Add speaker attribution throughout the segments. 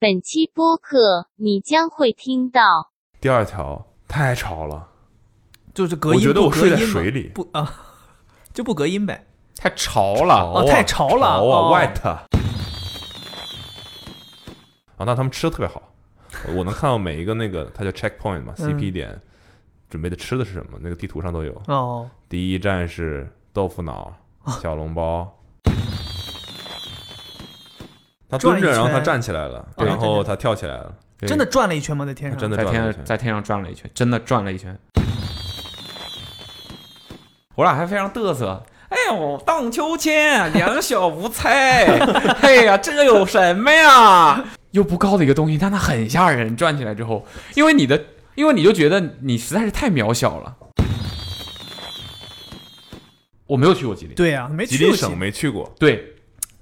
Speaker 1: 本期播客你将会听到
Speaker 2: 第二条太吵了，
Speaker 3: 就是隔音，
Speaker 2: 我觉得
Speaker 3: 不
Speaker 2: 我睡
Speaker 3: 隔
Speaker 2: 在
Speaker 3: 音嘛
Speaker 2: 水里
Speaker 3: 不啊， 就不隔音呗。
Speaker 4: 太潮了，
Speaker 3: 哦太潮了
Speaker 2: 潮啊
Speaker 3: 哦
Speaker 2: ，white 啊，那他们吃的特别 好，我能看到每一个那个，它叫 checkpoint 嘛
Speaker 3: 嗯
Speaker 2: ，CP 点准备的吃的是什么，那个地图上都有。
Speaker 3: 哦，
Speaker 2: 第一站是豆腐脑、小笼包。他蹲着，
Speaker 3: 转一圈
Speaker 2: 然后他站起来了，
Speaker 3: 哦
Speaker 2: 然后
Speaker 3: 对对对嗯
Speaker 2: 他跳起来了，
Speaker 4: 对
Speaker 3: 真的转了一圈吗？在天
Speaker 2: 他
Speaker 3: 上？
Speaker 2: 啊真的
Speaker 4: 在
Speaker 2: 转
Speaker 4: 天
Speaker 2: 了一
Speaker 4: 上
Speaker 2: 圈。
Speaker 4: 在天上转了一圈，真的转了一圈。我俩还非常嘚瑟。哎呦，荡秋千，两小无猜。 哎呀，这有什么呀？又不高的一个东西，但它很吓人。转起来之后，因为你的，因为你就觉得你实在是太渺小了。我没有去过吉林，
Speaker 3: 对呀、没
Speaker 2: 吉
Speaker 3: 去
Speaker 2: 林
Speaker 3: 过
Speaker 2: 省。没去过，
Speaker 4: 对，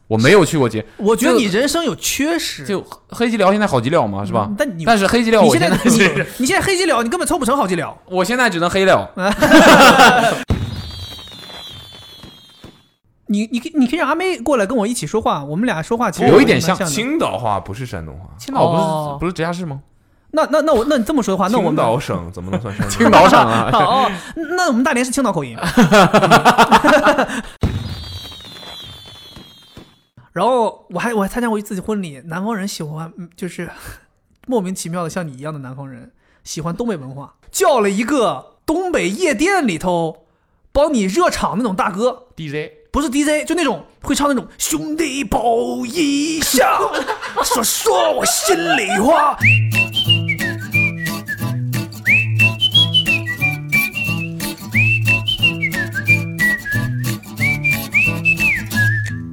Speaker 4: 我没有去过吉，
Speaker 3: 我觉得你人生有缺失，
Speaker 4: 就黑吉辽现在好吉辽嘛，是吧
Speaker 3: 嗯？但你
Speaker 4: 但是黑吉辽，
Speaker 3: 你
Speaker 4: 我
Speaker 3: 现在
Speaker 4: 在
Speaker 3: 你
Speaker 4: 是，
Speaker 3: 你现在黑吉辽，你根本凑不成好吉辽。
Speaker 4: 我现在只能黑了。
Speaker 3: 你你可以你可以让阿妹过来跟我一起说话，我们俩说话其实
Speaker 4: 有一点
Speaker 3: 蛮
Speaker 4: 像
Speaker 3: 像的。
Speaker 2: 青岛话不是山东话，
Speaker 4: 青岛不是、
Speaker 3: 哦
Speaker 4: 不是直辖市吗？
Speaker 3: 那那那我那你这么说的话，啊那我
Speaker 2: 青
Speaker 3: 们
Speaker 2: 岛省怎么能算山 东？
Speaker 4: 青岛省 啊，
Speaker 3: 哦，那我们大连是青岛口音。 然后我还我还参加过一次婚礼，南方人喜欢嗯就是 莫名其妙的像你一样的南方人喜欢东北文化，叫了一个东北夜店里头帮你热场那种大哥，
Speaker 4: DJ
Speaker 3: 不是 DJ，就那种会唱那种兄弟抱一下，说说我心里话。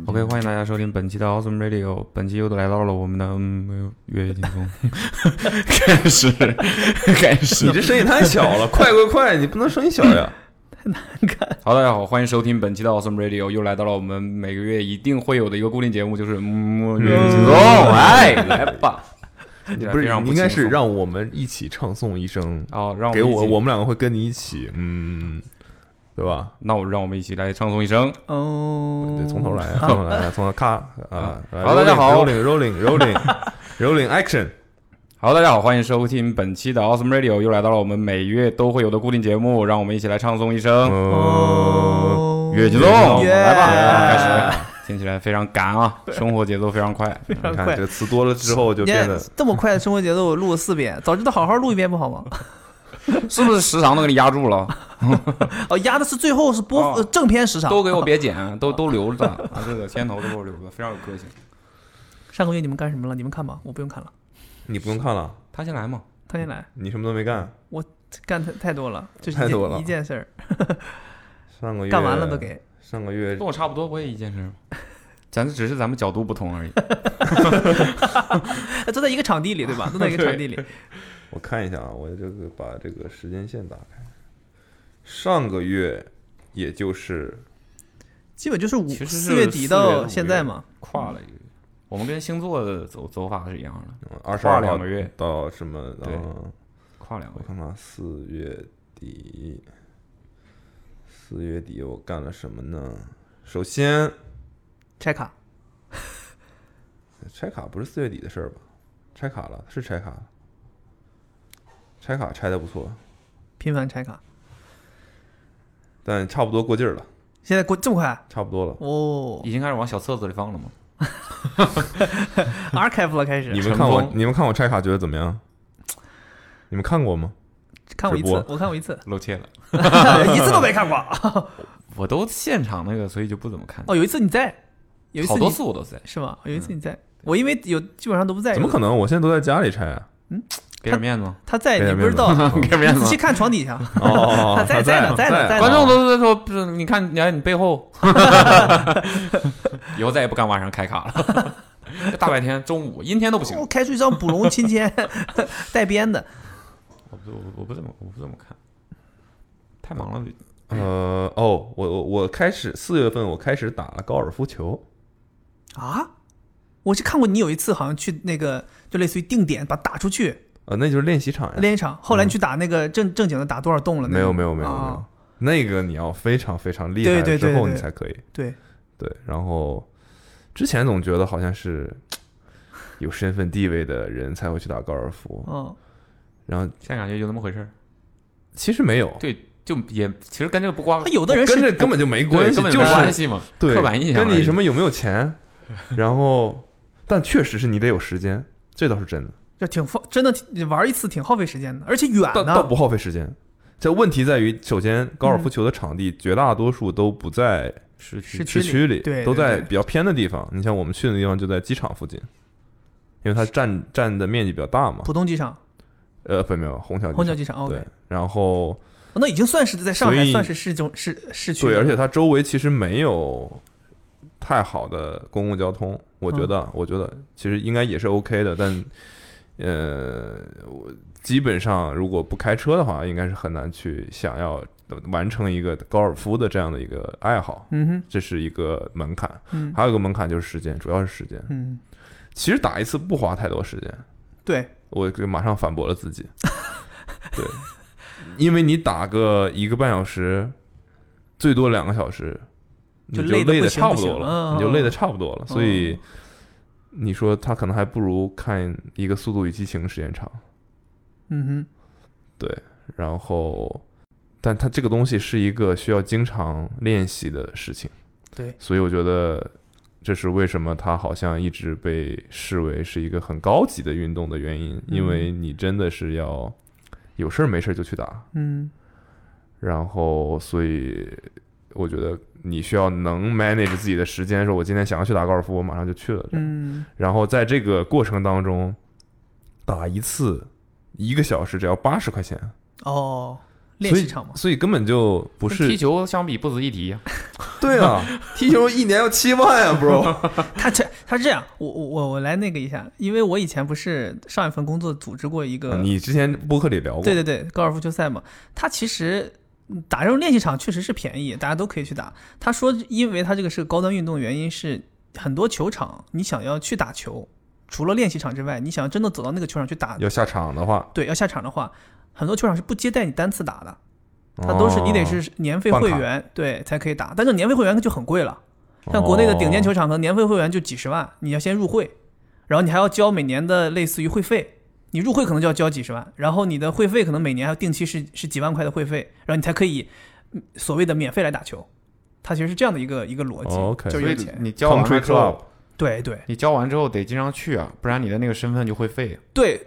Speaker 4: OK，欢迎大家收听本期的 Awesome Radio。本期又来到了我们的嗯越野 轻松，开始开
Speaker 2: 你
Speaker 4: 始。
Speaker 2: 这声音太小 了，快快快！你不能声音小 呀。
Speaker 4: 好，大家好，欢迎收听本期的 Awesome Radio，又来到了我们每个月一定会有的一个固定节目，就是嗯越野轻松。哎，来吧，
Speaker 2: 不是，
Speaker 4: 你
Speaker 2: 应该是让我们一起唱诵一声，
Speaker 4: 哦，让
Speaker 2: 给
Speaker 4: 们一
Speaker 2: 我，
Speaker 4: 起
Speaker 2: 我们两个会跟你一起，嗯，对吧？
Speaker 4: 那我让我们一起来唱诵一声。
Speaker 3: 哦
Speaker 2: 对，从头来，从头来，从头咔啊！来
Speaker 4: 好大家好
Speaker 2: ，rolling，rolling，rolling，rolling，rolling action。
Speaker 4: 好，大家好，欢迎收听本期的 Awesome Radio，又来到了我们每月都会有的固定节目，让我们一起来唱诵一声。
Speaker 2: 嗯
Speaker 3: 哦
Speaker 4: 越激动，
Speaker 3: 耶
Speaker 4: 来吧，开始。听起来非常赶 啊，生活节奏非常快。
Speaker 3: 常
Speaker 2: 你看
Speaker 3: 哎快
Speaker 2: 这个词多了之后就
Speaker 3: 你
Speaker 2: 变
Speaker 3: 看
Speaker 2: 得，
Speaker 3: 这么快的生活节奏，我录了四遍，早知道好好录一遍不好吗？
Speaker 4: 是不是时长都给你压住了？
Speaker 3: 哦，压的是最后是播、
Speaker 4: 哦
Speaker 3: 呃正片时长。
Speaker 4: 都给我别剪， 都都留着啊！这个先头都给我留着，非常有个性。
Speaker 3: 上个月你们干什么了？你们看吧，我不用看了。
Speaker 2: 你不用看了，
Speaker 4: 他先来嘛，
Speaker 3: 唐先来
Speaker 2: 你什么都没干，
Speaker 3: 干太太多了，就是一
Speaker 2: 太
Speaker 3: 件
Speaker 2: 多了哎
Speaker 3: 一件事儿，
Speaker 2: 上个月
Speaker 3: 干完了都给。
Speaker 2: 上个月
Speaker 4: 跟我差不多，我也一件事儿。咱只是咱们角度不同而已。
Speaker 3: 哎都在一个场地里对吧？都在一个场地里。
Speaker 2: 我看一下啊，我这个把这个时间线打开，上个月也就是
Speaker 3: 基本就是五
Speaker 4: 其实是
Speaker 3: 四月底到现在嘛，
Speaker 4: 跨了一个月，我们跟星座的走走法是一样的，
Speaker 2: 嗯二十
Speaker 4: 跨
Speaker 2: 二
Speaker 4: 两
Speaker 2: 号
Speaker 4: 个月，
Speaker 2: 到什么？
Speaker 4: 对
Speaker 2: 嗯
Speaker 4: 跨两
Speaker 2: 我
Speaker 4: 个月。
Speaker 2: 看看，四月底，四月底我干了什么呢？首先，
Speaker 3: 拆卡
Speaker 2: 拆卡不是四月底的事儿吧？拆卡了，是拆卡了，拆卡拆的不错，
Speaker 3: 频繁拆卡。
Speaker 2: 但差不多过劲儿了，
Speaker 3: 现在过这么快
Speaker 2: 差不多了。
Speaker 3: 哦
Speaker 4: 已经开始往小册子里放了吗？
Speaker 3: ，archive 了开始
Speaker 2: 你。们看我
Speaker 4: 成，功
Speaker 2: 你们看我拆卡觉得怎么样？你们看过吗？
Speaker 3: 看我一次
Speaker 2: 直播，
Speaker 3: 我看过一次，
Speaker 4: 露怯了，
Speaker 3: 一次都没看过。
Speaker 4: 我都现场那个，所以就不怎么看。
Speaker 3: 哦，有一次你在，有一次
Speaker 4: 好多
Speaker 3: 你
Speaker 4: 次我都在
Speaker 3: 是吗？有一次你在，我因为有基本上都不在。
Speaker 2: 嗯怎么可能？我现在都在家里拆啊！
Speaker 4: 给点面子吗？
Speaker 3: 他在
Speaker 2: 没
Speaker 3: 你
Speaker 2: 有
Speaker 3: 不知道？
Speaker 4: 给点面
Speaker 3: 你
Speaker 4: 子
Speaker 3: 仔
Speaker 4: 吗
Speaker 3: 细。看床底下，
Speaker 2: 哦哦
Speaker 3: 在在呢在呢在呢
Speaker 4: 观众都在说，不是，你看，你看你背后， 以后再也不敢晚上开卡了。 这大白天、中午、阴天都不行
Speaker 3: 我。开出一张捕龙亲签，带编的。
Speaker 4: 我不，我不怎么，我不怎么看，太忙了。
Speaker 2: 呃哦，我我我开始四月份我开始打了高尔夫球，
Speaker 3: 啊，我是看过你有一次好像去那个，就类似于定点把它打出去
Speaker 2: 呃，那就是练习场呀。
Speaker 3: 练一场，后来你去打那个正正经的打多少洞了？
Speaker 2: 嗯
Speaker 3: 那
Speaker 2: 没
Speaker 3: 个
Speaker 2: 有没有没有没有
Speaker 3: 啊，，
Speaker 2: 那个你要非常非常厉
Speaker 3: 对
Speaker 2: 害
Speaker 3: 对
Speaker 2: 之
Speaker 3: 对
Speaker 2: 后
Speaker 3: 对
Speaker 2: 你才可以。
Speaker 3: 对，
Speaker 2: 对，然后之前总觉得好像是有身份地位的人才会去打高尔夫。
Speaker 3: 嗯，
Speaker 2: 然后
Speaker 4: 现在感觉有那么回事儿。
Speaker 2: 其实没有，
Speaker 4: 对，就也其实跟这个不挂
Speaker 3: 他，有的人
Speaker 2: 跟这
Speaker 3: 是
Speaker 2: 根本就没
Speaker 4: 对
Speaker 2: 关系，
Speaker 4: 根本
Speaker 2: 就
Speaker 4: 没关
Speaker 2: 是
Speaker 4: 系嘛，
Speaker 2: 对
Speaker 4: 刻板印象而已。
Speaker 2: 跟你什么有没有钱，然后但确实是你得有时间，这倒是真的，
Speaker 3: 这挺耗，真的挺玩一次挺耗费时间的，而且远
Speaker 2: 倒倒
Speaker 3: 呢。
Speaker 2: 不耗费时间。这问题在于，首先高
Speaker 3: 嗯
Speaker 2: 尔夫球的场地绝大多数都不在
Speaker 4: 是
Speaker 3: 是
Speaker 2: 市区里，
Speaker 3: 对
Speaker 2: 都
Speaker 3: 对
Speaker 2: 在
Speaker 3: 对
Speaker 2: 比较偏的地方。你像我们去的地方就在机场附近，因为它占占的面积比较大嘛。
Speaker 3: 浦东机场、
Speaker 2: 呃，不，没有虹桥机场，
Speaker 3: 虹桥机场，OK，
Speaker 2: 对，然后
Speaker 3: 那已经算是在上海
Speaker 2: 所以
Speaker 3: 算是市中市市区了，
Speaker 2: 对，而且它周围其实没有太好的公共交通，我觉得，我觉得其实应该也是 OK 的，但呃，我基本上如果不开车的话，应该是很难去想要呃完成一个高尔夫的这样的一个爱好，
Speaker 3: 嗯哼，
Speaker 2: 这是一个门槛。
Speaker 3: 嗯
Speaker 2: 还有一个门槛就是时间，主要是时间。
Speaker 3: 嗯，
Speaker 2: 其实打一次不花太多时间，
Speaker 3: 对，
Speaker 2: 我就马上反驳了自己。对，因为你打个一个半小时，最多两个小时，你
Speaker 3: 就
Speaker 2: 累
Speaker 3: 累得不
Speaker 2: 的
Speaker 3: 行
Speaker 2: 差
Speaker 3: 不
Speaker 2: 不
Speaker 3: 行
Speaker 2: 多
Speaker 3: 了
Speaker 2: 了，你就累
Speaker 3: 嗯
Speaker 2: 的差不多了。所以你说他可能还不如看一个《速度与激情》时间长。
Speaker 3: 嗯
Speaker 2: 然后，但它这个东西是一个需要经常练习的事情。
Speaker 3: 对
Speaker 2: 所以我觉得这是为什么它好像一直被视为是一个很高级的运动的原因，
Speaker 3: 嗯
Speaker 2: 因为你真的是要有事儿没事儿就去打，
Speaker 3: 哼，嗯，
Speaker 2: 然后所以我觉得你需要能 manage 自己的时间，说我今天想要去打高尔夫，我马上就去了。
Speaker 3: 嗯，
Speaker 2: 然后在这个过程当中，打一次一个小时只要八十块钱。
Speaker 3: 哦，练习场嘛，
Speaker 2: 所以根本就不
Speaker 4: 跟踢
Speaker 2: 是
Speaker 4: 球相比不值一提呀。
Speaker 2: 对 啊，踢球一年要七万呀、bro。
Speaker 3: 他这他这样，我我我我来那个一下，因为我以前不是上一份工作组织过一个，
Speaker 2: 啊你之前播客里聊过，
Speaker 3: 对对对，高尔夫球赛嘛，他其实嗯打这种练习场确实是便宜，大家都可以去打。他说，因为他这个是高端运动，原因是很多球场你想要去打球，除了练习场之外，你想要真的走到那个球场去打，
Speaker 2: 要下场的话，
Speaker 3: 对，要下场的话，很多球场是不接待你单次打的，它都是你得
Speaker 2: 哦
Speaker 3: 是年费
Speaker 2: 办
Speaker 3: 会
Speaker 2: 卡哦
Speaker 3: 员，对才可以打。但是年费会员就很贵了，像国内的顶尖球场，可能年费会员就几十万，你要先入会，然后你还要交每年的类似于会费，你入会可能就要交几十万，然后你的会费可能每年还要定期是是几万块的会费，然后你才可以嗯所谓的免费来打球。它其实是这样的一个一个逻辑，
Speaker 2: 哦，OK
Speaker 3: 就是
Speaker 4: 所
Speaker 3: 有
Speaker 4: 以
Speaker 3: 钱。
Speaker 4: 你交完
Speaker 2: country
Speaker 4: 了之后
Speaker 2: club，，
Speaker 3: 对对
Speaker 4: 你交完之后得经常去啊，不然你的那个身份就会废。
Speaker 3: 对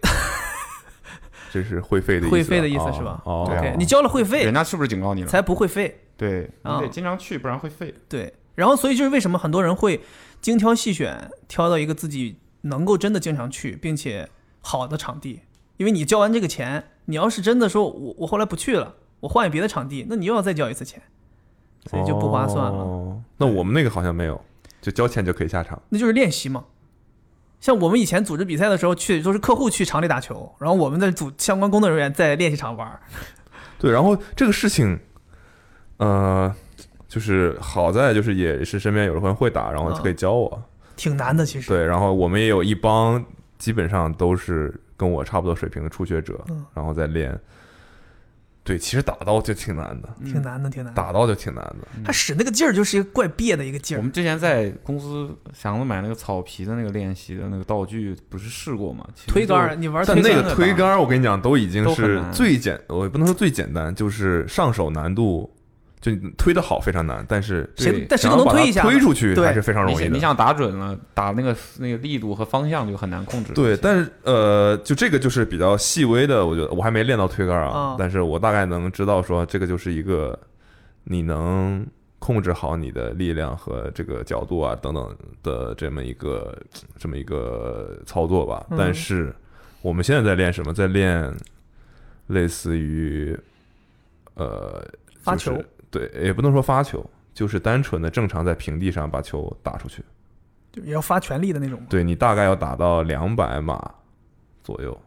Speaker 2: 这是会费的意思啊，
Speaker 3: 会费的意思是吧
Speaker 2: 哦，
Speaker 4: 对
Speaker 3: ，OK，
Speaker 2: 哦
Speaker 3: 你交了会费
Speaker 4: 人家是不是警告你了？
Speaker 3: 才不会费。
Speaker 4: 对，你
Speaker 3: 啊
Speaker 4: 得经常去，不然会废。
Speaker 3: 对，然后所以就是为什么很多人会精挑细选，挑到一个自己能够真的经常去并且好的场地，因为你交完这个钱，你要是真的说我我后来不去了，我换别的场地，那你又要再交一次钱，所以就不划算了。
Speaker 2: 哦那我们那个好像没有，就交钱就可以下场。
Speaker 3: 那就是练习嘛。像我们以前组织比赛的时候去，都是客户去场里打球，然后我们的组相关工作人员在练习场玩儿。
Speaker 2: 对，然后这个事情，呃，就是好在就是也是身边有人会打，然
Speaker 3: 嗯
Speaker 2: 后就可以教我。
Speaker 3: 挺难的，其实。
Speaker 2: 对，然后我们也有一帮基本上都是跟我差不多水平的初学者，
Speaker 3: 嗯
Speaker 2: 然后再练。对，其实打到就挺难的，
Speaker 3: 挺难的，挺难的。
Speaker 2: 打到就挺难的。
Speaker 3: 他使那个劲儿，就是一个怪别的一个劲儿。
Speaker 4: 我们之前在公司祥子买那个草皮的那个练习的那个道具，不是试过吗？其实
Speaker 3: 推杆儿，
Speaker 4: 就，
Speaker 3: 你玩
Speaker 2: 但
Speaker 3: 推杆
Speaker 2: 那
Speaker 3: 儿
Speaker 2: 个推杆儿，我跟你讲，都已经
Speaker 4: 都很
Speaker 2: 是
Speaker 4: 难
Speaker 2: 最简，我也不能说最简单，就是上手难度，就你推的好非常难，但是
Speaker 3: 谁
Speaker 4: 对
Speaker 3: 但谁
Speaker 2: 想
Speaker 3: 都
Speaker 2: 要
Speaker 3: 能
Speaker 2: 把它
Speaker 3: 推一下的。
Speaker 2: 推出去
Speaker 3: 对
Speaker 2: 还是非常容
Speaker 4: 你
Speaker 2: 易
Speaker 4: 想你
Speaker 2: 的。
Speaker 4: 想打准了，打那个那个力度和方向就很难控制。
Speaker 2: 对，但是呃，就这个就是比较细微的，我觉得我还没练到推杆儿
Speaker 3: 啊
Speaker 2: 啊，但是我大概能知道说这个就是一个你能控制好你的力量和这个角度啊等等的这么一个这么一个操作吧
Speaker 3: 嗯。
Speaker 2: 但是我们现在在练什么？在练类似于呃
Speaker 3: 发
Speaker 2: 就是
Speaker 3: 球
Speaker 2: 对，也不能说发球，就是单纯的正常在平地上把球打出去。
Speaker 3: 就也要发全力的那种嘛。
Speaker 2: 对你大概要打到两百码左右，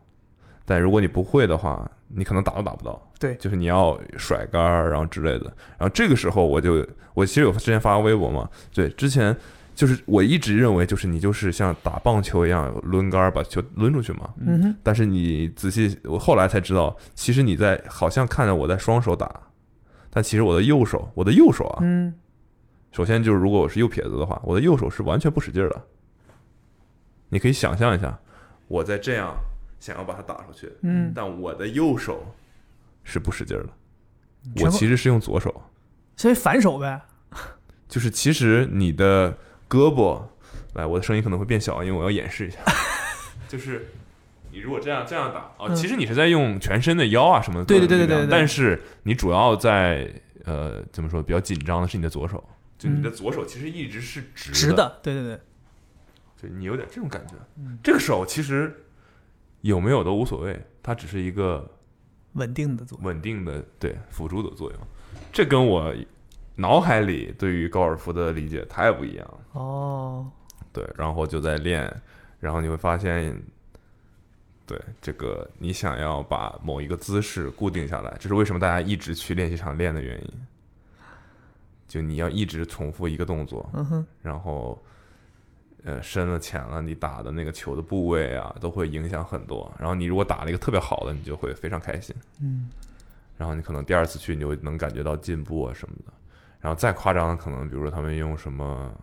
Speaker 2: 但如果你不会的话，你可能打都打不到。
Speaker 3: 对
Speaker 2: 就是你要甩杆儿，然后之类的。然后这个时候我就，我其实有之前发微博嘛，对，之前就是我一直认为就是你就是像打棒球一样抡杆儿把球抡出去嘛。
Speaker 3: 嗯哼，
Speaker 2: 但是你仔细，我后来才知道，其实你在好像看着我在双手打，但其实我的右手，我的右手啊，
Speaker 3: 嗯，
Speaker 2: 首先就是如果我是右撇子的话，我的右手是完全不使劲儿的，你可以想象一下，我在这样想要把它打出去，
Speaker 3: 嗯，
Speaker 2: 但我的右手是不使劲儿的，
Speaker 3: 全
Speaker 2: 我
Speaker 3: 部
Speaker 2: 其实是用左手，
Speaker 3: 所以反手呗，
Speaker 2: 就是其实你的胳膊，来，我的声音可能会变小，因为我要演示一下， 就是你如果这样这样打，哦，
Speaker 3: 嗯
Speaker 2: 其实你是在用全身的腰啊什么的
Speaker 3: 对对
Speaker 2: 各种
Speaker 3: 对对
Speaker 2: 力量
Speaker 3: 对对对
Speaker 2: 但是你主要在呃怎么说比较紧张的是你的左手，就你的左手其实一直是直
Speaker 3: 嗯直
Speaker 2: 的，
Speaker 3: 的，嗯对对对，
Speaker 2: 就你有点这种感觉，这个手其实有没有都无所谓，它只是一个
Speaker 3: 稳定的做。
Speaker 2: 稳定的对辅助的作用，这跟我脑海里对于高尔夫的理解太不一样了。
Speaker 3: 哦，
Speaker 2: 对，然后就在练，然后你会发现，对这个你想要把某一个姿势固定下来，这是为什么大家一直去练习场练的原因。就你要一直重复一个动作，
Speaker 3: 嗯哼，
Speaker 2: 然后，呃，深了浅了，你打的那个球的部位啊，都会影响很多。然后你如果打了一个特别好的，你就会非常开心。
Speaker 3: 嗯，
Speaker 2: 然后你可能第二次去，你就能感觉到进步啊什么的。然后再夸张的，可能比如说他们用什么，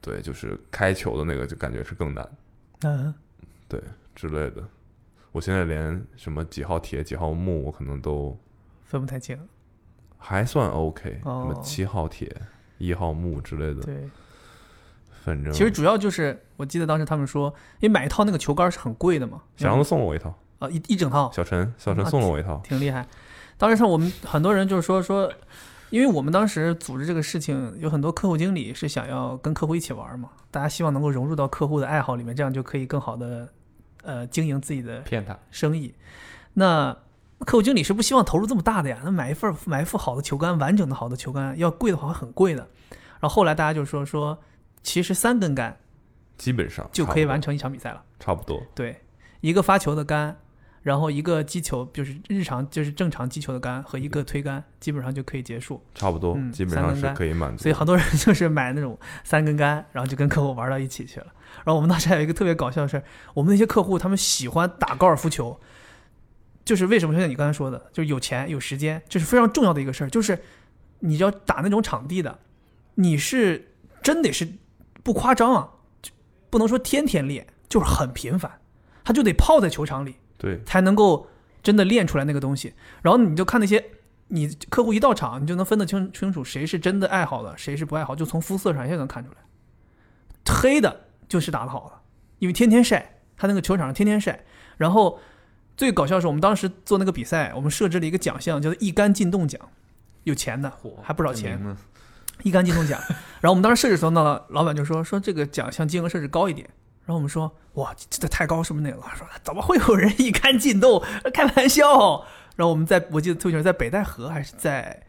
Speaker 2: 对，就是开球的那个，就感觉是更难
Speaker 3: 嗯，
Speaker 2: 之类的。我现在连什么几号铁、几号木，我可能都
Speaker 3: 分不太清。
Speaker 2: 还算 OK，、
Speaker 3: 哦
Speaker 2: 什么七号铁、一号木之类的，
Speaker 3: 对，
Speaker 2: 反正
Speaker 3: 其实主要就是我记得当时他们说，因为买一套那个球杆是很贵的嘛，
Speaker 2: 小杨送了我一套，
Speaker 3: 啊一一整套
Speaker 2: 小陈小
Speaker 3: 啊
Speaker 2: 陈送了我一套，
Speaker 3: 挺厉害。当时像我们很多人就是说说，因为我们当时组织这个事情，有很多客户经理是想要跟客户一起玩嘛，大家希望能够融入到客户的爱好里面，这样就可以更好的呃经营自己的
Speaker 4: 骗他，
Speaker 3: 生意。那客户经理是不希望投入这么大的呀，那买一份买一副好的球杆，完整的好的球杆，要贵的话会很贵的。然后后来大家就说说，其实三根杆
Speaker 2: 基本上
Speaker 3: 就可以完
Speaker 2: 成，
Speaker 3: 成一场比赛了。
Speaker 2: 差不多。
Speaker 3: 对，一个发球的杆，然后一个击球，就是日常就是正常击球的杆和一个推杆，基本上就可以结束。
Speaker 2: 差不多，
Speaker 3: 嗯
Speaker 2: 基本上
Speaker 3: 三根
Speaker 2: 是
Speaker 3: 杆
Speaker 2: 可以满足。
Speaker 3: 所以很多人就是买那种三根杆，然后就跟客户玩到一起去了。然后我们当时还有一个特别搞笑的事儿，我们那些客户他们喜欢打高尔夫球，就是为什么就像你刚才说的，就是有钱有时间，这是非常重要的一个事儿。就是你要打那种场地的，你是真得是不夸张啊，就不能说天天练，就是很频繁，他就得泡在球场里，
Speaker 2: 对，
Speaker 3: 才能够真的练出来那个东西。然后你就看那些你客户一到场，你就能分得清清楚谁是真的爱好的，谁是不爱好，就从肤色上也能看出来。黑的就是打得好的，因为天天晒，他那个球场上天天晒。然后最搞笑的是，我们当时做那个比赛，我们设置了一个奖项，叫做“一杆进洞奖”，有钱的，还不少钱。
Speaker 4: 呢。
Speaker 3: 一杆金钟奖。然后我们当时设置的时候呢，老板就说说这个奖项金额设置高一点。然后我们说哇，这这太高是不是那个？老板说怎么会有人一杆进洞？开玩笑。然后我们在我记得特别清楚，在北戴河还是在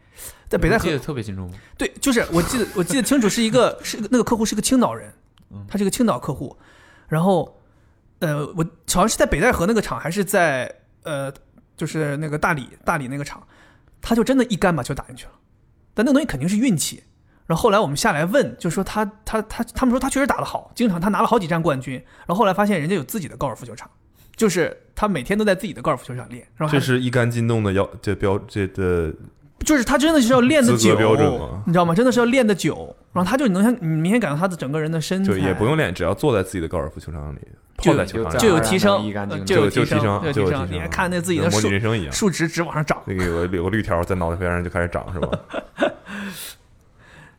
Speaker 3: 在北戴河
Speaker 4: 记得特别清楚吗？
Speaker 3: 对，就是我记得我记得清楚，是一个是那个客户是个青岛人，他是个青岛客户，然后呃，我好像是在北戴河那个厂，还是在呃，就是那个大理大理那个厂，他就真的一杆把球打进去了，但那个东西肯定是运气。然后后来我们下来问，就说他他他他们说他确实打得好，经常他拿了好几站冠军。然后后来发现人家有自己的高尔夫球场，就是他每天都在自己的高尔夫球场练，然后还
Speaker 2: 这是一杆进洞的要这标这的
Speaker 3: 就是他真的是要练的
Speaker 2: 资
Speaker 3: 久，
Speaker 2: 格标准吗
Speaker 3: 你知道吗？真的是要练的久，然后他就能像你明显感到他的整个人的身材，
Speaker 2: 就也不用练，只要坐在自己的高尔夫球场里，
Speaker 3: 就
Speaker 2: 泡在球场里
Speaker 3: 就有
Speaker 4: 自然而然
Speaker 3: 提升
Speaker 4: 啊能一干净，
Speaker 3: 呃
Speaker 4: 净
Speaker 3: 有
Speaker 2: 就
Speaker 3: 提
Speaker 2: 就提
Speaker 3: 升，
Speaker 2: 升
Speaker 3: 有
Speaker 2: 就有
Speaker 3: 提
Speaker 2: 提升
Speaker 3: 你看看那自己的
Speaker 2: 跟模拟
Speaker 3: 数
Speaker 2: 人生一样。
Speaker 3: 数值直往上涨，
Speaker 2: 那个有个有个绿条在脑袋边上就开始长是 吧？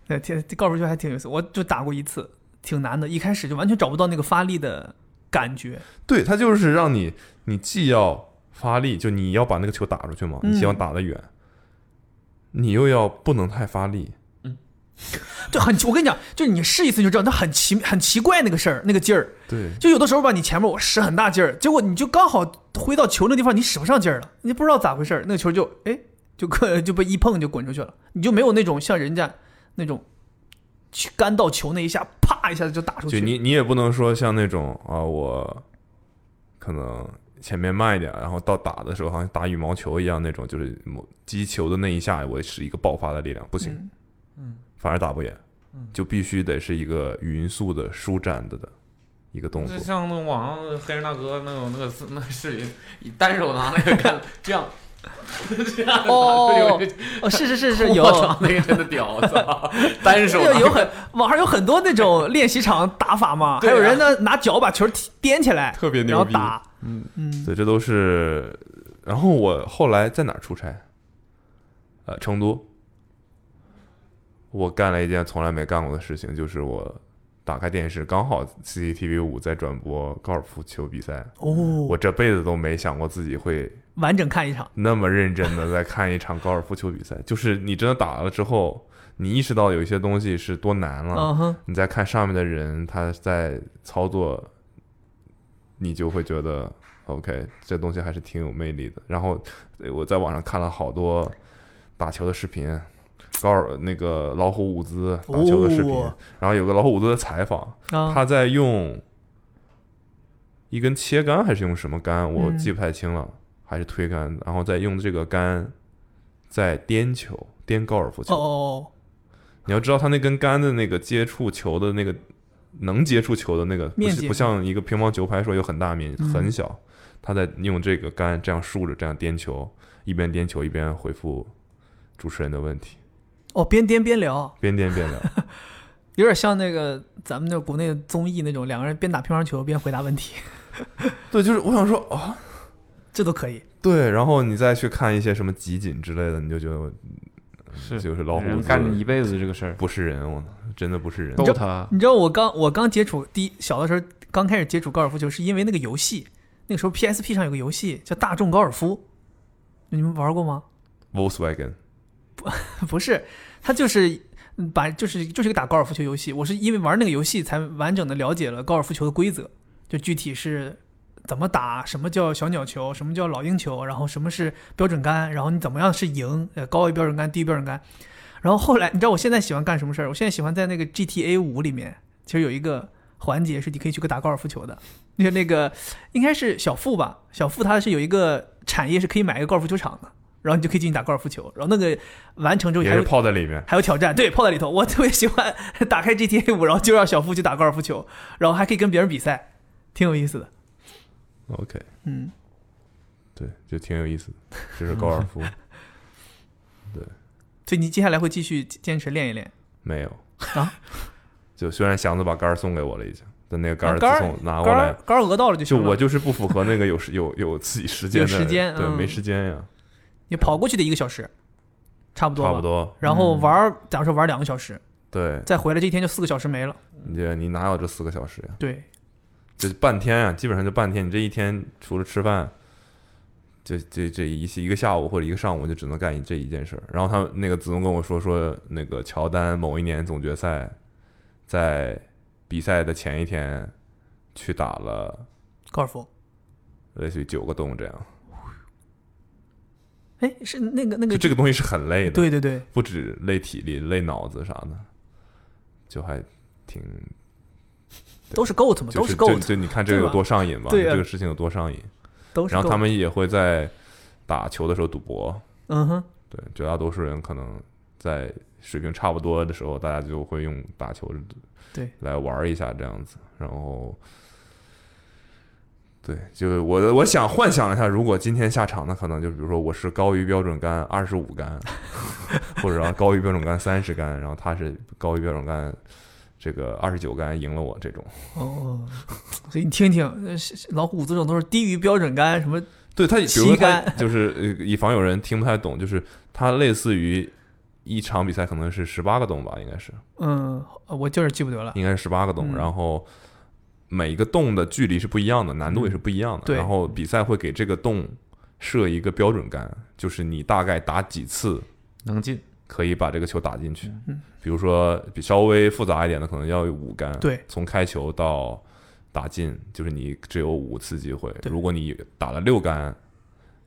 Speaker 3: 对，挺高尔夫球还挺有意思，我就打过一次，挺难的，一开始就完全找不到那个发力的感觉，
Speaker 2: 对，它就是让你你既要发力，就你要把那个球打出去嘛，
Speaker 3: 嗯
Speaker 2: 你希望打得远，你又要不能太发力，
Speaker 3: 对，很奇我跟你讲，就是你试一次就知道，它很奇很奇怪那个事儿，那个劲儿，
Speaker 2: 对，
Speaker 3: 就有的时候吧，你前面我使很大劲儿，结果你就刚好挥到球那地方，你使不上劲儿了，你不知道咋回事儿，那个球就哎就可就被一碰就滚出去了，你就没有那种像人家那种去干到球那一下，啪一下子就打出
Speaker 2: 就
Speaker 3: 去。
Speaker 2: 你你也不能说像那种啊，我可能前面慢一点，然后到打的时候好像打羽毛球一样那种，就是某击球的那一下，我是一个爆发的力量，不行，
Speaker 3: 嗯
Speaker 4: 嗯
Speaker 2: 反而打不远，就必须得是一个匀速的舒展的的一个动
Speaker 4: 就
Speaker 2: 作。
Speaker 4: 像那种网上黑人大哥那种那个那个视频，单手拿那个杆 这样
Speaker 3: 哦，哦，是是是是有呃
Speaker 4: 我。操，那个真的屌，我 操，单手
Speaker 3: 有有很网上有很多那种练习场打法嘛，还
Speaker 4: 对啊
Speaker 3: 有人呢拿脚把球踢颠起来，
Speaker 4: 特别牛
Speaker 3: 然后
Speaker 4: 逼
Speaker 3: 打，
Speaker 4: 嗯
Speaker 3: 嗯，
Speaker 2: 对，这都是。然后我后来在哪儿出差？呃，成都。我干了一件从来没干过的事情，就是我打开电视，刚好 CCTV 五在转播高尔夫球比赛，
Speaker 3: 哦
Speaker 2: 我，这辈子都没想过自己会
Speaker 3: 完整看一场，
Speaker 2: 那么认真的在看一场高尔夫球比赛。就是你真的打了之后，你意识到有一些东西是多难了，
Speaker 3: 嗯哼，
Speaker 2: 你再看上面的人他在操作，你就会觉得 OK，这东西还是挺有魅力的。然后呃我在网上看了好多打球的视频，高尔那个老虎伍兹打球的视频，
Speaker 3: 哦
Speaker 2: 然后有个老虎伍兹的采访，
Speaker 3: 啊，
Speaker 2: 他在用一根切杆还是用什么杆，我
Speaker 3: 嗯
Speaker 2: 记不太清了，还是推杆，然后再用这个杆在颠球，颠高尔夫球。
Speaker 3: 哦哦
Speaker 2: 你要知道，它那根杆的那个接触球的那个能接触球的那个，不
Speaker 3: 面
Speaker 2: 是
Speaker 3: 积
Speaker 2: 不像一个乒乓球拍说有很大面积，
Speaker 3: 嗯
Speaker 2: 很小。他在用这个杆这样竖着这样颠球，一边颠球一边回复主持人的问题，
Speaker 3: 哦，边颠边聊，
Speaker 2: 边颠 边聊。
Speaker 3: 有点像那个咱们那国内的综艺那种，两个人边打乒乓球边回答问题，
Speaker 2: 对，就是我想说啊，
Speaker 3: 这都可以。
Speaker 2: 对，然后你再去看一些什么集锦之类的，你就觉得
Speaker 4: 是
Speaker 2: 就是老虎
Speaker 4: 人
Speaker 2: 子
Speaker 4: 干了一辈子这个事儿，
Speaker 2: 不是人，我真的不是人
Speaker 4: 逗。他
Speaker 3: 你知道我刚我刚接触第一小的时候刚开始接触高尔夫球，是因为那个游戏，那个时候 PSP 上有个游戏叫《大众高尔夫》，你们玩过吗？
Speaker 2: Volkswagen
Speaker 3: 不是，它就是嗯把就是就是一个打高尔夫球游戏。我是因为玩那个游戏才完整的了解了高尔夫球的规则，就具体是怎么打，什么叫小鸟球，什么叫老鹰球，然后什么是标准杆，然后你怎么样是赢，呃，高于标准杆，低于标准杆。然后后来，你知道我现在喜欢干什么事儿？我现在喜欢在那个 GTA 五里面，其实有一个环节是你可以去个打高尔夫球的。那那个应该是小富吧，小富他是有一个产业是可以买一个高尔夫球场的，然后你就可以进去打高尔夫球。然后那个完成之后
Speaker 2: 也
Speaker 3: 还
Speaker 2: 是
Speaker 3: 有
Speaker 2: 泡在里面，
Speaker 3: 还有挑战，对，泡在里头。我特别喜欢 打开 GTA 五，然后就让小夫去打高尔夫球，然后还可以跟别人比赛，挺有意思的。
Speaker 2: OK，
Speaker 3: 嗯，
Speaker 2: 对，就挺有意思的，就是高尔 夫
Speaker 3: 所以你接下来会继续坚持练一练。
Speaker 2: 没有
Speaker 3: 啊。
Speaker 2: 就虽然祥子把杆儿送给我了，已经，但那个杆儿
Speaker 3: 啊
Speaker 2: 自
Speaker 3: 杆儿
Speaker 2: 从拿
Speaker 3: 高
Speaker 2: 过
Speaker 3: 尔
Speaker 2: 来，
Speaker 3: 高尔俄到了就
Speaker 2: 就
Speaker 3: 行了。
Speaker 2: 我就是不符合那个有时有有自己时间的
Speaker 3: 有时间
Speaker 2: 对，
Speaker 3: 嗯
Speaker 2: 没时间呀，
Speaker 3: 你跑过去的一个小时，差不多吧
Speaker 2: 差不。多。嗯
Speaker 3: 然后玩儿，假如说玩两个小时，
Speaker 2: 对，
Speaker 3: 再回来这一天就四个小时没了。
Speaker 2: 你这你哪有这四个小时呀？
Speaker 3: 对，
Speaker 2: 这半天啊，基本上就半天。你这一天除了吃饭，这这这一一个下午或者一个上午就只能干这一件事儿。然后他那个子龙跟我说说，那个乔丹某一年总决赛，在比赛的前一天去打了
Speaker 3: 高尔夫。
Speaker 2: 类似于九个洞这样。
Speaker 3: 哎，是那个那
Speaker 2: 就
Speaker 3: 个，
Speaker 2: 这个东西是很累的，
Speaker 3: 对对对，
Speaker 2: 不止累体力、累脑子啥的，就还挺
Speaker 3: 都是 GOAT 嘛，
Speaker 2: 就
Speaker 3: 都
Speaker 2: 是
Speaker 3: 是
Speaker 2: 就
Speaker 3: GOAT，
Speaker 2: 就你看这个有多上瘾吧，
Speaker 3: 对啊
Speaker 2: 这个事情有多上瘾。
Speaker 3: 都是
Speaker 2: 然后他
Speaker 3: GOAT。
Speaker 2: 们也会在打球的时候赌博。
Speaker 3: 嗯哼，
Speaker 2: 对，绝大多数人可能在水平差不多的时候，大家就会用打球
Speaker 3: 对
Speaker 2: 来玩儿一下这样子，然后。对，就是我的，我想幻想了一下，如果今天下场，那可能就比如说我是高于标准杆二十五杆， 或者然后高于标准杆三十杆，然后他是高于标准杆这个二十九杆赢了我这种。
Speaker 3: 哦，所以你听听，呃是是老虎这种都是低于标准杆，什么
Speaker 2: 对他，比如说
Speaker 3: 旗
Speaker 2: 他
Speaker 3: 杆
Speaker 2: 就是 呃以防有人听不太懂，就是他类似于一场比赛可能是十八个洞吧，应该是，
Speaker 3: 嗯，我就是记不得了。
Speaker 2: 应该是十八个洞，
Speaker 3: 嗯
Speaker 2: 然后每一个洞的距离是不一样的，难度也是不一样的。
Speaker 3: 嗯对
Speaker 2: 然后比赛会给这个洞设一个标准杆，就是你大概打几次
Speaker 4: 能进，
Speaker 2: 可以把这个球打进去。
Speaker 3: 嗯
Speaker 2: 比如说比稍微复杂一点的，可能要有五杆。
Speaker 3: 对，
Speaker 2: 从开球到打进，就是你只有五次机会。
Speaker 3: 对
Speaker 2: 如果你打了六杆，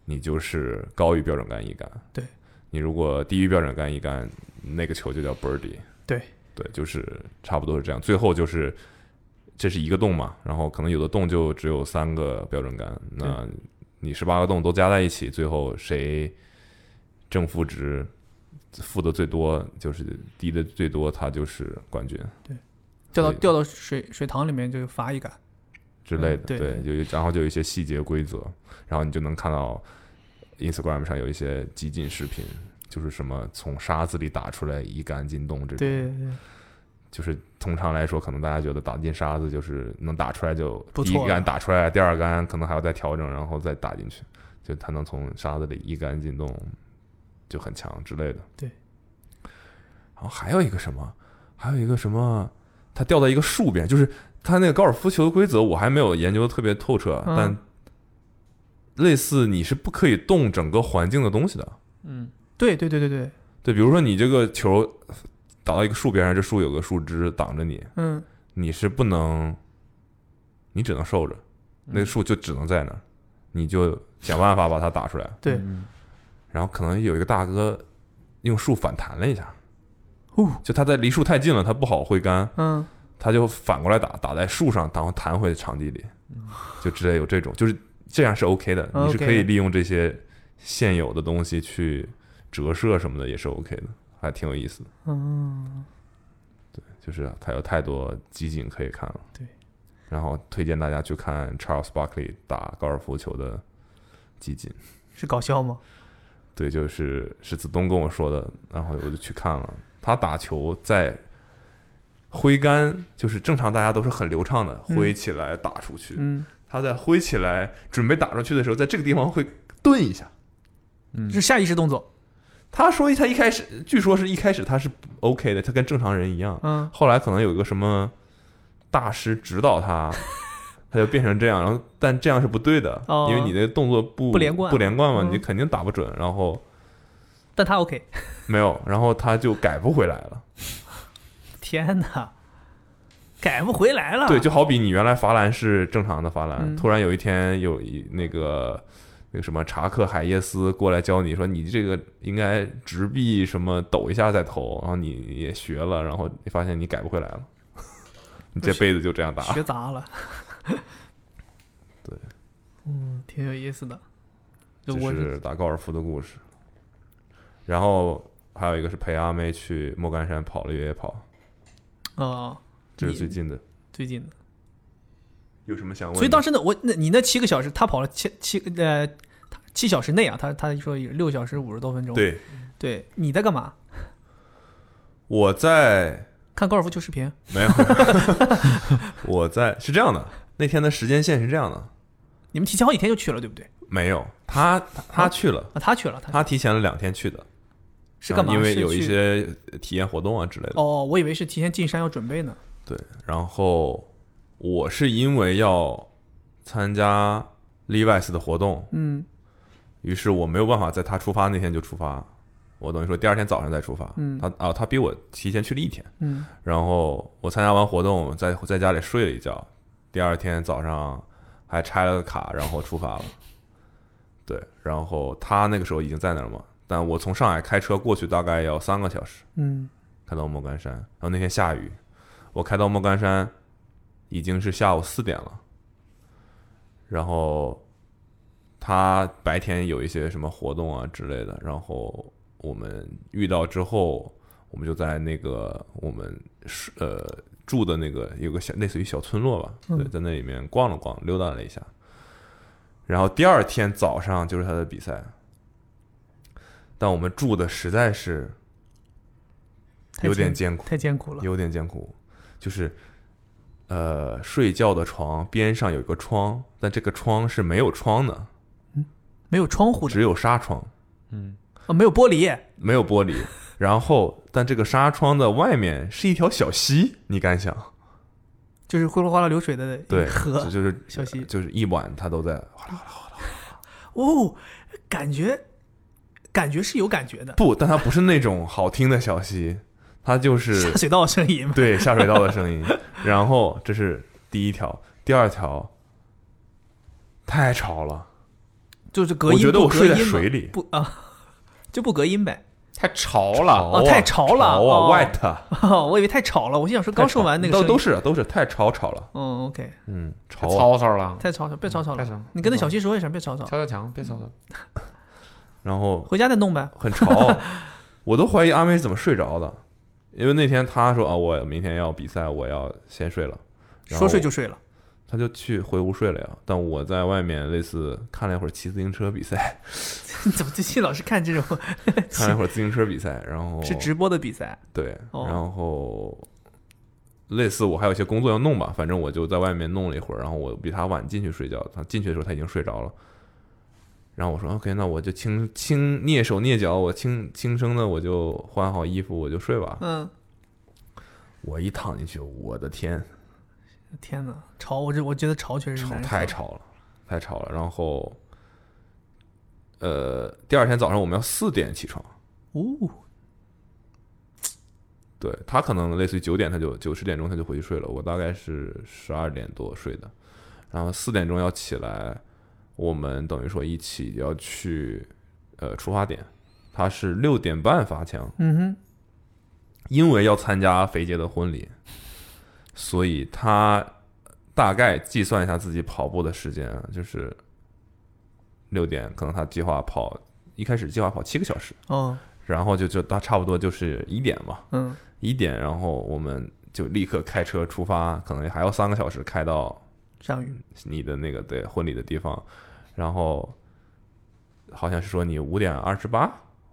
Speaker 2: 你就是高于标准杆一杆。
Speaker 3: 对，
Speaker 2: 你如果低于标准杆一杆，那个球就叫 birdie。
Speaker 3: 对
Speaker 2: 对，就是差不多是这样。最后就是这是一个洞嘛，然后可能有的洞就只有三个标准杆，那你十八个洞都加在一起，最后谁正负值负的最多，就是低的最多，他就是冠军
Speaker 3: 掉到
Speaker 2: 所以
Speaker 3: 掉到水水塘里面就罚一杆。
Speaker 2: 之类
Speaker 3: 嗯
Speaker 2: 的。
Speaker 3: 对
Speaker 2: 对，就有然后就有一些细节规则，然后你就能看到。 Instagram 上有一些激进视频，就是什么从沙子里打出来一杆进洞这种，
Speaker 3: 对对对，
Speaker 2: 就是通常来说，可能大家觉得打进沙子就是能打出来就
Speaker 3: 不
Speaker 2: 第
Speaker 3: 错
Speaker 2: 一杆
Speaker 3: 了
Speaker 2: 打出来，第二杆可能还要再调整，然后再打进去，就他能从沙子里一杆进洞，就很强之类的。
Speaker 3: 对。
Speaker 2: 然后还有一个什么，还有一个什么，他掉到一个树边，就是他那个高尔夫球的规则我还没有研究得特别透彻，啊
Speaker 3: 嗯
Speaker 2: 但类似你是不可以动整个环境的东西的。
Speaker 4: 嗯，
Speaker 3: 对对对对对，
Speaker 2: 对，比如说你这个球打到一个树边上，这树有个树枝挡着你，
Speaker 3: 嗯，
Speaker 2: 你是不能，你只能受着，
Speaker 4: 嗯
Speaker 2: 那个树就只能在那儿，你就想办法把它打出来。
Speaker 3: 对
Speaker 4: 嗯
Speaker 2: 然后可能有一个大哥用树反弹了一下，
Speaker 3: 哦，
Speaker 2: 就他在离树太近了，他不好挥杆，
Speaker 3: 嗯，
Speaker 2: 他就反过来打，打在树上，然后弹回场地里，就之类有这种，就是这样是 OK 的，
Speaker 3: OK
Speaker 2: 你是可以利用这些现有的东西去折射什么的，也是 OK 的，还挺有意思的。
Speaker 3: 嗯，
Speaker 2: 就是它有太多集锦可以看了。
Speaker 3: 对，
Speaker 2: 然后推荐大家去看 Charles Barkley 打高尔夫球的集锦。
Speaker 3: 是搞笑吗？
Speaker 2: 对，就是是子东跟我说的，然后我就去看了。他打球在挥杆，就是正常大家都是很流畅的
Speaker 3: 嗯
Speaker 2: 挥起来打出去。
Speaker 3: 嗯，
Speaker 2: 他在挥起来准备打出去的时候，在这个地方会顿一下。
Speaker 4: 嗯
Speaker 3: 是下意识动作，
Speaker 2: 他说他一开始，据说是一开始他是 OK 的，他跟正常人一样。
Speaker 3: 嗯，
Speaker 2: 后来可能有一个什么大师指导他，他就变成这样。然后，但这样是不对的，
Speaker 3: 哦
Speaker 2: 因为你的动作不
Speaker 3: 不连贯
Speaker 2: 不连贯嘛，
Speaker 3: 嗯
Speaker 2: 你肯定打不准。然后
Speaker 3: 但他 OK，
Speaker 2: 没有，然后他就改不回来了。
Speaker 3: 天哪，改不回来 了，
Speaker 2: 对，就好比你原来罚篮是正常的罚篮，
Speaker 3: 嗯
Speaker 2: 突然有一天有一那个。那个什么查克海耶斯过来教你说你这个应该直臂什么抖一下再投，然后你也学了，然后你发现你改不回来了， 你这辈子就这样打。
Speaker 3: 学杂了，
Speaker 2: 对，
Speaker 3: 嗯，挺有意思的，就
Speaker 2: 就
Speaker 3: 我
Speaker 2: 是打高尔夫的故事。然后还有一个是陪阿妹去莫干山跑了越野跑，
Speaker 3: 哦，
Speaker 2: 这是
Speaker 3: 你
Speaker 2: 最近的。
Speaker 3: 最近的，
Speaker 2: 有什么想问的？
Speaker 3: 所以当时呢，我那你那七个小时，他跑了七七呃。他七小时内啊，他他说有六小时五十多分钟。
Speaker 2: 对
Speaker 3: 对，你在干嘛？
Speaker 2: 我在
Speaker 3: 看高尔夫球视频。
Speaker 2: 没有， 我在是这样的，那天的时间线是这样的，
Speaker 3: 你们提前好几天就去了，对不对？
Speaker 2: 没有他他去了，
Speaker 3: 啊，他去了，他
Speaker 2: 他提前了两天去的，
Speaker 3: 是干嘛？
Speaker 2: 因为
Speaker 3: 是
Speaker 2: 有一
Speaker 3: 去
Speaker 2: 些体验活动啊之类的。
Speaker 3: 哦，我以为是提前进山要准备呢。
Speaker 2: 对，然后我是因为要参加 Levi's 的活动，
Speaker 3: 嗯
Speaker 2: 于是我没有办法在他出发那天就出发，我等于说第二天早上再出发。
Speaker 3: 嗯
Speaker 2: 他啊，他比我提前去了一天，
Speaker 3: 嗯
Speaker 2: 然后我参加完活动，在在家里睡了一觉，第二天早上还拆了个卡，然后出发了。对，然后他那个时候已经在那儿嘛，但我从上海开车过去大概要三个小时，
Speaker 3: 嗯，
Speaker 2: 开到莫干山。然后那天下雨，我开到莫干山已经是下午四点了。然后他白天有一些什么活动啊之类的，然后我们遇到之后，我们就在那个我们是呃住的那个有个小类似于小村落吧，对，在那里面逛了逛，溜达了一下。然后第二天早上就是他的比赛，但我们住的实在是
Speaker 3: 太
Speaker 2: 有点
Speaker 3: 艰
Speaker 2: 艰苦，
Speaker 3: 太艰苦了。
Speaker 2: 有点艰苦，就是呃，睡觉的床边上有一个窗，但这个窗是没有窗的，
Speaker 3: 没有窗户的
Speaker 2: 只有纱窗，
Speaker 4: 嗯
Speaker 3: 啊，没有玻璃，
Speaker 2: 没有玻璃。 然后，但这个纱窗的外面是一条小溪，你敢想？
Speaker 3: 就是哗啦哗啦流水的
Speaker 2: 对，
Speaker 3: 河
Speaker 2: 这。就是呃
Speaker 3: 小溪
Speaker 2: 就是一晚它都在 哗啦
Speaker 3: 哦，感觉感觉是有感觉的，
Speaker 2: 不，但它不是那种好听的小溪，它就是
Speaker 3: 下水道声音嘛。
Speaker 2: 对下水道的声音。然后这是第一条，第二条太吵了，
Speaker 3: 就是隔
Speaker 2: 我
Speaker 3: 音，
Speaker 2: 觉得
Speaker 3: 不
Speaker 2: 我
Speaker 3: 隔
Speaker 2: 睡在
Speaker 3: 音嘛
Speaker 2: 水里
Speaker 3: 不啊， 就不隔音呗。
Speaker 4: 太潮了，
Speaker 2: 啊
Speaker 3: 哦太潮了
Speaker 2: 潮
Speaker 3: 哦
Speaker 2: 啊，wet 啊。
Speaker 3: 我以为太吵了，我心想说刚说完那个
Speaker 2: 都
Speaker 3: 声音
Speaker 2: 都是都是太吵吵了，
Speaker 3: 嗯，OK，
Speaker 2: 嗯，吵
Speaker 4: 太
Speaker 2: 啊。
Speaker 4: 吵吵了，
Speaker 3: 太吵吵，别吵吵
Speaker 4: 太
Speaker 3: 了。
Speaker 4: 吵了。
Speaker 3: 你跟那小溪说一声，别吵吵
Speaker 4: 敲，敲墙，别吵吵。
Speaker 2: 然后
Speaker 3: 回家再弄呗。
Speaker 2: 很吵，我都怀疑阿妹是怎么睡着的，因为那天她说啊，我明天要比赛，我要先睡了，然后
Speaker 3: 说睡就睡了，
Speaker 2: 他就去回屋睡了呀。但我在外面类似看了一会儿骑自行车比 赛，
Speaker 3: 你怎么最近老是看这种？
Speaker 2: 看了一会儿自行车比赛，然后
Speaker 3: 是直播的比赛，
Speaker 2: 对，
Speaker 3: 哦
Speaker 2: 然后类似我还有一些工作要弄吧，反正我就在外面弄了一会儿，然后我比他晚进去睡觉，他进去的时候他已经睡着了。然后我说 OK，那我就轻轻蹑手蹑脚，我轻轻声的我就换好衣服，我就睡吧。
Speaker 3: 嗯，
Speaker 2: 我一躺进去，我的天，
Speaker 3: 天哪，潮，我这我觉得潮确实
Speaker 2: 吵
Speaker 3: 难受
Speaker 2: 太吵了，太吵了。然后，呃，第二天早上我们要四点起床，
Speaker 3: 哦，
Speaker 2: 对他可能类似于九点他就九十点钟他就回去睡了，我大概是十二点多睡的，然后四点钟要起来，我们等于说一起要去呃出发点，他是六点半发枪，
Speaker 3: 嗯哼，
Speaker 2: 因为要参加肥姐的婚礼，所以他大概计算一下自己跑步的时间啊，就是六点，可能他计划跑一开始计划跑七个小时，
Speaker 3: 哦，
Speaker 2: 然后就就他差不多就是一点嘛。
Speaker 3: 嗯，
Speaker 2: 一点，然后我们就立刻开车出发，可能还要三个小时开到
Speaker 3: 上雨，
Speaker 2: 你的那个对婚礼的地方，然后好像是说你五点二十八，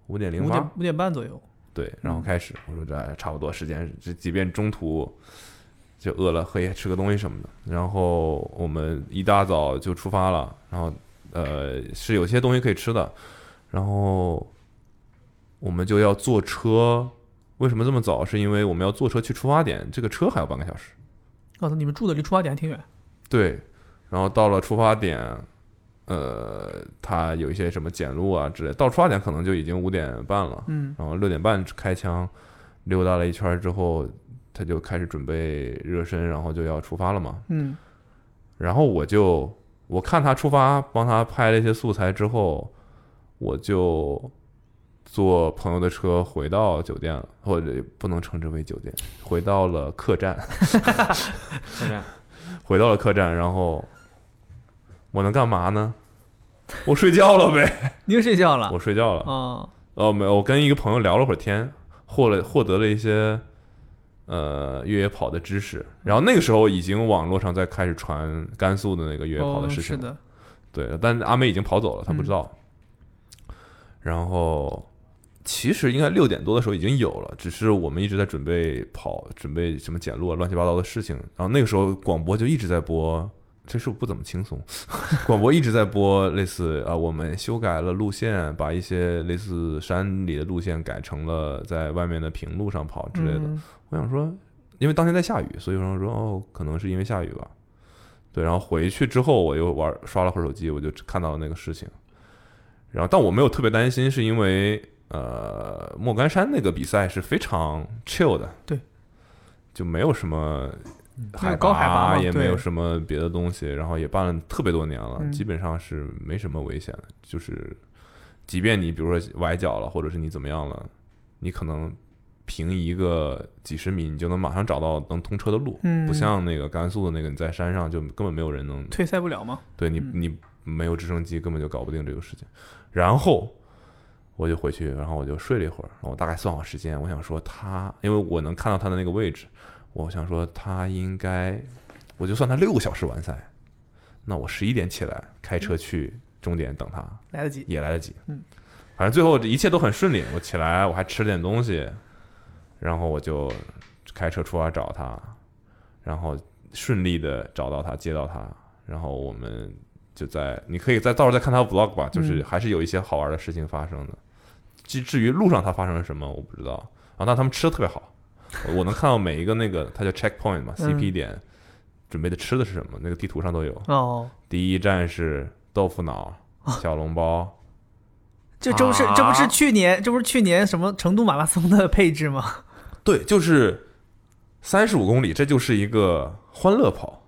Speaker 2: 五点零
Speaker 3: 五
Speaker 2: 八
Speaker 3: 点，五点半左右，
Speaker 2: 对，然后开始，我说这哎差不多时间，这即便中途就饿了，可以吃个东西什么的。然后我们一大早就出发了，然后呃是有些东西可以吃的，然后我们就要坐车。为什么这么早？是因为我们要坐车去出发点，这个车还要半个小时。
Speaker 3: 告哦诉你们住的离出发点还挺远，
Speaker 2: 对，然后到了出发点，呃，它有一些什么检录啊之类，到出发点可能就已经五点半了。
Speaker 3: 嗯，
Speaker 2: 然后六点半开枪，溜达了一圈儿之后，他就开始准备热身，然后就要出发了嘛。
Speaker 3: 嗯，
Speaker 2: 然后我就我看他出发，帮他拍了一些素材之后，我就坐朋友的车回到酒店了，或者不能称之为酒店，回到了客栈，
Speaker 4: 是不是？
Speaker 2: 回到了客栈，然后我能干嘛呢？我睡觉了呗，
Speaker 3: 你又睡觉了，
Speaker 2: 我睡觉了。
Speaker 3: 哦，
Speaker 2: 哦，没有，我跟一个朋友聊了会儿天，获了获得了一些呃越野跑的知识。然后那个时候已经网络上在开始传甘肃的那个越野跑
Speaker 3: 哦
Speaker 2: 事
Speaker 3: 是
Speaker 2: 情了，
Speaker 3: 的，
Speaker 2: 对，但阿美已经跑走了，她不知道。然后其实应该六点多的时候已经有了，只是我们一直在准备跑，准备什么捡路啊，乱七八糟的事情。然后那个时候广播就一直在播。这是不怎么轻松， 广播一直在播类似啊，我们修改了路线，把一些类似山里的路线改成了在外面的平路上跑之类的。
Speaker 3: 嗯
Speaker 2: 我想说，因为当天在下雨，所以说说哦，可能是因为下雨吧。对，然后回去之后，我又玩刷了会儿手机，我就看到了那个事情。然后，但我没有特别担心，是因为呃，莫干山那个比赛是非常 chill 的，
Speaker 3: 对，嗯
Speaker 2: 就没有什么
Speaker 3: 没有
Speaker 2: 海
Speaker 3: 高海拔嘛
Speaker 2: 也没有
Speaker 3: 对
Speaker 2: 什么别的东西，然后也办了特别多年了，
Speaker 3: 嗯
Speaker 2: 基本上是没什么危险的。就是，即便你比如说崴脚了，或者是你怎么样了，你可能平移个几十米，你就能马上找到能通车的路。
Speaker 3: 嗯
Speaker 2: 不像那个甘肃的那个，你在山上就根本没有人能
Speaker 3: 退赛不了吗？
Speaker 2: 对你
Speaker 3: 嗯
Speaker 2: 你没有直升机根本就搞不定这个事情。然后我就回去，然后我就睡了一会儿，然后我大概算好时间，我想说他，因为我能看到他的那个位置，我想说他应该，我就算他六个小时完赛，那我十一点起来开车去终点等他，
Speaker 3: 来得及，
Speaker 2: 也来得及。
Speaker 3: 嗯，
Speaker 2: 反正最后这一切都很顺利。我起来，我还吃了点东西，然后我就开车出发找他，然后顺利的找到他，接到他，然后我们就在你可以在到时候再看他的 vlog
Speaker 3: 嗯
Speaker 2: 吧，就是还是有一些好玩的事情发生的。至、至于路上他发生了什么，我不知道。啊，但他们吃的特别好，我能看到每一个那个，它叫 checkpoint 嘛
Speaker 3: 嗯
Speaker 2: ，CP 点。准备的吃的是什么？那个地图上都有。
Speaker 3: 哦，
Speaker 2: 第一站是豆腐脑、小笼包，
Speaker 3: 这这不是这不是
Speaker 4: 啊
Speaker 3: 去年这不是去年什么成都马拉松的配置吗？
Speaker 2: 对，就是三十五公里，这就是一个欢乐跑，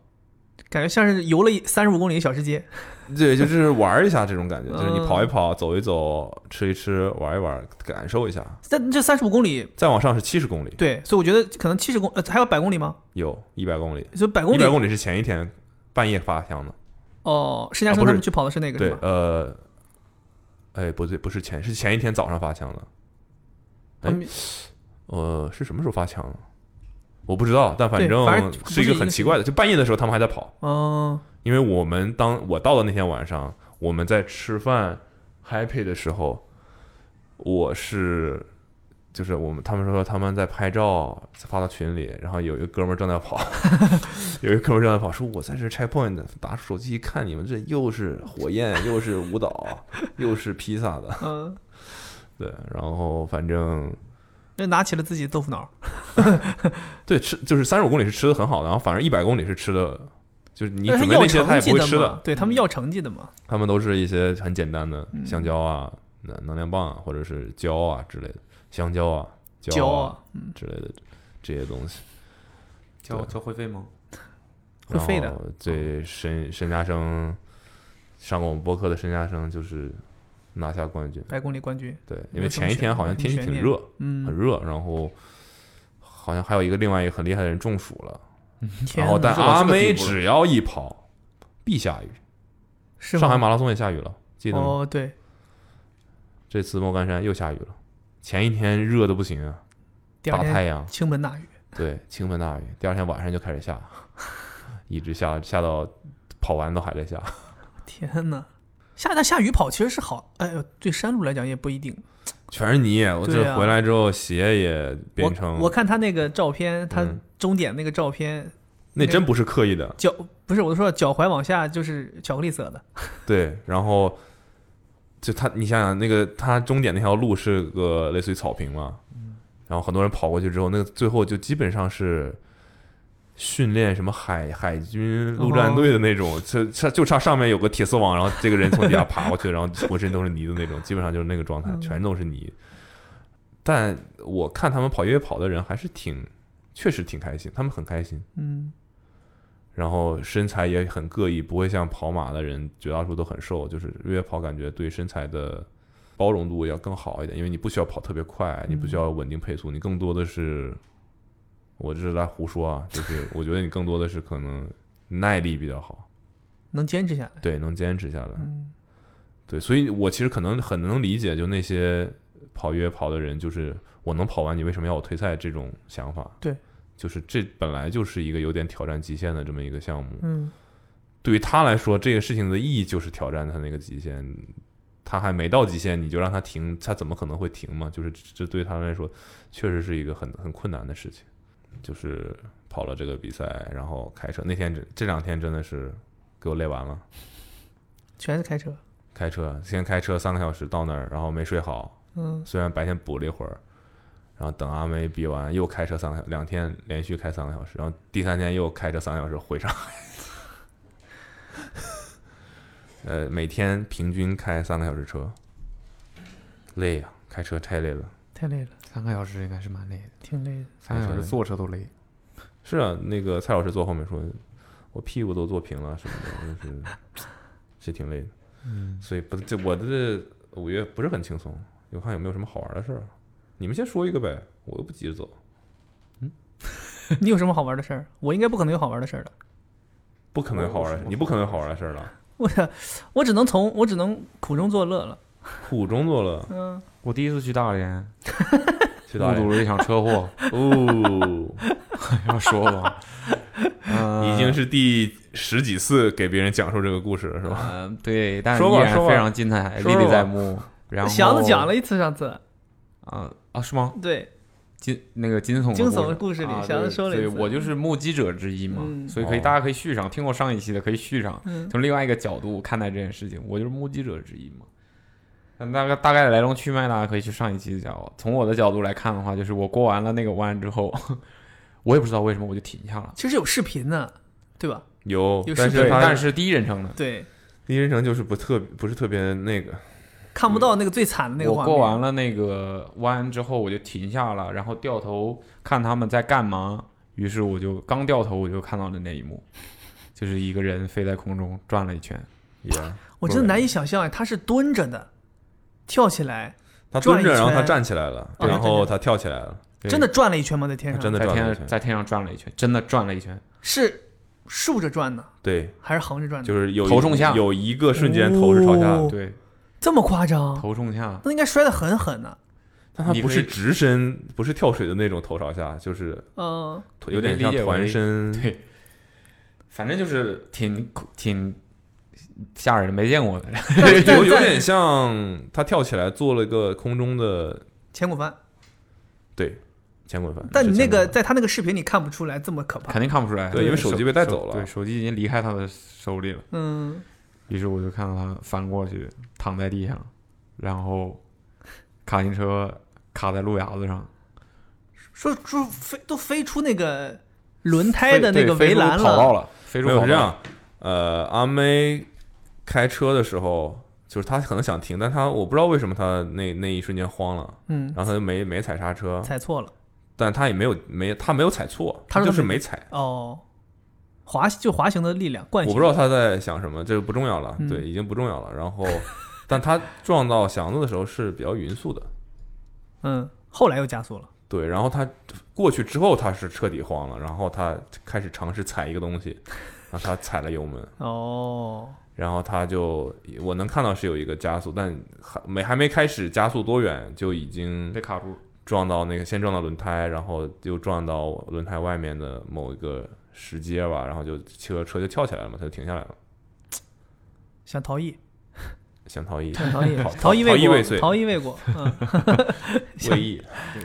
Speaker 3: 感觉像是游了三十五公里的小吃街，
Speaker 2: 对，就是玩儿一下这种感觉，就是你
Speaker 3: 嗯
Speaker 2: 跑一跑，走一走，吃一吃，玩一玩，感受一下。
Speaker 3: 但这三十五公里，
Speaker 2: 再往上是七十公里，
Speaker 3: 对，所以我觉得可能七十公呃还有百公里吗？
Speaker 2: 有一百公里，
Speaker 3: 所以百公
Speaker 2: 一
Speaker 3: 里
Speaker 2: 百公里是前一天半夜发枪的，
Speaker 3: 哦，施嘉
Speaker 2: 啊
Speaker 3: 生
Speaker 2: 不
Speaker 3: 他
Speaker 2: 是
Speaker 3: 们去跑的是那个
Speaker 2: 对
Speaker 3: 是吧，？
Speaker 2: 呃，哎，不对，不是前，是前一天早上发枪的，
Speaker 3: 他们
Speaker 2: 哎呃，是什么时候发枪的？我不知道，但反
Speaker 3: 对反正
Speaker 2: 正
Speaker 3: 不
Speaker 2: 是一
Speaker 3: 是
Speaker 2: 个
Speaker 3: 一
Speaker 2: 很
Speaker 3: 个
Speaker 2: 奇怪的，就半夜的时候他们还在跑，
Speaker 3: 嗯，
Speaker 2: 因为我们当我到的那天晚上，我们在吃饭 happy 的时候，我是就是我们他们说他们在拍照发到群里，然后有一个哥们儿正在跑， 有一个哥们儿正在跑，说我在这 checkpoint 打手机一看你们这又是火焰又是舞蹈又是披萨的，
Speaker 3: 嗯，
Speaker 2: 对，然后反正
Speaker 3: 就拿起了自己的豆腐脑，
Speaker 2: 对吃就是三十五公里是吃的很好的，然后反正一百公里是吃的。就是你
Speaker 3: 但是
Speaker 2: 准备
Speaker 3: 要
Speaker 2: 那些，他
Speaker 3: 成
Speaker 2: 也
Speaker 3: 绩
Speaker 2: 不会
Speaker 3: 的
Speaker 2: 吃的嗯
Speaker 3: 嘛，，对他们要成绩的嘛，
Speaker 2: 他们都是一些很简单
Speaker 3: 嗯
Speaker 2: 的香蕉啊、能能量棒啊，或者是胶啊之类的，香蕉啊、胶
Speaker 3: 教
Speaker 2: 啊
Speaker 3: 啊，嗯，
Speaker 2: 之类的这些东西。
Speaker 4: 交交会费吗？
Speaker 3: 会废的
Speaker 2: 然后对沈沈嘉生上过我们播客的沈嘉生就是拿下冠军，
Speaker 3: 百公里冠军，
Speaker 2: 对，
Speaker 3: 没
Speaker 2: 因为
Speaker 3: 什么
Speaker 2: 前一
Speaker 3: 悬
Speaker 2: 天好像
Speaker 3: 没
Speaker 2: 天气
Speaker 3: 悬
Speaker 2: 挺
Speaker 3: 念
Speaker 2: 热，很
Speaker 3: 嗯，
Speaker 2: 热，然后好像还有一个另外一个很厉害的人中暑了，
Speaker 3: 天啊
Speaker 2: 然后
Speaker 3: 哪
Speaker 2: 但
Speaker 4: 是往
Speaker 2: 阿
Speaker 4: 这个地
Speaker 2: 妹
Speaker 4: 步了
Speaker 2: 只要一跑，必下雨。
Speaker 3: 是
Speaker 2: 上海
Speaker 3: 吗
Speaker 2: 马拉松也下雨了，记得吗？
Speaker 3: 哦，对，
Speaker 2: 这次莫干山又下雨了，前一天热的不行啊，
Speaker 3: 第二
Speaker 2: 大太
Speaker 3: 天
Speaker 2: 阳，
Speaker 3: 倾盆大雨，
Speaker 2: 对，倾盆大雨，第二天晚上就开始下， 一直下下到跑完都还在下。
Speaker 3: 天哪！下但下雨跑其实是好，哎呦，对山路来讲也不一定。
Speaker 2: 全是泥，我
Speaker 3: 对
Speaker 2: 这
Speaker 3: 啊
Speaker 2: 回来之后鞋也变成
Speaker 3: 我我看他那个照片，他
Speaker 2: 嗯
Speaker 3: 终点那个照片，
Speaker 2: 那真不是刻意的，
Speaker 3: 脚不是我说脚踝往下就是巧克力色的，
Speaker 2: 对，然后就他，你想想那个他终点那条路是个类似于草坪嘛，然后很多人跑过去之后，那个最后就基本上是训练什么海海军陆战队的那种，就差就差上面有个铁丝网，然后这个人从底下爬过去，然后浑身都是泥的那种，基本上就是那个状态，
Speaker 3: 嗯
Speaker 2: 全都是泥。但我看他们跑越野跑的人还是挺，确实挺开心，他们很开心。
Speaker 3: 嗯，
Speaker 2: 然后身材也很各异，不会像跑马的人绝大多数都很瘦，就是越野跑感觉对身材的包容度要更好一点，因为你不需要跑特别快，你不需要稳定配速，你更多的是，我这是来胡说啊，就是我觉得你更多的是可能耐力比较好，
Speaker 3: 能坚持下来。
Speaker 2: 对，能坚持下来，
Speaker 3: 嗯
Speaker 2: 对，所以我其实可能很能理解，就那些跑越野跑的人，就是我能跑完，你为什么要我退赛这种想法，
Speaker 3: 对，
Speaker 2: 就是这本来就是一个有点挑战极限的这么一个项目，
Speaker 3: 嗯，
Speaker 2: 对于他来说，这个事情的意义就是挑战他那个极限。他还没到极限，你就让他停，他怎么可能会停嘛？就是这这对他来说，确实是一个很很困难的事情。就是跑了这个比赛，然后开车那天这这两天真的是给我累完了。
Speaker 3: 全是开车。
Speaker 2: 开车先开车三个小时到那儿，然后没睡好，
Speaker 3: 嗯，
Speaker 2: 虽然白天补了一会儿，然后等阿梅比完又开车三个小两天连续开三个小时，然后第三天又开车三个小时回上海。 呃，每天平均开三个小时车，累呀、开车太累了。
Speaker 3: 太累了，
Speaker 4: 三个小时应该是蛮累的，
Speaker 3: 挺累的。
Speaker 4: 三个小时坐车都累。
Speaker 2: 是啊，那个蔡老师坐后面说，我屁股都坐平了什么的，就是 是挺累的。
Speaker 4: 嗯，
Speaker 2: 所以不，这我的这五月不是很轻松。我看有没有什么好玩的事儿，啊你们先说一个呗，我又不急着走。
Speaker 3: 你有什么好玩的事儿？我应该不可能有好玩的事儿了。
Speaker 2: 不可能有好玩的事，你不可能有好玩的事儿 了。
Speaker 3: 我我只能从我只能苦中作乐了。
Speaker 2: 苦中作乐，
Speaker 3: 嗯，
Speaker 4: 我第一次去大连，
Speaker 2: 去大
Speaker 4: 目
Speaker 2: 连
Speaker 4: 睹了一场车祸，
Speaker 2: 哦，
Speaker 4: 要说吧，嗯，
Speaker 2: 已经是第十几次给别人讲述这个故事了，是吧？
Speaker 4: 嗯，对，但是
Speaker 2: 说吧
Speaker 4: 依然
Speaker 2: 说吧
Speaker 4: 非常精彩，
Speaker 2: 说
Speaker 4: 历
Speaker 2: 吧
Speaker 4: 历在目。然后
Speaker 3: 祥子讲了一次，上次
Speaker 4: 啊啊是吗？
Speaker 3: 对，
Speaker 4: 惊那个惊悚
Speaker 3: 惊悚
Speaker 4: 的
Speaker 3: 的故事里
Speaker 4: 啊
Speaker 3: 祥子
Speaker 4: 对
Speaker 3: 说了一
Speaker 4: 对，
Speaker 3: 次
Speaker 4: 我就是目击者之一嘛，
Speaker 3: 嗯
Speaker 4: 所以可以
Speaker 2: 哦
Speaker 4: 大家可以续上，听过上一期的可以续上，
Speaker 3: 嗯
Speaker 4: 从另外一个角度看待这件事情，我就是目击者之一嘛。那大概大概的来龙去脉，大家可以去上一期的角。从我的角度来看的话，就是我过完了那个弯之后， 我也不知道为什么我就停下了。
Speaker 3: 其实有视频呢，对吧？
Speaker 2: 有
Speaker 3: 有，
Speaker 2: 但
Speaker 3: 视
Speaker 2: 是
Speaker 4: 对，
Speaker 2: 他
Speaker 4: 但是第一人称的，
Speaker 3: 对，
Speaker 2: 第一人称就是不特不是特别那个，
Speaker 3: 看不到那个最惨的那个
Speaker 4: 我
Speaker 3: 画面。
Speaker 4: 过完了那个弯之后，我就停下了，然后掉头看他们在干嘛。于是我就刚掉头，我就看到了那一幕，就是一个人飞在空中转了一圈。
Speaker 2: 也
Speaker 3: 我真的难以想象，哎，他是蹲着的，跳起来，
Speaker 2: 他蹲着，
Speaker 3: 转一圈
Speaker 2: 然后他站起来
Speaker 4: 哦
Speaker 2: 了，
Speaker 3: 对
Speaker 2: 然后他跳起来了，
Speaker 4: 对啊
Speaker 3: 真的转了一圈吗？在天
Speaker 2: 他
Speaker 3: 上，
Speaker 2: 真的
Speaker 4: 在
Speaker 2: 转了一
Speaker 4: 天
Speaker 2: 圈。
Speaker 4: 在天上转了一圈，真的转了一圈。
Speaker 3: 是竖着转呢，
Speaker 2: 对，
Speaker 3: 还是横着转呢？
Speaker 2: 就是有一
Speaker 4: 头冲下
Speaker 2: 有一个瞬间头是朝下的
Speaker 3: 哦，
Speaker 4: 对，
Speaker 3: 这么夸张？
Speaker 4: 头冲下，
Speaker 3: 那应该摔得很狠呢、
Speaker 2: 但它
Speaker 4: 你
Speaker 2: 不
Speaker 4: 可
Speaker 2: 是
Speaker 4: 以
Speaker 2: 直身，不是跳水的那种头朝下，就是
Speaker 3: 嗯，
Speaker 2: 头有点像
Speaker 4: 你可以理解为
Speaker 2: 团 身。
Speaker 4: 对，反正就是挺挺吓人的，没见过。
Speaker 2: 有有点像他跳起来做了一个空中的
Speaker 3: 前滚翻。
Speaker 2: 对前滚翻，
Speaker 3: 但
Speaker 2: 是
Speaker 3: 你那
Speaker 2: 前滚
Speaker 3: 个
Speaker 2: 翻
Speaker 3: 在他那个视频里看不出来这么可怕。
Speaker 4: 肯定看不出来，
Speaker 2: 对因为手机被带走了
Speaker 4: 对，手机已经离开他的手里了。
Speaker 3: 嗯，
Speaker 4: 于是我就看到他翻过去，躺在地上，然后卡丁车卡在路牙子上，
Speaker 3: 说说飞都飞出那个轮胎的
Speaker 4: 飞
Speaker 3: 那个
Speaker 4: 对
Speaker 3: 围栏
Speaker 4: 飞出跑道
Speaker 3: 了。
Speaker 4: 了，飞出
Speaker 2: 没
Speaker 4: 跑
Speaker 2: 有是
Speaker 4: 道
Speaker 2: 这样，呃，阿妹开车的时候，就是她可能想停，但她我不知道为什么她那那一瞬间慌了，
Speaker 3: 嗯，
Speaker 2: 然后她就没没踩刹车，
Speaker 3: 踩错了。
Speaker 2: 但她也没有没她没有踩错，
Speaker 3: 她说
Speaker 2: 就
Speaker 3: 她
Speaker 2: 是
Speaker 3: 没
Speaker 2: 没踩。
Speaker 3: 哦，滑就滑行的力量惯
Speaker 2: 我
Speaker 3: 性。
Speaker 2: 不知道她在想什么，这个不重要了，
Speaker 3: 嗯
Speaker 2: 对，已经不重要了。然后， 但她撞到祥子的时候是比较匀速的，
Speaker 3: 嗯，后来又加速了。
Speaker 2: 对。然后她过去之后，她是彻底慌了，然后她开始尝试踩一个东西，然后她踩了油门，
Speaker 3: 哦，
Speaker 2: 然后他就我能看到是有一个加速，但还没还没开始加速多远就已经
Speaker 4: 被卡住了。
Speaker 2: 撞到那个先撞到轮胎，然后又撞到轮胎外面的某一个石阶吧，然后就车车就跳起来了嘛，他就停下来了，
Speaker 3: 想逃逸，
Speaker 2: 想逃逸，
Speaker 3: 想逃 逸，
Speaker 2: 逃
Speaker 3: 逃逸
Speaker 2: 逃逸
Speaker 3: 未
Speaker 2: 未
Speaker 3: 果，
Speaker 2: 遂
Speaker 3: 逃逸未果。嗯，
Speaker 2: 未意。
Speaker 4: 对，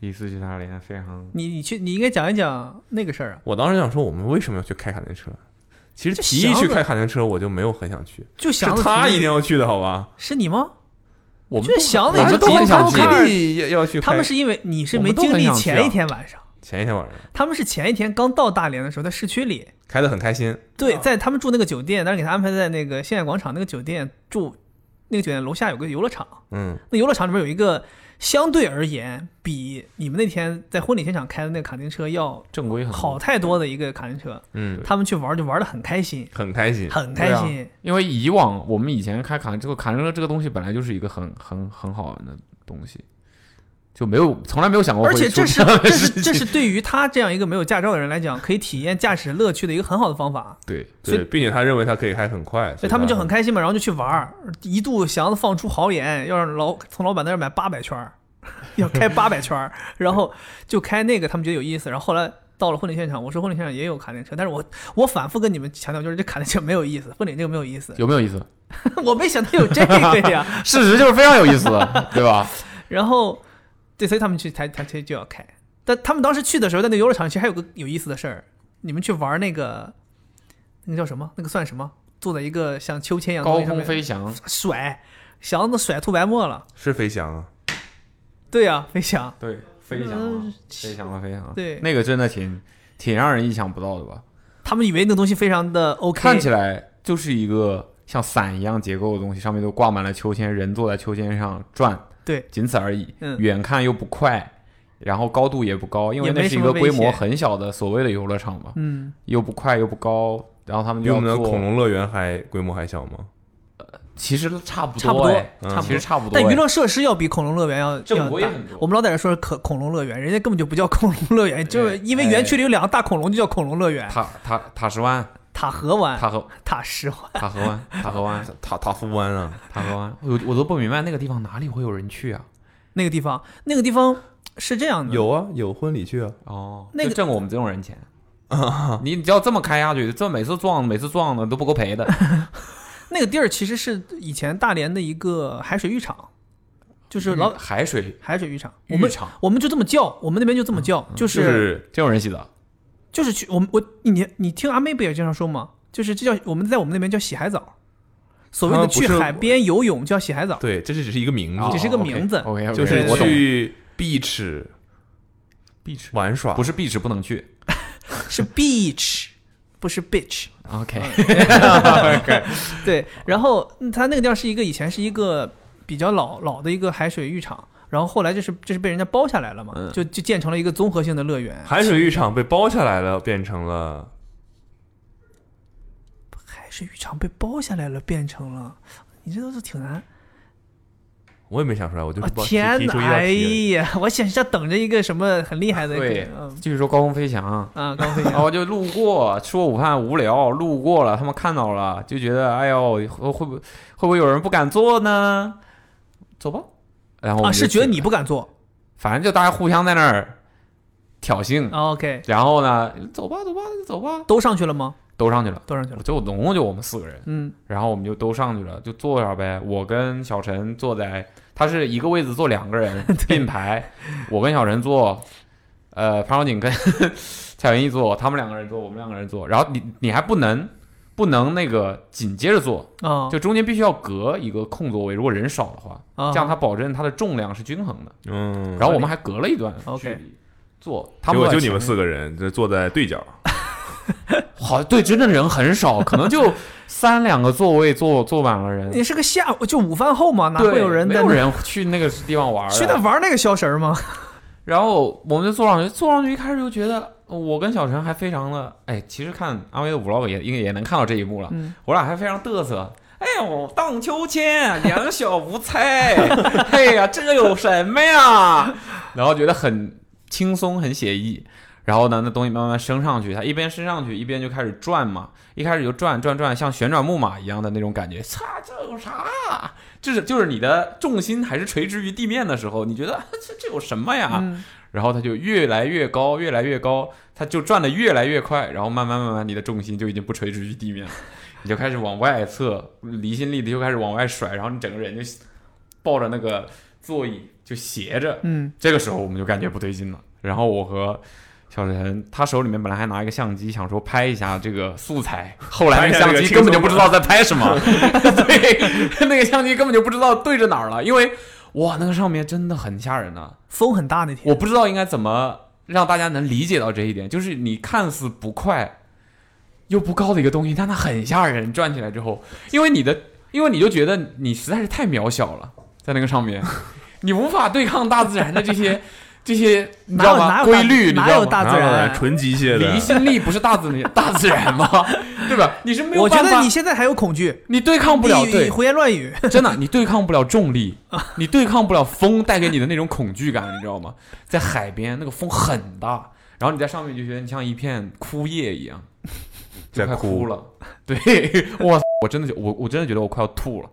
Speaker 4: 第一次去大连非常
Speaker 3: 你你去，你应该讲一讲那个事儿啊。
Speaker 2: 我当时想说，我们为什么要去开卡丁车？其实
Speaker 3: 就
Speaker 2: 提议
Speaker 3: 祥
Speaker 2: 去
Speaker 3: 子
Speaker 2: 开卡丁车，我就没有很想去，
Speaker 3: 就是想着
Speaker 2: 他
Speaker 3: 提
Speaker 2: 一定要去的好吧？
Speaker 3: 是你吗？
Speaker 4: 我们
Speaker 3: 就想
Speaker 4: 我
Speaker 3: 哪
Speaker 4: 们
Speaker 3: 个
Speaker 4: 都
Speaker 3: 都
Speaker 4: 很想
Speaker 3: 想
Speaker 4: 去
Speaker 3: 看
Speaker 2: 特意要要去开，
Speaker 3: 他们是因为你是
Speaker 4: 我
Speaker 3: 没
Speaker 4: 们都
Speaker 3: 经
Speaker 4: 很
Speaker 3: 历
Speaker 4: 想去
Speaker 3: 前一
Speaker 4: 啊
Speaker 3: 天晚上，
Speaker 2: 前一天晚上
Speaker 3: 他们是前一天刚到大连的时候，在市区里，
Speaker 2: 开的很开心，
Speaker 3: 对，
Speaker 4: 啊
Speaker 3: 在他们住那个酒店，但是给他安排在那个现代广场那个酒店住，那个酒店楼下有个游乐场，
Speaker 2: 嗯，
Speaker 3: 那游乐场里面有一个相对而言比你们那天在婚礼现场开的那个卡丁车要
Speaker 4: 正规很多
Speaker 3: 好，太多的一个卡丁车，
Speaker 2: 嗯，
Speaker 3: 他们去玩就玩的很开心，
Speaker 2: 很开心，
Speaker 3: 很开心。
Speaker 4: 因为以往我们以前开卡这个卡丁车这个东西本来就是一个很很很好玩的东西，就没有从来没有想过会
Speaker 3: 而且
Speaker 4: 出
Speaker 3: 这是
Speaker 4: 样的
Speaker 3: 这是
Speaker 4: 事情
Speaker 3: 这是对于他这样一个没有驾照的人来讲，可以体验驾驶乐趣的一个很好的方法，
Speaker 4: 对
Speaker 3: 所以
Speaker 2: 对，并且他认为他可以开很快，
Speaker 3: 所以他们就很开心嘛，然后就去玩儿，一度祥子放出豪言，要让老从老板那儿买八百圈儿， 要开八百圈儿， 然后就开那个，他们觉得有意思。然后后来到了婚礼现场，我说婚礼现场也有卡丁车，但是我我反复跟你们强调，就是这卡丁车没有意思，婚礼这个没有意思，
Speaker 4: 有没有意思？
Speaker 3: 我没想到有这个呀。
Speaker 4: 事实就是非常有意思的，对吧？
Speaker 3: 然后对，所以他们去才才才就要开，但他们当时去的时候，在那游乐场其实还有个有意思的事儿，你们去玩那个那个叫什么？那个算什么？坐在一个像秋千一样的
Speaker 4: 高
Speaker 3: 东西上
Speaker 4: 空
Speaker 3: 面
Speaker 4: 飞翔，
Speaker 3: 甩，祥子甩吐白沫了。
Speaker 2: 是飞翔啊，
Speaker 3: 对呀、飞翔。
Speaker 4: 对，飞翔了，飞翔了，飞翔了。
Speaker 3: 对
Speaker 4: 那个真的挺挺让人意想不到的吧？
Speaker 3: 他们以为那个东西非常的 OK，
Speaker 4: 看起来就是一个像伞一样结构的东西，上面都挂满了秋千，人坐在秋千上转，
Speaker 3: 对，
Speaker 4: 仅此而已。
Speaker 3: 嗯
Speaker 4: 远看又不快，然后高度也不高，因为
Speaker 3: 也没
Speaker 4: 那是一
Speaker 3: 什么
Speaker 4: 个
Speaker 3: 危
Speaker 4: 规模
Speaker 3: 险
Speaker 4: 很小的所谓的游乐场嘛，
Speaker 3: 嗯，
Speaker 4: 又不快又不高，然后他们
Speaker 2: 比
Speaker 4: 就
Speaker 2: 我
Speaker 4: 要
Speaker 2: 们的
Speaker 4: 做
Speaker 2: 恐，龙乐园还规模还小吗？
Speaker 4: 其实差不
Speaker 3: 差不
Speaker 4: 多
Speaker 3: 多
Speaker 4: 哎，
Speaker 2: 差不多
Speaker 4: 其实差不多哎。
Speaker 3: 但娱乐设施要比恐龙乐园要
Speaker 4: 正
Speaker 3: 要
Speaker 4: 规
Speaker 3: 大
Speaker 4: 很多
Speaker 3: 我们老在这说可恐龙乐园，人家根本就不叫恐龙乐园，就是因为园区里有两个大恐龙就叫恐龙乐园，
Speaker 4: 塔塔塔什湾，
Speaker 3: 塔河湾、
Speaker 4: 哎塔河
Speaker 3: 塔什湾，
Speaker 4: 塔河湾，塔河湾，
Speaker 2: 塔塔夫湾啊，
Speaker 4: 塔河湾，我我都不明白那个地方哪里会有人去啊？
Speaker 3: 那个地方，那个地方是这样的，
Speaker 2: 有啊，有婚礼去啊，
Speaker 4: 哦，
Speaker 3: 那个
Speaker 4: 就挣我们这种人 钱。你只要这么开下去，这每次撞，每次撞的都不够赔 的。
Speaker 3: 那个地儿其实是以前大连的一个海水浴场，就是老、
Speaker 4: 海水
Speaker 3: 海水浴场，我
Speaker 4: 浴
Speaker 3: 们
Speaker 4: 场，嗯
Speaker 3: 我们就这么叫，我们那边就这么叫，就是、
Speaker 2: 是
Speaker 4: 这种人洗的，
Speaker 3: 就是去我们我你你听阿妹不也经常说吗？就是这叫我们在我们那边叫洗海澡，所谓
Speaker 2: 啊
Speaker 3: 的
Speaker 2: 不
Speaker 3: 去
Speaker 2: 是
Speaker 3: 海边游泳叫洗海澡，
Speaker 2: 对，哦这是只是一个名字，
Speaker 3: 只是个名字
Speaker 4: OK，,
Speaker 2: 就
Speaker 3: 对
Speaker 2: 是
Speaker 3: 对
Speaker 4: 我懂。
Speaker 2: 去 beach
Speaker 4: 碧池
Speaker 2: 玩耍，
Speaker 4: 不
Speaker 2: 是
Speaker 4: 是碧池不能去。
Speaker 3: 是 beach，不是 bitch。
Speaker 4: OK，
Speaker 3: 对，然后嗯它那个地方是一个以前是一个比较老老的一个海水浴场，然后后来就是就是被人家包下来了嘛，
Speaker 4: 嗯
Speaker 3: 就就建成了一个综合性的乐园。
Speaker 2: 海水浴场被包下来了，变成了
Speaker 3: 海水浴场被包下来了，变成了。你这都是挺难，
Speaker 2: 我也没想出来，我就
Speaker 3: 啊
Speaker 2: 是、、
Speaker 3: 天
Speaker 2: 哪
Speaker 3: 哪！，哎呀，我想是等着一个什么很厉害的，
Speaker 4: 对
Speaker 3: 嗯
Speaker 4: 继续说高空飞翔。
Speaker 3: 啊，刚 飞
Speaker 4: 然后哦就路过，吃过午饭无聊，路过了，他们看到了，就觉得哎呦，会不会不会有人不敢坐呢？走吧，然后我
Speaker 3: 啊，
Speaker 4: 们就是
Speaker 3: 觉得
Speaker 4: 去
Speaker 3: 你
Speaker 4: 了，
Speaker 3: 不敢做
Speaker 4: 反正就大家互相在那儿挑衅，
Speaker 3: 啊？OK，
Speaker 4: 然后呢，走吧，走吧，走吧，
Speaker 3: 都上去了吗？
Speaker 4: 都上去了。
Speaker 3: 都上去了。
Speaker 4: 就总共就我们四个人，
Speaker 3: 嗯
Speaker 4: 然后我们就都上去了，就坐下呗。我跟小陈坐在，他是一个位子坐两个人并排，我跟小陈坐，呃，潘少景跟 蔡元义坐，他们两个人坐，我们两个人坐。然后你你还不能不能那个紧接着坐，
Speaker 3: 啊，
Speaker 4: 就中间必须要隔一个空座位，如果人少的话，
Speaker 3: 啊
Speaker 4: 这样他保证他的重量是均衡的。
Speaker 2: 嗯，
Speaker 4: 然后我们还隔了一段距
Speaker 3: OK
Speaker 4: 离坐，他
Speaker 2: 结
Speaker 4: 们
Speaker 2: 果
Speaker 4: 在
Speaker 2: 就你
Speaker 4: 前
Speaker 2: 们
Speaker 4: 面
Speaker 2: 四个人就坐在对角，
Speaker 4: 好，对，真的人很少，可 能就三两个座位坐坐满了人。
Speaker 3: 也是个下午，就午饭后嘛，哪
Speaker 4: 对
Speaker 3: 会有人
Speaker 4: 没
Speaker 3: 在
Speaker 4: 有
Speaker 3: 那
Speaker 4: 人去那个地方玩儿的？啊
Speaker 3: 去那玩那个消食儿吗？
Speaker 4: 然后我们就坐上去，坐上去一开始就觉得，我跟小陈还非常的，哎，其实看阿威的 vlog 也应该也能看到这一幕了，
Speaker 3: 嗯
Speaker 4: 我俩还非常嘚瑟。哎呦，荡秋千，两小无猜。 哎呀，这有什么呀？然后觉得很轻松，很写意。然后呢，那东西慢慢升上去，它一边升上去，一边就开始转嘛。一开始就转转转，像旋转木马一样的那种感觉。擦，这有啥？就是就是你的重心还是垂直于地面的时候，你觉得啊这这有什么呀？
Speaker 3: 嗯，
Speaker 4: 然后它就越来越高，越来越高，它就转的越来越快，然后慢慢慢慢，你的重心就已经不垂直于地面了，你就开始往外侧，离心力就开始往外甩，然后你整个人就抱着那个座椅就斜着。
Speaker 3: 嗯
Speaker 4: 这个时候我们就感觉不对劲了，然后我和。小陈，他手里面本来还拿一个相机，想说拍一下这个素材，后来那个相机根本就不知道在拍什么， 对，那个相机根本就不知道对着哪儿了，因为哇，那个上面真的很吓人啊呐、
Speaker 3: 风很大那天，
Speaker 4: 我不知道应该怎么让大家能理解到这一点，就是你看似不快又不高的一个东西，但它很吓人。转起来之后，因为你的，因为你就觉得你实在是太渺小了，在那个上面， 你无法对抗大自然的这些 这些，你知
Speaker 3: 哪有
Speaker 4: 道
Speaker 3: 哪有
Speaker 4: 吗？规律，你知
Speaker 3: 哪有
Speaker 4: 道吗？
Speaker 3: 大自然
Speaker 2: 啊？纯机械的
Speaker 4: 离，心力不是大自然， 大自然吗？对吧？你是没有
Speaker 3: 我觉
Speaker 4: 办
Speaker 3: 得
Speaker 4: 法
Speaker 3: 你，现在还有恐惧，
Speaker 4: 你对抗不了，
Speaker 3: 你
Speaker 4: 对
Speaker 3: 你，胡言乱语，
Speaker 4: 真的，你对抗不了重力，你对抗不了风带给你的那种恐惧感，你知道吗？在海边，那个风很大，然后你在上面就觉得你像一片枯叶一样，就
Speaker 2: 在
Speaker 4: 快
Speaker 2: 哭
Speaker 4: 哭了。对，我操我真的就我我真的觉得我快要吐了，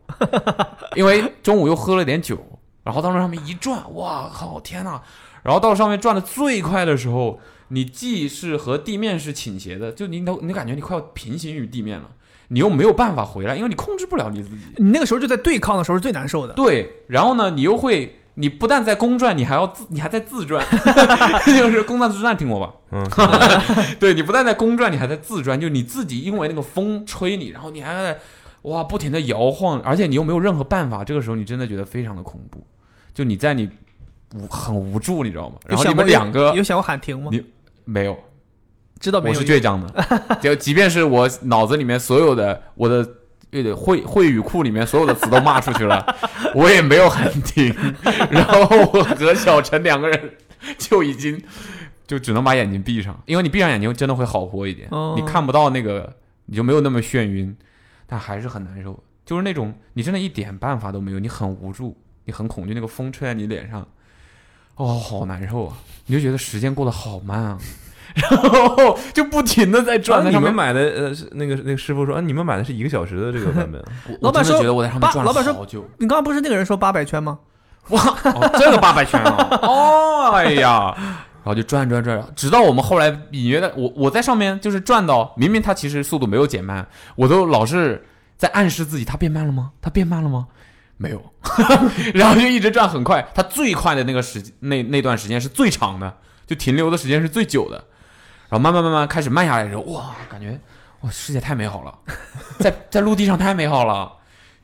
Speaker 4: 因为中午又喝了点酒，然后到那上面一转，哇靠，天呐！然后到上面转的最快的时候，你既是和地面是倾斜的，就你都你感觉你快要平行于地面了，你又没有办法回来，因为你控制不了你自己。
Speaker 3: 你那个时候就在对抗的时候是最难受的。
Speaker 4: 对，然后呢，你又会，你不但在公转，你还要自，你还在自转， 就是公转自转，听过吧？
Speaker 2: 嗯，
Speaker 4: 对你不但在公转，你还在自转，就你自己因为那个风吹你，然后你还在哇不停的摇晃，而且你又没有任何办法，这个时候你真的觉得非常的恐怖，就你在你无很无助，你知道吗？然后
Speaker 3: 有想过
Speaker 4: 你们
Speaker 3: 这
Speaker 4: 两个
Speaker 3: 有想过喊停吗
Speaker 4: 你？没有，
Speaker 3: 知道没
Speaker 4: 我
Speaker 3: 有？
Speaker 4: 是倔强的， 就即便是我脑子里面所有的我的呃会会语库里面所有的词都骂出去 了，我也没有喊停。 然后我和小陈两个人就已经就只能把眼睛闭上，因为你闭上眼睛真的会好过一点，
Speaker 3: 哦
Speaker 4: 你看不到那个，你就没有那么眩晕，但还是很难受，就是那种你真的一点办法都没有，你很无助，你很恐惧，那个风吹在你脸上。哦，好难受啊！你就觉得时间过得好慢啊，然后 就不停的在转
Speaker 2: 啊
Speaker 4: 在
Speaker 2: 你
Speaker 4: 上面
Speaker 2: 们买的呃，是那个那个师傅说啊，你们买的是一个小时的这个版本啊，
Speaker 4: 我
Speaker 3: 老板
Speaker 4: 真的
Speaker 3: 说
Speaker 4: 觉得我在上面
Speaker 3: 八
Speaker 4: 转
Speaker 3: 老板
Speaker 4: 了
Speaker 3: 说
Speaker 4: 好久。
Speaker 3: 你刚刚不是那个人说八百圈吗？
Speaker 4: 哇，哦、这个八百圈啊！ 哦，哎呀，然后就转转转，直到我们后来隐约的，我我在上面就是转到，明明它其实速度没有减慢，我都老是在暗示自己它变慢了吗？它变慢了吗？没有， 然后就一直转很快，它最快的那个时那那段时间是最长的，就停留的时间是最久的，然后慢慢慢慢开始慢下来的时候，哇，感觉哇世界太美好了， 在在陆地上太美好了，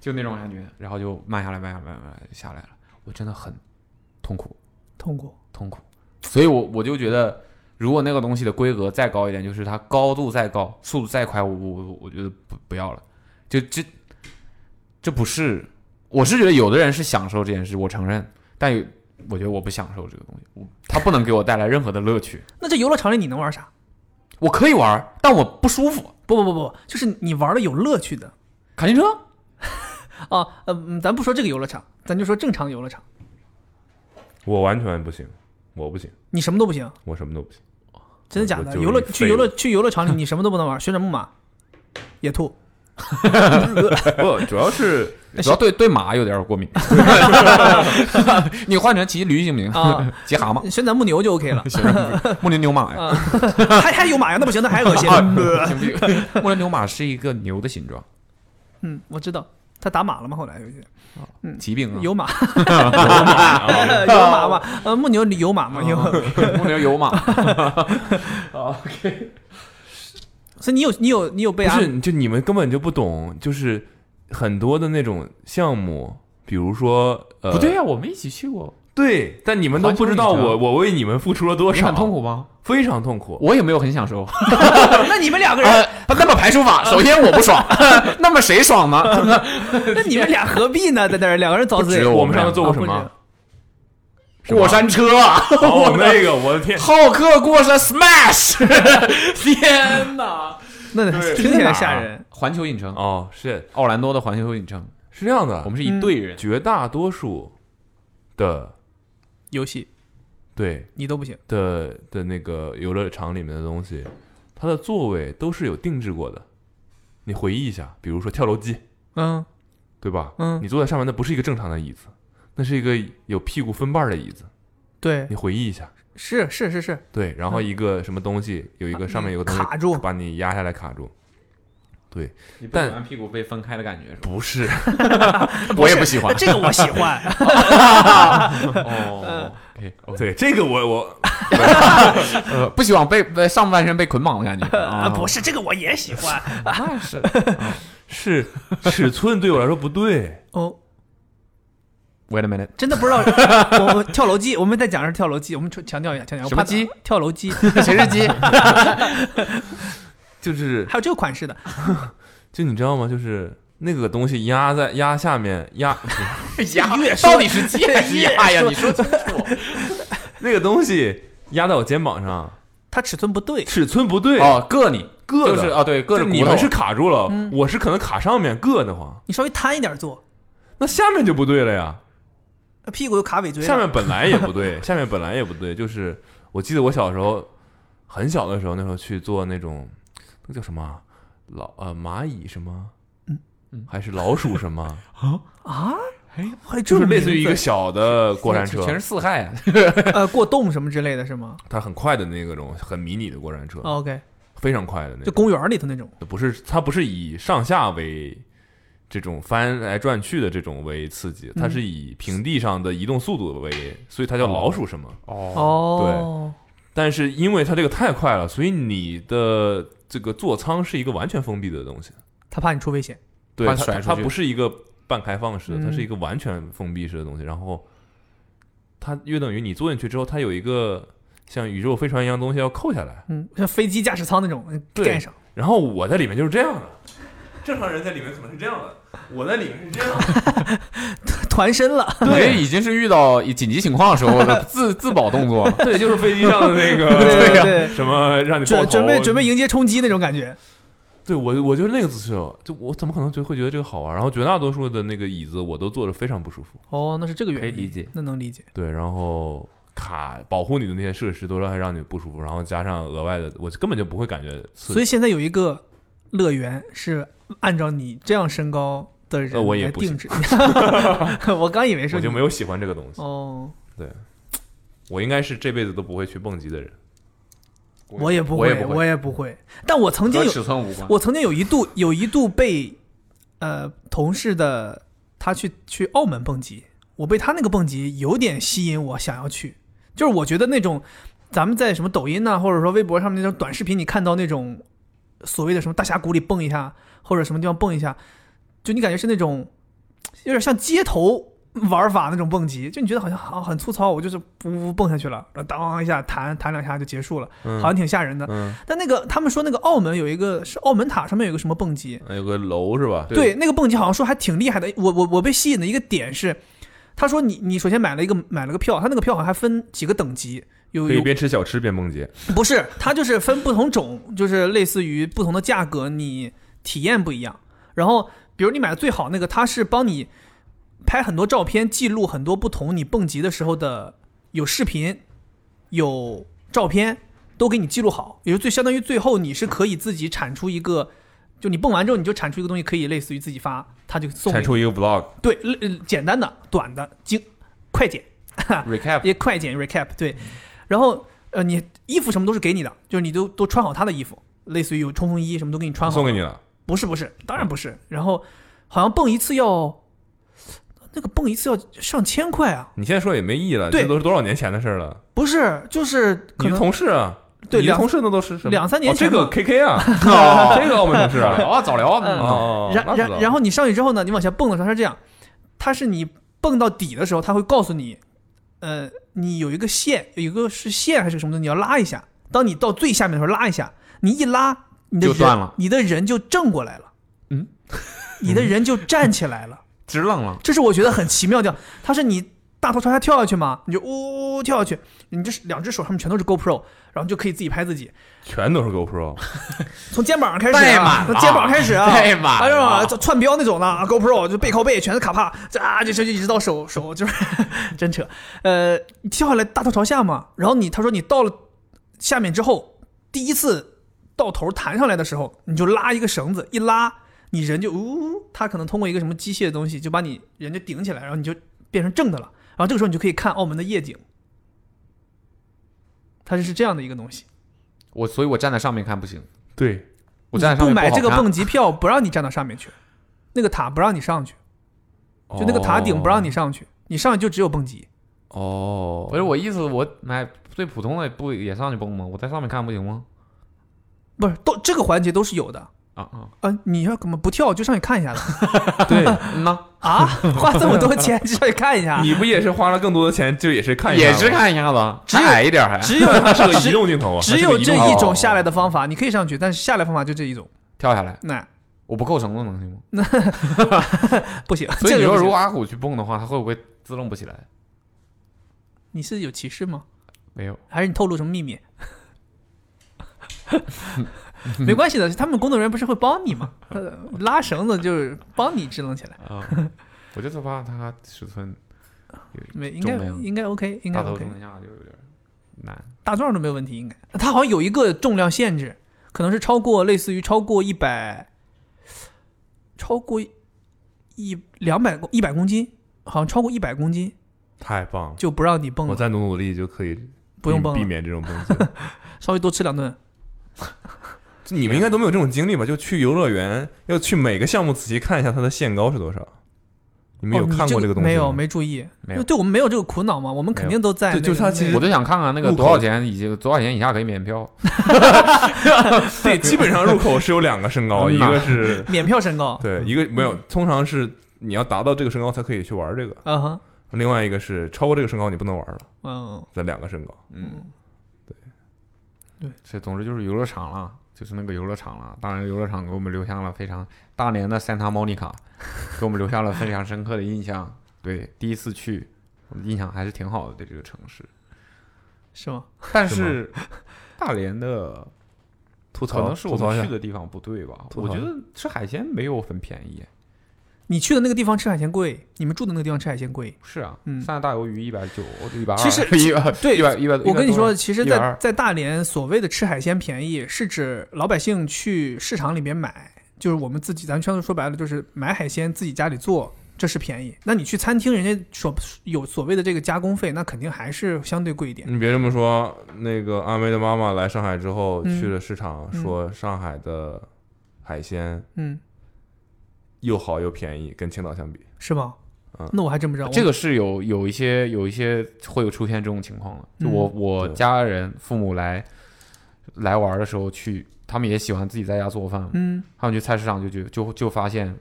Speaker 4: 就那种感觉，然后就慢下来慢下来慢下来下来了。我真的很痛苦，
Speaker 3: 痛苦。
Speaker 4: 痛苦。所以我我就觉得，如果那个东西的规格再高一点，就是它高度再高，速度再快，我我我我觉得不不要了。就这这不是，我是觉得有的人是享受这件事，我承认，但有我觉得我不享受这个东西，我它不能给我带来任何的乐趣。
Speaker 3: 那这游乐场里你能玩啥？
Speaker 4: 我可以玩儿，但我不舒服。
Speaker 3: 不不不不，就是你玩的有乐趣的
Speaker 4: 卡丁车
Speaker 3: 啊。呃，嗯咱不说这个游乐场，咱就说正常游乐场，
Speaker 2: 我完全不行，我不行，
Speaker 3: 你什么都不行，
Speaker 2: 我什么都不行，
Speaker 3: 真的假的？
Speaker 2: 我就是
Speaker 3: 游乐
Speaker 2: 一废物
Speaker 3: 去游乐去游乐场里你什么都不能玩，旋转木马也吐，
Speaker 2: 不，主要是
Speaker 4: 主要对对马有点过敏。你换成骑驴行不行？
Speaker 3: 啊，
Speaker 4: 骑蛤蟆，
Speaker 3: 旋转木牛就 OK 了。
Speaker 4: 行， 木林牛马呀，
Speaker 3: 啊，还还有马呀？那不行，那还恶心。
Speaker 2: 啊
Speaker 4: 行不行？木林牛马是一个牛的形状，
Speaker 3: 嗯，我知道，他打马了吗？后来有一些
Speaker 4: 骑兵啊，
Speaker 3: 有马，
Speaker 2: 啊
Speaker 3: 有马嘛？呃，木牛里有马嘛？有，
Speaker 4: 木林有马，
Speaker 3: 所以你有你有你有被
Speaker 2: 不
Speaker 3: 安
Speaker 2: 是，就你们根本就不懂，就是很多的那种项目，比如说呃，
Speaker 4: 不对呀，我们一起去过，
Speaker 2: 对，但你们都不知道
Speaker 4: 环球
Speaker 2: 我
Speaker 4: 影
Speaker 2: 我为你们付出了多
Speaker 4: 你
Speaker 2: 少，
Speaker 4: 很痛，苦吗？
Speaker 2: 非常痛苦。
Speaker 4: 我也没有很享受。
Speaker 3: 那你们两个人，
Speaker 2: 啊
Speaker 4: 呃，那么排除法，首先我不爽，那么谁爽呢？
Speaker 3: 那你们俩何必呢？在那儿两个人遭
Speaker 2: 不只
Speaker 3: 罪
Speaker 2: 有。我
Speaker 4: 我
Speaker 2: 们
Speaker 4: 们
Speaker 2: 上
Speaker 4: 俩
Speaker 2: 次做过
Speaker 3: 啊
Speaker 2: 什
Speaker 3: 不
Speaker 2: 么？什么
Speaker 4: 过山车啊，
Speaker 2: 哦，那个， 我的天，
Speaker 4: 浩克过山 smash，天哪！
Speaker 3: 那
Speaker 2: 对
Speaker 3: 听起来吓人。
Speaker 4: 环球影城，
Speaker 2: 哦，是
Speaker 4: 奥兰多的环球影城，
Speaker 2: 是这样的，
Speaker 4: 我们是一队人，
Speaker 2: 绝大多数的
Speaker 3: 游戏
Speaker 2: 对
Speaker 3: 你都不行，
Speaker 2: 的的那个游乐场里面的东西，它的座位都是有定制过的。你回忆一下，比如说跳楼机，
Speaker 3: 嗯
Speaker 2: 对吧？
Speaker 3: 嗯
Speaker 2: 你坐在上面那不是一个正常的椅子，那是一个有屁股分瓣儿的椅子。
Speaker 3: 对，
Speaker 2: 你回忆一下，
Speaker 3: 是是是是，
Speaker 2: 对，然后一个什么东西，有一个上面有个东西
Speaker 3: 嗯卡住
Speaker 2: 把你压下来卡住。
Speaker 4: 你不
Speaker 2: 但
Speaker 4: 喜欢屁股被分开的感觉是吧？
Speaker 2: 不 是，
Speaker 4: 我也不喜欢
Speaker 3: 那。这个我喜 欢。
Speaker 2: 啊
Speaker 4: 哦，OK，
Speaker 3: 哎
Speaker 2: 对这个我 我
Speaker 4: 呃，不喜欢被被上半身被捆绑的感觉
Speaker 3: 啊，
Speaker 4: 啊，
Speaker 3: 不是这个我也喜欢。
Speaker 4: 那是
Speaker 2: 是尺寸对我来说不对，
Speaker 3: 哦，
Speaker 4: Wait a minute，
Speaker 3: 真的不知 道。我我跳楼机，我们再讲的是跳楼机，我们强强调一下，强调一下
Speaker 4: 什么？
Speaker 3: 我
Speaker 4: 机
Speaker 3: 怕跳楼 机，
Speaker 4: 谁是鸡？
Speaker 2: 就是
Speaker 3: 还有这个款式的，
Speaker 2: 就你知道吗？就是那个东西压在压下面压，
Speaker 4: 鸭
Speaker 3: 越说
Speaker 4: 到底 是鸡还是鸭呀？你说清楚。
Speaker 2: 那个东西压在我肩膀上，
Speaker 3: 它尺寸不对。
Speaker 2: 尺寸不对，
Speaker 4: 哦，硌你，
Speaker 2: 硌的
Speaker 4: 就是啊，对，硌
Speaker 2: 就是
Speaker 4: 着骨头。
Speaker 2: 你们是卡住了，我是可能卡上面硌得慌，
Speaker 3: 你稍微摊一点坐，
Speaker 2: 那下面就不对了呀。
Speaker 3: 屁股又卡尾椎了。
Speaker 2: 下面本来也不对， 下面本来也不对，就是我记得我小时候很小的时候，那时候去做那种那叫什么啊老呃蚂蚁什么，
Speaker 4: 嗯
Speaker 2: 还是老鼠什么，
Speaker 3: 啊，哎，还有这
Speaker 2: 就是
Speaker 3: 种
Speaker 2: 类似于一个
Speaker 3: 名字
Speaker 2: 小的过山车
Speaker 4: 全，是四害啊！
Speaker 3: 呃过洞什么之类的是吗哦
Speaker 2: 它很快的那个种很迷你的过山车，
Speaker 3: ？OK，
Speaker 2: 非常快的那
Speaker 3: 就
Speaker 2: 种，
Speaker 3: 公园里头那种。
Speaker 2: 不是它不是以上下为。这种翻来转去的这种为刺激，它是以平地上的移动速度为，所以它叫老鼠什么。
Speaker 4: 哦，
Speaker 3: 哦，
Speaker 2: 但是因为它这个太快了，所以你的这个座舱是一个完全封闭的东西，
Speaker 3: 他怕你出危险。
Speaker 2: 对，
Speaker 4: 把
Speaker 2: 它
Speaker 4: 你甩
Speaker 2: 它
Speaker 4: 出
Speaker 2: 它
Speaker 4: 去
Speaker 2: 不是一个半开放式的，它
Speaker 3: 嗯
Speaker 2: 是一个完全封闭式的东西。然后它约等于你坐进去之后，它有一个像宇宙飞船一样的东西要扣下来，
Speaker 3: 嗯，像飞机驾驶舱那种嗯
Speaker 2: 对
Speaker 3: 盖上。
Speaker 2: 然后我在里面就是这样的。正常人在里面可能是这样的，我在里面是这样的。
Speaker 3: 团身 了，
Speaker 4: 你这已经是遇到紧急情况的时候的自自保动作了。
Speaker 2: 对，就是飞机上的那个，
Speaker 3: 对对
Speaker 2: 呀
Speaker 3: 对
Speaker 2: 什么让你爆
Speaker 3: 准
Speaker 2: 头啊
Speaker 3: 准备准备迎接冲击那种感觉。
Speaker 2: 对我，我就是那个姿势，就我怎么可能觉得会觉得这个好玩？然后绝大多数的那个椅子我都坐着非常不舒服，
Speaker 3: 哦，那是这个原因，
Speaker 4: 可以理解，
Speaker 3: 那能理解。
Speaker 2: 对，然后卡保护你的那些设施都让让你不舒服，然后加上额外的，我根本就不会感觉刺
Speaker 3: 所
Speaker 2: 激。
Speaker 3: 以现在有一个乐园是按照你这样身高的
Speaker 2: 呃
Speaker 3: 人
Speaker 2: 我也
Speaker 3: 来
Speaker 2: 不行
Speaker 3: 定制。 我刚以为是
Speaker 2: 我
Speaker 3: 你
Speaker 2: 就没有喜欢这个东西，
Speaker 3: 哦，
Speaker 2: 我应该是这辈子都不会去蹦极的人。
Speaker 3: 我也不
Speaker 4: 我也
Speaker 3: 会，
Speaker 4: 不会
Speaker 3: 我也不会。但我曾经
Speaker 4: 和
Speaker 3: 有，
Speaker 4: 尺寸无关。
Speaker 3: 我曾经有一度有一度被呃同事的他去去澳门蹦极，我被他那个蹦极有点吸引我，想要去。就是我觉得那种咱们在什么抖音呐、或者说微博上面那种短视频，你看到那种所谓的什么大峡谷里蹦一下，或者什么地方蹦一下，就你感觉是那种有点像街头。玩法那种蹦极，就你觉得好像好像很粗糙，我就是呜呜蹦下去了，然后当一下弹弹两下就结束了，
Speaker 2: 嗯
Speaker 3: 好像挺吓人的。
Speaker 2: 嗯，
Speaker 3: 但那个他们说那个澳门有一个是澳门塔上面有一个什么蹦极，
Speaker 2: 有个楼是吧？
Speaker 3: 对，那个蹦极好像说还挺厉害的。我我我被吸引的一个点是，他说你你首先买了一个买了个票，他那个票好像还分几个等级，有
Speaker 2: 可以
Speaker 3: 有
Speaker 2: 边吃小吃边蹦极。
Speaker 3: 不是，它就是分不同种，就是类似于不同的价格，你体验不一样。然后，比如你买的最好那个，它是帮你拍很多照片，记录很多不同你蹦极的时候的有视频、有照片，都给你记录好。也就最相当于最后你是可以自己产出一个就你蹦完之后，你就产出一个东西，可以类似于自己发，他就送给
Speaker 2: 产
Speaker 3: 你
Speaker 2: 出一个 vlog
Speaker 3: 对类呃简单的、短的、精快剪，
Speaker 4: recap
Speaker 3: 也快剪 recap 对，然后呃，你衣服什么都是给你的，就是你都都穿好他的衣服，类似于有冲锋衣什么都给你穿好。
Speaker 2: 送给你嗯了，
Speaker 3: 不是不是，当然不是。然后好像蹦一次要那个蹦一次要上千块啊，
Speaker 2: 你现在说也没意义了，
Speaker 3: 对
Speaker 2: 这都是多少年前的事儿了。
Speaker 3: 不是，就是
Speaker 2: 你
Speaker 3: 可
Speaker 2: 的
Speaker 3: 能
Speaker 2: 同事啊，
Speaker 3: 对
Speaker 2: 你的
Speaker 3: 两
Speaker 2: 同事那都是什么
Speaker 3: 两三年
Speaker 2: 哦
Speaker 3: 前
Speaker 2: 这个 KK 啊，
Speaker 4: 哦
Speaker 2: 这个澳门同事
Speaker 4: 早聊
Speaker 2: 啊，
Speaker 4: 啊，早聊
Speaker 3: 嗯
Speaker 4: 啊，
Speaker 2: 哦，
Speaker 3: 然然
Speaker 2: 后
Speaker 3: 然后你上去之后呢，你往下蹦的时候，它是这样，它是你蹦到底的时候，它会告诉你，呃，你有一个线，有一个是线还是什么东西，你要拉一下。当你到最下面的时候拉一下，你一拉，你的
Speaker 4: 就
Speaker 3: 人
Speaker 4: 断了
Speaker 3: 你的人就正过来了，
Speaker 4: 嗯，
Speaker 3: 你的人就站起来了。
Speaker 4: 直愣了。
Speaker 3: 这是我觉得很奇妙的。它是你大头朝下跳下去嘛，你就呜呜呜跳下去，你这两只手上面全都是 GoPro，然后就可以自己拍自己，
Speaker 2: 全都是 GoPro，
Speaker 3: 从肩膀上开始、
Speaker 4: 太
Speaker 3: 啊
Speaker 4: 满，了
Speaker 3: 从肩膀开始啊，
Speaker 4: 太满
Speaker 3: 哎
Speaker 4: 了
Speaker 3: 呦，串标那种的啊 GoPro 就背靠背全是卡帕，这啊这这就一直到手手就是 真扯，呃，你跳下来大头朝下嘛，然后你他说你到了下面之后，第一次到头弹上来的时候，你就拉一个绳子，一拉你人就呜，他可能通过一个什么机械的东西就把你人就顶起来，然后你就变成正的了，然后这个时候你就可以看澳门的夜景，它是这样的一个东西。
Speaker 4: 我所以，我站在上面看不行，
Speaker 2: 对，
Speaker 4: 我站在上
Speaker 3: 你不
Speaker 4: 面
Speaker 3: 买
Speaker 4: 好
Speaker 3: 这个
Speaker 4: 看
Speaker 3: 蹦极票，不让你站到上面去，那个塔不让你上去，就那个塔顶不
Speaker 4: 哦
Speaker 3: 让你上去，你上去就只有蹦极。
Speaker 2: 哦，
Speaker 4: 不是我意思，我买最普通的不也上去蹦吗？我在上面看不行吗？
Speaker 3: 不是，都这个环节都是有的。
Speaker 4: 啊啊，
Speaker 3: 啊，你要怎么不跳就上去看一下了
Speaker 2: 对，
Speaker 4: 嗯呐，
Speaker 3: 啊？花这么多钱就上去看 一下？
Speaker 2: 你不也是花了更多的钱，就也是看一下
Speaker 4: 也
Speaker 2: 吗
Speaker 4: 是，看一下子，
Speaker 3: 只有
Speaker 4: 还矮一点还。
Speaker 3: 只有
Speaker 2: 它是个移动镜头啊，
Speaker 3: 只
Speaker 2: 它是
Speaker 3: 有
Speaker 2: 个移
Speaker 3: 这
Speaker 2: 动
Speaker 3: 一
Speaker 2: 镜头
Speaker 3: 种下来的方法，你可以上去，但是下来方法就这一种。
Speaker 4: 跳下来，
Speaker 3: 那
Speaker 4: 我不扣绳子能行吗？
Speaker 3: 不行，
Speaker 4: 所以
Speaker 3: 这
Speaker 4: 你
Speaker 3: 个
Speaker 4: 说，
Speaker 3: 不行
Speaker 4: 如果阿虎去蹦的话，他会不会自动不起来？
Speaker 3: 你是有歧视吗？
Speaker 4: 没有，
Speaker 3: 还是你透露什么秘密？ 没关系的，他们工作人员不是会帮你吗？呃拉绳子就是帮你支棱起来，
Speaker 4: 啊， 我就是怕他尺寸
Speaker 3: 没应该
Speaker 4: 重量
Speaker 3: 应该 OK，应该
Speaker 4: 大头
Speaker 3: OK。
Speaker 4: 上下就有点难。
Speaker 3: 大壮都没有问题，应该。它好像有一个重量限制，可能是超过类似于超过一百，超过一两百一百公斤，好像超过一百公斤
Speaker 2: 太棒了，
Speaker 3: 就不让你蹦
Speaker 2: 我
Speaker 3: 了，
Speaker 2: 再努努力就可以
Speaker 3: 不用
Speaker 2: 避
Speaker 3: 蹦
Speaker 2: 避
Speaker 3: 了，
Speaker 2: 免这种东 西。
Speaker 3: 稍微多吃两顿。
Speaker 2: 这你们应该都没有这种经历吧？就去游乐园，要去每个项目仔细看一下它的限高是多少。你们有
Speaker 3: 哦你
Speaker 2: 看过这个东西吗？
Speaker 3: 没有，没注意，
Speaker 4: 没有
Speaker 3: 因为对我们没有这个苦恼嘛，我们肯定都在那
Speaker 2: 对
Speaker 3: 个。
Speaker 2: 就是它其实
Speaker 4: 我就想看看那个
Speaker 2: 入口
Speaker 4: 多少钱以及多少钱以下可以免票。
Speaker 2: 对，基本上入口是有两个身高，
Speaker 4: 嗯
Speaker 2: 一
Speaker 4: 呐
Speaker 2: 个是
Speaker 3: 免票身
Speaker 4: 啊
Speaker 3: 高，
Speaker 2: 对，
Speaker 4: 嗯
Speaker 2: 一个没有，通常是你要达到这个身高才可以去玩这个，
Speaker 3: 嗯哼，
Speaker 2: 另外一个是超过这个身高你不能玩了，
Speaker 3: 嗯，
Speaker 2: 这两个身高。
Speaker 4: 嗯，
Speaker 2: 对，
Speaker 3: 对，
Speaker 4: 这总之就是游乐场了，就是那个游乐场了。当然，游乐场给我们留下了非常大连的 Santa Monica，给我们留下了非常深刻的印象。对，第一次去，我印象还是挺好的对这个城市。
Speaker 3: 是吗？
Speaker 4: 但
Speaker 2: 是吗
Speaker 4: 是大连 的
Speaker 2: 吐
Speaker 4: 可
Speaker 2: 槽
Speaker 4: 能是我
Speaker 2: 吐槽一
Speaker 4: 们
Speaker 2: 下
Speaker 4: 去的地方不对吧？
Speaker 2: 吐槽
Speaker 4: 我
Speaker 2: 一下
Speaker 4: 觉得吃海鲜没有很便宜。
Speaker 3: 你去的那个地方吃海鲜贵，你们住的那个地方吃海鲜贵。
Speaker 4: 是啊，
Speaker 3: 嗯
Speaker 4: 三大大鱿鱼一百九，一百二，
Speaker 3: 其实
Speaker 4: 一百
Speaker 3: 对
Speaker 4: 一百一百。
Speaker 3: 我跟你说，其实在，在
Speaker 4: 120
Speaker 3: 大连所谓的吃海鲜便宜，是指老百姓去市场里边买，就是我们自己，咱圈子说白了就是买海鲜自己家里做，这是便宜。那你去餐厅，人家所有所谓的这个加工费，那肯定还是相对贵一点。
Speaker 2: 你别这么说，那个阿梅的妈妈来上海之后
Speaker 3: 嗯
Speaker 2: 去了市场，
Speaker 3: 嗯
Speaker 2: 说上海的海鲜
Speaker 3: 嗯，
Speaker 2: 又好又便宜，跟青岛相比。
Speaker 3: 是吧
Speaker 2: 嗯？
Speaker 3: 那我还真不知道。
Speaker 4: 这
Speaker 3: 我
Speaker 4: 个是有有一些有一些会有出现这种情况的。就我我
Speaker 2: 对
Speaker 4: 家人父母来来玩的时候去，他们也喜欢自己在家做饭嘛，
Speaker 3: 嗯
Speaker 4: 他们去菜市场就就就就发现，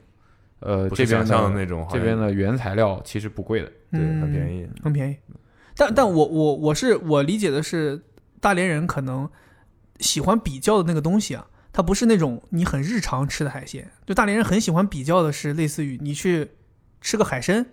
Speaker 4: 呃，
Speaker 2: 不
Speaker 4: 这
Speaker 2: 是
Speaker 4: 边
Speaker 2: 想象
Speaker 4: 的
Speaker 2: 那种好
Speaker 4: 这
Speaker 2: 像
Speaker 4: 边的原材料其实不贵的。
Speaker 2: 对很
Speaker 4: 嗯
Speaker 2: 便
Speaker 3: 宜，
Speaker 2: 宜，
Speaker 3: 很便宜。但但我我我是我理解的是，大连人可能喜欢比较的那个东西啊，它不是那种你很日常吃的海鲜。就大连人很喜欢比较的是，类似于你去吃个海参，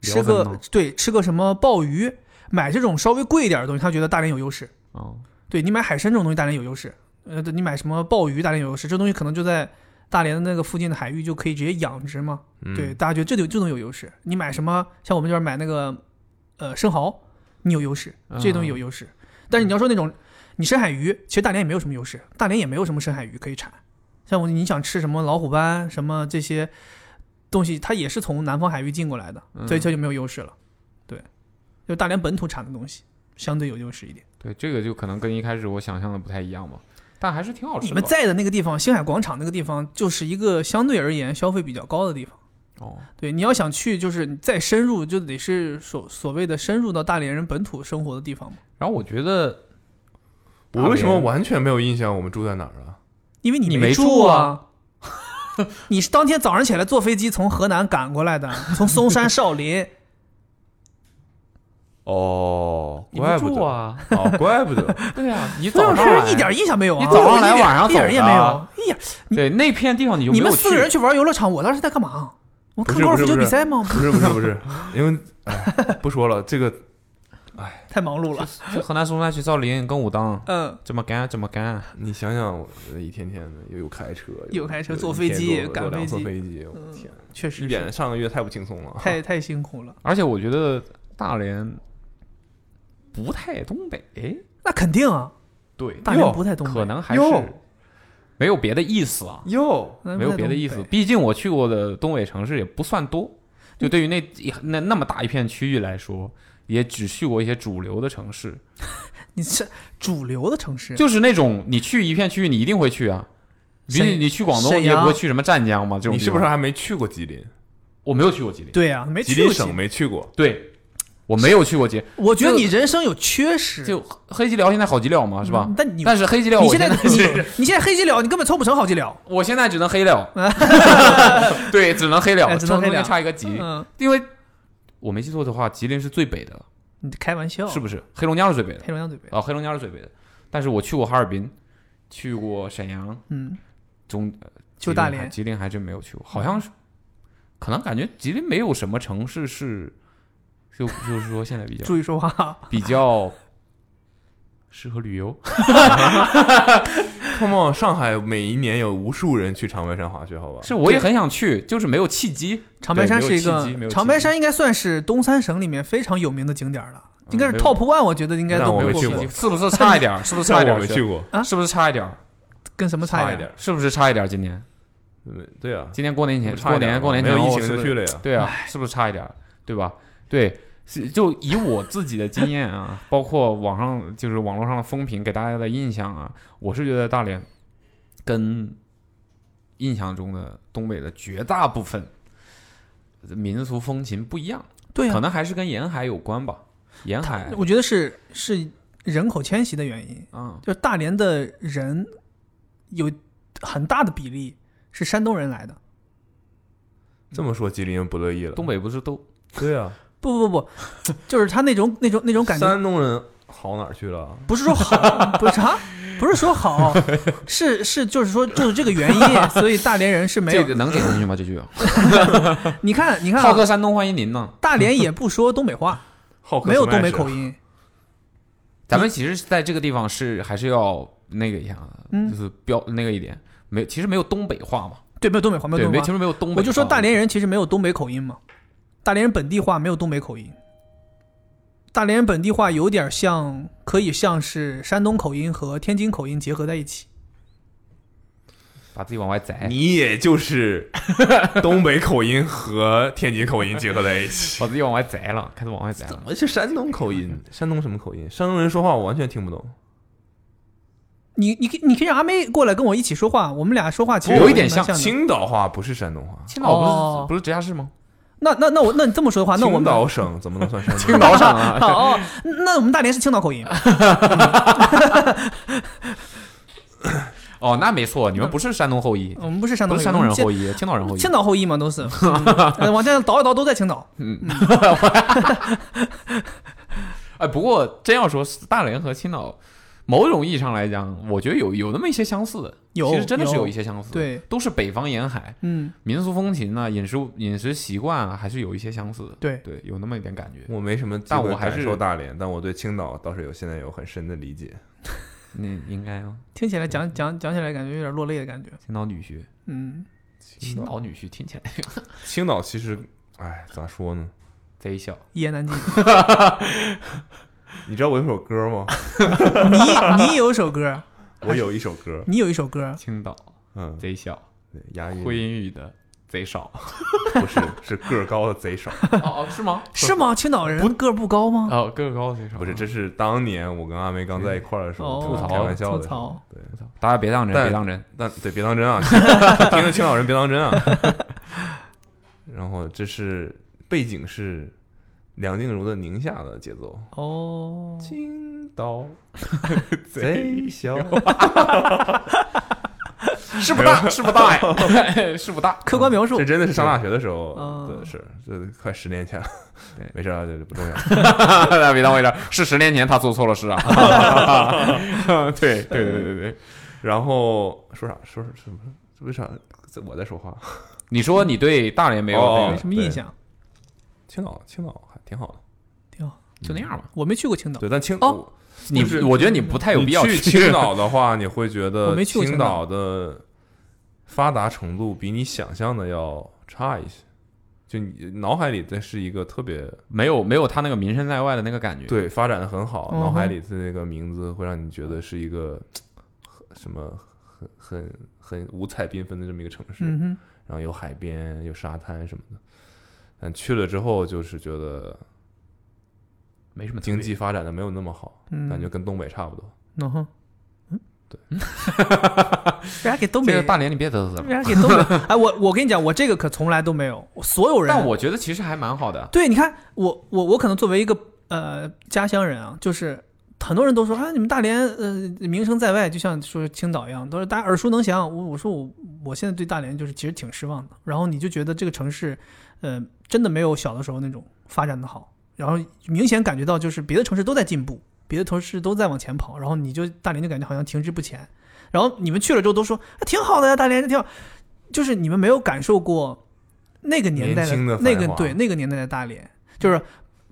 Speaker 3: 吃
Speaker 4: 聊分
Speaker 3: 个
Speaker 4: 吗
Speaker 3: 对吃个什么鲍鱼，买这种稍微贵一点的东西，他觉得大连有优势。
Speaker 4: 哦，
Speaker 3: 对你买海参这种东西，大连有优势。呃，你买什么鲍鱼，大连有优势。这东西可能就在大连的那个附近的海域就可以直接养殖嘛。
Speaker 2: 嗯
Speaker 3: 对，，大家觉得这就这种有优势。你买什么，像我们这边买那个呃生蚝，你有优势，
Speaker 4: 啊
Speaker 3: 这些东西有优势。但是你要说那种你深海鱼，其实大连也没有什么优势，大连也没有什么深海鱼可以产。像我你想吃什么老虎斑什么这些东西，它也是从南方海域进过来的，
Speaker 4: 嗯
Speaker 3: 所以这就没有优势了。对，就大连本土产的东西相对有优势一点。
Speaker 4: 对，这个就可能跟一开始我想象的不太一样吧，但还是挺好吃的。
Speaker 3: 你们在的那个地方，星海广场那个地方，就是一个相对而言消费比较高的地方。
Speaker 4: 哦，
Speaker 3: 对，你要想去，就是你再深入，就得是所所谓的深入到大连人本土生活的地方嘛。
Speaker 4: 然后我觉得
Speaker 2: 我为什么完全没有印象我们住在哪儿啊？
Speaker 3: 因为你
Speaker 4: 你没
Speaker 3: 住
Speaker 4: 住
Speaker 3: 啊， 你是当天早上起来坐飞机从河南赶过来的，从嵩山少林。
Speaker 2: 哦，
Speaker 4: 你
Speaker 2: 怪
Speaker 4: 不
Speaker 2: 不
Speaker 4: 住
Speaker 2: 得，
Speaker 4: 啊？
Speaker 2: 哦，怪不得，
Speaker 4: 对啊， 你
Speaker 3: 老
Speaker 4: 早上来
Speaker 3: 师一点印象没有啊，
Speaker 4: 你早上来
Speaker 3: 一点
Speaker 4: 晚上
Speaker 3: 一点
Speaker 4: 走
Speaker 3: 也
Speaker 4: 的
Speaker 3: 没有
Speaker 4: 啊，
Speaker 3: 一点。
Speaker 4: 对那片地方你就没
Speaker 3: 你们
Speaker 4: 有
Speaker 3: 四个
Speaker 4: 去
Speaker 3: 人去玩游乐场，我当时在干嘛？我
Speaker 2: 不
Speaker 3: 看
Speaker 2: 是
Speaker 3: 高尔
Speaker 2: 不是
Speaker 3: 夫球
Speaker 2: 不
Speaker 3: 比
Speaker 2: 是
Speaker 3: 赛吗？
Speaker 2: 不是不是不是，因为哎，不说了，这个
Speaker 3: 太忙碌了。
Speaker 4: 去河南嵩山去少林跟武当，
Speaker 3: 嗯，
Speaker 4: 怎么干怎么干？
Speaker 2: 你想想，我一天天的又有开车，
Speaker 3: 有开车
Speaker 2: 有
Speaker 3: 坐
Speaker 2: 一
Speaker 3: 飞
Speaker 2: 天
Speaker 3: 机
Speaker 2: 坐
Speaker 3: 赶
Speaker 2: 坐两
Speaker 3: 飞
Speaker 2: 次
Speaker 3: 机
Speaker 2: 飞机，我
Speaker 3: 嗯
Speaker 2: 天，
Speaker 3: 确实
Speaker 2: 一
Speaker 3: 是
Speaker 2: 点上个月太不轻松了，
Speaker 3: 太太辛苦了。
Speaker 4: 而且我觉得大连不太东北，
Speaker 3: 那肯定啊，
Speaker 2: 对
Speaker 3: 大连
Speaker 2: 哟
Speaker 3: 不太东北
Speaker 4: 可能还是
Speaker 2: 哟
Speaker 4: 没有别的意思啊，
Speaker 2: 哟，
Speaker 3: 那不
Speaker 4: 没有
Speaker 3: 太
Speaker 4: 别的
Speaker 3: 东
Speaker 4: 意思。
Speaker 3: 北
Speaker 4: 毕竟我去过的东北城市也不算多，就对于那那那么大一片区域来说，也只去过一些主流的城市，
Speaker 3: 你是主流的城市，
Speaker 4: 就是那种你去一片区域你一定会去啊。比
Speaker 3: 沈
Speaker 4: 你你去广东，
Speaker 3: 沈
Speaker 4: 你也
Speaker 3: 阳
Speaker 4: 不会去什么湛江嘛？这种
Speaker 2: 你
Speaker 4: 地
Speaker 2: 是不是
Speaker 4: 方
Speaker 2: 还没去过吉林？
Speaker 4: 我没有去过吉林？
Speaker 3: 对呀、没
Speaker 2: 吉
Speaker 3: 去
Speaker 2: 林
Speaker 3: 过
Speaker 2: 省没去过，
Speaker 4: 对，我没有去过吉林。
Speaker 3: 我觉得你人生有缺失，
Speaker 4: 就黑吉辽现在好吉辽嘛，是吧
Speaker 3: 嗯？但你
Speaker 4: 但是黑吉辽，
Speaker 3: 你
Speaker 4: 我
Speaker 3: 现在
Speaker 4: 在
Speaker 3: 你
Speaker 4: 是
Speaker 3: 你现在黑吉辽，你根本凑不成好吉辽。
Speaker 4: 我现在只能 黑了， 对，只能黑
Speaker 3: 哎
Speaker 4: 了，
Speaker 3: 只能黑了
Speaker 4: 中间差一个吉，
Speaker 3: 嗯，
Speaker 4: 因为我没记错的话，吉林是最北的，
Speaker 3: 你开玩笑
Speaker 4: 是不是？黑龙江是最北的
Speaker 3: 黑龙江最北，
Speaker 4: 啊，黑龙江是最北的。但是我去过哈尔滨，去过沈阳，
Speaker 3: 嗯，
Speaker 4: 中呃
Speaker 3: 就
Speaker 4: 吉林
Speaker 3: 大
Speaker 4: 还
Speaker 3: 连
Speaker 4: 吉林还真没有
Speaker 2: 嗯
Speaker 4: 去过，好像是，可能感觉吉林没有什么城市是，就 就是说现在比较
Speaker 3: 注意说话。
Speaker 4: 比较适合旅游，
Speaker 2: ，Come on，上海每一年有无数人去长白山滑雪，好吧？
Speaker 4: 是我也很想去，就是没有契机。
Speaker 3: 长白山是
Speaker 4: 对没有
Speaker 3: 一个
Speaker 4: 契机没有契机
Speaker 3: 长白山应该算是东三省里面非常有名的景点儿了，
Speaker 4: 嗯
Speaker 3: 应该是
Speaker 4: 没有
Speaker 3: top one，我觉得应该
Speaker 2: 那
Speaker 3: 都
Speaker 2: 我
Speaker 3: 有
Speaker 2: 没去
Speaker 3: 契
Speaker 2: 过
Speaker 3: 机
Speaker 4: 是不是差 一点儿？是不是差一
Speaker 2: 但
Speaker 4: 点
Speaker 2: 我
Speaker 4: 儿
Speaker 2: 没
Speaker 4: 去？
Speaker 2: 去过，
Speaker 3: 啊
Speaker 4: 是不是差一点儿？
Speaker 3: 跟什么
Speaker 2: 差
Speaker 3: 差
Speaker 2: 一点
Speaker 3: 点？
Speaker 2: 儿，
Speaker 4: 是不是差一点儿？今年，
Speaker 2: 嗯对啊，
Speaker 4: 今年过年前，
Speaker 2: 差
Speaker 4: 过
Speaker 2: 一点
Speaker 4: 年
Speaker 2: 嘛
Speaker 4: 过年
Speaker 2: 没
Speaker 4: 前
Speaker 2: 有疫
Speaker 4: 后
Speaker 2: 情
Speaker 4: 是不
Speaker 2: 就是去了呀。
Speaker 4: 对啊，是不是差一点儿？对吧？对，是就以我自己的经验啊，包括网上就是网络上的风评给大家的印象啊，我是觉得大连跟印象中的东北的绝大部分民俗风情不一样，
Speaker 3: 对啊
Speaker 4: 可
Speaker 3: 呀，
Speaker 4: 能还是跟沿海有关吧。沿海，
Speaker 3: 我觉得是是人口迁徙的原因，
Speaker 4: 嗯，
Speaker 3: 就是大连的人有很大的比例是山东人来的。
Speaker 2: 这么说吉林不乐意了，
Speaker 4: 东北不是都
Speaker 2: 对啊，
Speaker 3: 不不不，就是他那种那种那种感觉，
Speaker 2: 山东人好哪儿去了？啊
Speaker 3: 不是说好，不是啊，不是说好，是是就是说就是这个原 因，所以大连人是没
Speaker 4: 这
Speaker 3: 有。
Speaker 4: 个能剪进去吗？这句
Speaker 3: 你看你看
Speaker 4: 浩
Speaker 3: 啊、
Speaker 4: 克山东欢迎您呢。
Speaker 3: 大连也不说东北 话，
Speaker 2: 好客
Speaker 3: 没有
Speaker 2: smash
Speaker 3: 东北口音，
Speaker 4: 咱们其实在这个地方是还是要那个一下的，
Speaker 3: 嗯
Speaker 4: 就是标那个一点，没其实没有东北话嘛，
Speaker 3: 对，没有东北话，没
Speaker 4: 对，
Speaker 3: 有
Speaker 4: 没
Speaker 3: 东
Speaker 4: 其
Speaker 3: 北话。
Speaker 4: 实没有东北话。
Speaker 3: 我就说大连人其实没有东北口音嘛，大连人本地话没有东北口音，大连人本地话有点像，可以像是山东口音和天津口音结合在一起。
Speaker 4: 把自己往外摘，
Speaker 2: 你也就是 东北口音和天津口音结合在一起。
Speaker 4: 把自己往外摘了，开始往外摘了。
Speaker 2: 而且山东口音，山东什么口音？山东人说话我完全听不懂。
Speaker 3: 你你可以你可以让阿妹过来跟我一起说话，我们俩说话其实
Speaker 4: 哦有一点
Speaker 3: 蛮
Speaker 4: 像
Speaker 3: 的
Speaker 2: 青岛话不是山东话，
Speaker 4: 青岛不是、
Speaker 3: 哦
Speaker 4: 不是直辖市吗？
Speaker 3: 那那那我那你这么说的话，那
Speaker 2: 青
Speaker 3: 我们
Speaker 2: 岛省怎么能算山 东？
Speaker 4: 青岛省啊，
Speaker 3: 哦，那我们大连是青岛口音，
Speaker 4: 哦，那没错，你们不是山东后裔，
Speaker 3: 我们不是哦山东
Speaker 4: 不
Speaker 3: 口
Speaker 4: 是
Speaker 3: 音，
Speaker 4: 山东
Speaker 3: 我
Speaker 4: 人
Speaker 3: 们
Speaker 4: 后裔，青岛人后
Speaker 3: 青
Speaker 4: 裔。
Speaker 3: 青岛后裔嘛， 都是、嗯呃往这样倒一倒都在青岛。
Speaker 4: 嗯哎，不过真要说大连和青岛，某种意义上来讲，我觉得有有那么一些相似的，
Speaker 3: 有
Speaker 4: 其实真的是
Speaker 3: 有
Speaker 4: 有一些相似的，
Speaker 3: 对，
Speaker 4: 都是北方沿海。
Speaker 3: 嗯，
Speaker 4: 民俗风情啊，饮食饮食习惯啊，还是有一些相似的。
Speaker 3: 对
Speaker 4: 对，有那么一点感觉。
Speaker 2: 我没什么机
Speaker 4: 但
Speaker 2: 会
Speaker 4: 我还
Speaker 2: 感
Speaker 4: 是
Speaker 2: 受大连，但我对青岛倒是有现在有很深的理解。
Speaker 4: 那应该啊，
Speaker 3: 听起来讲讲讲起来感觉有点落泪的感觉。
Speaker 4: 青岛女婿，
Speaker 3: 嗯，
Speaker 4: 青岛女婿听起来
Speaker 2: 青岛其实，哎，咋说 呢？
Speaker 4: 贼小。
Speaker 3: 一言 难尽。
Speaker 2: 你知道我有首 歌吗？
Speaker 3: 你你有一首歌，
Speaker 2: 我有一首歌，
Speaker 3: 你有一首歌，
Speaker 4: 青岛，
Speaker 2: 嗯，
Speaker 4: 贼小，
Speaker 2: 对押韵
Speaker 4: 会英语的贼少。
Speaker 2: 不是是个儿高的贼 少，
Speaker 4: 哦哦，是吗？
Speaker 3: 是吗？青岛人个儿不高吗？
Speaker 4: 哦，个儿高的贼少。
Speaker 2: 不是，这是当年我跟阿梅刚在一块儿的时候
Speaker 3: 哦
Speaker 2: 吐槽开玩笑
Speaker 3: 吐
Speaker 2: 的时候，
Speaker 3: 槽，
Speaker 2: 对，
Speaker 4: 大家别当真，
Speaker 2: 但
Speaker 4: 别当真。
Speaker 2: 但对，别当真啊！ 听着青岛人别当真啊。 然后这是背景是梁静茹的《宁夏》的节奏，
Speaker 3: 哦，
Speaker 2: 青 岛贼小，
Speaker 4: 是不大，是不大 呀，是不大。
Speaker 3: 客观描述
Speaker 2: 这，真的是上大学的时候，
Speaker 3: 嗯
Speaker 2: 对，是这快十年前了
Speaker 4: 哦对，
Speaker 2: 没事啊，这这不重要。
Speaker 4: 大家别当回事儿，是十年前他做错了事啊。 对对对对对，
Speaker 2: 然后说啥？说什么？为啥我在说话？
Speaker 4: 你说你对大连没有
Speaker 2: 哦
Speaker 4: 那
Speaker 3: 没
Speaker 4: 个，
Speaker 3: 什么印象，
Speaker 2: 青岛，青岛还挺好的。
Speaker 3: 挺好。
Speaker 4: 就那样吧。
Speaker 3: 我没去过青岛，
Speaker 2: 对，但青
Speaker 4: 哦你
Speaker 2: 不是
Speaker 4: 我觉得你不太有必要
Speaker 2: 你去青岛的话，你会觉
Speaker 3: 我
Speaker 2: 得
Speaker 3: 没去过青
Speaker 2: 青岛的发达程度比你想象的要差一些。就你脑海里这是一个特别
Speaker 4: 没有没有他那个名声在外的那个感觉。
Speaker 2: 对发展的很好，
Speaker 3: 嗯哼
Speaker 2: 脑海里的那个名字会让你觉得是一个呃什么很很很五彩缤纷的这么一个城市，
Speaker 3: 嗯哼，
Speaker 2: 然后有海边有沙滩什么的。但去了之后，就是觉得
Speaker 4: 没什么特别
Speaker 2: 经济发展的没有那么好，
Speaker 3: 嗯
Speaker 2: 感觉跟东北差不多。
Speaker 3: 嗯哼， 嗯，对，为啥给东
Speaker 4: 这
Speaker 3: 北
Speaker 4: 个？大连你别得瑟
Speaker 3: 为
Speaker 4: 了。
Speaker 3: 啥给东北？ 哎，我我跟你讲，我这个可从来都没有，我所有人。
Speaker 4: 但我觉得其实还蛮好的。
Speaker 3: 对，你看我我我可能作为一个呃家乡人啊，就是很多人都说啊，你们大连呃名声在外，就像说青岛一样，都是大家耳熟能详。我我说我我现在对大连就是其实挺失望的。然后你就觉得这个城市，呃，真的没有小的时候那种发展的好，然后明显感觉到就是别的城市都在进步，别的城市都在往前跑，然后你就大连就感觉好像停滞不前。然后你们去了之后都说啊挺好的呀，大连挺好，就是你们没有感受过那个年代
Speaker 2: 年轻的
Speaker 3: 那
Speaker 2: 繁华
Speaker 3: 个对那个年代的大连，就是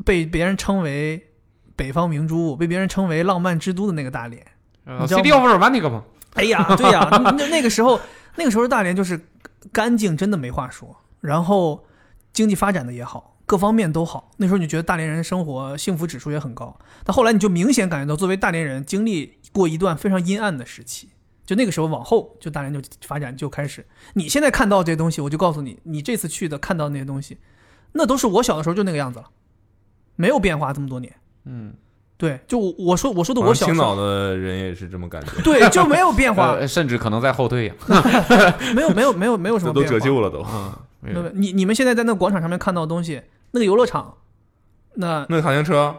Speaker 3: 被别人称为北方明珠，被别人称为浪漫之都的那个大连。
Speaker 2: 啊
Speaker 3: 你知道
Speaker 4: City of Romantic 嘛，
Speaker 3: 哎呀，对呀，那那个时候，那个时候大连就是干净，真的没话说。然后经济发展的也好，各方面都好。那时候你觉得大连人生活幸福指数也很高，但后来你就明显感觉到，作为大连人经历过一段非常阴暗的时期。就那个时候往后，就大连就发展就开始。你现在看到这些东西，我就告诉你，你这次去的看到那些东西，那都是我小的时候就那个样子了，没有变化这么多年。
Speaker 4: 嗯，
Speaker 3: 对，就我我说我说的
Speaker 2: 好
Speaker 3: 我
Speaker 2: 像
Speaker 3: 小
Speaker 2: 青
Speaker 3: 时候
Speaker 2: 岛的人也是这么感觉，
Speaker 3: 对就没有 变化，
Speaker 4: 呃甚至可能在后退呀。
Speaker 3: 没有没有没有没有什
Speaker 2: 这
Speaker 3: 么
Speaker 2: 都
Speaker 3: 变化。
Speaker 2: 折旧了都。
Speaker 4: 嗯，没
Speaker 3: 没
Speaker 4: 有
Speaker 3: 有，你你们现在在那个广场上面看到的东西，那个游乐场，那
Speaker 2: 那个卡丁车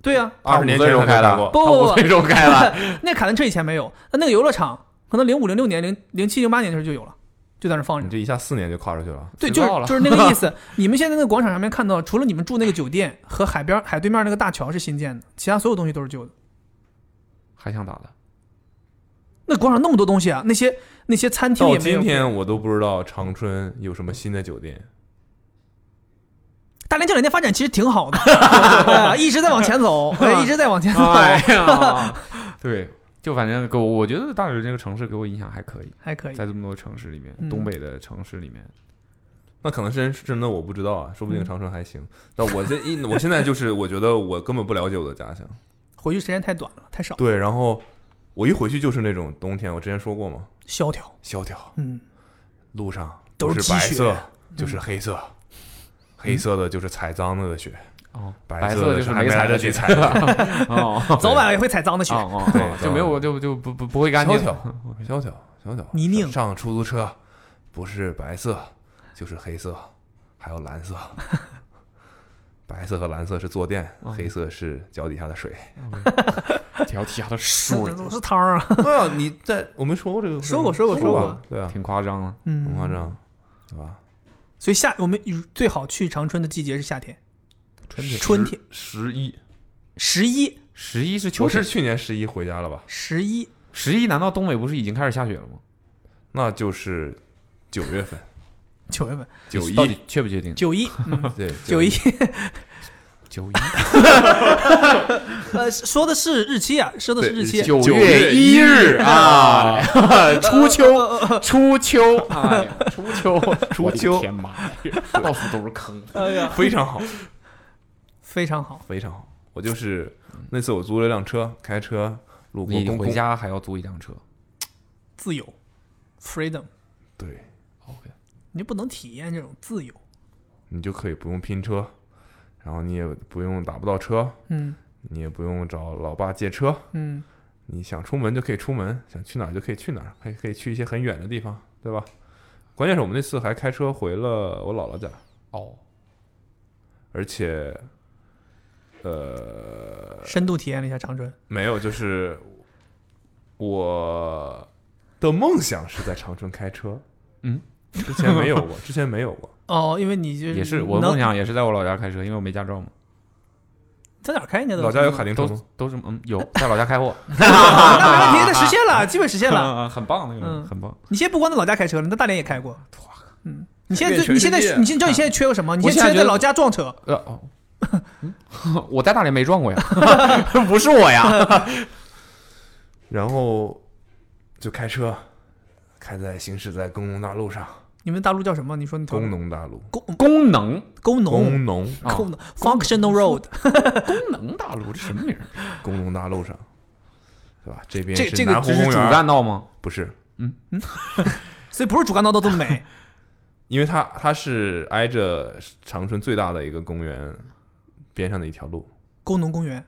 Speaker 3: 对呀、
Speaker 2: 二
Speaker 4: 二
Speaker 2: 十
Speaker 4: 十
Speaker 2: 年
Speaker 4: 年
Speaker 2: 前
Speaker 4: 前
Speaker 2: 才
Speaker 4: 才
Speaker 2: 开
Speaker 4: 开
Speaker 2: 过
Speaker 4: 过，
Speaker 3: 不不
Speaker 4: 我
Speaker 3: 不，
Speaker 4: 时候开了，
Speaker 3: 那卡丁车以前没有，那那个游乐场可能零五零六年、零零七零八年的时候就有了，就在那放
Speaker 2: 你
Speaker 3: 着。
Speaker 2: 这一下四年就跨出去了。
Speaker 3: 对，
Speaker 4: 嗯迟
Speaker 3: 就是
Speaker 4: 到了
Speaker 3: 就是那个 意思。你们现在那个广场上面看到，除了你们住那个酒店和海边海对面那个大桥是新建的，其他所有东西都是旧的。
Speaker 4: 还想咋的？
Speaker 3: 那广场那么多东西啊，那些那些餐厅
Speaker 2: 到
Speaker 3: 也没有
Speaker 2: 今
Speaker 3: 变。
Speaker 2: 天我都不知道长春有什么新的酒店，
Speaker 3: 大连这两年发展其实挺好的， 哎一直在往前走，哎一直在往前走。
Speaker 4: 啊哎呀，对，就反正给我，我觉得大理这个城市给我印象还可以，
Speaker 3: 还可以，
Speaker 4: 在这么多城市里面，
Speaker 3: 嗯
Speaker 4: 东北的城市里面，
Speaker 2: 那可能是真是真的我不知道啊，说不定长春还行。但我这一我现在就是我觉得我根本不了解我的 家乡。
Speaker 3: 回去时间太短了，太少，
Speaker 2: 对，然后我一回去就是那种冬天，我之前说过嘛，
Speaker 3: 萧条。
Speaker 2: 萧条，
Speaker 3: 嗯，
Speaker 2: 路上
Speaker 3: 都是
Speaker 2: 是白
Speaker 3: 积雪
Speaker 2: 色就是黑色，黑色的就是踩脏了的雪，
Speaker 4: 哦，
Speaker 2: 白
Speaker 4: 色
Speaker 2: 的
Speaker 4: 就是是
Speaker 2: 还
Speaker 4: 没
Speaker 2: 没来
Speaker 4: 踩
Speaker 2: 得及踩的雪。
Speaker 4: 哦，
Speaker 3: 早晚也会踩脏的雪。
Speaker 4: 哦
Speaker 2: 对
Speaker 4: 哦，就没有就就不不不会干
Speaker 2: 萧
Speaker 4: 净。
Speaker 2: 条，萧条，萧条。
Speaker 3: 泥泞
Speaker 2: 上上出租车，不是白色就是黑色，还有蓝色。 白色和蓝色是坐垫，
Speaker 3: 哦
Speaker 4: 嗯
Speaker 2: 黑色是脚底下的水。
Speaker 4: 条底下
Speaker 3: 这
Speaker 4: 的水
Speaker 3: 这都是汤儿啊！
Speaker 2: 没有，你在我没说过这个，
Speaker 3: 说过说过说过
Speaker 2: 吧对啊，
Speaker 4: 挺夸张了。
Speaker 3: 嗯
Speaker 2: 很夸张，对吧？
Speaker 3: 所以夏我们最好去长春的季节是夏天，
Speaker 4: 春天
Speaker 3: 春天
Speaker 2: 十一，
Speaker 3: 十一
Speaker 4: 十一是秋
Speaker 2: 我是
Speaker 4: 天，
Speaker 2: 去年十一回家了吧？
Speaker 3: 十一
Speaker 4: 十一难道东北不是已经开始下雪了吗？
Speaker 2: 那就是九月份，
Speaker 3: 九月份
Speaker 2: 九一
Speaker 4: 到底确不确定？
Speaker 3: 九一嗯
Speaker 2: 对
Speaker 3: 九一，
Speaker 4: 九一
Speaker 3: 呃说的是日期啊，说的是日期
Speaker 2: 对。
Speaker 4: 月一日啊， 初秋， 初秋，哎呀，初秋，
Speaker 2: 初秋
Speaker 4: 我的天妈呀， 到处都是坑。
Speaker 3: 哎呀，
Speaker 2: 非常好，
Speaker 3: 非常好，
Speaker 2: 非常好。我就是
Speaker 3: 嗯
Speaker 2: 那次我租了辆车，开车路过
Speaker 4: 你
Speaker 2: 公
Speaker 4: 回，家还要租一辆车，
Speaker 3: 自由， freedom，
Speaker 2: 对
Speaker 4: ，OK，
Speaker 3: 你就不能体验这种自由。
Speaker 2: 你就可以不用拼车，然后你也不用打不到车，
Speaker 3: 嗯
Speaker 2: 你也不用找老爸借车，
Speaker 3: 嗯，
Speaker 2: 你想出门就可以出门，想去哪儿就可以去哪儿，还可以去一些很远的地方，对吧？关键是我们那次还开车回了我姥姥家，
Speaker 4: 哦，
Speaker 2: 而且，呃，
Speaker 3: 深度体验了一下长春。
Speaker 2: 没有，就是我的梦想是在长春开车，
Speaker 4: 嗯，
Speaker 2: 之前没有过，之前没有 过，
Speaker 3: 哦，因为你就
Speaker 4: 也是我
Speaker 3: 能
Speaker 4: 梦想也是在我老家开车，因为我没驾照嘛，
Speaker 3: 在哪儿开应该都
Speaker 2: 老家有卡丁车
Speaker 4: 都
Speaker 2: 吗？
Speaker 4: 都是嗯有在老 家开过，
Speaker 3: 啊那没问题，那实现了，基本实现了。
Speaker 4: 嗯嗯 很棒那
Speaker 3: 嗯
Speaker 4: 个很棒。
Speaker 3: 你现在不光在老家开车了，你在大连也开过。嗯，你现在
Speaker 2: 遍
Speaker 3: 最
Speaker 2: 全
Speaker 3: 你现在
Speaker 2: 世界
Speaker 3: 你现你知道你现在缺个什么？你
Speaker 4: 我
Speaker 3: 现
Speaker 4: 现在
Speaker 3: 在
Speaker 4: 觉
Speaker 3: 在
Speaker 4: 得
Speaker 3: 老家撞车，
Speaker 4: 呃哦， 嗯我在大连没撞过 呀，不是我呀，
Speaker 2: 然后就开车，开在行驶在工农大路上，
Speaker 3: 你们大陆叫什么？你说你头
Speaker 2: 工农大路，
Speaker 4: 功 能
Speaker 3: 工农
Speaker 2: 工农
Speaker 4: 啊
Speaker 3: 工农 functional road，
Speaker 4: 功能大路这什么名儿？
Speaker 2: 工农大路上，对吧？这边
Speaker 4: 这
Speaker 2: 是
Speaker 4: 这个
Speaker 2: 南湖
Speaker 4: 只是
Speaker 2: 公
Speaker 4: 主
Speaker 2: 园，
Speaker 4: 干道吗？
Speaker 2: 不是，
Speaker 3: 所以不是主干道都这么美。
Speaker 2: 因为它它是挨着长春最大的一个公园边上的一条路，
Speaker 3: 工农公园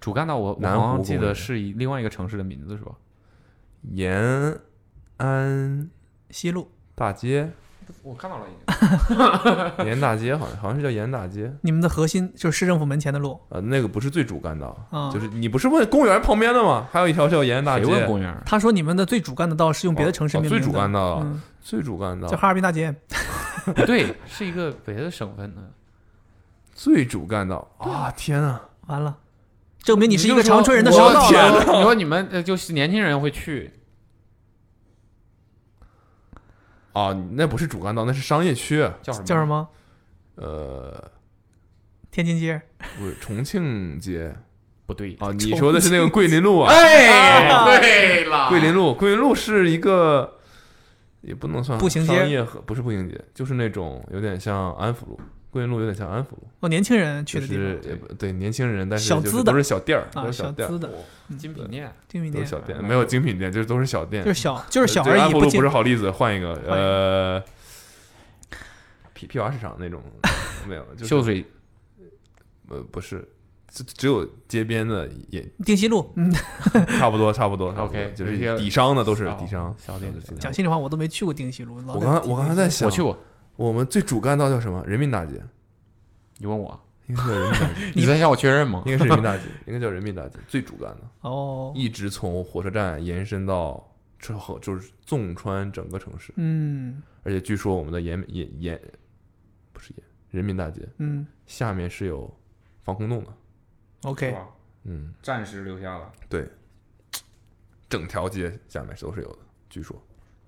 Speaker 4: 主干道我我
Speaker 2: 南湖
Speaker 4: 好像记
Speaker 2: 公
Speaker 4: 得
Speaker 2: 园
Speaker 4: 是以另外一个城市的名字是吧？
Speaker 2: 延安
Speaker 3: 西路，
Speaker 2: 大街，
Speaker 4: 我看到了已经。
Speaker 2: 延大街好像好像是叫延大街，
Speaker 3: 你们的核心就是市政府门前的路。
Speaker 2: 呃，那个不是最主干道，
Speaker 3: 啊
Speaker 2: 就是你不是问公园旁边的吗？还有一条叫延安大街，
Speaker 4: 谁问公园儿？
Speaker 3: 他说你们的最主干的道是用别的城市
Speaker 2: 哦
Speaker 3: 命名
Speaker 2: 最
Speaker 3: 的
Speaker 2: 主干道啊，
Speaker 3: 嗯，
Speaker 2: 最主干道
Speaker 3: 叫哈尔滨大街。
Speaker 4: 不 对，是一个别的省份
Speaker 3: 哎
Speaker 4: 的。
Speaker 2: 最主干道啊！天啊，
Speaker 3: 完了，证明你是一个
Speaker 4: 你就说
Speaker 3: 长春人的啊
Speaker 2: 我
Speaker 3: 烧脑
Speaker 2: 天
Speaker 3: 了。
Speaker 2: 哪
Speaker 4: 你说你们呃就是年轻人会去，
Speaker 2: 啊，那不是主干道，那是商业区，啊
Speaker 4: 叫什么？
Speaker 3: 叫什？么？
Speaker 2: 呃，
Speaker 3: 天津街。
Speaker 2: 不是 重庆街
Speaker 4: 不对
Speaker 2: 啊，你说的是那个桂林路啊？
Speaker 4: 哎，对了，
Speaker 2: 桂林路，桂林路是一个，也不能算
Speaker 3: 步行街
Speaker 2: 商业和不是步行街，就是那种有点像安福路，桂林路有点像安福路，
Speaker 3: 哦，年轻人去
Speaker 2: 就
Speaker 3: 的地方
Speaker 2: 是也不对年轻人，但是
Speaker 3: 小
Speaker 2: 就是
Speaker 3: 资的
Speaker 2: 都是小店儿，
Speaker 3: 啊，
Speaker 2: 都是
Speaker 3: 小
Speaker 2: 店儿
Speaker 3: 资，的
Speaker 4: 精品店，
Speaker 3: 精品
Speaker 2: 都是
Speaker 3: 店，啊
Speaker 2: 小店，
Speaker 4: 嗯
Speaker 2: 没有精品店，就是都是小店，
Speaker 3: 就是小就是小
Speaker 2: 对
Speaker 3: 而
Speaker 2: 安
Speaker 3: 已，
Speaker 2: 福
Speaker 3: 不
Speaker 2: 路
Speaker 3: 精
Speaker 2: 不是好例子，换一个，
Speaker 3: 换一
Speaker 2: 呃，批批发市场那 种没有，就是
Speaker 4: 秀水
Speaker 2: 呃不是，只只有街边的也
Speaker 3: 定西路。嗯，
Speaker 2: 差不多，差不多差不多
Speaker 4: OK，
Speaker 2: 就
Speaker 4: 这些
Speaker 2: 是底商的都是
Speaker 4: 哦
Speaker 2: 底商
Speaker 4: 小店
Speaker 2: 都是底商
Speaker 3: 讲心里话，我都没去过定西路。老
Speaker 2: 我
Speaker 3: 在
Speaker 2: 刚才我刚才在想，
Speaker 4: 我去过，
Speaker 2: 我们最主干道叫什么？人民大街，
Speaker 4: 你问我，
Speaker 2: 应该叫人民大街，
Speaker 4: 你在向我确认吗？
Speaker 2: 应该是人民大街，应该叫人民大街，最主干的，
Speaker 3: 哦，
Speaker 2: 一直从火车站延伸到之后，就是纵穿整个城市。
Speaker 3: 嗯
Speaker 2: 而且据说我们的延延延不是延人民大街
Speaker 3: 嗯
Speaker 2: 下面是有防空洞的，
Speaker 3: ，OK，
Speaker 2: 嗯，
Speaker 4: 暂时留下了，
Speaker 2: 对，整条街下面都是有的，据说。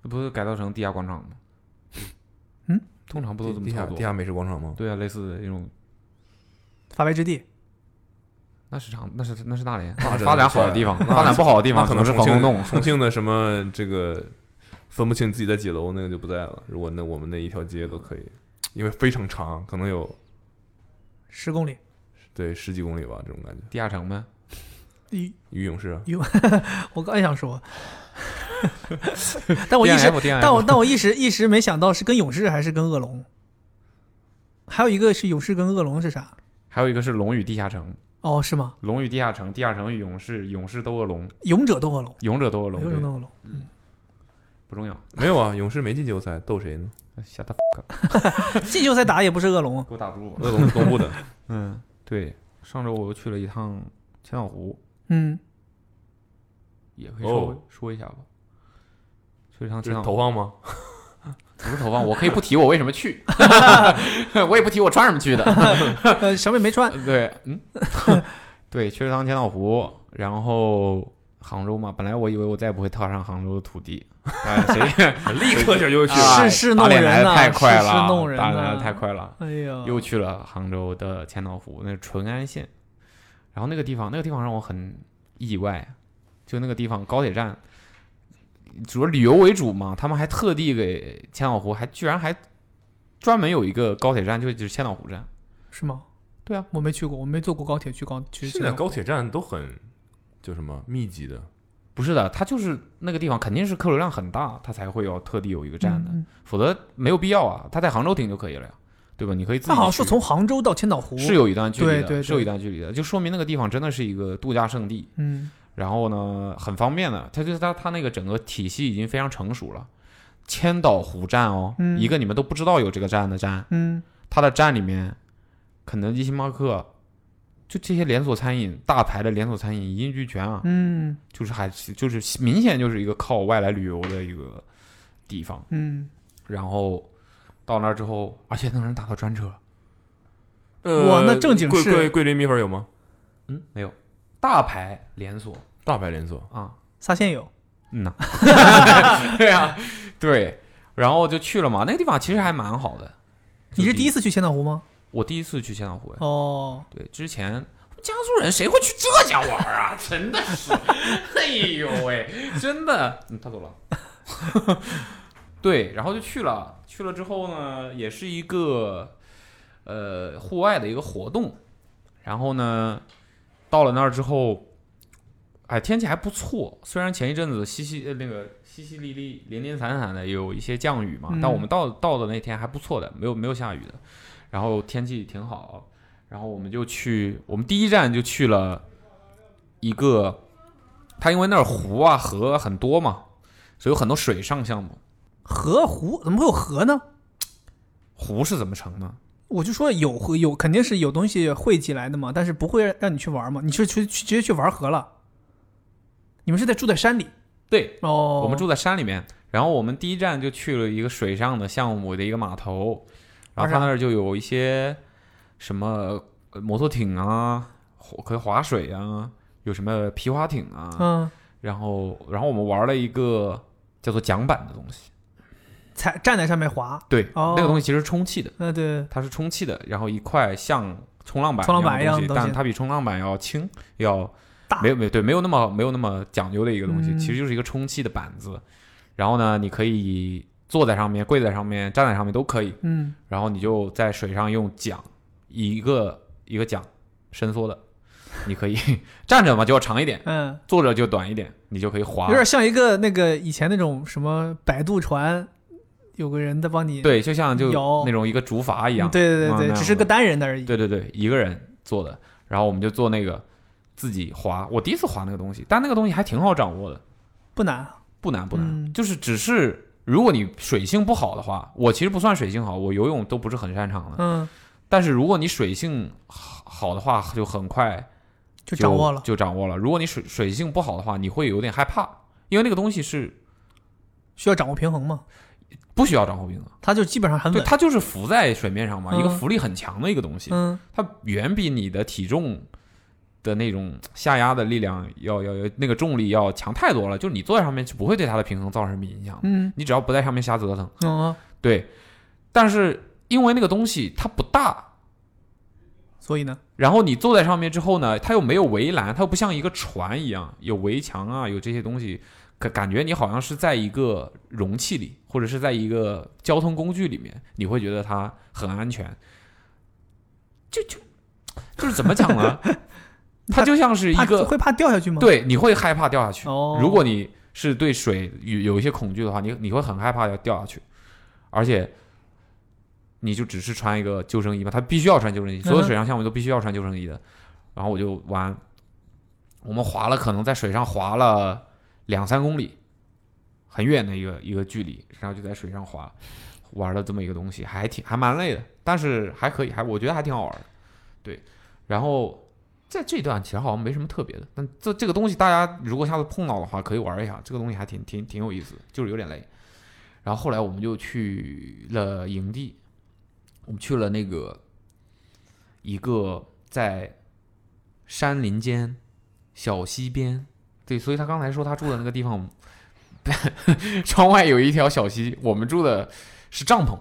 Speaker 4: 不是改造成地下广场吗？
Speaker 3: 嗯，
Speaker 4: 通常不都这么
Speaker 2: 地下
Speaker 4: 操
Speaker 2: 地
Speaker 4: 作？
Speaker 2: 下美食广场吗？
Speaker 4: 对啊，类似的那种，
Speaker 3: 法外之地。
Speaker 4: 那是长，那是那是大连，啊
Speaker 2: 那真的
Speaker 4: 发展好的地方，
Speaker 2: 是
Speaker 4: 发展不好的地方
Speaker 2: 那可能
Speaker 4: 是
Speaker 2: 重
Speaker 4: 防
Speaker 2: 庆
Speaker 4: 空洞。
Speaker 2: 重庆的什么这个分不清自己在几楼，那个就不在了。如果那我们那一条街都可以，因为非常长，可能有
Speaker 3: 十公里，
Speaker 2: 对十几公里吧，这种感觉。
Speaker 4: 地下
Speaker 3: 哦
Speaker 4: 城呗，
Speaker 3: 一
Speaker 2: 于勇士啊，
Speaker 3: 我刚也想说， 但我一
Speaker 4: DNF
Speaker 3: 时，
Speaker 4: DNF
Speaker 3: 但我但我一时一时没想到是跟勇士还是跟恶龙，还有一个是勇士跟恶龙是啥？
Speaker 4: 还有一个是龙与地下城，
Speaker 3: 哦，是吗？
Speaker 4: 龙与地下城，地下城与勇士，勇士斗恶龙，
Speaker 3: 勇者斗恶龙，
Speaker 4: 勇者斗恶龙，
Speaker 3: 勇者
Speaker 4: 对
Speaker 3: 斗哎恶龙，
Speaker 4: 不重要，
Speaker 2: 没有啊，勇士没进季后赛，斗谁呢？
Speaker 4: 吓他
Speaker 3: 进球赛打也不是恶龙，啊
Speaker 4: 给我打住吧。
Speaker 2: 恶龙是东 部的，
Speaker 4: 嗯，对，上周我又去了一趟千岛湖，
Speaker 3: 嗯，
Speaker 4: 也可以稍微
Speaker 2: 哦
Speaker 4: 说一下吧。去了一趟
Speaker 2: 这
Speaker 4: 千
Speaker 2: 是
Speaker 4: 岛
Speaker 2: 投
Speaker 4: 湖，
Speaker 2: 放吗？
Speaker 4: 不是投放，我可以不提我为什么去， 我也不提我穿什么去的。
Speaker 3: 呃，小美没穿，
Speaker 4: 对，嗯， 对，去了趟千岛湖，然后杭州嘛，本来我以为我再也不会踏上杭州的土地， 哎，谁
Speaker 2: 立刻就又去
Speaker 3: 啊
Speaker 2: 了。
Speaker 3: 世事弄
Speaker 4: 打脸来
Speaker 3: 人
Speaker 4: 的
Speaker 3: 呐
Speaker 4: 太快
Speaker 3: 世事
Speaker 4: 了，
Speaker 3: 弄人
Speaker 4: 打脸来
Speaker 3: 呐
Speaker 4: 的太快了。
Speaker 3: 哎呀，
Speaker 4: 又去了杭州的千岛湖，那是淳安县。然后那个地方，那个地方让我很意外，啊就那个地方高铁站，主要旅游为主嘛，他们还特地给千岛湖还居然还专门有一个高铁站，就就是千岛湖站。
Speaker 3: 是吗？
Speaker 4: 对啊，
Speaker 3: 我没去过，我没坐过高铁去高去。
Speaker 2: 现在高铁站都很就什么密集的，
Speaker 4: 不是的，它就是那个地方肯定是客流量很大，它才会有特地有一个站的，
Speaker 3: 嗯嗯
Speaker 4: 否则没有必要啊。它在杭州停就可以了呀，对吧？你可以自己
Speaker 3: 它好像
Speaker 4: 去
Speaker 3: 是从杭州到千岛湖，
Speaker 4: 是有一段距离的，
Speaker 3: 对对对
Speaker 4: 是有一段距离的，就说明那个地方真的是一个度假胜地。
Speaker 3: 嗯
Speaker 4: 然后呢，很方便的，它就是它它那个整个体系已经非常成熟了。千岛湖站哦，
Speaker 3: 嗯
Speaker 4: 一个你们都不知道有这个站的站，
Speaker 3: 嗯
Speaker 4: 它的站里面，肯德基、星巴克，就这些连锁餐饮大牌的连锁餐饮一应俱全啊，
Speaker 3: 嗯
Speaker 4: 就是还是就是明显就是一个靠外来旅游的一个地方。
Speaker 3: 嗯，
Speaker 4: 然后到那儿之后，而且能打到专车，
Speaker 2: 呃
Speaker 3: 哇那正经
Speaker 2: 桂
Speaker 3: 是
Speaker 2: 桂桂林米粉有吗？
Speaker 4: 嗯，没有大牌连锁
Speaker 2: 大牌连锁，
Speaker 4: 啊，
Speaker 3: 撒县有，
Speaker 4: 嗯呐，对啊，对，然后就去了嘛。那个地方其实还蛮好的。
Speaker 3: 你是第一
Speaker 4: 次？
Speaker 3: 次去千岛湖吗？
Speaker 4: 我第一次去千岛湖。
Speaker 3: 哦，
Speaker 4: 对，之前江苏人谁会去浙江玩啊？真的是，哎呦喂，真的，嗯，他走了。对，然后就去了，去了之后呢，也是一个呃户外的一个活动，然后呢，到了那儿之后，哎，天气还不错，虽然前一阵子淅淅呃那个淅淅沥沥、零零散散的有一些降雨嘛，
Speaker 3: 嗯
Speaker 4: 但我们到到的那天还不错的，没有没有下雨的，然后天气挺好，然后我们就去，我们第一站就去了一个，它因为那儿湖啊河啊很多嘛，所以有很多水上项目。
Speaker 3: 河湖怎么会有河呢？
Speaker 4: 湖是怎么成呢？
Speaker 3: 我就说有河有肯定是有东西汇集来的嘛，但是不会让你去玩嘛，你是去去直接去玩河了。你们是在住在山里
Speaker 4: 对，
Speaker 3: 哦，
Speaker 4: 我们住在山里面，然后我们第一站就去了一个水上的项目的一个码头，然后它那儿就有一些什么呃摩托艇啊，火可以划水啊，有什么皮划艇啊，
Speaker 3: 嗯，
Speaker 4: 然后然后我们玩了一个叫做桨板的东西，
Speaker 3: 踩站在上面滑，
Speaker 4: 对，
Speaker 3: 哦
Speaker 4: 那个东西其实是充气的，
Speaker 3: 呃对，
Speaker 4: 它是充气的，然后一块像冲浪板
Speaker 3: 冲浪板
Speaker 4: 一样
Speaker 3: 一样的
Speaker 4: 的
Speaker 3: 东西
Speaker 4: 东西，但是它比冲浪板要轻，要
Speaker 3: 大
Speaker 4: 没有没有对没有那么没有那么讲究的一个东西，
Speaker 3: 嗯
Speaker 4: 其实就是一个充气的板子。然后呢，你可以坐在上面、跪在上面、站在上面都可以。
Speaker 3: 嗯
Speaker 4: 然后你就在水上用桨，一个一个桨伸缩的，你可以 站着嘛就要长一点，
Speaker 3: 嗯，
Speaker 4: 坐着就短一点，你就可以滑
Speaker 3: 有。点像一个那个以前那种什么摆渡船，有个人在帮你
Speaker 4: 对，就像就
Speaker 3: 有
Speaker 4: 那种一个竹筏一样
Speaker 3: 嗯。对对
Speaker 4: 嗯
Speaker 3: 对
Speaker 4: 那
Speaker 3: 对，
Speaker 4: 样
Speaker 3: 只是
Speaker 4: 的
Speaker 3: 个单人的而已。
Speaker 4: 对对对，一个人做的，然后我们就做那个自己滑。我第一次滑那个东西，但那个东西还挺好掌握的，
Speaker 3: 不难。
Speaker 4: 不难不难，
Speaker 3: 嗯
Speaker 4: 就是只是如果你水性不好的话，我其实不算水性好，我游泳都不是很擅长的。
Speaker 3: 嗯，
Speaker 4: 但是如果你水性好好的话，就很快
Speaker 3: 就掌握了。
Speaker 4: 就掌握了。如果你水水性不好的话，你会有点害怕，因为那个东西是
Speaker 3: 需要掌握平衡嘛？
Speaker 4: 不需要掌握平衡，
Speaker 3: 它就基本上很
Speaker 4: 对，
Speaker 3: 稳。
Speaker 4: 它就是浮在水面上嘛，
Speaker 3: 嗯
Speaker 4: 一个浮力很强的一个东西。
Speaker 3: 嗯，
Speaker 4: 它远比你的体重的那种下压的力量要要要那个重力要强太多了。就是你坐在上面就不会对它的平衡造成什么影响，
Speaker 3: 嗯
Speaker 4: 你只要不在上面瞎折腾。
Speaker 3: 嗯，
Speaker 4: 对，但是因为那个东西它不大，
Speaker 3: 所以呢，
Speaker 4: 然后你坐在上面之后呢，它又没有围栏，它又不像一个船一样有围墙啊，有这些东西。感感觉你好像是在一个容器里，或者是在一个交通工具里面，你会觉得它很安全。就就就是怎么讲呢？它就像是一
Speaker 3: 怕
Speaker 4: 个
Speaker 3: 会怕掉下去吗？，
Speaker 4: 对，你会害怕掉下去。
Speaker 3: 哦
Speaker 4: 如果你是对水有有一些恐惧的话，你你会很害怕要掉下去，而且你就只是穿一个救生衣嘛，他必须要穿救生衣，所有
Speaker 3: 嗯哼
Speaker 4: 水上项目都必须要穿救生衣的。然后我就玩，我们划了，可能在水上划了两三公里，很远的一个一个距离，然后就在水上划，玩了这么一个东西，还挺还蛮累的，但是还可以，还我觉得还挺好玩的，对。然后在这段其实好像没什么特别的，但这这个东西大家如果下次碰到的话，可以玩一下，这个东西还挺挺挺有意思的，就是有点累。然后后来我们就去了营地，我们去了那个一个在山林间、小溪边，对，所以他刚才说他住的那个地方， 窗外有一条小溪，我们住的是帐篷，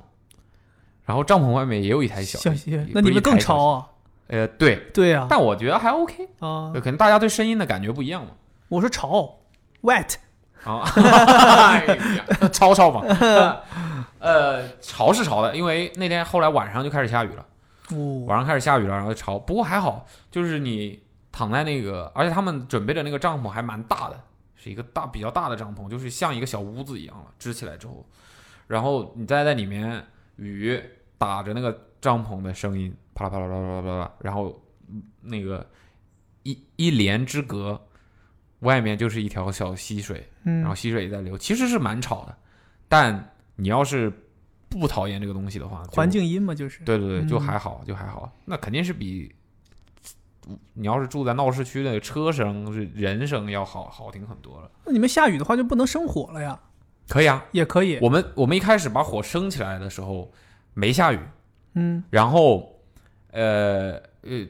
Speaker 4: 然后帐篷外面也有一台小
Speaker 3: 小
Speaker 4: 溪
Speaker 3: 心，那你们更潮。啊。
Speaker 4: 不是一台小溪呃，对，
Speaker 3: 对啊，
Speaker 4: 但我觉得还 OK，
Speaker 3: 啊
Speaker 4: 对，，可能大家对声音的感觉不一样嘛。
Speaker 3: 我说潮，wet，
Speaker 4: 啊，哎呀吵吵嘛， 呃，潮是潮的，因为那天后来晚上就开始下雨了，
Speaker 3: 哦，
Speaker 4: 晚上开始下雨了，然后潮。不过还好，就是你躺在那个，而且他们准备的那个帐篷还蛮大的，是一个大比较大的帐篷，就是像一个小屋子一样了，支起来之后，然后你再在里面雨打着那个帐篷的声音，啪啦啪啦啪啦啪啦啪啦，然后嗯那个一一帘之隔，外面就是一条小溪水，然后
Speaker 3: 嗯，
Speaker 4: 溪水也在流，其实是蛮吵的，但你要是不讨厌这个东西的话，就
Speaker 3: 环境音嘛，就是
Speaker 4: 对对对，就
Speaker 3: 嗯
Speaker 4: 还好，就还好。那肯定是比你要是住在闹市区的车声、是人声要好好听很多了。
Speaker 3: 那你们下雨的话就不能生火了呀？
Speaker 4: 可以啊，
Speaker 3: 也可以，
Speaker 4: 我们我们一开始把火升起来的时候没下雨，
Speaker 3: 嗯
Speaker 4: 然后呃呃，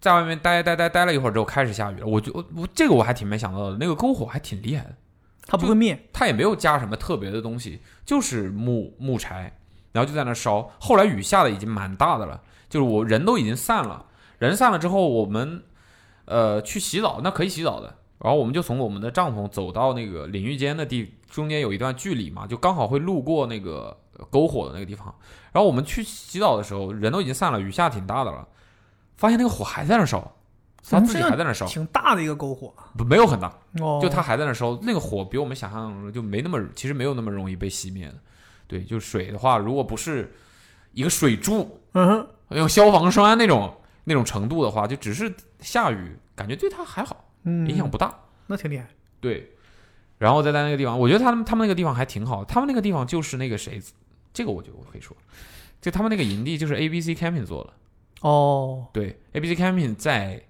Speaker 4: 在外面待待待待了一会儿之后开始下雨了。我就我我这个我还挺没想到的，那个篝火还挺厉害的。
Speaker 3: 它不会灭，
Speaker 4: 他也没有加什么特别的东西，就是木木柴，然后就在那烧。后来雨下的已经蛮大的了，就是我人都已经散了，人散了之后，我们呃去洗澡，那可以洗澡的。然后我们就从我们的帐篷走到那个淋浴间的地，中间有一段距离嘛，就刚好会路过那个呃篝火的那个地方。然后我们去洗澡的时候，人都已经散了，雨下挺大的了，发现那个火还在那烧，他自己还在那烧，
Speaker 3: 挺大的一个篝火
Speaker 4: 不没有很大，
Speaker 3: 哦，
Speaker 4: 就它还在那烧，那个火比我们想象中就没那么，其实没有那么容易被熄灭的。对，就水的话，如果不是一个水柱，
Speaker 3: 嗯哼，
Speaker 4: 用消防栓那种那种程度的话，就只是下雨，感觉对它还好，
Speaker 3: 嗯，
Speaker 4: 影响不大。
Speaker 3: 那挺厉害，
Speaker 4: 对，然后再在那个地方，我觉得他们他们那个地方还挺好，他们那个地方就是那个谁，这个我觉得我可以说，就他们那个营地就是 A B C Camping 做的，
Speaker 3: 哦，
Speaker 4: 对，A B C Camping 在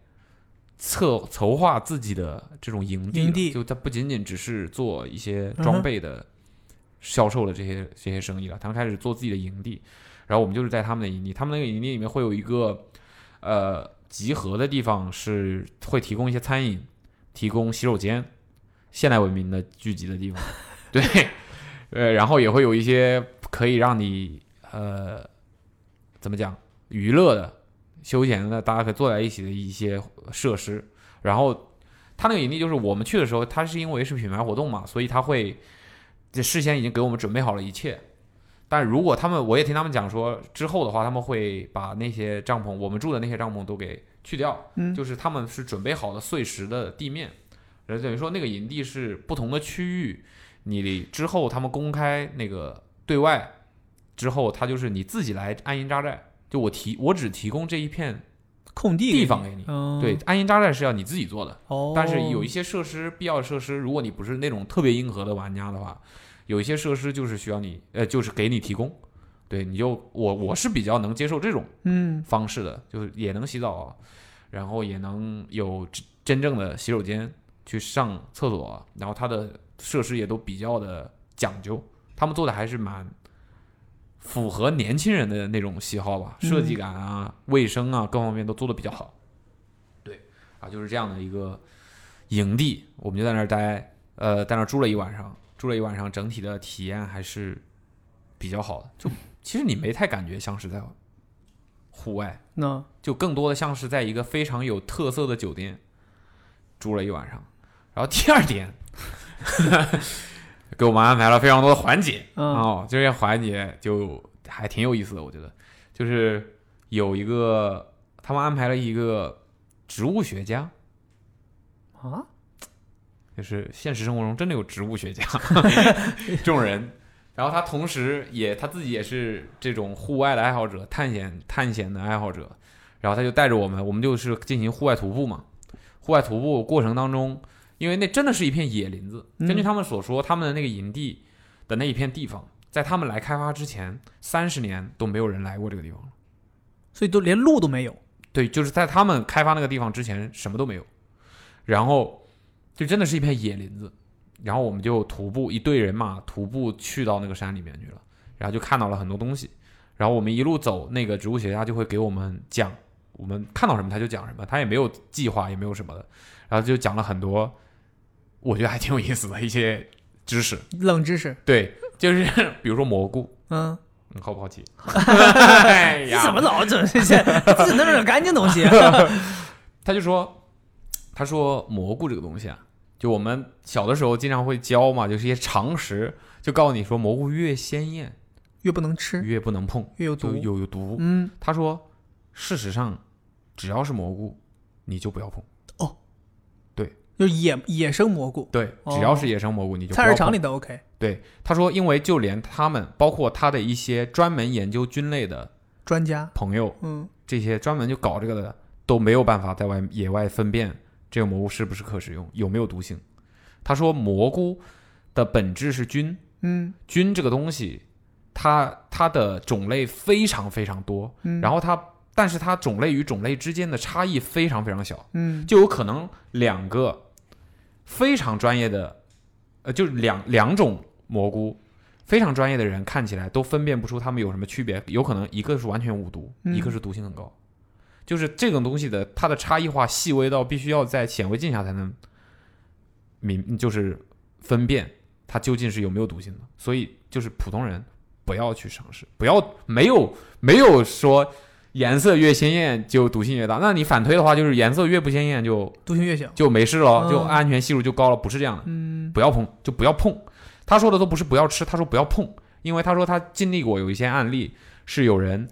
Speaker 4: 策筹划自己的这种营地了，
Speaker 3: 营地
Speaker 4: 就它不仅仅只是做一些
Speaker 3: 嗯
Speaker 4: 装
Speaker 3: 哼
Speaker 4: 备的销售的这些、这些生意了，他们开始做自己的营地，然后我们就是在他们的营地，他们那个营地里面会有一个呃集合的地方，是会提供一些餐饮，提供洗手间，现代文明的聚集的 地方，对，呃，然后也会有一些可以让你呃怎么讲娱乐的。休闲的，大家可以坐在一起的一些设施。然后它那个营地就是我们去的时候，它是因为是品牌活动嘛，所以它会这事先已经给我们准备好了一切。但如果他们，我也听他们讲说，之后的话，他们会把那些帐篷，我们住的那些帐篷都给去掉，
Speaker 3: 嗯
Speaker 4: 就是他们是准备好的碎石的地面，然后等于说那个营地是不同的区域，你之后他们公开那个对外之后，它就是你自己来安营扎寨，就我提我只提供这一片
Speaker 3: 空地
Speaker 4: 地
Speaker 3: 给
Speaker 4: 方
Speaker 3: 你
Speaker 4: 给你
Speaker 3: 嗯，
Speaker 4: 对，，安营扎寨是要你自己做的，
Speaker 3: 哦，
Speaker 4: 但是有一些设施，必要的设施，如果你不是那种特别硬核的玩家的话，有一些设施就是需要你，呃，就是给你提供。对，你就我我是比较能接受这种
Speaker 3: 嗯
Speaker 4: 方式的，就是也能洗澡，然后也能有真真正的洗手间去上厕所，然后它的设施也都比较的讲究，他们做的还是蛮符合年轻人的那种喜好吧，
Speaker 3: 嗯
Speaker 4: 设计感啊、卫生啊各方面都做的比较好。对，啊，就是这样的一个营地，我们就在那儿待，呃，在那儿住了一晚上，住了一晚上，整体的体验还是比较好的。就其实你没太感觉像是在户外，
Speaker 3: 那
Speaker 4: 就更多的像是在一个非常有特色的酒店住了一晚上。然后第二天，给我们安排了非常多的环节，
Speaker 3: 嗯
Speaker 4: 哦，这些环节就还挺有意思的，我觉得，就是有一个他们安排了一个植物学家，
Speaker 3: 啊，
Speaker 4: 就是现实生活中真的有植物学家 这种人。然后他同时也他自己也是这种户外的爱好者，探险探险的爱好者。然后他就带着我们，我们就是进行户外徒步嘛。户外徒步过程当中，因为那真的是一片野林子，
Speaker 3: 嗯
Speaker 4: 根据他们所说，他们的那个营地的那一片地方，在他们来开发之前，三十年都没有人来过这个地方。
Speaker 3: 所以都连路都没有，
Speaker 4: 对，就是在他们开发那个地方之前什么都没有，然后就真的是一片野林子，然后我们就徒步一队人马徒步去到那个山里面去了，然后就看到了很多东西，然后我们一路走，那个植物学家就会给我们讲，我们看到什么他就讲什么，他也没有计划也没有什么的，然后就讲了很多，我觉得还挺有意思的一些知识，
Speaker 3: 冷知识，
Speaker 4: 对，就是 比如说蘑菇，
Speaker 3: 嗯，
Speaker 4: 你好不好奇？ 哎
Speaker 3: 你
Speaker 4: 呀
Speaker 3: 怎么老整 这些自己弄点干净东西？
Speaker 4: 他就说，他说蘑菇这个东西啊，就我们小的时候经常会教嘛，就是一些常识，就告诉你说蘑菇越鲜艳
Speaker 3: 越不能吃
Speaker 4: 越不能碰，
Speaker 3: 越有
Speaker 4: 就
Speaker 3: 毒，
Speaker 4: 有有毒。
Speaker 3: 嗯，
Speaker 4: 他说，事实上只要是蘑菇，你就不要碰。
Speaker 3: 哦，
Speaker 4: 对，
Speaker 3: 就是野野生蘑菇，
Speaker 4: 对，只要是野生蘑菇，你就不
Speaker 3: 哦菜市
Speaker 4: 要
Speaker 3: 场
Speaker 4: 碰
Speaker 3: 里的 OK，
Speaker 4: 对，他说，因为就连他们，包括他的一些专门研究菌类的
Speaker 3: 专家，
Speaker 4: 朋友，
Speaker 3: 嗯，
Speaker 4: 这些专门就搞这个的，都没有办法在外野外分辨这个蘑菇是不是可食用，有没有毒性。他说，蘑菇的本质是菌，
Speaker 3: 嗯
Speaker 4: 菌这个东西，它它的种类非常非常多，
Speaker 3: 嗯，
Speaker 4: 然后它，但是它种类与种类之间的差异非常非常小，
Speaker 3: 嗯
Speaker 4: 就有可能两个非常专业的，呃，就是两两种蘑菇，非常专业的人看起来都分辨不出它们有什么区别，有可能一个是完全无毒，
Speaker 3: 嗯
Speaker 4: 一个是毒性很高，就是这种东西的它的差异化细微到必须要在显微镜下才能明，就是分辨它究竟是有没有毒性的，所以就是普通人。不要去尝试，不要没有没有说颜色越鲜艳就毒性越大。那你反推的话，就是颜色越不鲜艳就
Speaker 3: 毒性越小，
Speaker 4: 就没事了，
Speaker 3: 嗯
Speaker 4: 就安全系数就高了，不是这样的，
Speaker 3: 嗯
Speaker 4: 不要碰，就不要碰。他说的都不是不要吃，他说不要碰，因为他说他经历过有一些案例是有人，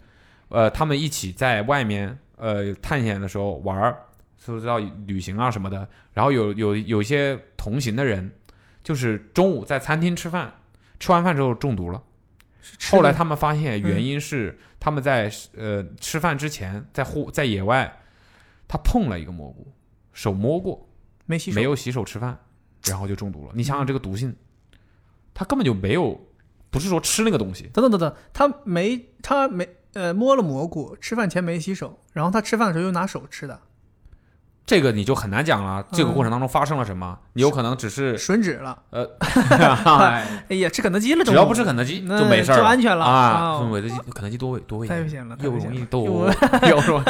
Speaker 4: 呃，他们一起在外面呃探险的时候玩儿，说知道旅行啊什么的，然后有有有一些同行的人，就是中午在餐厅吃饭，吃完饭之后中毒了。
Speaker 3: 是吃
Speaker 4: 后来
Speaker 3: 的嗯
Speaker 4: 他们发现原因是他们在、呃吃饭之前在户在野外，他碰了一个蘑菇，手摸过，
Speaker 3: 没洗手，
Speaker 4: 没有洗手吃饭，然后就中毒了。你想想这个毒性，他根本就没有，不是说吃那个东西，
Speaker 3: 等等等等，他没他没呃摸了蘑菇，吃饭前没洗手，然后他吃饭的时候又拿手吃的，
Speaker 4: 这个你就很难讲了。这个
Speaker 3: 嗯
Speaker 4: 过程当中发生了什么？你有可能 只是，
Speaker 3: 吮指了，
Speaker 4: 哎
Speaker 3: 哎呀，吃肯德基了，
Speaker 4: 只要不吃肯德基
Speaker 3: 那
Speaker 4: 就没事儿
Speaker 3: 就安全了
Speaker 4: 啊。
Speaker 3: 哦
Speaker 4: 肯德基肯德基多危多危
Speaker 3: 太危
Speaker 4: 险，
Speaker 3: 险了，太
Speaker 4: 又
Speaker 3: 危险
Speaker 4: 容易
Speaker 3: 了
Speaker 4: 斗
Speaker 3: 又
Speaker 4: 殴， 又容易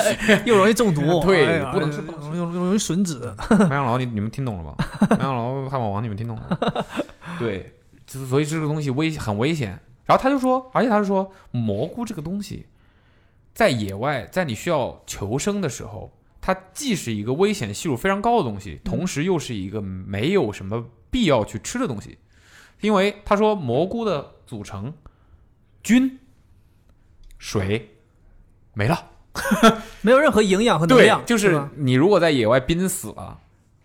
Speaker 3: 又容易 中毒，
Speaker 4: 对
Speaker 3: 哎呀
Speaker 4: 不能吃不能
Speaker 3: 容易容易吮指，
Speaker 4: 麦当劳，你你们听懂了吧？麦当劳、汉堡王，你们听懂了吧？对，就是所以这个东西危很危险。然后他就说，而且他就说，蘑菇这个东西，在野外，在你需要求生的时候，它既是一个危险系数非常高的东西，同时又是一个没有什么必要去吃的东西，因为他说蘑菇的组成，菌、水没了。
Speaker 3: 没有任何营养和能
Speaker 4: 对
Speaker 3: 量，，
Speaker 4: 就是是
Speaker 3: 吧
Speaker 4: 你如果在野外濒死了，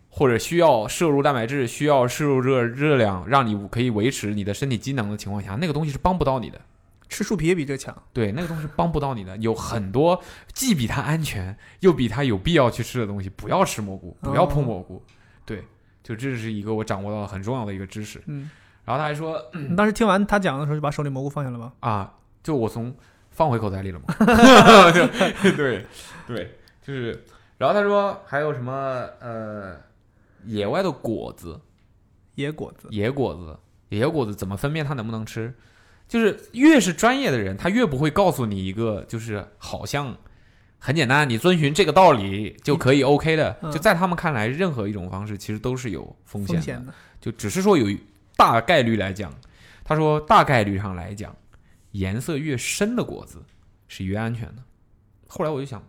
Speaker 4: 或者需要摄入蛋白质、需要摄入热热量，让你可以维持你的身体机能的情况下，那个东西是帮不到你的。
Speaker 3: 吃树皮也比这强，
Speaker 4: 对，那个东西帮不
Speaker 3: 哦
Speaker 4: 到你的，有很多既比它安全，又比它有必要去吃的东西。不要吃蘑菇，不要碰蘑菇。对，就这是一个我掌握到的很重要的一个知识。
Speaker 3: 嗯，
Speaker 4: 然后他还说
Speaker 3: 你当时听完他讲的时候，就把手里蘑菇放下了吗？
Speaker 4: 啊，就我从放回口袋里了嘛。 对对，就是。然后他说还有什么呃，野外的果子，
Speaker 3: 野果子，
Speaker 4: 野果子，野果子怎么分辨它能不能吃？就是越是专业的人，他越不会告诉你一个就是好像很简单，你遵循这个道理就可以 OK 的。
Speaker 3: 嗯
Speaker 4: 就在他们看来，任何一种方式其实都是有风
Speaker 3: 风
Speaker 4: 险的。
Speaker 3: 险的，
Speaker 4: 就只是说有大概率来讲，他说大概率上来讲，颜色越深的果子是越安全的。后来我就想，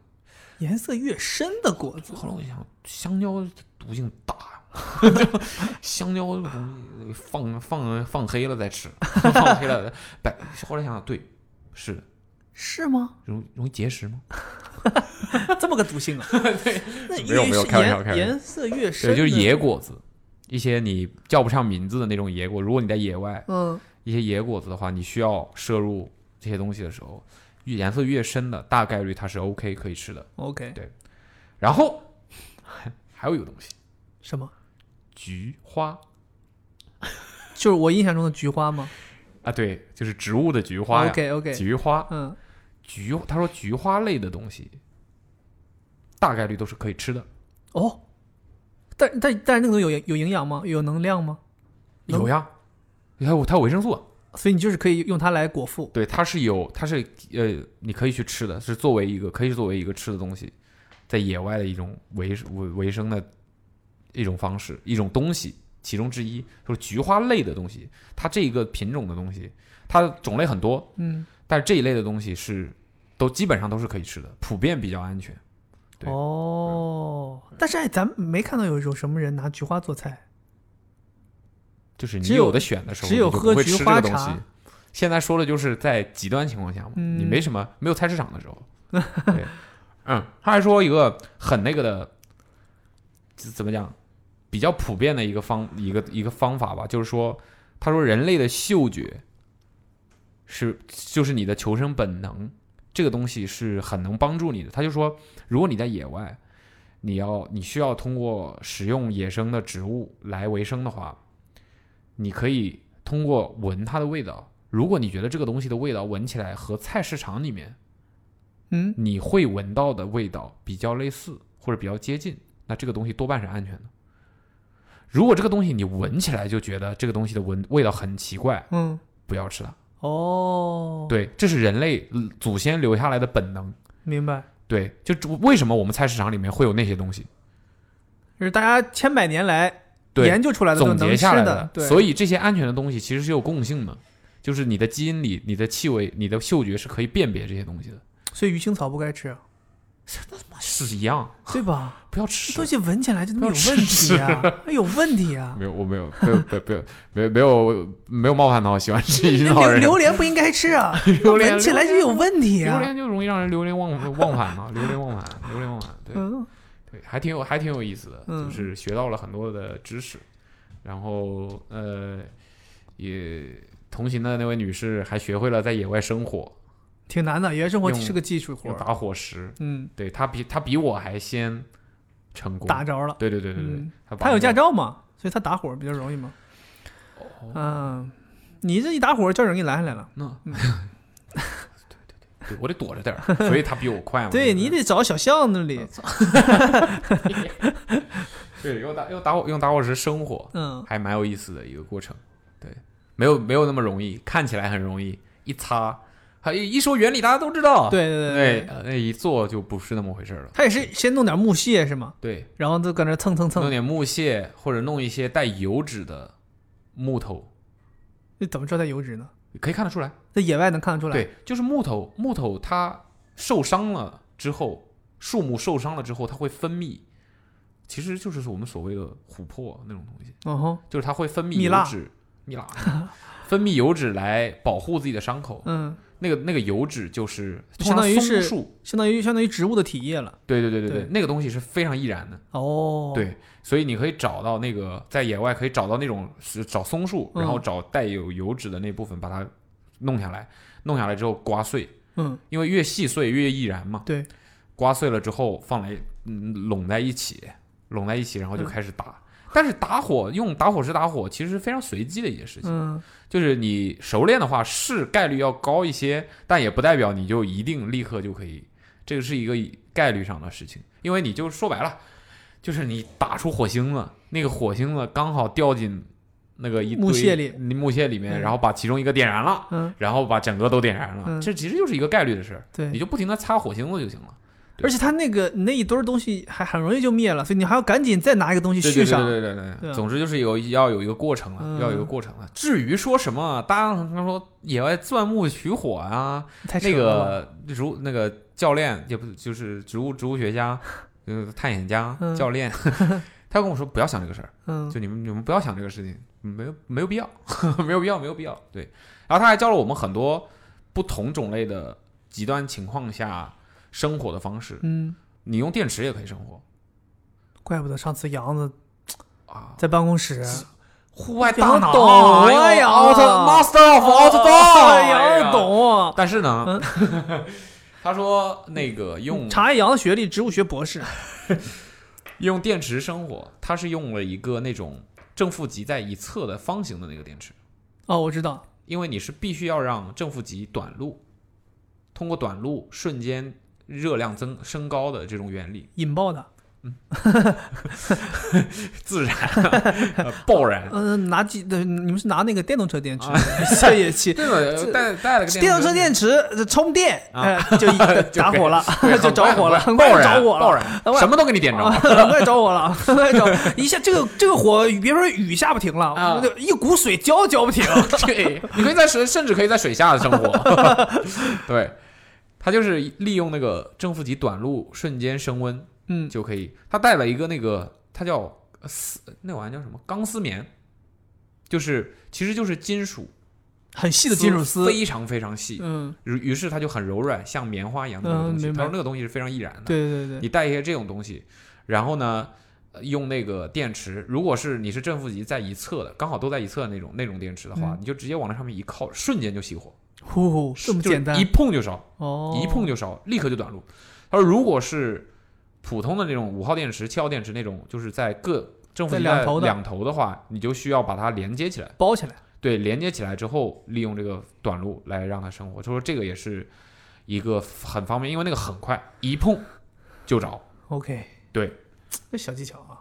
Speaker 3: 颜色越深的果子，
Speaker 4: 后来我就想，香蕉毒性大呀，就 香蕉这个东西放放放黑了再吃， 放黑了白。后来想想，对，是的，
Speaker 3: 是吗？
Speaker 4: 容容易结石吗？
Speaker 3: 这么个毒性啊？对，
Speaker 4: 没有没有开玩笑开玩笑
Speaker 3: 颜色越深
Speaker 4: 对，
Speaker 3: 的，
Speaker 4: 就是野果子，一些你叫不上名字的那种野果。如果你在野外，
Speaker 3: 嗯，
Speaker 4: 一些野果子的话，你需要摄入这些东西的时候，越颜色越深的，大概率它是 OK 可以吃的。
Speaker 3: OK，
Speaker 4: 然后 还有一个东西，
Speaker 3: 什么？
Speaker 4: 菊花
Speaker 3: 就是我印象中的菊花吗
Speaker 4: 啊，对，就是植物的菊花呀
Speaker 3: OK OK，
Speaker 4: 菊花，
Speaker 3: 嗯，
Speaker 4: 菊，他说菊花类的东西，大概率都是可以吃的，
Speaker 3: 哦，但但但是那个东西有有营养吗？有能量吗？能
Speaker 4: 有呀，它有它有维生素啊，
Speaker 3: 所以你就是可以用它来果腹。
Speaker 4: 对，它是有，它是呃，你可以去吃的，是作为一个可以作为一个吃的东西，在野外的一种维维维生的一种方式，一种东西其中之一，就是菊花类的东西。它这个品种的东西，它种类很多，
Speaker 3: 嗯，
Speaker 4: 但是这一类的东西是都基本上都是可以吃的，普遍比较安全。对
Speaker 3: 哦，但是哎，咱们没看到有有什么人拿菊花做菜，
Speaker 4: 就是你
Speaker 3: 只有
Speaker 4: 的选的时候，
Speaker 3: 只有
Speaker 4: 你就不
Speaker 3: 喝
Speaker 4: 会
Speaker 3: 菊
Speaker 4: 吃这
Speaker 3: 花
Speaker 4: 个东西
Speaker 3: 茶。
Speaker 4: 现在说的就是在极端情况下嘛，
Speaker 3: 嗯
Speaker 4: 你没什么没有菜市场的时候。对，嗯，他还说一个很那个的，怎怎么讲，比较普遍的一个方一个一个方法吧，就是说，他说人类的嗅觉是就是你的求生本能，这个东西是很能帮助你的。他就说，如果你在野外，你要你需要通过使用野生的植物来为生的话，你可以通过闻它的味道。如果你觉得这个东西的味道闻起来和菜市场里面
Speaker 3: 嗯，
Speaker 4: 你会闻到的味道比较类似或者比较接近，那这个东西多半是安全的。如果这个东西你闻起来就觉得这个东西的闻味道很奇怪，
Speaker 3: 嗯，
Speaker 4: 不要吃它。
Speaker 3: 哦，，
Speaker 4: 对，这是人类呃祖先留下来的本能。
Speaker 3: 明白。
Speaker 4: 对，就这为什么我们菜市场里面会有那些东西？
Speaker 3: 就是大家千百年来
Speaker 4: 对，
Speaker 3: 研究出来的
Speaker 4: 总结下来
Speaker 3: 的，对，
Speaker 4: 所
Speaker 3: 以
Speaker 4: 以这些安全的东西其实是有共性的，就是你的基因里、你的气味、你的嗅觉是可以辨别这些东西的，
Speaker 3: 所以鱼腥草不该吃，啊
Speaker 4: 是一样，
Speaker 3: 对吧？
Speaker 4: 不要
Speaker 3: 这
Speaker 4: 吃
Speaker 3: 东。西闻起来就他妈有
Speaker 4: 不要
Speaker 3: 问题 啊，有问题啊！
Speaker 4: 没有，我没有，没有，没有，没有，没有，没有冒犯到喜欢吃一
Speaker 3: 那
Speaker 4: 号
Speaker 3: 榴
Speaker 4: 人。
Speaker 3: 榴莲不应该吃啊，
Speaker 4: 榴莲
Speaker 3: 闻起来就有问题
Speaker 4: 榴
Speaker 3: 啊。
Speaker 4: 莲就容易让人流连忘忘 返嘛，流连忘返，流连忘返。对
Speaker 3: 嗯，
Speaker 4: 对，还挺有，还挺有意思的，
Speaker 3: 嗯
Speaker 4: 就是学到了很多的知识，然后呃，也同行的那位女士还学会了在野外生火，
Speaker 3: 挺难的，野外生活
Speaker 4: 用
Speaker 3: 是个技术活
Speaker 4: 用
Speaker 3: 儿。
Speaker 4: 打火石。
Speaker 3: 嗯，
Speaker 4: 对他比他比我还先成功
Speaker 3: 打着了。
Speaker 4: 对对对对对，
Speaker 3: 嗯
Speaker 4: 他把
Speaker 3: 他有
Speaker 4: 那
Speaker 3: 驾
Speaker 4: 个，
Speaker 3: 照嘛，所以他打火比较容易嘛。
Speaker 4: 哦
Speaker 3: 嗯，你这一打火，叫人给拦下来了。
Speaker 4: 那对对对对，我得躲着点儿，所以他比我快 嘛。
Speaker 3: 对
Speaker 4: 不
Speaker 3: 你得找小巷那里，
Speaker 4: 对用打用打火用打火石生火，
Speaker 3: 嗯，
Speaker 4: 还蛮有意思的一个过程。对，没有没有那么容易，看起来很容易，一擦，还一一说原理大家都知道。
Speaker 3: 对对
Speaker 4: 啊对，呃那一做就不是那么回事儿了。
Speaker 3: 他也是先弄点木屑是吗？
Speaker 4: 对，
Speaker 3: 然后就搁那蹭蹭
Speaker 4: 弄
Speaker 3: 蹭，
Speaker 4: 点木屑或者弄一些带油脂的木头，
Speaker 3: 那怎么知道它油脂呢？
Speaker 4: 可以看得出来。
Speaker 3: 在野外能看得出来。，
Speaker 4: 对，就是木头，木头它受伤了之后，树木受伤了之后，它会分泌，其实就是我们所谓的琥珀那种东西，
Speaker 3: 嗯哼，
Speaker 4: 就是它会分泌
Speaker 3: 蜜
Speaker 4: 油
Speaker 3: 蜡
Speaker 4: 脂，蜜蜡， 分泌油脂来保护自己的伤口。
Speaker 3: 嗯，
Speaker 4: 那个那个油脂就是通
Speaker 3: 相
Speaker 4: 常
Speaker 3: 当于
Speaker 4: 松
Speaker 3: 是
Speaker 4: 树，
Speaker 3: 相当于相当于植物的体液了。
Speaker 4: 对对对对
Speaker 3: 对
Speaker 4: 对，那个东西是非常易燃的。
Speaker 3: 哦，，
Speaker 4: 对，所以你可以找到那个在野外可以找到那种是找松树，然后
Speaker 3: 嗯
Speaker 4: 找带有油脂的那部分，把它弄下来，弄下来之后刮碎，
Speaker 3: 嗯，
Speaker 4: 因为越细碎越易燃嘛。
Speaker 3: 对，
Speaker 4: 刮碎了之后放来，嗯，拢在一起，拢在一起，然后就
Speaker 3: 嗯
Speaker 4: 开始打。但是打火用打火石打火其实是非常随机的一件事情，
Speaker 3: 嗯，
Speaker 4: 就是你熟练的话是概率要高一些，但也不代表你就一定立刻就可以，这个是一个概率上的事情，因为你就说白了，就是你打出火星子，那个火星子刚好掉进那个一堆
Speaker 3: 木屑里
Speaker 4: 木屑里面，
Speaker 3: 嗯
Speaker 4: 然后把其中一个点燃了，
Speaker 3: 嗯，
Speaker 4: 然后把整个都点燃了，
Speaker 3: 嗯
Speaker 4: 这其实就是一个概率的事儿，
Speaker 3: 对
Speaker 4: 你就不停的擦火星子就行了。对
Speaker 3: 而且它那个你那一堆儿东西还很容易就灭了，所以你还要赶紧再拿一个东西
Speaker 4: 对
Speaker 3: 续
Speaker 4: 对
Speaker 3: 上。
Speaker 4: 对对对对
Speaker 3: 对啊
Speaker 4: 总之就是有要有一个过程了，
Speaker 3: 嗯
Speaker 4: 要有一个过程了。至于说什么，大家常说野外钻木取火啊，
Speaker 3: 太扯
Speaker 4: 那
Speaker 3: 了吧，
Speaker 4: 个植物那个教练也不就是植物植物学家，就是探险家、
Speaker 3: 嗯
Speaker 4: 教练，他跟我说不要想这个事儿，
Speaker 3: 嗯，
Speaker 4: 就你们你们不要想这个事情，没有没有必要， 没有必要没有必要。对，然后他还教了我们很多不同种类的极端情况下生火的方式，
Speaker 3: 嗯，
Speaker 4: 你用电池也可以生火
Speaker 3: 怪不得上次杨子
Speaker 4: 啊。
Speaker 3: 在办公室，
Speaker 4: 户外
Speaker 3: 大
Speaker 4: 大
Speaker 3: 脑
Speaker 4: 脑，
Speaker 3: 哎呦
Speaker 4: 我操，Master of Outdoor，
Speaker 3: 哦
Speaker 4: 哎
Speaker 3: 杨懂。啊嗯
Speaker 4: 但是呢， 他说那个用
Speaker 3: 查一杨的学历，植物学博士。
Speaker 4: 用电池生火，它是用了一个那种正负极在一侧的方形的那个电池，
Speaker 3: 哦，我知道，
Speaker 4: 因为你是必须要让正负极短路，通过短路瞬间热量增升高的这种原理
Speaker 3: 引爆的。
Speaker 4: 自 燃、呃爆 燃。
Speaker 3: 嗯、拿几？呃你们是拿那个电动车电
Speaker 4: 啊
Speaker 3: 池， 这也气。
Speaker 4: 对了，呃带带了个
Speaker 3: 电动车电
Speaker 4: 池
Speaker 3: 池呃充电，
Speaker 4: 啊
Speaker 3: 呃， 就一打火了， 就着火了，很快
Speaker 4: 爆
Speaker 3: 就
Speaker 4: 燃，
Speaker 3: 着火
Speaker 4: 爆
Speaker 3: 了，
Speaker 4: 燃
Speaker 3: 很，快哦
Speaker 4: 什么都给你点 着。
Speaker 3: 很快着火了，很快着一下，这个这个火，别说雨下不停了，
Speaker 4: 啊
Speaker 3: 我就一股水浇浇 不停。
Speaker 4: 对，你可以在水，甚至可以在水 下生活。对，它就是利用那个正负极短路瞬间升温
Speaker 3: 嗯
Speaker 4: 就可以。它带了一个那个，它叫呃丝，那玩意儿叫什么？钢丝棉，就是其实就是金属，
Speaker 3: 很细的金属丝，
Speaker 4: 非常非常细。
Speaker 3: 嗯，
Speaker 4: 于于是它就很柔软，像棉花一样的
Speaker 3: 嗯
Speaker 4: 那个东西。
Speaker 3: 明白
Speaker 4: 它说那个东西是非常易燃的。
Speaker 3: 对对对，
Speaker 4: 你带一些这种东西，然后呢，呃用那个电池，如果是你是正负极在一侧的，刚好都在一侧的那种那种电池的话，
Speaker 3: 嗯
Speaker 4: 你就直接往那上面一靠，瞬间就熄火，
Speaker 3: 呼，这么
Speaker 4: 就是
Speaker 3: 简单
Speaker 4: 一碰就烧，
Speaker 3: 哦，
Speaker 4: 一碰就烧，立刻就短路。他说，如果是普通的那种五号电池、七号电池那种，就是在各正负
Speaker 3: 在
Speaker 4: 极
Speaker 3: 两
Speaker 4: 在
Speaker 3: 头的
Speaker 4: 两头的话，你就需要把它连接起来。
Speaker 3: 包起来，
Speaker 4: 对，连接起来之后，利用这个短路来让它生火。他说这个也是一个很方便，因为那个很快，一碰就着。
Speaker 3: OK，
Speaker 4: 对，
Speaker 3: 这小技巧啊。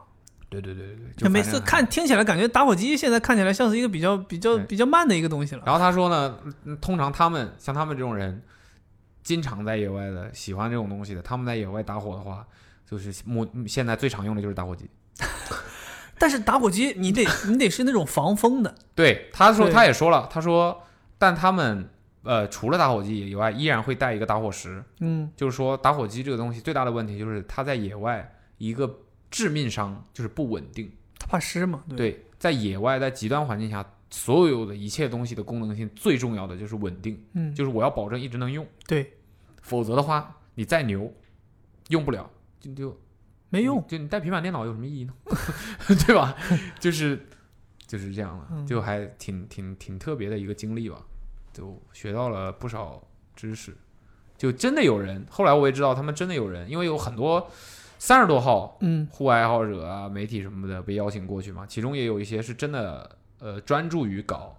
Speaker 4: 对对对对对，
Speaker 3: 就
Speaker 4: 就
Speaker 3: 每
Speaker 4: 反
Speaker 3: 次
Speaker 4: 正很。
Speaker 3: 看听起来感觉打火机现在看起来像是一个比较比较
Speaker 4: 对
Speaker 3: 比较慢的一个东西了。
Speaker 4: 然后他说呢，嗯通常他们像他们这种人，经常在野外的，喜欢这种东西的，他们在野外打火的话，就是目现在最常用的就是打火机。
Speaker 3: 但是打火机你 得你得是那种防风的，
Speaker 4: 对，他说
Speaker 3: 对
Speaker 4: 他也说了，他说，但他们呃除了打火机以外，依然会带一个打火石，
Speaker 3: 嗯，
Speaker 4: 就是说打火机这个东西最大的问题就是它在野外一个致命伤就是不稳定。
Speaker 3: 它怕湿嘛，对，
Speaker 4: 对，在野外在极端环境下，所有的一切东西的功能性最重要的就是稳定，
Speaker 3: 嗯，
Speaker 4: 就是我要保证一直能用，
Speaker 3: 对，
Speaker 4: 否则的话你再牛，用不了就就
Speaker 3: 没用，
Speaker 4: 嗯就你带平板电脑有什么意义呢？ 对吧？就是就是这样了，
Speaker 3: 嗯
Speaker 4: 就还挺挺挺特别的一个经历吧，就学到了不少知识。就真的有人，后来我也知道他们真的有人，因为有很多三十多号
Speaker 3: 嗯
Speaker 4: 户外爱好者啊、媒体什么的被邀请过去嘛，其中也有一些是真的呃专注于搞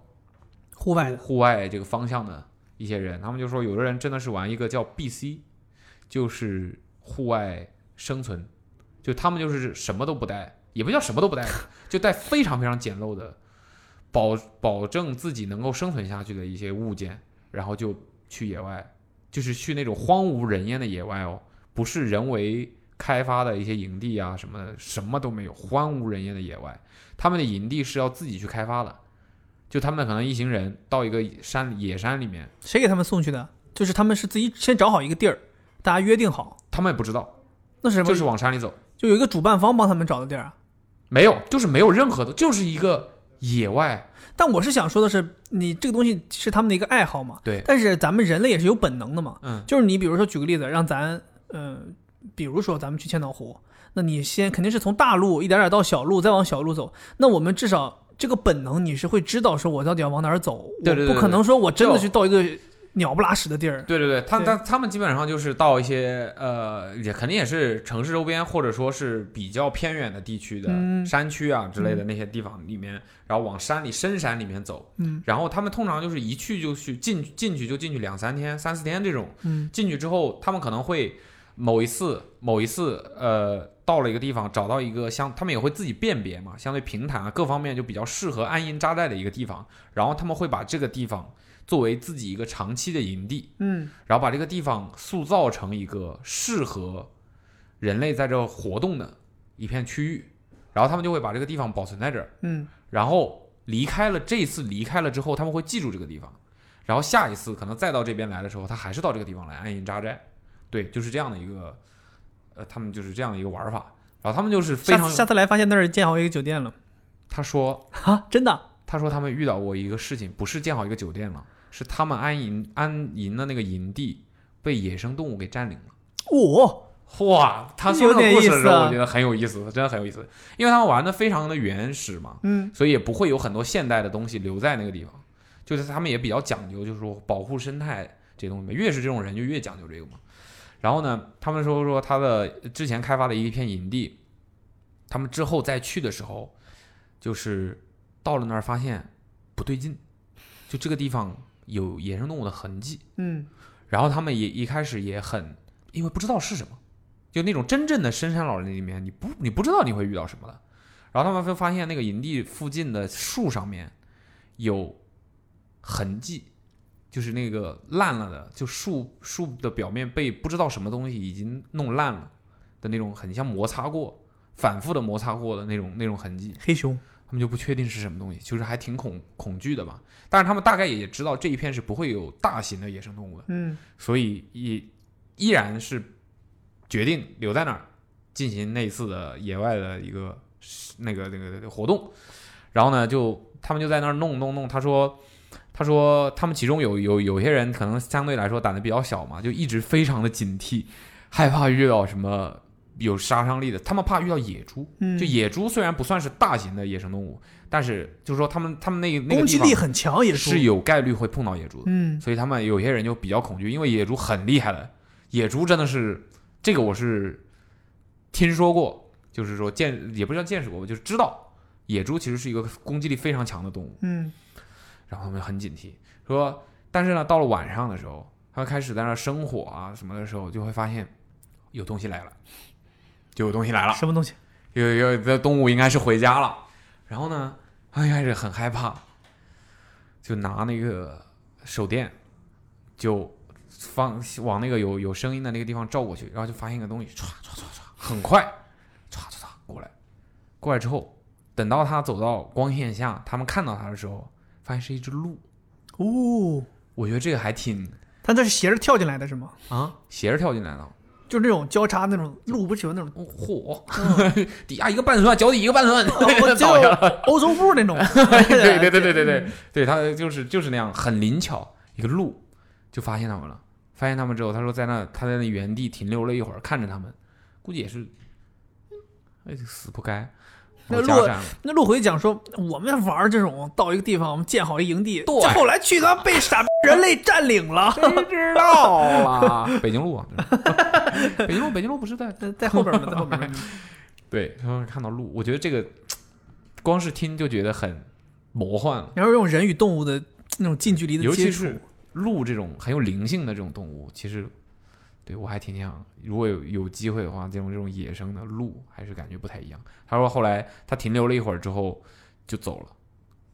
Speaker 3: 户外的，
Speaker 4: 户外这个方向的一些人，他们就说有的人真的是玩一个叫 BC，就是户外生存，就他们就是什么都不带，也不叫什么都不带，就带非常非常简陋的，保保证自己能够生存下去的一些物件，然后就去野外，就是去那种荒无人烟的野外哦，不是人为。开发的一些营地啊，什么的，什么都没有，荒无人烟的野外，他们的营地是要自己去开发的，就他们可能一行人到一个山野山里面，
Speaker 3: 谁给他们送去的？就是他们是自己先找好一个地儿，大家约定好，
Speaker 4: 他们也不知道，
Speaker 3: 那是什么？
Speaker 4: 就是往山里走，
Speaker 3: 就有一个主办方帮他们找的地儿啊。
Speaker 4: 没有，就是没有任何的，就是一个野外。
Speaker 3: 但我是想说的是，你这个东西是他们的一个爱好嘛，
Speaker 4: 对，
Speaker 3: 但是咱们人类也是有本能的嘛，
Speaker 4: 嗯，
Speaker 3: 就是你比如说举个例子，让咱嗯、呃，比如说咱们去千岛湖，那你先肯定是从大路一点点到小路，再往小路走，那我们至少这个本能你是会知道说我到底要往哪儿走，
Speaker 4: 对对对
Speaker 3: 我不可能说我真的
Speaker 4: 就
Speaker 3: 去到一个鸟不拉屎的地儿，
Speaker 4: 对对对，他
Speaker 3: 对
Speaker 4: 他他们基本上就是到一些呃，也肯定也是城市周边或者说是比较偏远的地区的
Speaker 3: 嗯
Speaker 4: 山区啊之类的那些地方里面，然后往山里深山里面走，
Speaker 3: 嗯
Speaker 4: 然后他们通常就是一去就去进进去就进去两三天三四天这种，
Speaker 3: 嗯
Speaker 4: 进去之后，他们可能会某一次某一次呃，到了一个地方，找到一个相，他们也会自己辨别嘛，相对平坦啊，各方面就比较适合安营扎寨的一个地方，然后他们会把这个地方作为自己一个长期的营地，
Speaker 3: 嗯，
Speaker 4: 然后把这个地方塑造成一个适合人类在这儿活动的一片区域，然后他们就会把这个地方保存在这儿。
Speaker 3: 嗯，
Speaker 4: 然后离开了，这次离开了之后，他们会记住这个地方，然后下一次可能再到这边来的时候，他还是到这个地方来安营扎寨，对，就是这样的一个，呃，他们就是这样的一个玩法，然后他们就是非
Speaker 3: 下
Speaker 4: 常
Speaker 3: 次，下次来发现那儿建好一个酒店了
Speaker 4: 他说
Speaker 3: 啊，真的啊
Speaker 4: 他说他们遇到过一个事情，不是建好一个酒店了，是他们安营安营的那个营地被野生动物给占领了。
Speaker 3: 哦，
Speaker 4: 哇，他说这
Speaker 3: 有
Speaker 4: 个
Speaker 3: 点
Speaker 4: 故事的时候，
Speaker 3: 意思啊
Speaker 4: 我觉得很有意思，真的很有意思，因为他们玩的非常的原始嘛，
Speaker 3: 嗯
Speaker 4: 所以也不会有很多现代的东西留在那个地方。就是他们也比较讲究，就是说保护生态这东西嘛，越是这种人就越讲究这个嘛。然后呢，他们说说他的之前开发的一片营地，他们之后再去的时候，就是到了那儿发现不对劲，就这个地方有野生动物的痕迹。
Speaker 3: 嗯，
Speaker 4: 然后他们也一开始也很，因为不知道是什么，就那种真正的深山老林里面，你不你不知道你会遇到什么的。然后他们就发现那个营地附近的树上面有痕迹，就是那个烂了的，就树树的表面被不知道什么东西已经弄烂了的那种，很像摩擦过、反复的摩擦过的那种那种痕迹。
Speaker 3: 黑熊，
Speaker 4: 他们就不确定是什么东西，就是还挺恐恐惧的嘛。但是他们大概也知道这一片是不会有大型的野生动物的，
Speaker 3: 嗯
Speaker 4: 所以也依然是决定留在那儿进行那一次的野外的一个那个那个那个活动。然后呢，就他们就在那儿弄弄弄。他说，他说他们其中有有有些人可能相对来说胆子比较小嘛，就一直非常的警惕，害怕遇到什么有杀伤力的，他们怕遇到野猪。
Speaker 3: 嗯
Speaker 4: 就野猪虽然不算是大型的野生动物，但是就是说他们他们那个那
Speaker 3: 攻
Speaker 4: 个地
Speaker 3: 击
Speaker 4: 方
Speaker 3: 力很强，也
Speaker 4: 是有概率会碰到野猪的。
Speaker 3: 嗯
Speaker 4: 所以他们有些人就比较恐惧，因为野猪很厉害的，野猪真的是这个我是听说过，就是说见也不叫见识过吧，就是知道野猪其实是一个攻击力非常强的动物，
Speaker 3: 嗯
Speaker 4: 然后他们就很警惕，说但是呢，到了晚上的时候，他们开始在那儿生火啊什么的时候，就会发现有东西来了，就有东西来了，
Speaker 3: 什么东西？
Speaker 4: 有有的动物应该是回家了，然后呢，他一开始很害怕，就拿那个手电，就放往那个有有声音的那个地方照过去，然后就发现一个东西，唰唰唰唰，很快，唰唰唰过来，过来之后，等到他走到光线下，他们看到他的时候，发现是一只鹿。
Speaker 3: 哦，
Speaker 4: 我觉得这个还挺
Speaker 3: 他这是斜着跳进来的是吗？
Speaker 4: 啊，斜着跳进来的，
Speaker 3: 就是那种交叉那种路，不是有那 种
Speaker 4: 哦嚯、 底下一个半蒜，脚底一个半蒜，
Speaker 3: 哦
Speaker 4: 倒下了。，
Speaker 3: 欧洲步那种
Speaker 4: 对嗯对对对对对，对他就是就是那样，很灵巧，一个鹿就发现他们了。发现他们之后，他说在那他在那原地停留了一会儿，看着他们，估计也是，哎死不该，
Speaker 3: 那
Speaker 4: 往家
Speaker 3: 鹿
Speaker 4: 站了
Speaker 3: 那陆回讲说，我们玩这种到一个地方，我们建好一营地，
Speaker 4: 对
Speaker 3: 这后来去他妈被傻逼人类占领 了，
Speaker 4: 谁知道啊？ 北京路啊， 北京路北京路不是在
Speaker 3: 在后边儿呢，在后边儿 呢。
Speaker 4: 对，他们看到鹿，我觉得这个光是听就觉得很魔幻了。
Speaker 3: 然后用人与动物的那种近距离的
Speaker 4: 尤
Speaker 3: 接
Speaker 4: 其
Speaker 3: 触，
Speaker 4: 是鹿这种很有灵性的这种动物，其实对我还挺想，如果有有机会的话，这种这种野生的鹿还是感觉不太一样。他说后来他停留了一会儿之后就走了，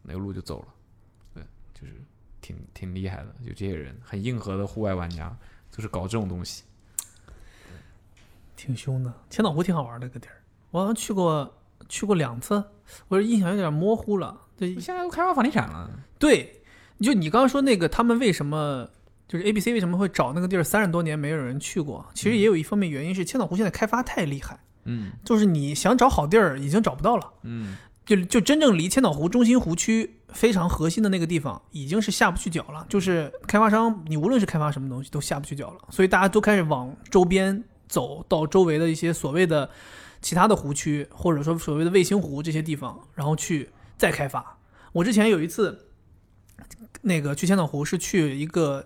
Speaker 4: 那个鹿就走了，对，就是挺挺厉害的，就这些人很硬核的户外玩家，就是搞这种东西。
Speaker 3: 挺凶的。千岛湖挺好玩的个地儿，我好像去过去过两次，我印象有点模糊了。对
Speaker 4: 现在都开发房地产了，
Speaker 3: 对，就你刚刚说那个，他们为什么就是 A B C 为什么会找那个地儿三十多年没有人去过？其实也有一方面原因是千岛湖现在开发太厉害，
Speaker 4: 嗯
Speaker 3: 就是你想找好地儿已经找不到了。
Speaker 4: 嗯，
Speaker 3: 就就真正离千岛湖中心湖区非常核心的那个地方，已经是下不去脚了。就是开发商，你无论是开发什么东西，都下不去脚了。所以大家都开始往周边走，到周围的一些所谓的其他的湖区，或者说所谓的卫星湖这些地方，然后去再开发。我之前有一次，那个去千岛湖是去一个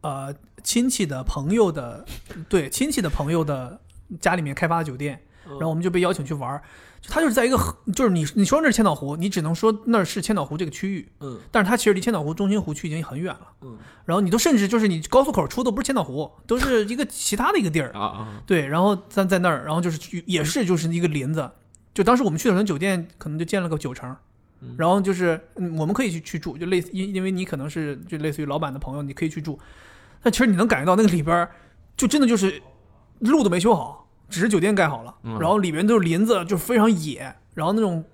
Speaker 3: 呃亲戚的朋友的，对亲戚的朋友的家里面开发的酒店，
Speaker 5: 嗯
Speaker 3: 然后我们就被邀请去玩儿。就它就是在一个很就是你你说那是千岛湖，你只能说那是千岛湖这个区域，
Speaker 5: 嗯，
Speaker 3: 但是它其实离千岛湖中心湖区已经很远了，
Speaker 5: 嗯，
Speaker 3: 然后你都甚至就是你高速口出都不是千岛湖，都是一个其他的一个地儿，
Speaker 4: 啊啊，
Speaker 3: 对，然后在在那儿，然后就是去也是就是一个林子，就当时我们去的时候酒店可能就建了个九成，然后就是嗯我们可以去去住，就类似因因为你可能是就类似于老板的朋友，你可以去住，但其实你能感觉到那个里边儿就真的就是路都没修好，只是酒店盖好了，
Speaker 4: 嗯
Speaker 3: 然后里边都是林子，就非常野，然后那种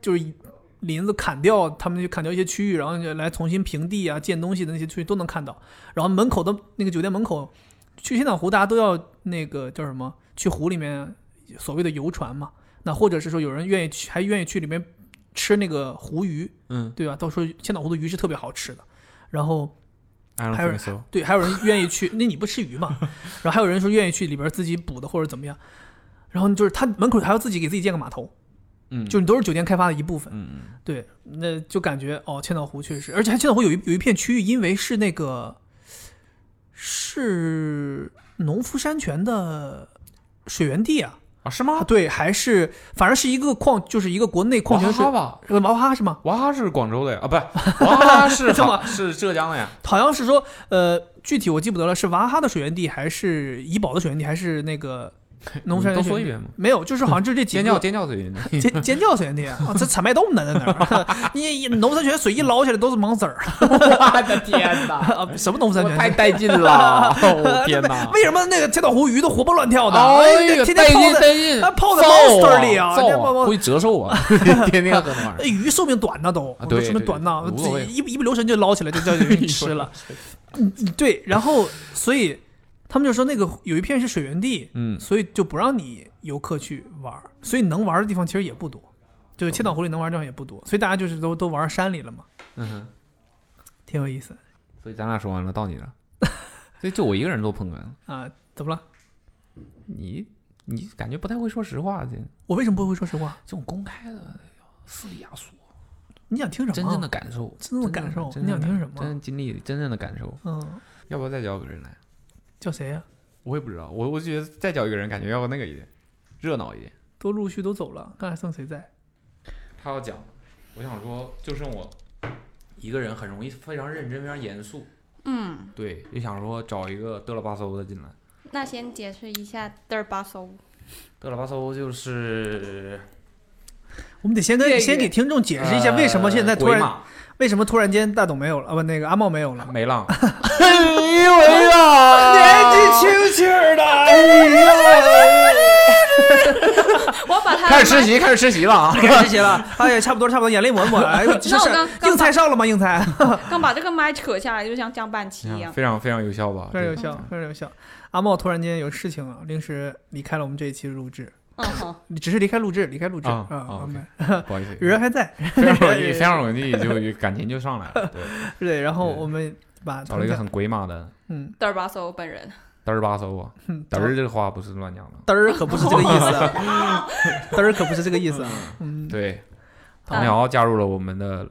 Speaker 3: 就是林子砍掉，他们就砍掉一些区域，然后就来重新平地啊、建东西的那些区域都能看到。然后门口的那个酒店门口，去千岛湖大家都要那个叫什么？去湖里面所谓的游船嘛。那或者是说有人愿意去，还愿意去里面吃那个湖鱼，
Speaker 4: 嗯，
Speaker 3: 对吧？到时候千岛湖的鱼是特别好吃的。然后
Speaker 4: 还
Speaker 3: 还有人对，还有人愿意去，那你不吃鱼嘛？然后还有人说愿意去里边自己捕的或者怎么样。然后就是他门口还要自己给自己建个码头，
Speaker 4: 嗯，
Speaker 3: 就是都是酒店开发的一部分。
Speaker 4: 嗯嗯
Speaker 3: 对，那就感觉哦，千岛湖确实，而且还千岛湖有一有一片区域，因为是那个是农夫山泉的水源地啊，
Speaker 4: 啊是
Speaker 3: 啊
Speaker 4: 吗？
Speaker 3: 对，还是反正是一个矿，就是一个国内矿泉水
Speaker 4: 娃，哈吧，
Speaker 3: 呃，娃哈哈是吗？
Speaker 4: 娃哈哈是广州的 呀，啊不是，娃哈哈是
Speaker 3: 这么
Speaker 4: 是浙江的呀，
Speaker 3: 好像是说，呃，具体我记不得了，是娃哈哈的水源地，还是怡保的水源地，还是那 个农夫山
Speaker 4: 都
Speaker 3: 泉
Speaker 4: 说
Speaker 3: 水
Speaker 4: 一
Speaker 3: 源地？
Speaker 4: 遍嘛。
Speaker 3: 没有，就是好像就这几
Speaker 4: 尖
Speaker 3: 个
Speaker 4: 叫尖叫嘴，
Speaker 3: 尖尖叫水源地啊，哦这产脉动呢，在那儿， 你你农夫山泉水一捞起来都是芒子儿，
Speaker 4: 我的天 哪！
Speaker 3: 啊什么农夫山
Speaker 4: 我
Speaker 3: 泉
Speaker 4: 太
Speaker 3: 水？
Speaker 4: 带劲 了，我哦天哪！
Speaker 3: 为什么那个千岛湖鱼都活蹦乱跳的？
Speaker 4: 哎
Speaker 3: 呀，
Speaker 4: 呀，
Speaker 3: 天
Speaker 4: 带
Speaker 3: 天
Speaker 4: 劲
Speaker 3: 泡在
Speaker 4: 带劲！
Speaker 3: 啊泡在
Speaker 4: 造
Speaker 3: Monster 里啊
Speaker 4: 造
Speaker 3: 那不
Speaker 4: 啊，
Speaker 3: 不
Speaker 4: 会折寿 啊！天天喝那玩
Speaker 3: 哎
Speaker 4: 意
Speaker 3: 鱼寿命短呢都，
Speaker 4: 啊对
Speaker 3: 都寿命
Speaker 4: 对
Speaker 3: 短呢，
Speaker 4: 无
Speaker 3: 自
Speaker 4: 所谓
Speaker 3: 己一不一不留神就捞起来就叫人吃 了。嗯对，然后所以他们就说那个有一片是水源地，
Speaker 4: 嗯
Speaker 3: 所以就不让你游客去玩儿，所以能玩儿的地方其实也不多，就是千岛湖里能玩儿的地方也不多，所以大家就是都都玩儿山里了嘛，
Speaker 4: 嗯哼，
Speaker 3: 挺有意思
Speaker 4: 所以咱俩说完了，到你了。所以就我一个人做捧哏，
Speaker 3: 啊。怎么了？
Speaker 4: 你你感觉不太会说实话，这
Speaker 3: 我为什么不会说实话？
Speaker 4: 这种公开的私底下说，
Speaker 3: 你想听什么？
Speaker 4: 真正的感受，
Speaker 3: 真正的感受
Speaker 4: 真正
Speaker 3: 你想
Speaker 4: 的
Speaker 3: 听什么
Speaker 4: 真正经历，真正的感受，
Speaker 3: 嗯，
Speaker 4: 要不要再叫个人来？
Speaker 3: 叫谁呀、
Speaker 4: 我也不知道，我我觉得再叫一个人，感觉要那个一点，热闹一点。
Speaker 3: 都陆续都走了，刚才剩谁在？
Speaker 4: 他要讲，我想说，就剩我一个人，很容易非常认真，非常严肃。
Speaker 5: 嗯，
Speaker 4: 对，就想说找一个嘚了吧嗖的进来。
Speaker 5: 那先解释一下嘚儿吧嗖。
Speaker 4: 嘚了吧嗖 就是
Speaker 3: 我们得先跟
Speaker 4: 粤语
Speaker 3: 先给听众解释一下，为什么现在突
Speaker 4: 呃
Speaker 3: 然、
Speaker 4: 鬼马
Speaker 3: 为什么突然间大董没有了啊？不，那个阿茂没有了。
Speaker 4: 没浪，因为
Speaker 5: 呃
Speaker 4: 啊，
Speaker 3: 哎
Speaker 4: 年纪轻轻的，哎呀，
Speaker 5: 我把它
Speaker 4: 开始实习，开始实习 了啊！
Speaker 3: 开始写了，哎呀，差不多，差不多，眼泪抹一 抹。哎呦，这
Speaker 5: 那我
Speaker 3: 是
Speaker 5: 刚刚
Speaker 3: 硬菜上了吗？硬菜，
Speaker 5: 刚把这个麦扯下来，就像降半旗一
Speaker 3: 嗯
Speaker 5: 样。
Speaker 4: 非常非常有效吧？
Speaker 3: 非常有
Speaker 4: 这
Speaker 3: 效
Speaker 4: 个，
Speaker 3: 非常有效。阿茂突然间有事情了，临时离开了我们这一期录制，
Speaker 5: 嗯哼，
Speaker 3: 只是离开录制，离开录制
Speaker 4: 啊啊
Speaker 3: 啊。明白
Speaker 4: 不好意思，
Speaker 3: 人还在，
Speaker 4: 非常容易，非常容易就感情就上来了。对，
Speaker 3: 对。然后
Speaker 4: 对
Speaker 3: 我们把
Speaker 4: 找了一个很鬼马的
Speaker 3: 嗯，
Speaker 5: 嘚儿吧嗖本人，
Speaker 4: 嘚儿吧嗖啊，
Speaker 3: 哼
Speaker 4: 嘚儿这个话不是乱讲的。
Speaker 3: 嘚儿可不是这个意思啊， 嘚儿可不是这个意思啊。嗯，
Speaker 4: 对，
Speaker 5: 嗯
Speaker 3: 啊
Speaker 4: 唐瑶加入了我们的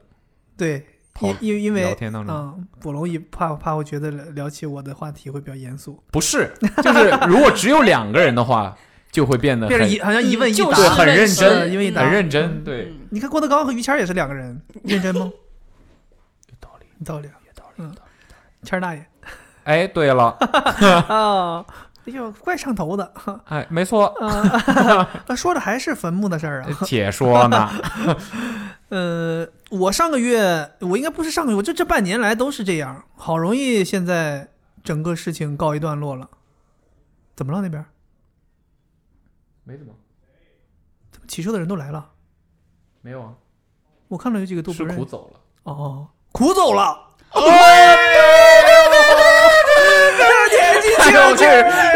Speaker 3: 对，
Speaker 4: 讨
Speaker 3: 因因因
Speaker 4: 聊
Speaker 3: 为
Speaker 4: 天当中，
Speaker 3: 嗯，捕龙一怕怕会觉得聊起我的话题会比较严肃，
Speaker 4: 不是，就是如果只有两个人的话， 就会变得
Speaker 3: 变成
Speaker 4: 很
Speaker 3: 一好像嗯一问一
Speaker 5: 嗯就
Speaker 3: 答。
Speaker 5: 是
Speaker 4: 对很认
Speaker 5: 认识
Speaker 4: 真
Speaker 3: 因为一答
Speaker 4: 很认真。
Speaker 3: 嗯
Speaker 4: 对，
Speaker 5: 嗯
Speaker 3: 你看郭德纲和于谦儿也是两个人，认真吗？
Speaker 4: 有道理，
Speaker 3: 有道理啊，
Speaker 4: 有道
Speaker 3: 理有谦儿大爷
Speaker 4: 哎，对了，
Speaker 3: 啊，哎呦，怪上头 的啊
Speaker 4: 哎，没错，
Speaker 3: 那说的还是坟墓的事儿啊。
Speaker 4: 且说 呢，
Speaker 3: 呃，我上个月，我应该不是上个月，我这这半年来都是这样，好容易现在整个事情告一段落了。怎么了那边？
Speaker 4: 没怎么，
Speaker 3: 怎么骑车的人都来了？
Speaker 4: 没有啊，
Speaker 3: 我看到有几个都不
Speaker 4: 是
Speaker 3: 认
Speaker 4: 苦走了。
Speaker 3: 哦哦，苦走了，年纪轻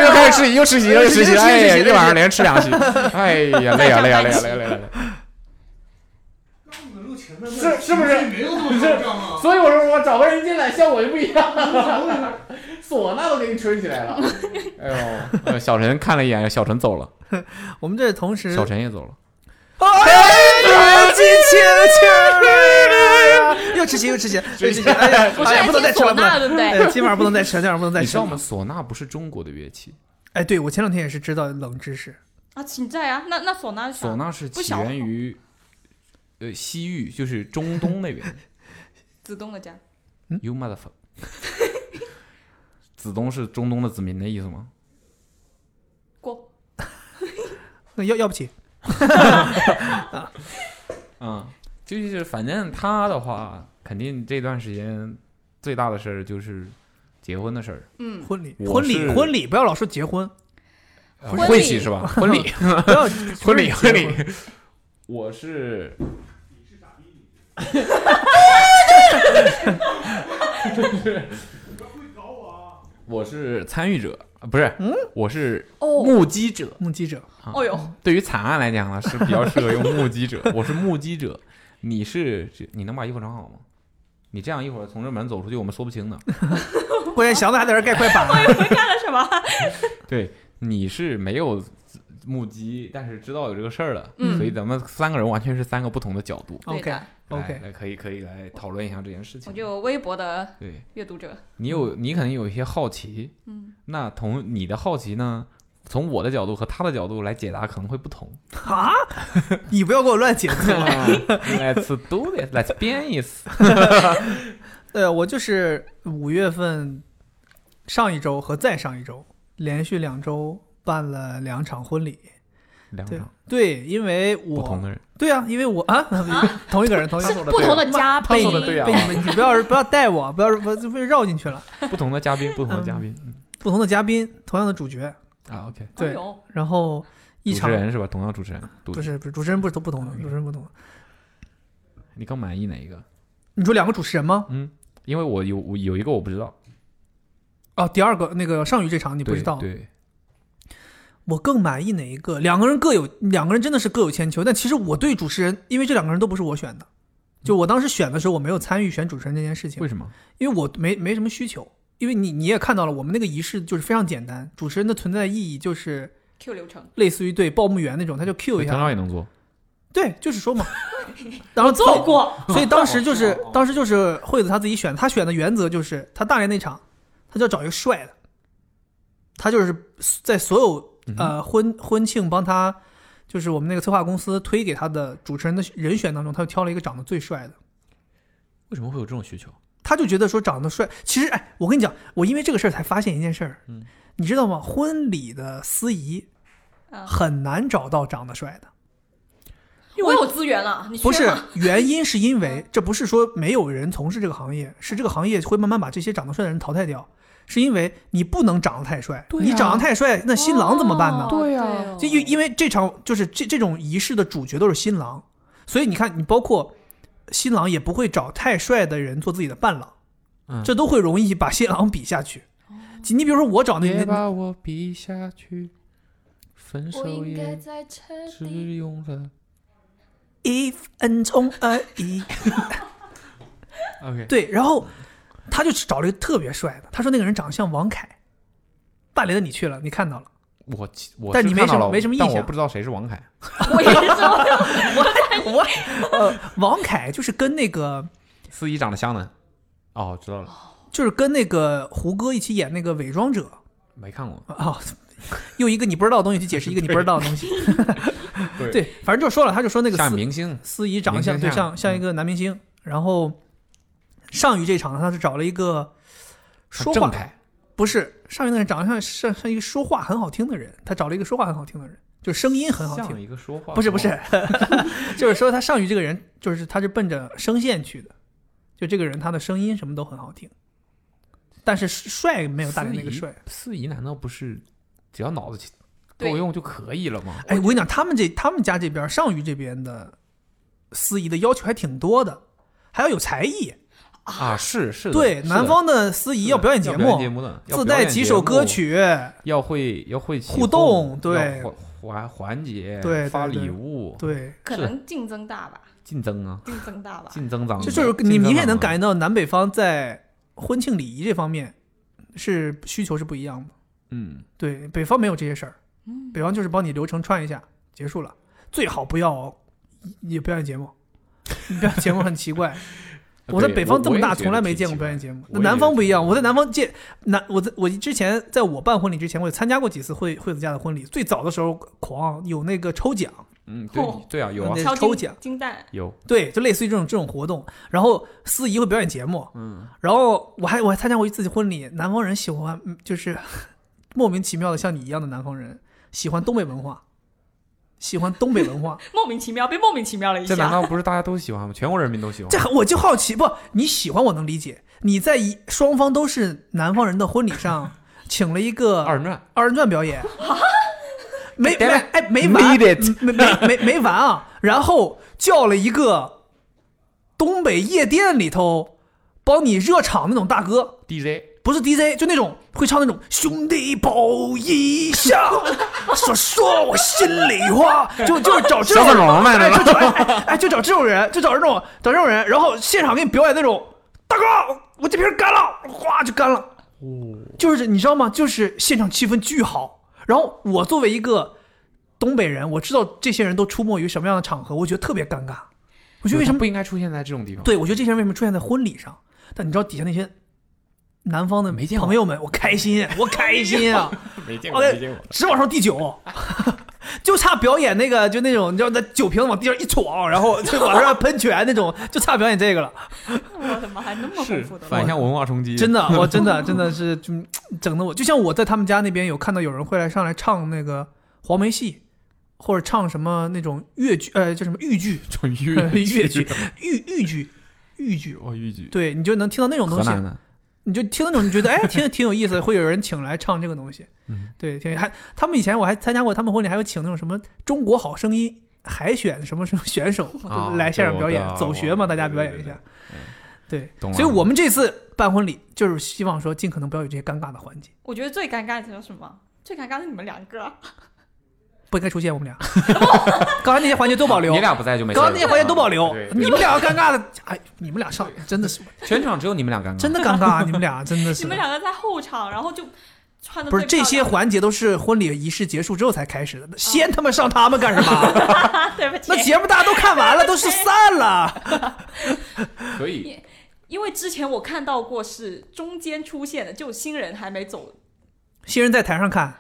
Speaker 4: 又开
Speaker 3: 轻
Speaker 4: 始又开始吃席，又吃席了，又吃席了。哎呀，这晚上连吃两席，哎呀，累呀，累呀，累呀，累呀，累呀。是是不是？所以我说我找个人进来效果就不一样了，唢呐都给你吹起来了。哎呦，呃小陈看了一眼，小陈走了，
Speaker 3: 我们这同时，
Speaker 4: 小陈也走了。
Speaker 3: 年纪轻轻的， 又吃席又吃席又吃席， 哎呀，
Speaker 5: 不是
Speaker 3: 哎呀不能再
Speaker 5: 还是
Speaker 3: 吃了，
Speaker 5: 唢
Speaker 3: 不能
Speaker 5: 呐，对不对？
Speaker 3: 哎，今晚上不能再吃了，今晚上不能再
Speaker 4: 你知
Speaker 3: 吃
Speaker 4: 道
Speaker 3: 了。
Speaker 4: 吗？唢呐不是中国的乐器，
Speaker 3: 哎，对我前两天也是知道冷知识，
Speaker 5: 啊，请在啊，那那唢呐是啥
Speaker 4: 唢呐是
Speaker 5: 不
Speaker 4: 起
Speaker 5: 小
Speaker 4: 源于呃西域，就是中东那边。
Speaker 5: 子东的家，
Speaker 4: You motherfucker！子东是中东的子民的意思吗？
Speaker 5: 过
Speaker 3: 那要要不起，
Speaker 4: 嗯，就是反正他的话，肯定这段时间最大的事儿就是结婚的事儿，
Speaker 5: 嗯，
Speaker 3: 婚礼
Speaker 4: 我
Speaker 3: 婚
Speaker 4: 是
Speaker 3: 礼婚礼，不要老说结婚，
Speaker 4: 呃
Speaker 5: 婚
Speaker 4: 会
Speaker 5: 礼
Speaker 4: 喜是吧？婚礼，
Speaker 3: 不要
Speaker 4: 婚礼，
Speaker 3: 说是
Speaker 4: 婚
Speaker 3: 结
Speaker 4: 礼。 我是， 我是参与者，呃不是，我是
Speaker 5: 哦
Speaker 4: 目击者。
Speaker 3: 目击者，
Speaker 4: 啊
Speaker 5: 哦哟，
Speaker 4: 对于惨案来讲呢，是比较适合用目击者。我是目击者，你是你能把衣服穿好吗？你这样一会儿从这门走出去，我们说 不清的。
Speaker 3: 关键祥子还在这儿盖快板，啊
Speaker 5: 你们干了什么？
Speaker 4: 对，你是没有目击，但是知道有这个事儿的，
Speaker 5: 嗯
Speaker 4: 所以咱们三个人完全是三个不同的角度。
Speaker 5: 对
Speaker 3: OK
Speaker 5: 的
Speaker 3: OK
Speaker 4: 来来可以可以来讨论一下这件事
Speaker 5: 我
Speaker 4: 情。
Speaker 5: 就有微博的
Speaker 4: 对
Speaker 5: 阅读者，
Speaker 4: 你有你可能有一些好奇，
Speaker 5: 嗯，
Speaker 4: 那同你的好奇呢，从我的角度和他的角度来解答可能会 不同。
Speaker 3: 啊，你不要给我乱解释。
Speaker 4: Let's do it，Let's 编一次。
Speaker 3: 呃，我就是五月份上一周和再上一周连续两周办了两场婚礼，
Speaker 4: 两
Speaker 3: 对
Speaker 4: 场
Speaker 3: 对，因为
Speaker 4: 不
Speaker 3: 我
Speaker 4: 同的人。
Speaker 3: 对啊，因为我啊， 同一个人，同一个
Speaker 5: 是
Speaker 3: 人。
Speaker 5: 不同的家
Speaker 4: 他
Speaker 5: 被
Speaker 4: 说的对啊
Speaker 3: 被你们，你不要不要带我，不要不要被绕进去了。
Speaker 4: 不同的嘉宾，不同的嘉宾。
Speaker 3: 不同的嘉宾，同样的主角，
Speaker 4: 啊，OK，
Speaker 3: 对
Speaker 5: 哎呦
Speaker 3: 然后一
Speaker 4: 主持
Speaker 3: 场
Speaker 4: 人是吧？同样主持人，主
Speaker 3: 不是不是主持人不是都不同的，主持人不同的。
Speaker 4: 你更满意哪一个？
Speaker 3: 你说两个主持人吗？
Speaker 4: 嗯，因为我有我有一个我不知道，
Speaker 3: 哦，第二个那个上虞这场你不知道，
Speaker 4: 对，
Speaker 3: 我更满意哪一个？两个人各有两个人真的是各有千秋，但其实我对主持人，因为这两个人都不是我选的，就我当时选的时候我没有参与选主持人这件事情
Speaker 4: 为，什么？
Speaker 3: 因为我没没什么需求。因为你你也看到了，我们那个仪式就是非常简单，主持人的存在意义就是
Speaker 5: Q 流程，
Speaker 3: 类似于对报幕员那种，他就 Q 一
Speaker 4: 唐
Speaker 3: 下，
Speaker 4: 朝也能做，
Speaker 3: 对，就是说嘛。然后做
Speaker 5: 做过，
Speaker 3: 所以当时就是当时就是惠子他自己选，他选的原则就是他大连那场，他就要找一个帅的，他就是在所有呃婚婚庆帮他，就是我们那个策划公司推给他的主持人的人选当中，他就挑了一个长得最帅的。
Speaker 4: 为什么会有这种需求？
Speaker 3: 他就觉得说长得帅，其实哎，我跟你讲，我因为这个事儿才发现一件事儿，
Speaker 4: 嗯
Speaker 3: 你知道吗？婚礼的司仪
Speaker 5: 啊
Speaker 3: 很难找到长得帅的。
Speaker 5: 我有资源了，你缺
Speaker 3: 不是
Speaker 5: 吗
Speaker 3: 原因，是因为这不是说没有人从事这个行业，是这个行业会慢慢把这些长得帅的人淘汰掉，是因为你不能长得太帅，
Speaker 4: 对啊
Speaker 3: 你长得太帅，那 新郎怎么办呢？
Speaker 5: 哦
Speaker 4: 对呀
Speaker 5: 哦
Speaker 3: 就 因因为这场就是这这种仪式的主角都是新郎，所以你看，你包括新郎也不会找太帅的人做自己的伴郎，
Speaker 4: 嗯
Speaker 3: 这都会容易把新郎比下去。你比如说我找那
Speaker 4: 别
Speaker 3: 那
Speaker 4: 把我比下去，分
Speaker 5: 我
Speaker 4: 手
Speaker 5: 应该
Speaker 4: 也
Speaker 5: 在车
Speaker 4: 只
Speaker 5: 底。
Speaker 4: 用了。
Speaker 3: 一分钟而已，
Speaker 4: OK，
Speaker 3: 对，然后他就找了一个特别帅的，他说那个人长得像王凯，大连的你去了，你看到了，
Speaker 4: 我其我
Speaker 3: 但
Speaker 4: 是
Speaker 3: 你没
Speaker 4: 看到
Speaker 3: 什么
Speaker 4: 了
Speaker 3: 没什么
Speaker 4: 但
Speaker 3: 印
Speaker 4: 我
Speaker 3: 象
Speaker 4: 不知道谁是王凯。
Speaker 5: 我也是这么想， 我我
Speaker 3: 呃王凯就是跟那个
Speaker 4: 司仪长得像呢？哦，知道了，
Speaker 3: 就是跟那个胡歌一起演那个伪装者
Speaker 4: 没看过。
Speaker 3: 啊、哦用一个你不知道的东西去解释一个你不知道的东西，
Speaker 4: 对
Speaker 3: 对，反正就说了，他就说那个
Speaker 4: 像
Speaker 3: 司
Speaker 4: 明星，
Speaker 3: 司仪长得像
Speaker 4: 明星
Speaker 3: 对
Speaker 4: 像
Speaker 3: 像像一个男明星，然后上虞这场他是找了一个说
Speaker 4: 正
Speaker 3: 话
Speaker 4: 凯，
Speaker 3: 不是上虞那个人长得像像像一个说话很好听的人，他找了一个说话很好听的人，就声音很好听
Speaker 4: 像，一个哦说话
Speaker 3: 不是不是， 就是说他上虞这个人，就是他是奔着声线去的，就这个人他的声音什么都很好听，但是帅没有大连那个帅。
Speaker 4: 司仪难道不是只要脑子起够
Speaker 5: 对
Speaker 4: 用就可以了吗？
Speaker 3: 哎，我跟你讲，他们这他们家这边上虞这边的司仪的要求还挺多的，还要有才艺。
Speaker 4: 啊，是是的，
Speaker 3: 对，
Speaker 4: 是的
Speaker 3: 南方的司仪
Speaker 4: 是的
Speaker 3: 要表演
Speaker 4: 要
Speaker 3: 节
Speaker 4: 表演
Speaker 3: 目，
Speaker 4: 节目的，要
Speaker 3: 自
Speaker 4: 表
Speaker 3: 带
Speaker 4: 演
Speaker 3: 几
Speaker 4: 节
Speaker 3: 首
Speaker 4: 目
Speaker 3: 歌，曲。
Speaker 4: 要会要会起
Speaker 3: 互动对
Speaker 4: 要环环环节，
Speaker 3: 对对
Speaker 4: 发
Speaker 3: 对
Speaker 4: 礼物，
Speaker 3: 对，
Speaker 5: 可能竞争大吧，
Speaker 4: 竞争啊，
Speaker 5: 竞争大吧。
Speaker 4: 竞争咱们
Speaker 3: 这就是
Speaker 4: 竞
Speaker 3: 你
Speaker 4: 争
Speaker 3: 明显
Speaker 4: 咱
Speaker 3: 能
Speaker 4: 们
Speaker 3: 感觉到南北方在婚庆礼仪这方面是需求是不一样的。
Speaker 4: 嗯，
Speaker 3: 对，北方没有这些事儿，
Speaker 5: 嗯，
Speaker 3: 北方就是帮你流程串一下，结束了。最好不要也表演节目，你表演节目很奇 怪。我在
Speaker 4: 对
Speaker 3: 北方这么大，
Speaker 4: 我也觉得
Speaker 3: 从来没
Speaker 4: 挺
Speaker 3: 见过
Speaker 4: 奇
Speaker 3: 表演
Speaker 4: 怪
Speaker 3: 节目。
Speaker 4: 我
Speaker 3: 那
Speaker 4: 也
Speaker 3: 南
Speaker 4: 觉
Speaker 3: 方
Speaker 4: 得
Speaker 3: 不一
Speaker 4: 挺
Speaker 3: 样，
Speaker 4: 奇
Speaker 3: 我在
Speaker 4: 怪
Speaker 3: 南方见南，我在我之前在我办婚礼之前，我也参加过几次惠惠子家的婚礼。最早的时候狂有那个抽奖，
Speaker 4: 嗯，对对啊，有啊
Speaker 3: 那，
Speaker 5: 敲
Speaker 3: 抽
Speaker 5: 金
Speaker 3: 奖
Speaker 5: 金蛋，
Speaker 4: 有，
Speaker 3: 对，就类似于这种这种活动。然后司仪会表演节目，
Speaker 4: 嗯，
Speaker 3: 然后我还我还参加过一次婚礼。南方人喜欢嗯就是 莫名其妙的，像你一样的南方人喜欢东北文化，喜欢东北文
Speaker 4: 哦
Speaker 3: 化。
Speaker 5: 莫名其妙被莫名其妙了一
Speaker 4: 这难
Speaker 5: 下。
Speaker 4: 道不是大家都喜欢吗？全国人民都喜欢
Speaker 3: 这。我就好奇，不，你喜欢我能理解。你在一双方都是南方人的婚礼上， 请了一个
Speaker 4: 二人转，
Speaker 3: 二人转表演，没没
Speaker 4: Damn it
Speaker 3: 哎没完
Speaker 4: Need it
Speaker 3: 没没没没完啊！然后叫了一个东北夜店里头帮你热场那种大哥，
Speaker 4: DJ
Speaker 3: 不是 DJ，就那种会唱那种兄弟抱一下，说说我心里话，就就找这种
Speaker 4: 小粉红来了
Speaker 3: 哎，就找哎哎，就找这种人，就找这种找这种人，然后现场给你表演那种大哥，我这瓶干了，哗就干了，
Speaker 4: 哦
Speaker 3: 就是你知道吗？就是现场气氛巨好。然后我作为一个东北人，我知道这些人都出没于什么样的场合，我觉得特别尴尬。我觉得为什么
Speaker 4: 不应该出现在这种地方？
Speaker 3: 对，我觉得这些人为什么出现在婚礼上？但你知道底下那些南方的
Speaker 4: 没见过
Speaker 3: 朋友们，我开心，我开心啊！
Speaker 4: 没见
Speaker 3: OK，直往上递酒， 就差表演那个，就那种你知道，那酒瓶子往地上一闯，然 后就往上喷泉那种，就差表演这个了。
Speaker 5: 我的妈，那么
Speaker 4: 是
Speaker 5: 丰富的
Speaker 4: 反向文化冲击，
Speaker 3: 真的，我 真的真的是就整的我，就像我在他们家那边有看到有人会来上来唱那个黄梅戏，或者唱什么那种越剧，呃，叫什么豫剧、
Speaker 4: 种
Speaker 3: 呃
Speaker 4: 豫
Speaker 3: 越剧、豫豫剧、豫剧。
Speaker 4: 哦豫剧，
Speaker 3: 对你就能听到那种东
Speaker 4: 河
Speaker 3: 西，
Speaker 4: 南的，
Speaker 3: 你就听那种，你觉得 哎，挺挺有意思，会有人请来唱这个东西。
Speaker 4: 嗯，
Speaker 3: 对，挺还他们以前我还参加过他们婚礼，还有请那种什么中国好声音海选什么什么选手、
Speaker 4: 啊
Speaker 3: 来现场表演
Speaker 4: 对，我
Speaker 3: 走学嘛，
Speaker 4: 我
Speaker 3: 大家表演一
Speaker 4: 对对
Speaker 3: 下。对
Speaker 4: 懂了
Speaker 3: 所以我们这次办婚礼就是希望说，尽可能不要有这些尴尬的环节，
Speaker 5: 我觉得最尴尬的是什么？最尴尬的是你们两个，啊
Speaker 3: 不应该出现我 们俩。刚才那些环节都保留
Speaker 4: 你，俩不在就没事
Speaker 3: 刚
Speaker 4: 儿了。
Speaker 3: 才那些环节都保留
Speaker 4: 对，对嗯
Speaker 3: 你们俩尴尬的，哎，你们俩上真的是
Speaker 4: 全场只有你们俩尴
Speaker 3: 啊
Speaker 4: 尬，
Speaker 3: 真的尴尬，你们俩真的是
Speaker 5: 你们两个在后场，然后就穿的啊
Speaker 3: 不是这 些环节都是婚礼仪式结束之后才开始的，先他妈上他们干什 么？
Speaker 5: 对不起，
Speaker 3: 那节目大家都看完了，都是散了。
Speaker 4: 可以，
Speaker 5: 因为之前我看到过是中间出现的，就新人还 没走，
Speaker 3: 新人在台上看，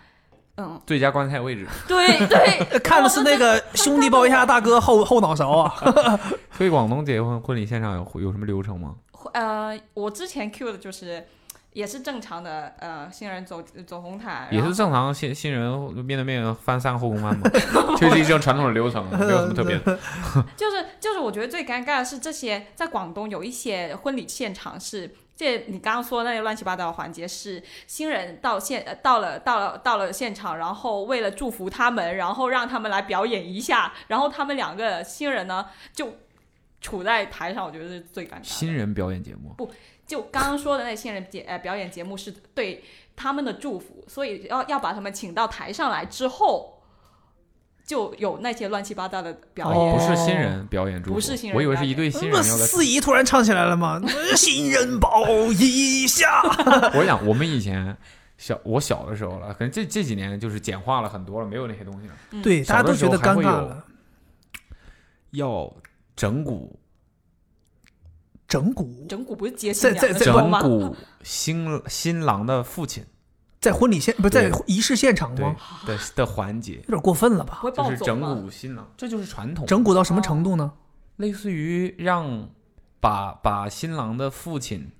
Speaker 5: 嗯，
Speaker 4: 最佳观赛位置
Speaker 5: 对对，
Speaker 3: 呃 看的是那个兄弟抱一下大哥后后脑勺啊。
Speaker 4: 所以广东结婚婚礼现场有有什么流程吗？
Speaker 5: 呃，我之前 Q 的就是也是正常的，呃，新人走走红毯，
Speaker 4: 也
Speaker 5: 然后
Speaker 4: 是正常新新人面对面翻三个后空翻吗？ 就是一种传统的流程，没有什么特别的。
Speaker 5: 就是就是，我觉得最尴尬的是这些，在广东有一些婚礼现场是，这你刚刚说的那些乱七八糟的环节是新人到现呃到了到了到了现场，然后为了祝福他们，然后让他们来表演一下，然后他们两个新人呢就处在台上，我觉得是最尴尬 的。
Speaker 4: 新人表演节目，
Speaker 5: 就刚刚说的那些人节呃表演节目是对他们的祝福，所以要要把他们请到台上来之后，就有那些乱七八糟的表演。
Speaker 4: 哦，不是新人表演祝福，
Speaker 5: 不是新人
Speaker 4: 我以为是一对新人
Speaker 3: 那
Speaker 4: 要在
Speaker 3: 四姨突然唱起来了吗？ 新人抱一下，
Speaker 4: 我想我们以前小我小的时候了，可能这这几年就是简化了很多了，没有那些东西了。
Speaker 3: 对，大家都觉得尴尬
Speaker 4: 小的时候还会有
Speaker 3: 了。
Speaker 4: 要整 蛊
Speaker 3: 整蛊
Speaker 5: 整蛊不是接新
Speaker 3: 在
Speaker 5: 娘
Speaker 3: 在
Speaker 5: 的
Speaker 3: 在
Speaker 5: 时
Speaker 4: 整
Speaker 5: 候吗？
Speaker 4: 蛊新新郎的父亲，
Speaker 3: 在婚礼现不是在
Speaker 4: 对
Speaker 3: 仪式现场
Speaker 4: 对
Speaker 3: 吗？
Speaker 4: 的的环节
Speaker 3: 有点过分了吧？
Speaker 5: 会
Speaker 4: 就
Speaker 5: 暴
Speaker 4: 是
Speaker 5: 走
Speaker 4: 整
Speaker 5: 吗？
Speaker 4: 蛊新郎，这就是传统，
Speaker 3: 整蛊到什么程度呢？
Speaker 4: 类似于让把把新郎的父亲，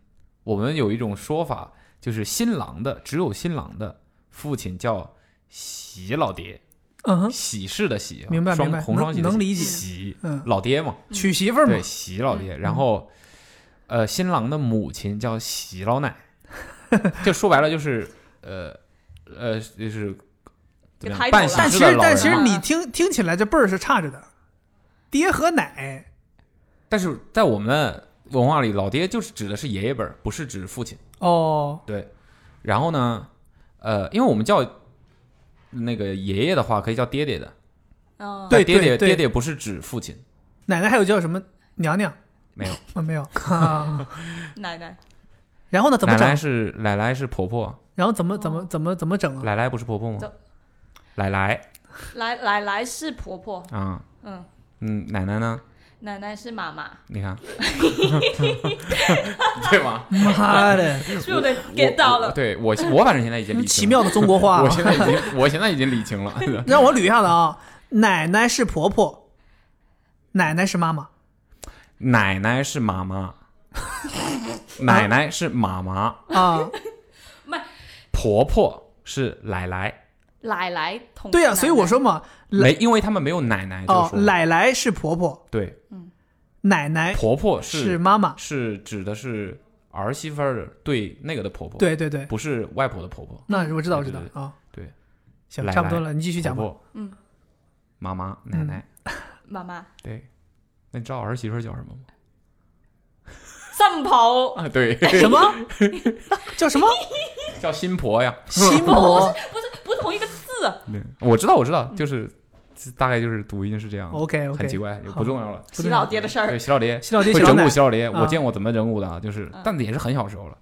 Speaker 4: 我们有一种说法，就是新郎的只有新郎的父亲叫喜老爹，
Speaker 3: 嗯哼，
Speaker 4: 喜事的喜啊，
Speaker 3: 明白
Speaker 4: 双
Speaker 3: 明白
Speaker 4: 红双喜的
Speaker 3: 能能
Speaker 4: 喜
Speaker 3: 理解
Speaker 4: 喜
Speaker 3: 嗯，
Speaker 4: 老爹嘛，
Speaker 5: 嗯
Speaker 3: 娶媳妇儿嘛嗯
Speaker 4: 对，，喜老爹。然后，呃，新郎的母亲叫喜老奶， 就说白了就是，呃，呃，就是怎么样
Speaker 5: 抬头
Speaker 4: 办
Speaker 5: 了
Speaker 4: 喜
Speaker 3: 但其
Speaker 4: 事的
Speaker 3: 实
Speaker 4: 老
Speaker 3: 但
Speaker 4: 人
Speaker 3: 其实
Speaker 4: 嘛。
Speaker 3: 你听听起来这辈儿是差着的，爹和奶
Speaker 4: 但是在我们的文化里，老爹就是指的是爷爷辈儿，不是指父亲。
Speaker 3: 哦，
Speaker 4: 对。然后呢，呃，因为我们叫那个爷爷的话，可以叫爹爹的。
Speaker 5: 嗯，
Speaker 3: 对
Speaker 4: 爹爹
Speaker 3: 对
Speaker 4: 爹爹不是指父亲，
Speaker 3: 奶奶还有叫什么娘娘
Speaker 4: 没有。
Speaker 3: 啊？ 没有啊。
Speaker 5: 奶奶
Speaker 3: 然后呢？怎么
Speaker 4: 奶奶
Speaker 3: 整？
Speaker 4: 是奶奶是婆婆，
Speaker 3: 然后怎么怎么怎么怎么整啊？
Speaker 4: 奶奶不是婆婆吗
Speaker 5: 怎？
Speaker 4: 奶奶
Speaker 5: 来来来是婆婆，
Speaker 4: 啊，
Speaker 5: 嗯，
Speaker 4: 嗯，奶奶呢？
Speaker 5: 奶奶是 妈妈，
Speaker 4: 你看，对吗？
Speaker 3: 妈的，
Speaker 5: 是不是 get 到
Speaker 4: 我
Speaker 5: 了？
Speaker 4: 对我，我反正现在已经理
Speaker 3: 奇
Speaker 4: 清了。
Speaker 3: 妙的中国话
Speaker 4: 我
Speaker 3: 啊！
Speaker 4: 现在已经，我现在已经理清了。
Speaker 3: 让我捋一下子啊，奶奶是婆婆，奶奶是妈妈，
Speaker 4: 奶奶是妈妈， 奶奶是妈妈，
Speaker 3: 啊，
Speaker 4: 婆婆是奶奶。
Speaker 5: 奶奶同
Speaker 3: 对呀、啊
Speaker 5: 奶奶
Speaker 3: 所以我说嘛，奶
Speaker 4: 没，因为他们没有奶奶这个
Speaker 3: 哦，
Speaker 4: 说法。
Speaker 3: 奶奶是婆婆，
Speaker 4: 对，
Speaker 3: 奶奶
Speaker 4: 婆婆
Speaker 3: 是
Speaker 4: 是
Speaker 3: 妈妈，
Speaker 4: 是指的是儿媳妇儿对那个的婆婆，，
Speaker 3: 对对对，
Speaker 4: 不是外婆的婆婆。
Speaker 3: 那我知道，我知道
Speaker 4: 对对对
Speaker 3: 啊，
Speaker 4: 对，
Speaker 3: 行，
Speaker 4: 奶奶
Speaker 3: 差不多了，你继续讲吧。嗯
Speaker 4: 婆婆，
Speaker 5: 嗯，
Speaker 4: 妈妈、奶奶，
Speaker 5: 妈妈
Speaker 4: 对。那你知道儿媳妇儿叫什么吗？
Speaker 5: 上跑
Speaker 4: 啊，对，
Speaker 3: 什么叫什么
Speaker 4: 叫新 婆呀。
Speaker 3: 新婆
Speaker 5: 不同一个字，
Speaker 4: 对，我知道，我知
Speaker 3: 嗯
Speaker 4: 道，就是大概就是读音是这样的，
Speaker 3: ？OK
Speaker 4: 很奇
Speaker 3: OK，
Speaker 4: 怪，也不重要了。
Speaker 3: 不
Speaker 5: 洗
Speaker 3: 对
Speaker 5: 老爹的事儿
Speaker 4: 对，洗老爹
Speaker 3: 洗老爹
Speaker 4: 会
Speaker 3: 洗老
Speaker 4: 整蛊
Speaker 3: 奶
Speaker 4: 洗老爹，
Speaker 3: 啊
Speaker 4: 我见过怎么整蛊的啊，就是
Speaker 5: 嗯，
Speaker 4: 但也是很小时候了，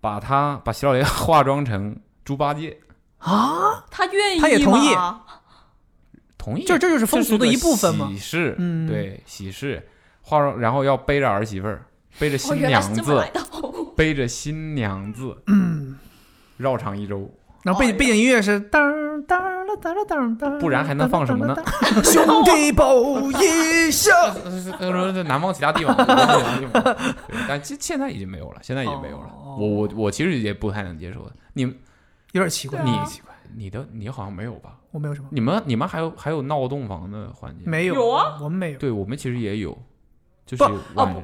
Speaker 4: 把他把洗老爹 化妆成猪八戒，
Speaker 3: 啊，
Speaker 5: 他愿意
Speaker 3: 他也同意
Speaker 5: 吗哦
Speaker 4: 同意，
Speaker 3: 就这就是风俗的一部分
Speaker 4: 嘛，
Speaker 3: 嘛
Speaker 4: 喜。事，
Speaker 3: 嗯
Speaker 4: 对，喜事，化妆，然后要背着儿媳妇儿，背着
Speaker 5: 哦，
Speaker 4: 新
Speaker 5: 原来是
Speaker 4: 娘
Speaker 5: 这么来
Speaker 4: 子，
Speaker 5: 的。
Speaker 4: 背着新娘子
Speaker 3: 嗯，
Speaker 4: 绕场一周，
Speaker 3: 然后背
Speaker 5: 哦
Speaker 3: 背景音乐是当当了当了当当，
Speaker 4: 不然还能放什么呢？
Speaker 3: 兄弟 抱一下，
Speaker 4: 呃，这南方其他 地方，南方其他地方对但现现在已经没有了，现在已经没有了。
Speaker 3: 哦
Speaker 4: 我我我其实也不太能接受的。你们
Speaker 3: 有点奇怪。
Speaker 4: 你你的你好像没有吧？
Speaker 3: 我没有什么，
Speaker 4: 你们你们还有还有闹洞房的环节？
Speaker 3: 没有，
Speaker 5: 有啊
Speaker 3: 我们没有。
Speaker 4: 对我们其实也有，就是
Speaker 3: 不
Speaker 4: 晚、
Speaker 5: 哦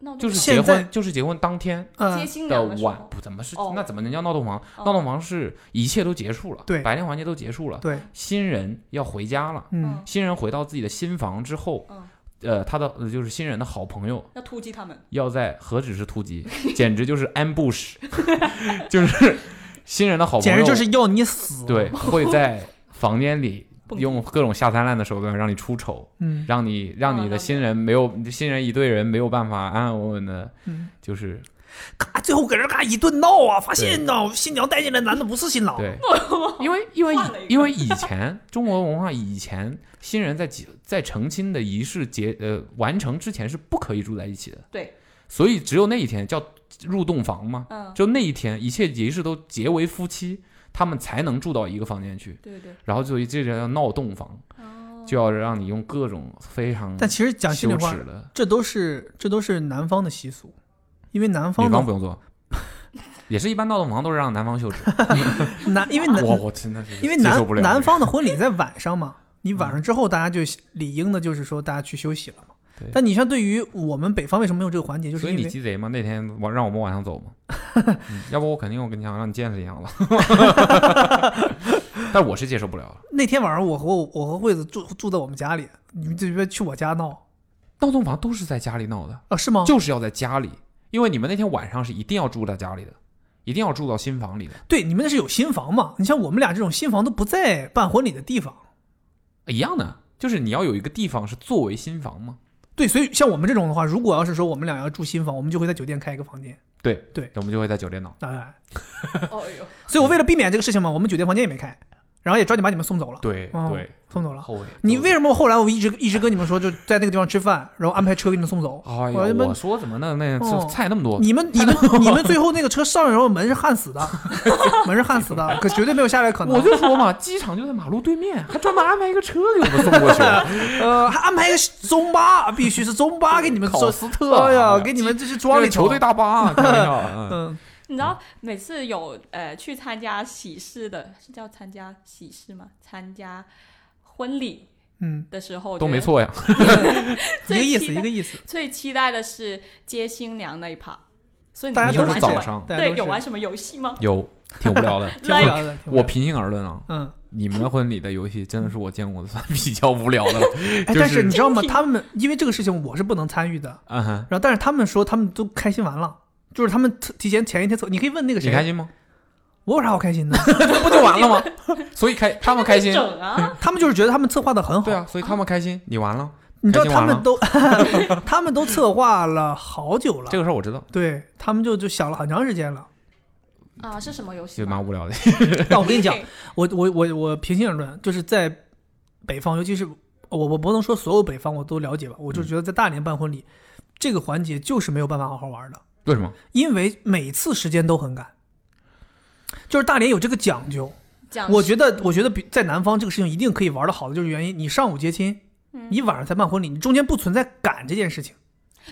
Speaker 5: 那我
Speaker 4: 就是
Speaker 3: 现
Speaker 4: 结
Speaker 3: 在
Speaker 4: 婚就是结婚当天
Speaker 5: 接
Speaker 3: 嗯，
Speaker 5: 新
Speaker 4: 的
Speaker 5: 娘的时
Speaker 4: 晚
Speaker 5: 候，
Speaker 4: 不怎么是、
Speaker 5: 哦
Speaker 4: 那怎么能叫闹洞房？
Speaker 5: 哦
Speaker 4: 闹洞房是一切都结束了，
Speaker 3: 对
Speaker 4: 白天环节都结束了，
Speaker 3: 对，
Speaker 4: 新人要回家了，
Speaker 3: 嗯，
Speaker 4: 新人回到自己的新房之后，
Speaker 5: 嗯
Speaker 4: 呃，他的呃就是新人的好朋友
Speaker 5: 要突击他们，
Speaker 4: 要在何止是突击，简直就是 ambush，就是新人的好朋
Speaker 3: 简
Speaker 4: 友，
Speaker 3: 直就是要你死。
Speaker 4: 对，会在房间里
Speaker 5: 蹦迪
Speaker 4: 用各种下三滥的手段让你出丑，
Speaker 3: 嗯，
Speaker 4: 让你让你的新人没有新人一队人没有办法安安稳稳的
Speaker 3: 嗯，
Speaker 4: 就是
Speaker 3: 咔，最后搁这嘎一顿闹啊，发现呢新娘带进来男的不是新郎，
Speaker 4: 对，因为因为
Speaker 5: 哦换了一个
Speaker 4: 因为以前中国文化以前新人在结在成亲的仪式结呃完成之前是不可以住在一起的，
Speaker 5: 对，
Speaker 4: 所以只有那一天叫入洞房嘛，
Speaker 5: 嗯，
Speaker 4: 就那一天一切仪式都结为夫妻，他们才能住到一个房间去，
Speaker 5: 对对，
Speaker 4: 然后所以这叫闹洞房，
Speaker 5: 哦，
Speaker 4: 就要让你用各种非常
Speaker 3: 但其实讲心里
Speaker 4: 羞
Speaker 3: 话
Speaker 4: 耻，的，
Speaker 3: 这都是这都是南方的习俗，因为南
Speaker 4: 女
Speaker 3: 方
Speaker 4: 方不
Speaker 3: 的
Speaker 4: 用做。也是一般闹洞房都是让男方 羞耻，
Speaker 3: 南因为南
Speaker 4: 我我真的是
Speaker 3: 因为
Speaker 4: 接
Speaker 3: 南
Speaker 4: 受不了
Speaker 3: 南方的婚礼在晚上嘛，你晚上之后大家就理应的就是说大家去休息了嘛
Speaker 4: 对。
Speaker 3: 但你像对于我们北方为什么没有这个环节，就是
Speaker 4: 所以
Speaker 3: 因
Speaker 4: 你
Speaker 3: 为
Speaker 4: 鸡贼吗？那天晚让我们晚 上走吗？嗯要不我肯定我跟你讲，让你见识一下了。但我是接受不了了。
Speaker 3: 那天晚上我和我我和惠子住住在我们家里，你们这边去我家闹
Speaker 4: 闹洞房都是在家里闹的，
Speaker 3: 啊？是吗？
Speaker 4: 就是要在家里，因为你们那天晚上是一定要住在家里的，一定要住到新房里的，
Speaker 3: 对，你们那是有新房嘛？你像我们俩这种新房都不在办婚礼的地方。
Speaker 4: 一样的，就是你要有一个地方是作为新房嘛。
Speaker 3: 对，所以像我们这种的话，如果要是说我们俩要住新房，我们就会在酒店开一个房间。
Speaker 4: 对
Speaker 3: 对
Speaker 4: 我们就会在酒店闹。
Speaker 3: 当然，
Speaker 5: 哦呦，
Speaker 3: 所以我为了避免这个事情嘛，我们酒店房间也没开，然后也抓紧把你们送走了。
Speaker 4: 对
Speaker 3: 哦
Speaker 4: 对，
Speaker 3: 送走了。
Speaker 4: 后悔。
Speaker 3: 你为什么后来我一直一直跟你们说，就在那个地方吃饭，然后安排车给你们送走？
Speaker 4: 哎
Speaker 3: 我他
Speaker 4: 呀，
Speaker 3: 妈
Speaker 4: 我说怎么那那
Speaker 3: 哦
Speaker 4: 菜那么多，
Speaker 3: 你们你们你们最后那个车上来的时候门是焊死的， 门是焊死的，可绝对没有下来可能。
Speaker 4: 我就说嘛，机场就在马路对面，还专门安排一个车给我们送 过去。
Speaker 3: 呃，还安排一个中巴，必须是中巴给你们
Speaker 4: 考
Speaker 3: 做。
Speaker 4: 斯特啊，
Speaker 3: 哎呀，给你们这是装
Speaker 4: 这
Speaker 3: 里
Speaker 4: 个球队
Speaker 3: 头。啊
Speaker 4: 大巴，开玩笑 嗯
Speaker 3: 嗯，
Speaker 5: 你知道每次有呃去参加喜事的，是叫参加喜事吗？参加婚礼
Speaker 3: 嗯，
Speaker 5: 的时候
Speaker 4: 都没， 错呀。
Speaker 5: 我
Speaker 3: 一
Speaker 5: 觉
Speaker 3: 个意思，一
Speaker 5: 得最期待
Speaker 3: 个意思。
Speaker 5: 最期待的是接新娘那一趴，所以你
Speaker 3: 大家
Speaker 5: 们
Speaker 3: 都
Speaker 5: 有
Speaker 4: 都是
Speaker 5: 玩什
Speaker 4: 早
Speaker 5: 么？
Speaker 4: 上，
Speaker 3: 大家
Speaker 5: 对，
Speaker 3: 都
Speaker 5: 有啊
Speaker 3: 是
Speaker 5: 玩什么游戏吗？
Speaker 4: 有挺无聊的。
Speaker 3: 挺无聊的。挺无聊
Speaker 4: 我
Speaker 3: 的
Speaker 4: 平心而论啊，
Speaker 3: 嗯，
Speaker 4: 你们婚礼的游戏真的是我见过的算比较无聊的了。
Speaker 3: 哎，
Speaker 4: 就
Speaker 3: 但是你知道吗？
Speaker 5: 精品
Speaker 3: 他们因为这个事情我是不能参与的，
Speaker 4: 嗯哼，
Speaker 3: 然后但是他们说他们都开心完了，就是他们提前前一天测，你可以问那个
Speaker 4: 你开
Speaker 3: 谁，
Speaker 4: 心吗？
Speaker 3: 我有啥好开心的？
Speaker 4: 这 不就完了吗？ 所以开他们开 心，
Speaker 5: 整啊，
Speaker 3: 他们就是觉得他们策划的很好，
Speaker 4: 对啊，所以他们开心，你完了。
Speaker 3: 你知道
Speaker 4: 开心
Speaker 3: 他
Speaker 4: 完了
Speaker 3: 们都 他们都策划了好久 了，
Speaker 4: 这个事儿我知道，
Speaker 3: 对他们就就想了很长时间 了。
Speaker 5: 啊是什么游戏
Speaker 4: 就
Speaker 5: 吗？
Speaker 4: 蛮无 聊的。
Speaker 3: 但我跟你讲，我我我我平心而论，就是在北方，尤其是我我不能说所有北方我都了解吧，我就
Speaker 4: 嗯
Speaker 3: 觉得在大连办婚礼、这个环节就是没有办法好好玩的，
Speaker 4: 为什么？
Speaker 3: 因为每次时间都很赶，就是大连有这个讲究。
Speaker 5: 讲
Speaker 3: 我觉得，我觉得比在南方这个事情一定可以玩的好的，就是原因，你上午结亲，
Speaker 5: 嗯
Speaker 3: 你晚上才办婚礼，你中间不存在赶这件事情，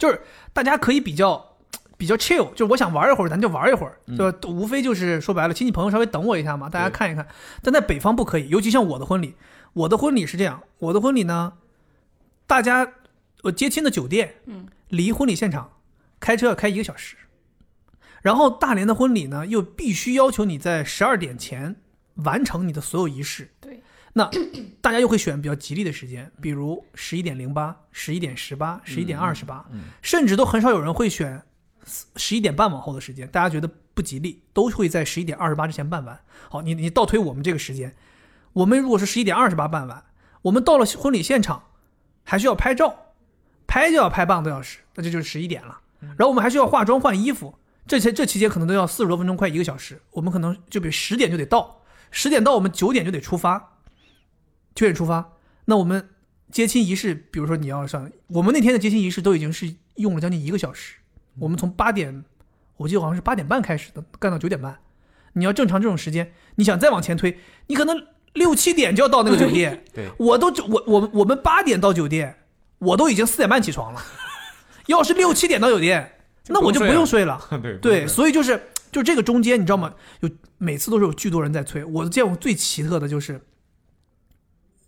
Speaker 3: 就是大家可以比较比较 chill，就是我想玩一会儿，咱就玩一会儿，对吧？无非就是说白了，亲戚朋友稍微等我一下嘛，大家
Speaker 4: 对
Speaker 3: 看一看。但在北方不可以，尤其像我的婚礼，我的婚礼是这样，我的婚礼呢，大家我接亲的酒店，
Speaker 5: 嗯，
Speaker 3: 离婚礼现场开车要开一个小时，然后大连的婚礼呢，又必须要求你在十二点前完成你的所有仪式。
Speaker 5: 对，
Speaker 3: 那大家又会选比较吉利的时间，比如十一点零八、十一点十八、十一点二十八，甚至都很少有人会选十一点半往后的时间，大家觉得不吉利，都会在十一点二十八之前办完。好，你你倒推我们这个时间，我们如果是十一点二十八办完，我们到了婚礼现场还需要拍照，拍就要拍半个多小时，那这就是十一点了。然后我们还需要化妆换衣服，这些这期间可能都要四十多分钟，快一个小时。我们可能就比十点就得到，十点到我们九点就得出发，九点出发。那我们接亲仪式，比如说你要上，我们那天的接亲仪式都已经是用了将近一个小时。
Speaker 4: 嗯
Speaker 3: 我们从八点，我记得好像是八点半开始的，干到九点半。你要正常这种时间，你想再往前推，你可能六七点就要到那个酒店。
Speaker 4: 对
Speaker 3: 我都我我我们八点到酒店，我都已经四点半起 床了。要是六七点到酒店，
Speaker 4: 就
Speaker 3: 那我就
Speaker 4: 不
Speaker 3: 不
Speaker 4: 用
Speaker 3: 用睡了。
Speaker 4: 对
Speaker 3: 对，所以就是就这个中间，你知道吗？有每次都是有巨多人在催。我见过最奇特的就是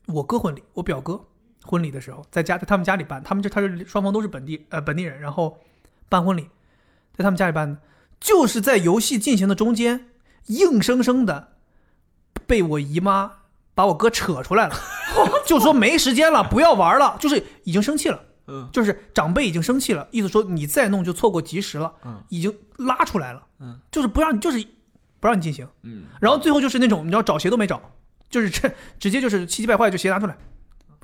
Speaker 3: 我哥婚礼，我表哥婚礼的时候，在家在他们家里办，他们就他是双方都是本地呃本地人，然后办婚礼，在他们家里办的，就是在游戏进行的中间，硬生生的被我姨妈把我哥扯出来了，就说没时间了，不要玩了，就是已经生气了。
Speaker 4: 嗯，
Speaker 3: 就是长辈已经生气了，意思说你再弄就错过及时了，
Speaker 4: 嗯，
Speaker 3: 已经拉出来了，
Speaker 4: 嗯，
Speaker 3: 就是不让你，就是不让你进行，
Speaker 4: 嗯，
Speaker 3: 然后最后就是那种你知道找鞋都没找，就是这直接就是气急败坏就鞋拿出来，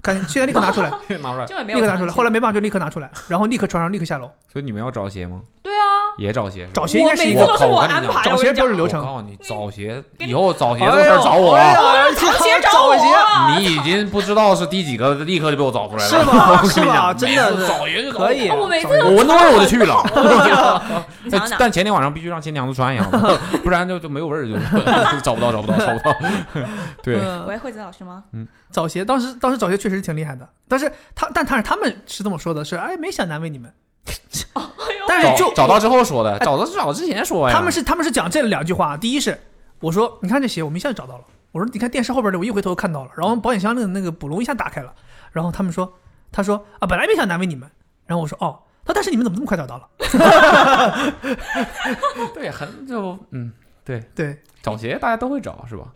Speaker 3: 赶现在立刻拿出来，
Speaker 4: 拿出来。
Speaker 5: 就也没
Speaker 3: 立
Speaker 5: 有
Speaker 3: 刻拿出
Speaker 5: 场
Speaker 3: 来，
Speaker 5: 景
Speaker 3: 后来没办法就立刻拿出来，然后立刻穿上，立刻下楼，
Speaker 4: 所以你们要找鞋吗？
Speaker 5: 对啊，
Speaker 4: 也找鞋。
Speaker 3: 找鞋应该是一
Speaker 5: 我
Speaker 3: 个
Speaker 5: 每
Speaker 4: 我
Speaker 5: 次都
Speaker 4: 靠，
Speaker 5: 是
Speaker 4: 我
Speaker 5: 我
Speaker 4: 跟你
Speaker 5: 安
Speaker 4: 讲
Speaker 5: 排，
Speaker 3: 找
Speaker 5: 我
Speaker 3: 鞋
Speaker 5: 跟你
Speaker 3: 不是
Speaker 5: 讲，
Speaker 3: 流
Speaker 4: 我
Speaker 3: 程。
Speaker 4: 告诉你，找鞋
Speaker 5: 给你
Speaker 4: 以后找鞋
Speaker 3: 哎
Speaker 4: 都
Speaker 3: 呦
Speaker 4: 事儿找我。啊
Speaker 3: 哎呀
Speaker 5: 找鞋找我
Speaker 3: 找鞋
Speaker 4: 你已经不知道是第几个，立刻就被 我找出来了，
Speaker 3: 是吗？是吧？
Speaker 4: 吧？
Speaker 3: 真的是
Speaker 4: 找鞋就
Speaker 3: 可以。
Speaker 5: 哦我每次
Speaker 4: 我闻到味儿我就去了。
Speaker 5: 你想
Speaker 4: 但
Speaker 5: 想，
Speaker 4: 但前天晚上必须让新娘子穿一样的，不然就就没有味儿，就 就找不到，找不到，找不到。对，
Speaker 3: 嗯
Speaker 5: 喂，惠子老师吗？
Speaker 3: 找鞋，当时当时找鞋确实挺厉害的，但是他但他是他们是这么说的是，哎，没想难为你们，
Speaker 5: 哦哎
Speaker 3: 但是
Speaker 4: 找
Speaker 3: 就哎
Speaker 4: 找到之后说的，找到是找之前说哎呀。
Speaker 3: 他们是他们是讲这两句话，第一是我说你看这鞋，我们一下就找到了，我说你看电视后边的，我一回头看到了，然后保险箱的那个捕笼一下打开了，然后他们说他说啊本来没想难为你们，然后我说哦，他说但是你们怎么这么快找到了？
Speaker 4: 对，很就嗯，对，
Speaker 3: 对，
Speaker 4: 找鞋大家都会找是吧？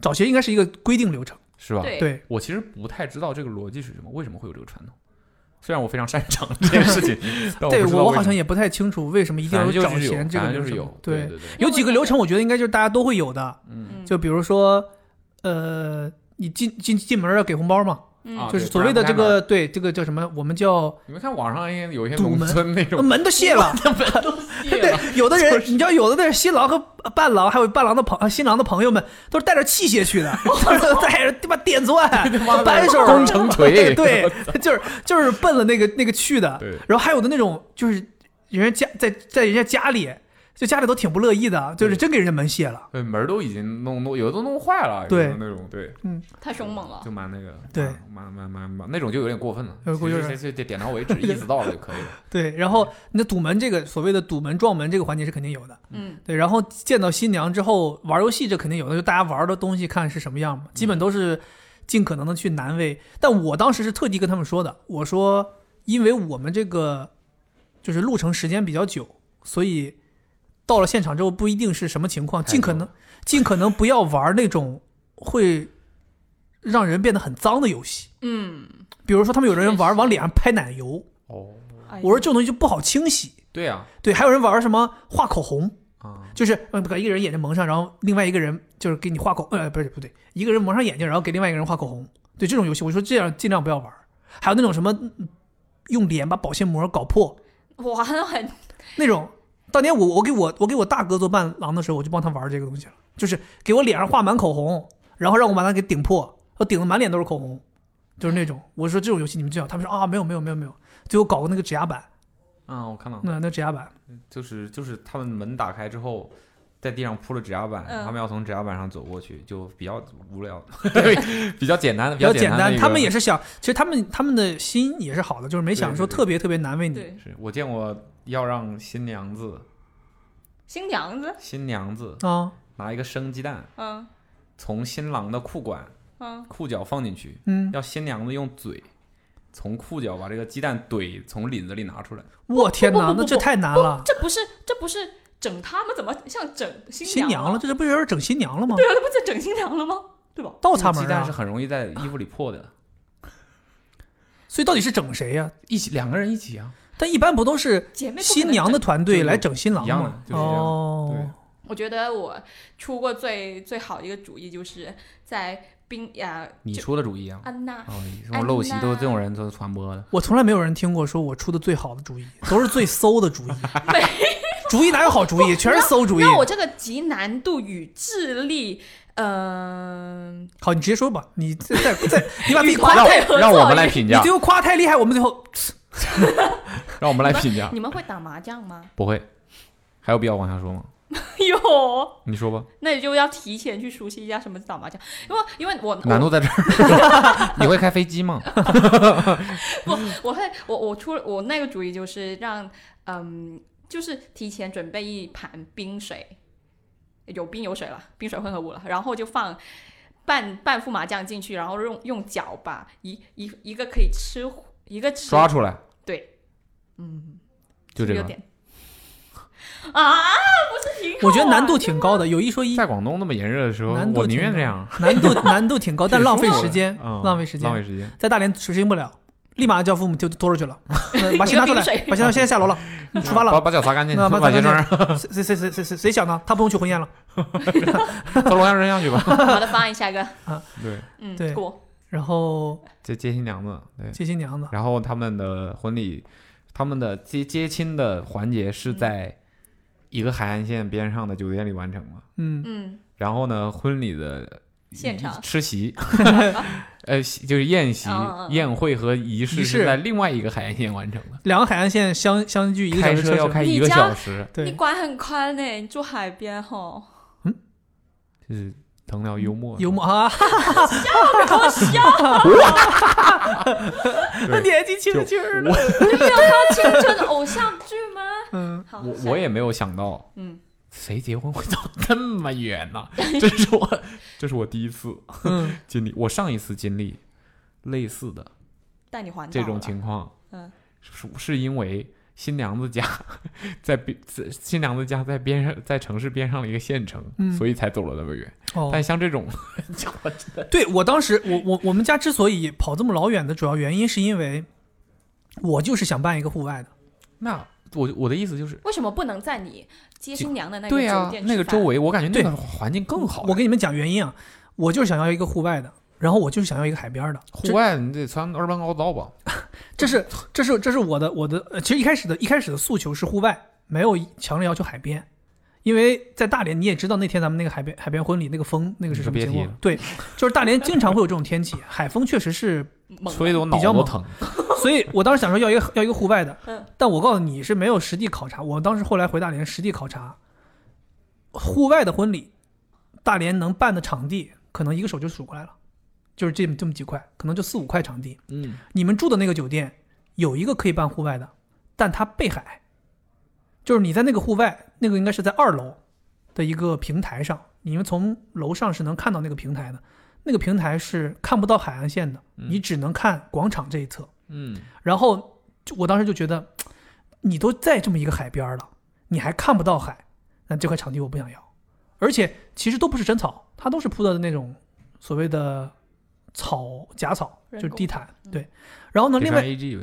Speaker 3: 找鞋应该是一个规定流程，
Speaker 4: 是吧？
Speaker 5: 对
Speaker 3: 对，
Speaker 4: 我其实不太知道这个逻辑是什么，为什么会有这个传统？虽然我非常擅长这 件事情，但
Speaker 3: 对
Speaker 4: 哦我不知道
Speaker 3: 我我
Speaker 4: 为
Speaker 3: 好
Speaker 4: 什么
Speaker 3: 像也不太清楚为什么一定
Speaker 4: 反
Speaker 3: 要
Speaker 4: 正就
Speaker 3: 找
Speaker 4: 是有
Speaker 3: 鞋这个
Speaker 4: 反
Speaker 3: 流
Speaker 4: 正就是
Speaker 3: 程，
Speaker 4: 有，
Speaker 3: 对
Speaker 4: 对对，
Speaker 3: 有几个流程，我觉得应该就是大家都会有的，
Speaker 4: 嗯，
Speaker 5: 嗯
Speaker 3: 就比如说，呃，你进进进门要给红包嘛，
Speaker 5: 嗯
Speaker 4: 啊
Speaker 3: 就是
Speaker 4: 对
Speaker 3: 所谓的这
Speaker 4: 不然不
Speaker 3: 个
Speaker 4: 开
Speaker 3: 对这个叫什么？我们叫
Speaker 4: 你们看网上有一些
Speaker 3: 堵
Speaker 4: 农
Speaker 3: 门
Speaker 4: 村那
Speaker 3: 呃
Speaker 4: 种，
Speaker 3: 门都卸 了， 对，有的人你知道，有的人新郎和伴郎，还有伴郎的朋呃新郎的朋友们，都是带着器械 去的， 都是带着他妈电钻、扳手、
Speaker 4: 工程锤
Speaker 3: 对，就是就是奔了那个那个去的。
Speaker 4: 对
Speaker 3: 然后还有的那种就是人家家在在人家家里，就家里都挺不乐意的，就是真给人家门卸了。
Speaker 4: 对，门儿都已经弄弄，有的都弄坏了，有的
Speaker 3: 对
Speaker 4: 那种对，
Speaker 5: 太凶猛了
Speaker 4: 就。蛮那个，
Speaker 3: 对
Speaker 4: 蛮，蛮蛮蛮蛮那种就有点过分了，
Speaker 3: 有点过
Speaker 4: 其实
Speaker 3: 分
Speaker 4: 就就点到为止，意思到了就可以了。
Speaker 3: 对，然后那堵门这个所谓的堵门撞门这个环节是肯定有的。
Speaker 5: 嗯，
Speaker 3: 对，然后见到新娘之后玩游戏，这肯定有的，就大家玩的东西看是什么样嘛，基本都是尽可能的去难为。但我当时是特地跟他们说的，我说因为我们这个就是路程时间比较久，所以到了现场之后不一定是什么情况，
Speaker 4: 太
Speaker 3: 尽可
Speaker 4: 久
Speaker 3: 能尽可能不要玩那种会让人变得很脏的游戏。
Speaker 5: 嗯，
Speaker 3: 比如说，他们有人
Speaker 5: 确
Speaker 3: 玩
Speaker 5: 实
Speaker 3: 往脸上拍奶油，
Speaker 4: 哦，
Speaker 5: 哎呀
Speaker 3: 我说这种东西就不好清洗。
Speaker 4: 对呀，
Speaker 3: 对，还有人玩什么画口红，
Speaker 4: 啊，
Speaker 3: 就是呃，把一个人眼睛蒙上，然后另外一个人就是给你画口，呃，不是不对，一个人蒙上眼睛，然后给另外一个人画口红。对这种游戏，我说这样尽量不要玩儿。还有那种什么嗯用脸把保鲜膜搞破
Speaker 5: 哇，那很
Speaker 3: 那种，当年我我给我我给我大哥做伴郎的时候，我就帮他玩这个东西了，就是给我脸上画满口红，然后让我把它给顶破，我顶的满脸都是口红，就是那种。我说这种游戏你们最好，他们说啊没有没有没有没有，最后搞个那个指压板，
Speaker 4: 啊，我看到，
Speaker 3: 那那指压板，
Speaker 4: 就是就是他们门打开之后。在地上铺了指压板，
Speaker 5: 嗯
Speaker 4: 他们要从指压板上走过去，就比较无聊，对，比较简单的，
Speaker 3: 比
Speaker 4: 较
Speaker 3: 较
Speaker 4: 简
Speaker 3: 简
Speaker 4: 单的
Speaker 3: 单，
Speaker 4: 一个。
Speaker 3: 他们也是想，其实他们他们的心也是好的，就是没想说
Speaker 4: 对对对
Speaker 3: 特别特别难为你。
Speaker 5: 对，
Speaker 4: 是我见过要让新娘子
Speaker 5: 新娘子，
Speaker 4: 新娘子
Speaker 3: 啊，
Speaker 4: 拿一个生鸡蛋
Speaker 5: 嗯
Speaker 4: 从新郎的裤管
Speaker 5: 嗯，
Speaker 4: 裤脚放进去，
Speaker 3: 嗯，
Speaker 4: 要新娘子用嘴从裤脚把这个鸡蛋怼从领子里拿出来。
Speaker 3: 我天哪，
Speaker 5: 不不不
Speaker 3: 那这太难了，
Speaker 5: 这不是这不是整他们怎么像整
Speaker 3: 新娘
Speaker 5: 了
Speaker 3: 了，？这不就是整新娘了吗？
Speaker 5: 对啊，这不是整新娘了吗？对吧？
Speaker 3: 倒插门
Speaker 4: 鸡蛋是
Speaker 3: 啊，
Speaker 4: 很容易在衣服里破的，
Speaker 3: 所以到底是整谁呀、
Speaker 4: 一起两个人一起啊，
Speaker 3: 但一般不都是
Speaker 5: 姐妹不可能
Speaker 3: 新娘的
Speaker 5: 整
Speaker 3: 团队来整新郎
Speaker 4: 一样的
Speaker 3: 吗？
Speaker 4: 就是这样
Speaker 3: 哦，
Speaker 4: 对
Speaker 5: 我觉得我出过最最好的一个主意，就是在冰呀，
Speaker 4: 你
Speaker 5: 就
Speaker 4: 出的主意啊。
Speaker 5: 安娜，
Speaker 4: 哦，这种陋习都是这种人都是传播的。
Speaker 3: 我从来没有人听过说我出的最好的主意，都是最馊的主 意。 主意哪有好主意，全是馊主意。
Speaker 5: 那我这个集难度与智力，嗯、
Speaker 3: 好，你直接说吧，你再再再，你 把自己夸
Speaker 4: 让
Speaker 5: 团队合作
Speaker 4: 让我们来评
Speaker 3: 你
Speaker 4: 价
Speaker 3: 最，后夸太厉害，我们最后
Speaker 4: 让我们来评价。
Speaker 5: 你们会打麻将吗？
Speaker 4: 不会，还有必要往下说吗？
Speaker 5: 有，
Speaker 4: 你说吧，
Speaker 5: 那你就要提前去熟悉一下什么是打麻将，因为因为我
Speaker 4: 难度在这儿。你会开飞机吗？
Speaker 5: 不， 我会我我出我那个主意就是让嗯，就是提前准备一盘冰水，有冰有水了，冰水混合物了，然后就放半半副麻将进去，然后用用脚把一一一个可以吃一个吃
Speaker 4: 抓出来，
Speaker 5: 对，嗯，
Speaker 4: 就这
Speaker 5: 有
Speaker 4: 个。
Speaker 5: 点啊，不是挺好
Speaker 3: 我觉得难 度
Speaker 5: 玩
Speaker 3: 挺高的，有一说一，
Speaker 4: 在广东那么炎热的时候，
Speaker 3: 难度
Speaker 4: 我宁
Speaker 3: 挺
Speaker 4: 愿
Speaker 3: 高
Speaker 4: 这样，
Speaker 3: 难度难度 挺高，但
Speaker 4: 挺
Speaker 3: 浪费
Speaker 4: 舒服
Speaker 3: 时
Speaker 4: 的
Speaker 3: 间，
Speaker 4: 嗯
Speaker 3: 浪费时
Speaker 4: 浪费
Speaker 3: 间。
Speaker 4: 时间。
Speaker 3: 在大连实行不了，立马叫父母就拖出去了， 呃把
Speaker 5: 一
Speaker 3: 鞋拿
Speaker 5: 个
Speaker 3: 出
Speaker 5: 冰
Speaker 3: 来，
Speaker 5: 水
Speaker 3: 把鞋拿现在下楼了，出发
Speaker 4: 把
Speaker 3: 了。
Speaker 4: 把脚擦干净，
Speaker 3: 那把
Speaker 4: 把
Speaker 3: 脚
Speaker 4: 鞋
Speaker 3: 擦
Speaker 4: 穿
Speaker 3: 干
Speaker 4: 上，
Speaker 3: 谁谁谁谁谁谁想的？他不用去婚宴了。
Speaker 4: 把龙虾扔下去 吧。
Speaker 5: 的，好的，翻译下一个，
Speaker 4: 对，
Speaker 5: 嗯，
Speaker 3: 对
Speaker 5: 过，
Speaker 3: 然后
Speaker 4: 接接新娘子，对。
Speaker 3: 接新娘子，
Speaker 4: 然后他们的婚礼他们的接接亲的环节是在一个海岸线边上的酒店里完成嘛。
Speaker 3: 嗯
Speaker 5: 嗯，
Speaker 4: 然后呢，婚礼的
Speaker 5: 现场
Speaker 4: 吃席，呃，就是宴席、
Speaker 5: 嗯嗯
Speaker 4: 宴会和仪式
Speaker 3: 仪式
Speaker 4: 是在另外一个海岸线完成的。
Speaker 3: 两个海岸线相相距一个小
Speaker 4: 开
Speaker 3: 时
Speaker 4: 车要
Speaker 3: 程
Speaker 4: 开一个
Speaker 5: 你家
Speaker 4: 小时，
Speaker 5: 你
Speaker 3: 对，
Speaker 5: 管很宽呢，你住海边吼，
Speaker 4: 就是藤条幽默，
Speaker 3: 幽默啊，
Speaker 5: 好笑，
Speaker 4: 对
Speaker 3: 年纪轻轻的，
Speaker 5: 你没有看青春的偶像剧吗？
Speaker 3: 嗯，
Speaker 5: 好，
Speaker 4: 我
Speaker 5: 下一个
Speaker 4: 我也没有想到，
Speaker 5: 嗯，
Speaker 4: 谁结婚会走这么远呢、 这是我，这是我第一次
Speaker 3: 嗯
Speaker 4: 经历，我上一次经历类似的
Speaker 5: 带你环岛
Speaker 4: 这种
Speaker 5: 了
Speaker 4: 情况，
Speaker 5: 嗯，
Speaker 4: 是是因为新娘子家 在边，在新娘子家在边上，在城市边上的一个县城，
Speaker 3: 嗯
Speaker 4: 所以才走了那么远。
Speaker 3: 哦，
Speaker 4: 但像这 种，我真的
Speaker 3: 对我当时，我我我们家之所以跑这么老远的主要原因，是因为我就是想办一个户外的。
Speaker 4: 那我我的意思就是，
Speaker 5: 为什么不能在你接新娘的那个
Speaker 4: 对
Speaker 5: 酒
Speaker 4: 啊
Speaker 5: 店，
Speaker 4: 那个
Speaker 5: 吃饭
Speaker 4: 周围，我感觉那
Speaker 3: 对
Speaker 4: 个环境更好呀。
Speaker 3: 我跟你们讲原因啊，我就是想要一个户外的，然后我就是想要一个海边的。
Speaker 4: 户外你得穿二班高刀吧？
Speaker 3: 这 是这是这是我的我的，呃其实一开始的一开始的诉求是户外，没有强烈要求海边，因为在大连你也知道那天咱们那个海边海边婚礼那个风那个是
Speaker 4: 你
Speaker 3: 什
Speaker 4: 可
Speaker 3: 么
Speaker 4: 别
Speaker 3: 情况
Speaker 4: 提了？
Speaker 3: 对，就是大连经常会有这种天气，海风确实是，
Speaker 5: 猛啊
Speaker 4: 吹得我脑
Speaker 3: 比较
Speaker 4: 子
Speaker 3: 猛
Speaker 4: 疼。嗯
Speaker 3: 所以我当时想说要一个要一个户外的
Speaker 5: 嗯，
Speaker 3: 但我告诉你是没有实地考察，我当时后来回大连实地考察，户外的婚礼，大连能办的场地可能一个手就数过来了，就是这么这么几块，可能就四五块场地。
Speaker 4: 嗯，
Speaker 3: 你们住的那个酒店有一个可以办户外的，但它背海，就是你在那个户外，那个应该是在二楼的一个平台上，你们从楼上是能看到那个平台的，那个平台是看不到海岸线的，
Speaker 4: 嗯
Speaker 3: 你只能看广场这一侧。
Speaker 4: 嗯，
Speaker 3: 然后就我当时就觉得，你都在这么一个海边了，你还看不到海，那这块场地我不想要。而且其实都不是真草，它都是铺的那种所谓的草假草，就
Speaker 5: 人
Speaker 3: 是
Speaker 5: 工嗯
Speaker 3: 地毯。对，然后呢，哦另外
Speaker 4: A G 呗，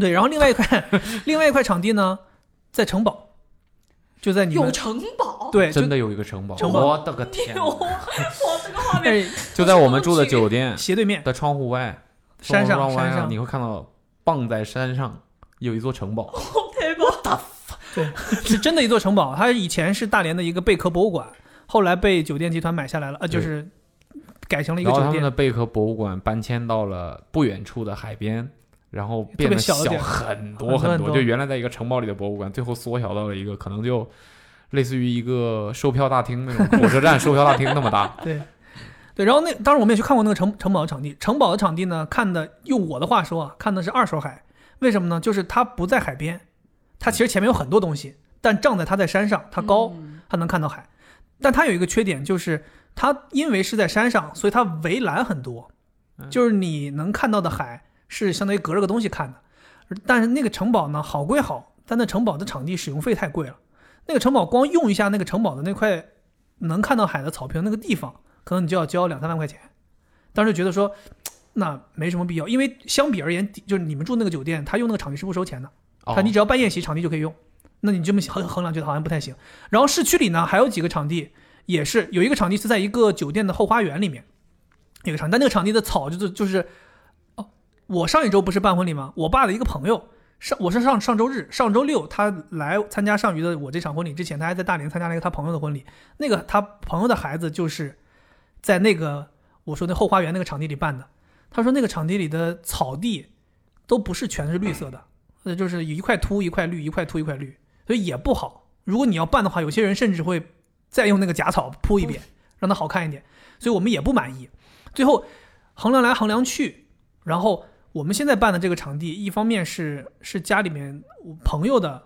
Speaker 3: 对，然后另外一 块另外一块场地呢，在城堡，就在你
Speaker 5: 有
Speaker 3: 们
Speaker 5: 城堡，
Speaker 3: 对，就
Speaker 4: 真的有一个城堡，
Speaker 3: 城堡
Speaker 4: 我的个天
Speaker 5: 有，
Speaker 4: 啊！
Speaker 5: 我这个画面
Speaker 4: 就在我们住的酒店
Speaker 3: 斜对面
Speaker 4: 的窗户外，
Speaker 3: 山上
Speaker 4: 窗户外啊
Speaker 3: 山上
Speaker 4: 你会看到傍在山上有一座城堡，
Speaker 5: 太过打
Speaker 3: 是真的一座城堡，它以前是大连的一个贝壳博物馆，后来被酒店集团买下来了，呃，就
Speaker 4: 对
Speaker 3: 是改成了一个
Speaker 4: 然
Speaker 3: 酒
Speaker 4: 后他们
Speaker 3: 店
Speaker 4: 的。贝壳博物馆搬迁到了不远处的海边。然后变
Speaker 3: 特
Speaker 4: 得
Speaker 3: 别小
Speaker 4: 小
Speaker 3: 的地儿
Speaker 4: 很多
Speaker 3: 很多
Speaker 4: 很
Speaker 3: 很
Speaker 4: 多，
Speaker 3: 多
Speaker 4: 就原来在一个城堡里的博物馆，最后缩小到了一个可能就类似于一个售票大厅那种火车站售票大厅那 么大。
Speaker 3: 对，对，然后那当时我们也去看过那个城城堡的场地，城堡的场地呢，看的用我的话说啊，看的是二手海，为什么呢？就是它不在海边，它其实前面有很多东西，但仗在它在山上，它高，，
Speaker 5: 嗯
Speaker 3: 它能看到海，但它有一个缺点就是它因为是在山上，所以它围栏很多，就是你能看到的海是相当于隔着个东西看的，而但是那个城堡呢，好归好，但那城堡的场地使用费太贵了，那个城堡光用一下那个城堡的那块能看到海的草坪那个地方，可能你就要交两三万块钱，当时就觉得说。那没什么必要，因为相比而言，就是你们住那个酒店，他用那个场地是不收钱的。
Speaker 4: 哦
Speaker 3: 他你只要办宴席，场地就可以用。那你这么衡衡量，觉得好像不太行。然后市区里呢，还有几个场地，也是有一个场地是在一个酒店的后花园里面，有一个场地，但那个场地的草就是就是，哦，我上一周不是办婚礼吗？我爸的一个朋友上，我是上上周日，上周六他来参加上虞的我这场婚礼之前，他还在大连参加了一个他朋友的婚礼，那个他朋友的孩子就是在那个我说那后花园那个场地里办的。他说那个场地里的草地都不是全是绿色的，呃，就是一块秃一块绿，一块秃一块绿，所以也不好。如果你要办的话，有些人甚至会再用那个假草铺一遍，让它好看一点，所以我们也不满意。最后衡量来衡量去，然后我们现在办的这个场地，一方面是是家里面我朋友的，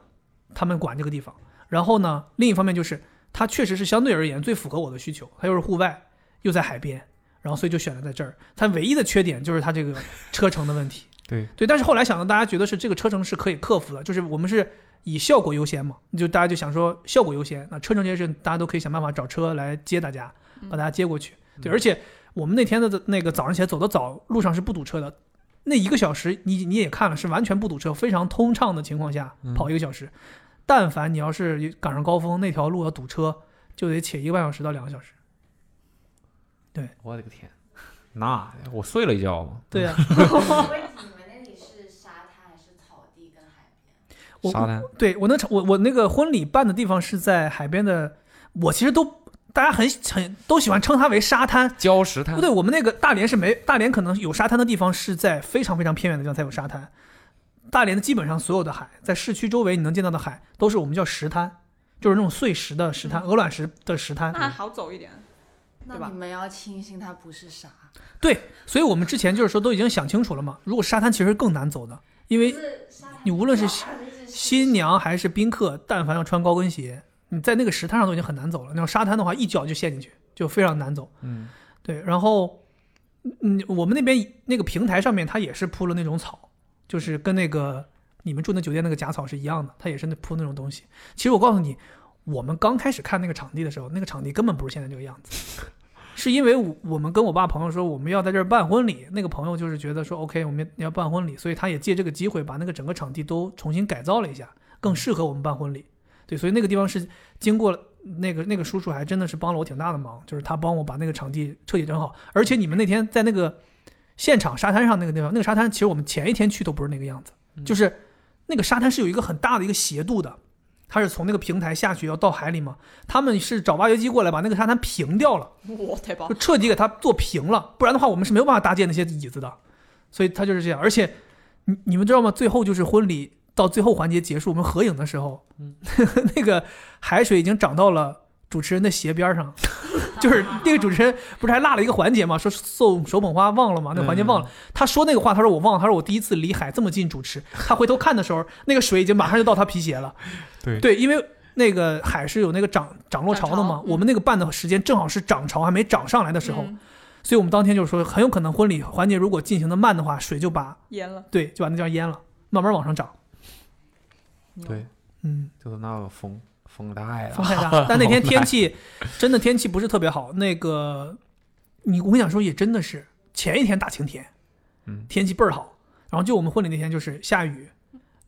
Speaker 3: 他们管这个地方，然后呢，另一方面就是它确实是相对而言最符合我的需求，它又是户外，又在海边，然后所以就选了在这儿。它唯一的缺点就是它这个车程的问题。
Speaker 4: 对
Speaker 3: 对，但是后来想到大家觉得是这个车程是可以克服的，就是我们是以效果优先嘛，就大家就想说效果优先，那车程这件事大家都可以想办法找车来接大家，把大家接过去。对，而且我们那天的那个早上起来走的早，路上是不堵车的。那一个小时你你也看了，是完全不堵车，非常通畅的情况下
Speaker 4: 嗯
Speaker 3: 跑一个小时。但凡你要是赶上高峰，那条路要堵车，就得且一个半小时到两个小时。
Speaker 4: 我的个天，那我睡了一觉嘛。嗯
Speaker 3: 对呀、啊
Speaker 6: 问题你们那里是沙滩还是草地跟海边？
Speaker 3: 我
Speaker 4: 沙滩，
Speaker 3: 对我那场我我那个婚礼办的地方是在海边的，我其实都大家很很都喜欢称它为沙滩，
Speaker 4: 礁石滩
Speaker 3: 不，对，我们那个大连是没大连，可能有沙滩的地方是在非常非常偏远的地方才有沙滩。大连的基本上所有的海，在市区周围你能见到的海，都是我们叫石滩，就是那种碎石的石滩，鹅卵石的石滩
Speaker 5: 那。还啊好走一点。对
Speaker 6: 那
Speaker 5: 吧
Speaker 6: 你们要庆幸它不是啥，
Speaker 3: 对，所以我们之前就是说都已经想清楚了嘛。如果沙滩其实更难走的，因为你无论是新娘还是宾客，但凡要穿高跟鞋，你在那个石滩上都已经很难走了。那种沙滩的话，一脚就陷进去，就非常难走。
Speaker 4: 嗯，
Speaker 3: 对，然后，嗯，我们那边那个平台上面，它也是铺了那种草，就是跟那个你们住那酒店那个假草是一样的，它也是那铺那种东西。其实我告诉你，我们刚开始看那个场地的时候，那个场地根本不是现在这个样子，是因为我我们跟我爸朋友说我们要在这儿办婚礼，那个朋友就是觉得说 OK 我们要办婚礼，所以他也借这个机会把那个整个场地都重新改造了一下，更适合我们办婚礼。对，所以那个地方是经过了那个那个叔叔还真的是帮了我挺大的忙，就是他帮我把那个场地彻底整好。而且你们那天在那个现场沙滩上那个地方，那个沙滩其实我们前一天去都不是那个样子，就是那个沙滩是有一个很大的一个斜度的，它是从那个平台下去要到海里嘛。他们是找挖掘机过来把那个沙滩平掉了，
Speaker 5: 我太棒
Speaker 3: 就！彻底给它做平了，不然的话我们是没有办法搭建那些椅子的。所以它就是这样，而且你你们知道吗？最后就是婚礼到最后环节结束，我们合影的时候， 那个海水已经涨到了主持人的鞋边上，就是那个主持人不是还落了一个环节吗？说送手捧花忘了吗？那个环节忘了。他说那个话，他说我忘了，他说我第一次离海这么近主持。他回头看的时候，那个水已经马上就到他皮鞋了。
Speaker 4: 对
Speaker 3: 对，因为。那个海是有那个涨涨落潮的
Speaker 5: 涨
Speaker 3: 嘛
Speaker 5: 潮？
Speaker 3: 我们那个办的时间正好是涨潮还没涨上来的时候，
Speaker 5: 嗯
Speaker 3: 所以我们当天就是说，很有可能婚礼环节如果进行的慢的话，水就把
Speaker 5: 淹了，
Speaker 3: 对，就把那叫淹了，慢慢往上涨。
Speaker 4: 对，
Speaker 3: 嗯，
Speaker 4: 就是那个风风大呀，
Speaker 3: 风太大。 但那天天气真的天气不是特别好。那个，你我跟你讲说，也真的是前一天大晴天，
Speaker 4: 嗯，
Speaker 3: 天气倍儿好。然后就我们婚礼那天就是下雨，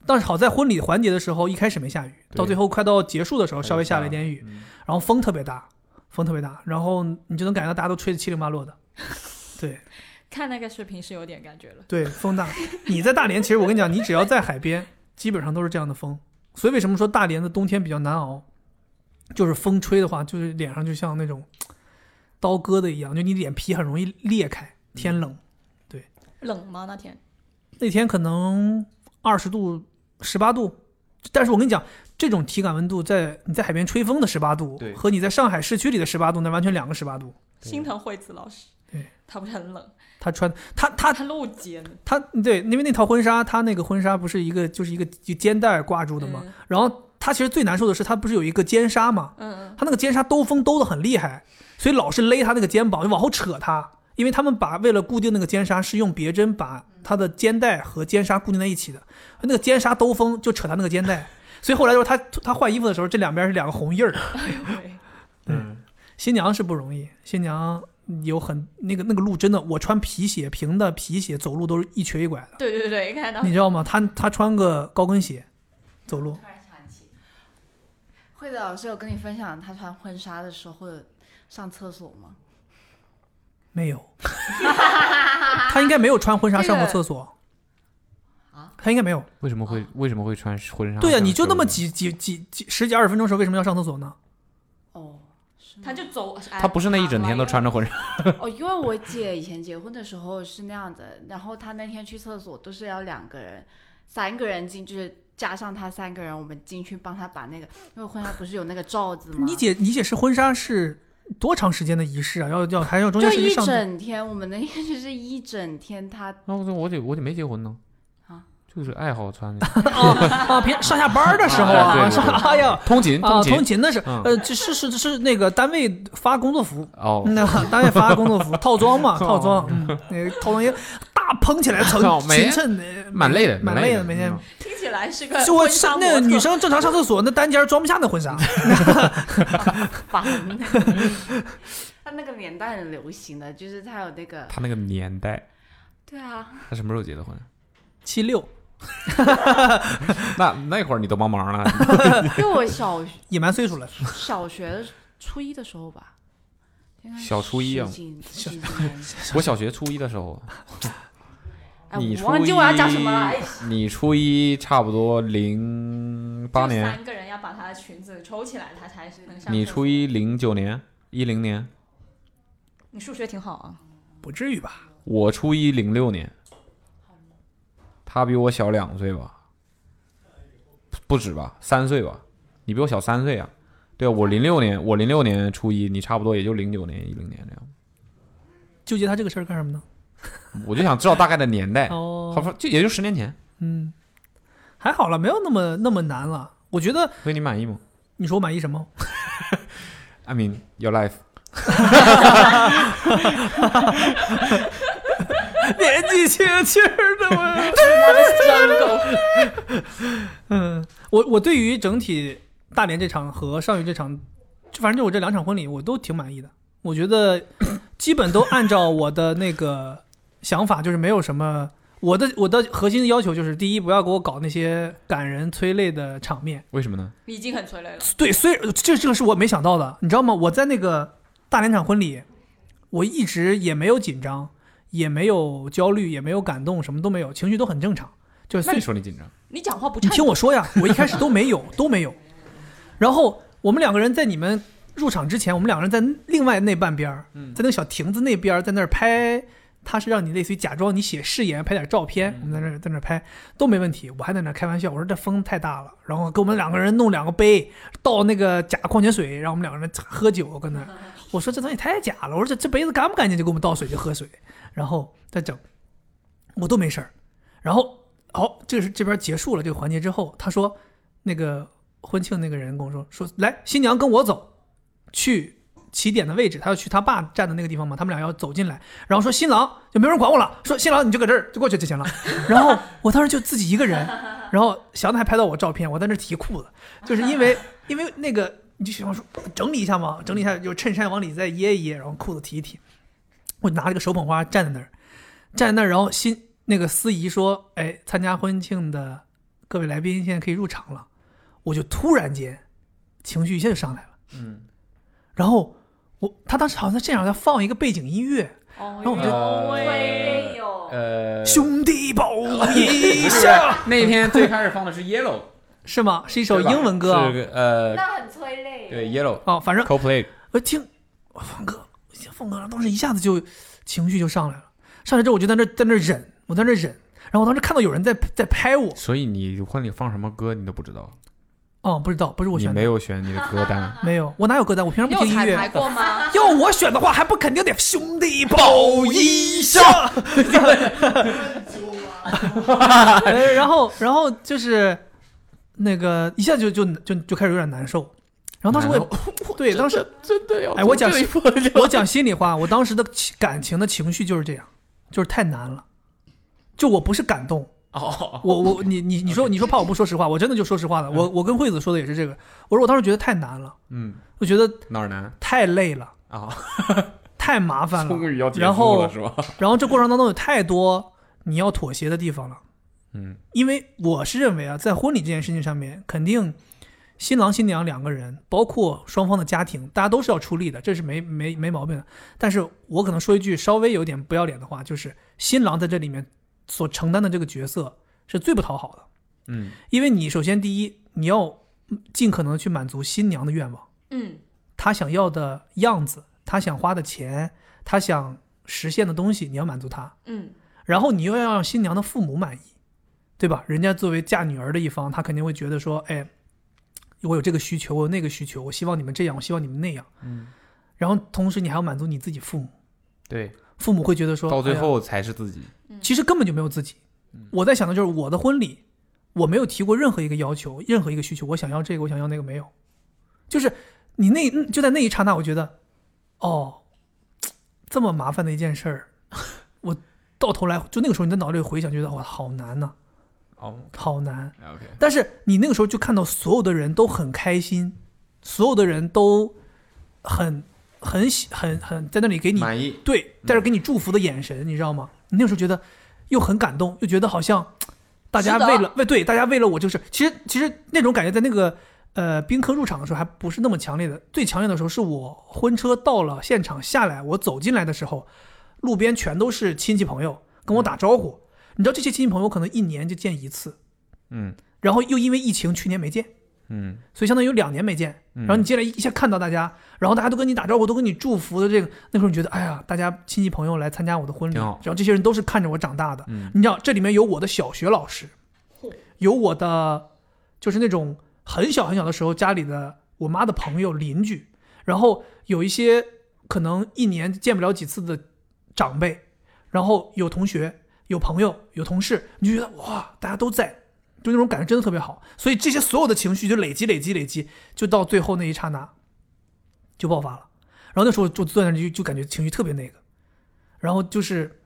Speaker 3: 但是好在婚礼环节的时候一开始没下雨，
Speaker 4: 对
Speaker 3: 到最后快到结束的时候稍微下了一点雨，
Speaker 4: 嗯
Speaker 3: 然后风特别大，风特别大，然后你就能感觉到大家都吹得七零八落的。对
Speaker 5: 看那个视频是有点感觉了。
Speaker 3: 对，风大。你在大连，其实我跟你讲，你只要在海边，基本上都是这样的风。所以为什么说大连的冬天比较难熬？就是风吹的话，就是脸上就像那种刀割的一样，就你脸皮很容易裂开。天冷，
Speaker 5: 冷吗？那天
Speaker 3: 那天可能二十度、十八度，但是我跟你讲，这种体感温度在你在海边吹风的十八度
Speaker 4: 对，
Speaker 3: 和你在上海市区里的十八度，那完全两个十八度。
Speaker 4: 对
Speaker 5: 心疼惠子老师，
Speaker 3: 对
Speaker 5: 她不是很冷，
Speaker 3: 他穿他
Speaker 4: 啊
Speaker 3: 他
Speaker 5: 她露肩的
Speaker 3: 他对，因为那套婚纱，他那个婚纱不是一个就是一个就肩带挂住的嘛，
Speaker 5: 嗯
Speaker 3: 然后他其实最难受的是，他不是有一个肩纱嘛，
Speaker 5: 嗯
Speaker 3: 他那个肩纱兜风兜得很厉害，所以老是勒他那个肩膀，就往后扯他。因为他们把为了固定那个肩纱，是用别针把他的肩带和肩纱固定在一起的，那个肩纱兜风就扯他那个肩带，所以后来就是他他换衣服的时候，这两边是两个红印儿。
Speaker 5: 嗯，
Speaker 4: 嗯，
Speaker 3: 新娘是不容易，新娘有很那个那个路真的，我穿皮鞋平的皮鞋走路都是一瘸一拐的，
Speaker 5: 对对对对，
Speaker 6: 哦
Speaker 5: 看到
Speaker 3: 你知道吗？他他穿个高跟鞋走路
Speaker 6: 突，然想起，惠子老师有跟你分享她穿婚纱的时候会上厕所吗？
Speaker 3: 没有， 他应该没有穿婚纱上过厕所。
Speaker 6: 啊
Speaker 3: 他应该没有。
Speaker 4: 为什么会为什么会穿婚纱？
Speaker 3: 对啊呀、你就那么，几几几几十几二十分钟的时候，为什么要上厕所呢？
Speaker 6: 哦，是 吗
Speaker 5: 她就走，哎
Speaker 4: 他不是那一整天都穿着婚纱，
Speaker 6: 哦，因为我姐以前结婚的时候是那样子，然后她那天去厕所都是要两个人、三个人进，就是加上她三个人，我们进去帮她把那个，因为婚纱不是有那个罩子吗？
Speaker 3: 你姐你姐是婚纱是多长时间的仪式啊？要要还要中
Speaker 6: 就
Speaker 3: 间是
Speaker 6: 一
Speaker 3: 上
Speaker 6: 整天，我们那天就是一整天，她
Speaker 4: 那我我得我得没结婚呢，
Speaker 6: 啊，
Speaker 4: 就是爱好穿的，
Speaker 3: 啊平上下班的时候
Speaker 4: 啊对
Speaker 3: 啊，
Speaker 4: 对
Speaker 3: 上
Speaker 4: 对
Speaker 3: 哎呀
Speaker 4: 通勤
Speaker 3: 啊
Speaker 4: 勤
Speaker 3: 通勤的时候，
Speaker 4: 嗯
Speaker 3: 呃这是是是那个单位发工作服，
Speaker 4: 哦，
Speaker 3: 那单位发工作 服套装嘛
Speaker 4: 哦
Speaker 3: 套装，嗯，那个套装也大蓬 起来层
Speaker 4: 哦没
Speaker 3: 裙衬，呃
Speaker 4: 蛮累的，
Speaker 3: 蛮
Speaker 4: 累
Speaker 3: 的每天
Speaker 4: 嗯。
Speaker 5: 听起来是个
Speaker 3: 就我
Speaker 5: 呃婚纱模
Speaker 3: 那个
Speaker 5: 特
Speaker 3: 女生正常上厕所，那单间装不下那婚纱。
Speaker 6: 烦。她那个年代很流行的，就是她有那个，
Speaker 4: 他那个年代，
Speaker 6: 对啊，
Speaker 4: 他什么时候结的婚？
Speaker 3: 七六
Speaker 4: 那那会儿你都帮忙了，
Speaker 6: 因为我小学
Speaker 3: 也蛮岁数了，
Speaker 6: 小学的初一的时候吧，应该是
Speaker 4: 小初一啊
Speaker 6: 十几十 几年
Speaker 4: 我小学初一的时候，啊
Speaker 6: 哎，
Speaker 4: 你初
Speaker 6: 我忘记我要讲什么了。哎
Speaker 4: 一，你初一差不多零零八
Speaker 5: 就
Speaker 4: 年，
Speaker 5: 三个人要把她的裙子抽起来，她才能上。
Speaker 4: 你初，一零九年，一零年，
Speaker 5: 你数学挺好啊。
Speaker 3: 不至于吧？
Speaker 4: 我初一零六年，他比我小两岁吧，不不止吧，三岁吧，你比我小三岁啊。对啊，我零六年，我零六年初一，你差不多也就零九年、一零年这样。
Speaker 3: 纠结他这个事儿干什么呢？
Speaker 4: 我就想知道大概的年代，好
Speaker 3: 哦，
Speaker 4: 说就也就十年前。
Speaker 3: 嗯，还好了，没有那么那么难了。我觉得
Speaker 4: 所以你满意吗
Speaker 3: 你说我满意什么？
Speaker 4: ？I mean your life。
Speaker 3: 年纪轻轻的我， 嗯，我我对于整体大连这场和上虞这场，反正就我这两场婚礼，我都挺满意的。我觉得基本都按照我的那个想法，就是没有什么。我的我的核心的要求就是，第一，不要给我搞那些感人催泪的场面。
Speaker 4: 为什么呢？
Speaker 5: 已经很催泪了，
Speaker 3: 对，虽然这这个是我没想到的，你知道吗？我在那个大连场婚礼，我一直也没有紧张，也没有焦虑，也没有感动，什么都没有，情绪都很正常。就是
Speaker 4: 那
Speaker 3: 虽
Speaker 4: 你说你紧张？
Speaker 5: 你讲话不
Speaker 3: 你
Speaker 5: 称
Speaker 3: 听我说呀，我一开始都没有，都没有。然后我们两个人在你们入场之前，我们两个人在另外那半边儿，在那个小亭子那边儿，在那儿拍。他是让你类似于假装你写誓言，拍点照片，我们在那儿在那儿拍都没问题。我还在那儿开玩笑，我说这风太大了，然后给我们两个人弄两个杯，倒那个假矿泉水，让我们两个人喝酒。我跟那儿，我说这东西太假了，我说这这杯子干不干净就给我们倒水就喝水，然后再整，我都没事儿。然后好、这是这边结束了这个环节之后，他说那个婚庆那个人跟我说说来新娘跟我走，去起点的位置，他要去他爸站的那个地方嘛，他们俩要走进来，然后说新郎就没人管我了，说新郎你就搁这儿就过去就行了。然后我当时就自己一个人，然后祥子还拍到我照片，我在那提裤子，就是因为因为那个你就想说整理一下嘛，整理一下就衬衫往里再掖一掖，然后裤子提一提，我拿了个手捧花站在那儿。站在那儿，然后新那个司仪说：“哎，参加婚庆的各位来宾现在可以入场了。”我就突然间情绪一下就上来了，
Speaker 4: 嗯，
Speaker 3: 然后我他当时好像现场在放一个背景音乐，
Speaker 5: 哦，
Speaker 3: 那我就
Speaker 5: 催泪哦。
Speaker 4: 呃，
Speaker 3: 兄弟抱一下，
Speaker 4: 那天最开始放的是 Yellow，
Speaker 3: 是吗？是一首
Speaker 4: 对吧
Speaker 3: 哦英文歌啊
Speaker 4: 是个呃，
Speaker 6: 那很催泪。
Speaker 4: 对 Yellow
Speaker 3: 哦，反正
Speaker 4: Coldplay
Speaker 3: 我听我放歌，我听放歌，当时一下子就情绪就上来了，上来之后我就在那在那忍，我在那忍，然后我当时看到有人在在拍我，
Speaker 4: 所以你婚礼放什么歌你都不知道，
Speaker 3: 哦，不知道不是我
Speaker 4: 你
Speaker 3: 选
Speaker 4: 没
Speaker 3: 的，。
Speaker 4: 有选你的歌单
Speaker 3: 没有，我哪有歌单？我平常
Speaker 5: 你
Speaker 3: 不
Speaker 5: 有
Speaker 3: 听音
Speaker 5: 彩
Speaker 3: 乐。
Speaker 5: 排过 吗？
Speaker 3: 要我选的话，还不肯定得兄弟抱一下。哎 然后，然后就是那个一下就就就就开始有点难受。然后当时我也 对，当时
Speaker 4: 真的要
Speaker 3: 哎我讲我讲心里话，我当时的情感情的情绪就是这样，就是太难了。就我不是感动，
Speaker 4: 哦，
Speaker 3: 我我你你你说你说怕我不说实话，我真的就说实话了。我我跟惠子说的也是这个，我说我当时觉得太难了，
Speaker 4: 嗯，
Speaker 3: 我觉得
Speaker 4: 哪儿难
Speaker 3: 太累了，
Speaker 4: 啊？
Speaker 3: 太麻烦了。
Speaker 4: 于要结
Speaker 3: 然
Speaker 4: 束
Speaker 3: 后
Speaker 4: 了 是吧？
Speaker 3: 然后这过程当中有太多你要妥协的地方了，
Speaker 4: 嗯，
Speaker 3: 因为我是认为啊，在婚礼这件事情上面，肯定新郎新娘两个人，包括双方的家庭，大家都是要出力的，这是没没没毛病的。但是我可能说一句稍微有点不要脸的话，就是新郎在这里面所承担的这个角色是最不讨好的，
Speaker 4: 嗯，
Speaker 3: 因为你首先第一，你要尽可能去满足新娘的愿望。
Speaker 5: 嗯，
Speaker 3: 他想要的样子，他想花的钱，他想实现的东西，你要满足他。
Speaker 5: 嗯，
Speaker 3: 然后你又要让新娘的父母满意，对吧？人家作为嫁女儿的一方，他肯定会觉得说，哎，我有这个需求，我有那个需求，我希望你们这样，我希望你们那样。嗯。然后同时你还要满足你自己父母，
Speaker 4: 对，
Speaker 3: 父母会觉得说，
Speaker 4: 嗯到最
Speaker 3: 哎呀
Speaker 4: 后才是自己。
Speaker 3: 其实根本就没有自己。我在想的就是我的婚礼，我没有提过任何一个要求，任何一个需求，我想要这个，我想要那个，没有。就是你那嗯就在那一刹那，我觉得，哦，这么麻烦的一件事儿， 我到头来就那个时候你在脑子里回想，觉得哇，好难呐、
Speaker 4: 哦
Speaker 3: 好难。
Speaker 4: ，OK，
Speaker 3: 但是你那个时候就看到所有的人都很开心，所有的人都很很喜很很在那里给你
Speaker 4: 满意。
Speaker 3: 对，但是给你祝福的眼神，你知道吗？你那时候觉得又很感动，又觉得好像大家
Speaker 5: 值得
Speaker 3: 为了为对大家为了我这个事，其实其实那种感觉在那个呃宾客入场的时候还不是那么强烈的，最强烈的时候是我婚车到了现场下来，我走进来的时候，路边全都是亲戚朋友跟我打招
Speaker 5: 嗯
Speaker 3: 呼，你知道这些亲戚朋友可能一年就见一次，
Speaker 4: 嗯，
Speaker 3: 然后又因为疫情去年没见，
Speaker 4: 嗯
Speaker 3: 所以相当于有两年没见，
Speaker 4: 嗯，
Speaker 3: 然后你接着一下看到大家，然后大家都跟你打招呼，都跟你祝福的这个，那时候你觉得，哎呀，大家亲戚朋友来参加我的婚礼，
Speaker 4: 挺
Speaker 3: 然
Speaker 4: 好
Speaker 3: 后这些人都是看着我长大的，
Speaker 4: 嗯
Speaker 3: 你知道这里面有我的小学老师
Speaker 5: 嚯，
Speaker 3: 有我的就是那种很小很小的时候家里的我妈的朋友邻居，然后有一些可能一年见不了几次的长辈，然后有同学、有朋友、有同事，你就觉得哇，大家都在，就那种感觉真的特别好。所以这些所有的情绪就累积、累积、累积，就到最后那一刹那就爆发了。然后那时候我就坐在那里就就感觉情绪特别那个，然后就是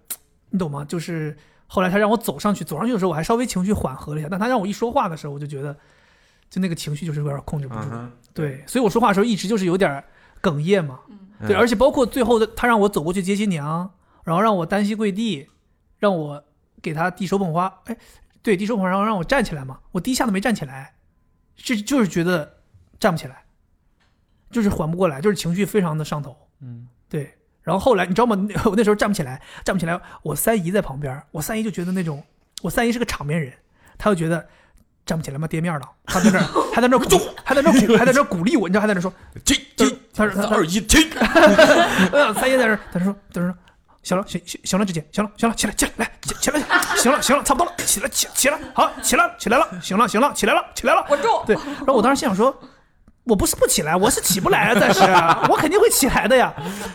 Speaker 3: 你懂吗？就是后来他让我走上去，走上去的时候我还稍微情绪缓和了一下，但他让我一说话的时候，我就觉得就那个情绪就是有点控制不住。
Speaker 4: 嗯
Speaker 3: 对，所以我说话的时候一直就是有点儿哽咽嘛。
Speaker 4: 哼
Speaker 3: 对，
Speaker 4: 嗯
Speaker 3: 而且包括最后的他让我走过去接新娘，然后让我单膝跪地，让我给他递手捧花，哎，对，递手捧花，然后让我站起来嘛，我第一下都没站起来，这就是觉得站不起来，就是缓不过来，就是情绪非常的上头，
Speaker 4: 嗯，
Speaker 3: 对。然后后来你知道吗？ 我那时候站不起来，站不起来，我三姨在旁边，我三姨就觉得那种，我三姨是个场面人，她就觉得站不起来嘛，跌面了，她在那儿， 还在那儿鼓，还在那儿鼓，还在那儿鼓励我，你知道，还在那儿说，
Speaker 4: 这
Speaker 3: 就
Speaker 4: 这
Speaker 3: 是她说她她
Speaker 4: 二一这
Speaker 3: 嗯，三爷在这儿，他说，他说，行了，行行行了，姐姐，行了，行了，起来，起来，来，起起来，行了， 行了，差不多了，起来，起起来，好，起来，起来了，行了，行了，起来了，起来了。
Speaker 5: 我中，
Speaker 3: 对，然后我当时心想说，我不是不起来，我是起不来啊，暂时，我肯定会起来的呀。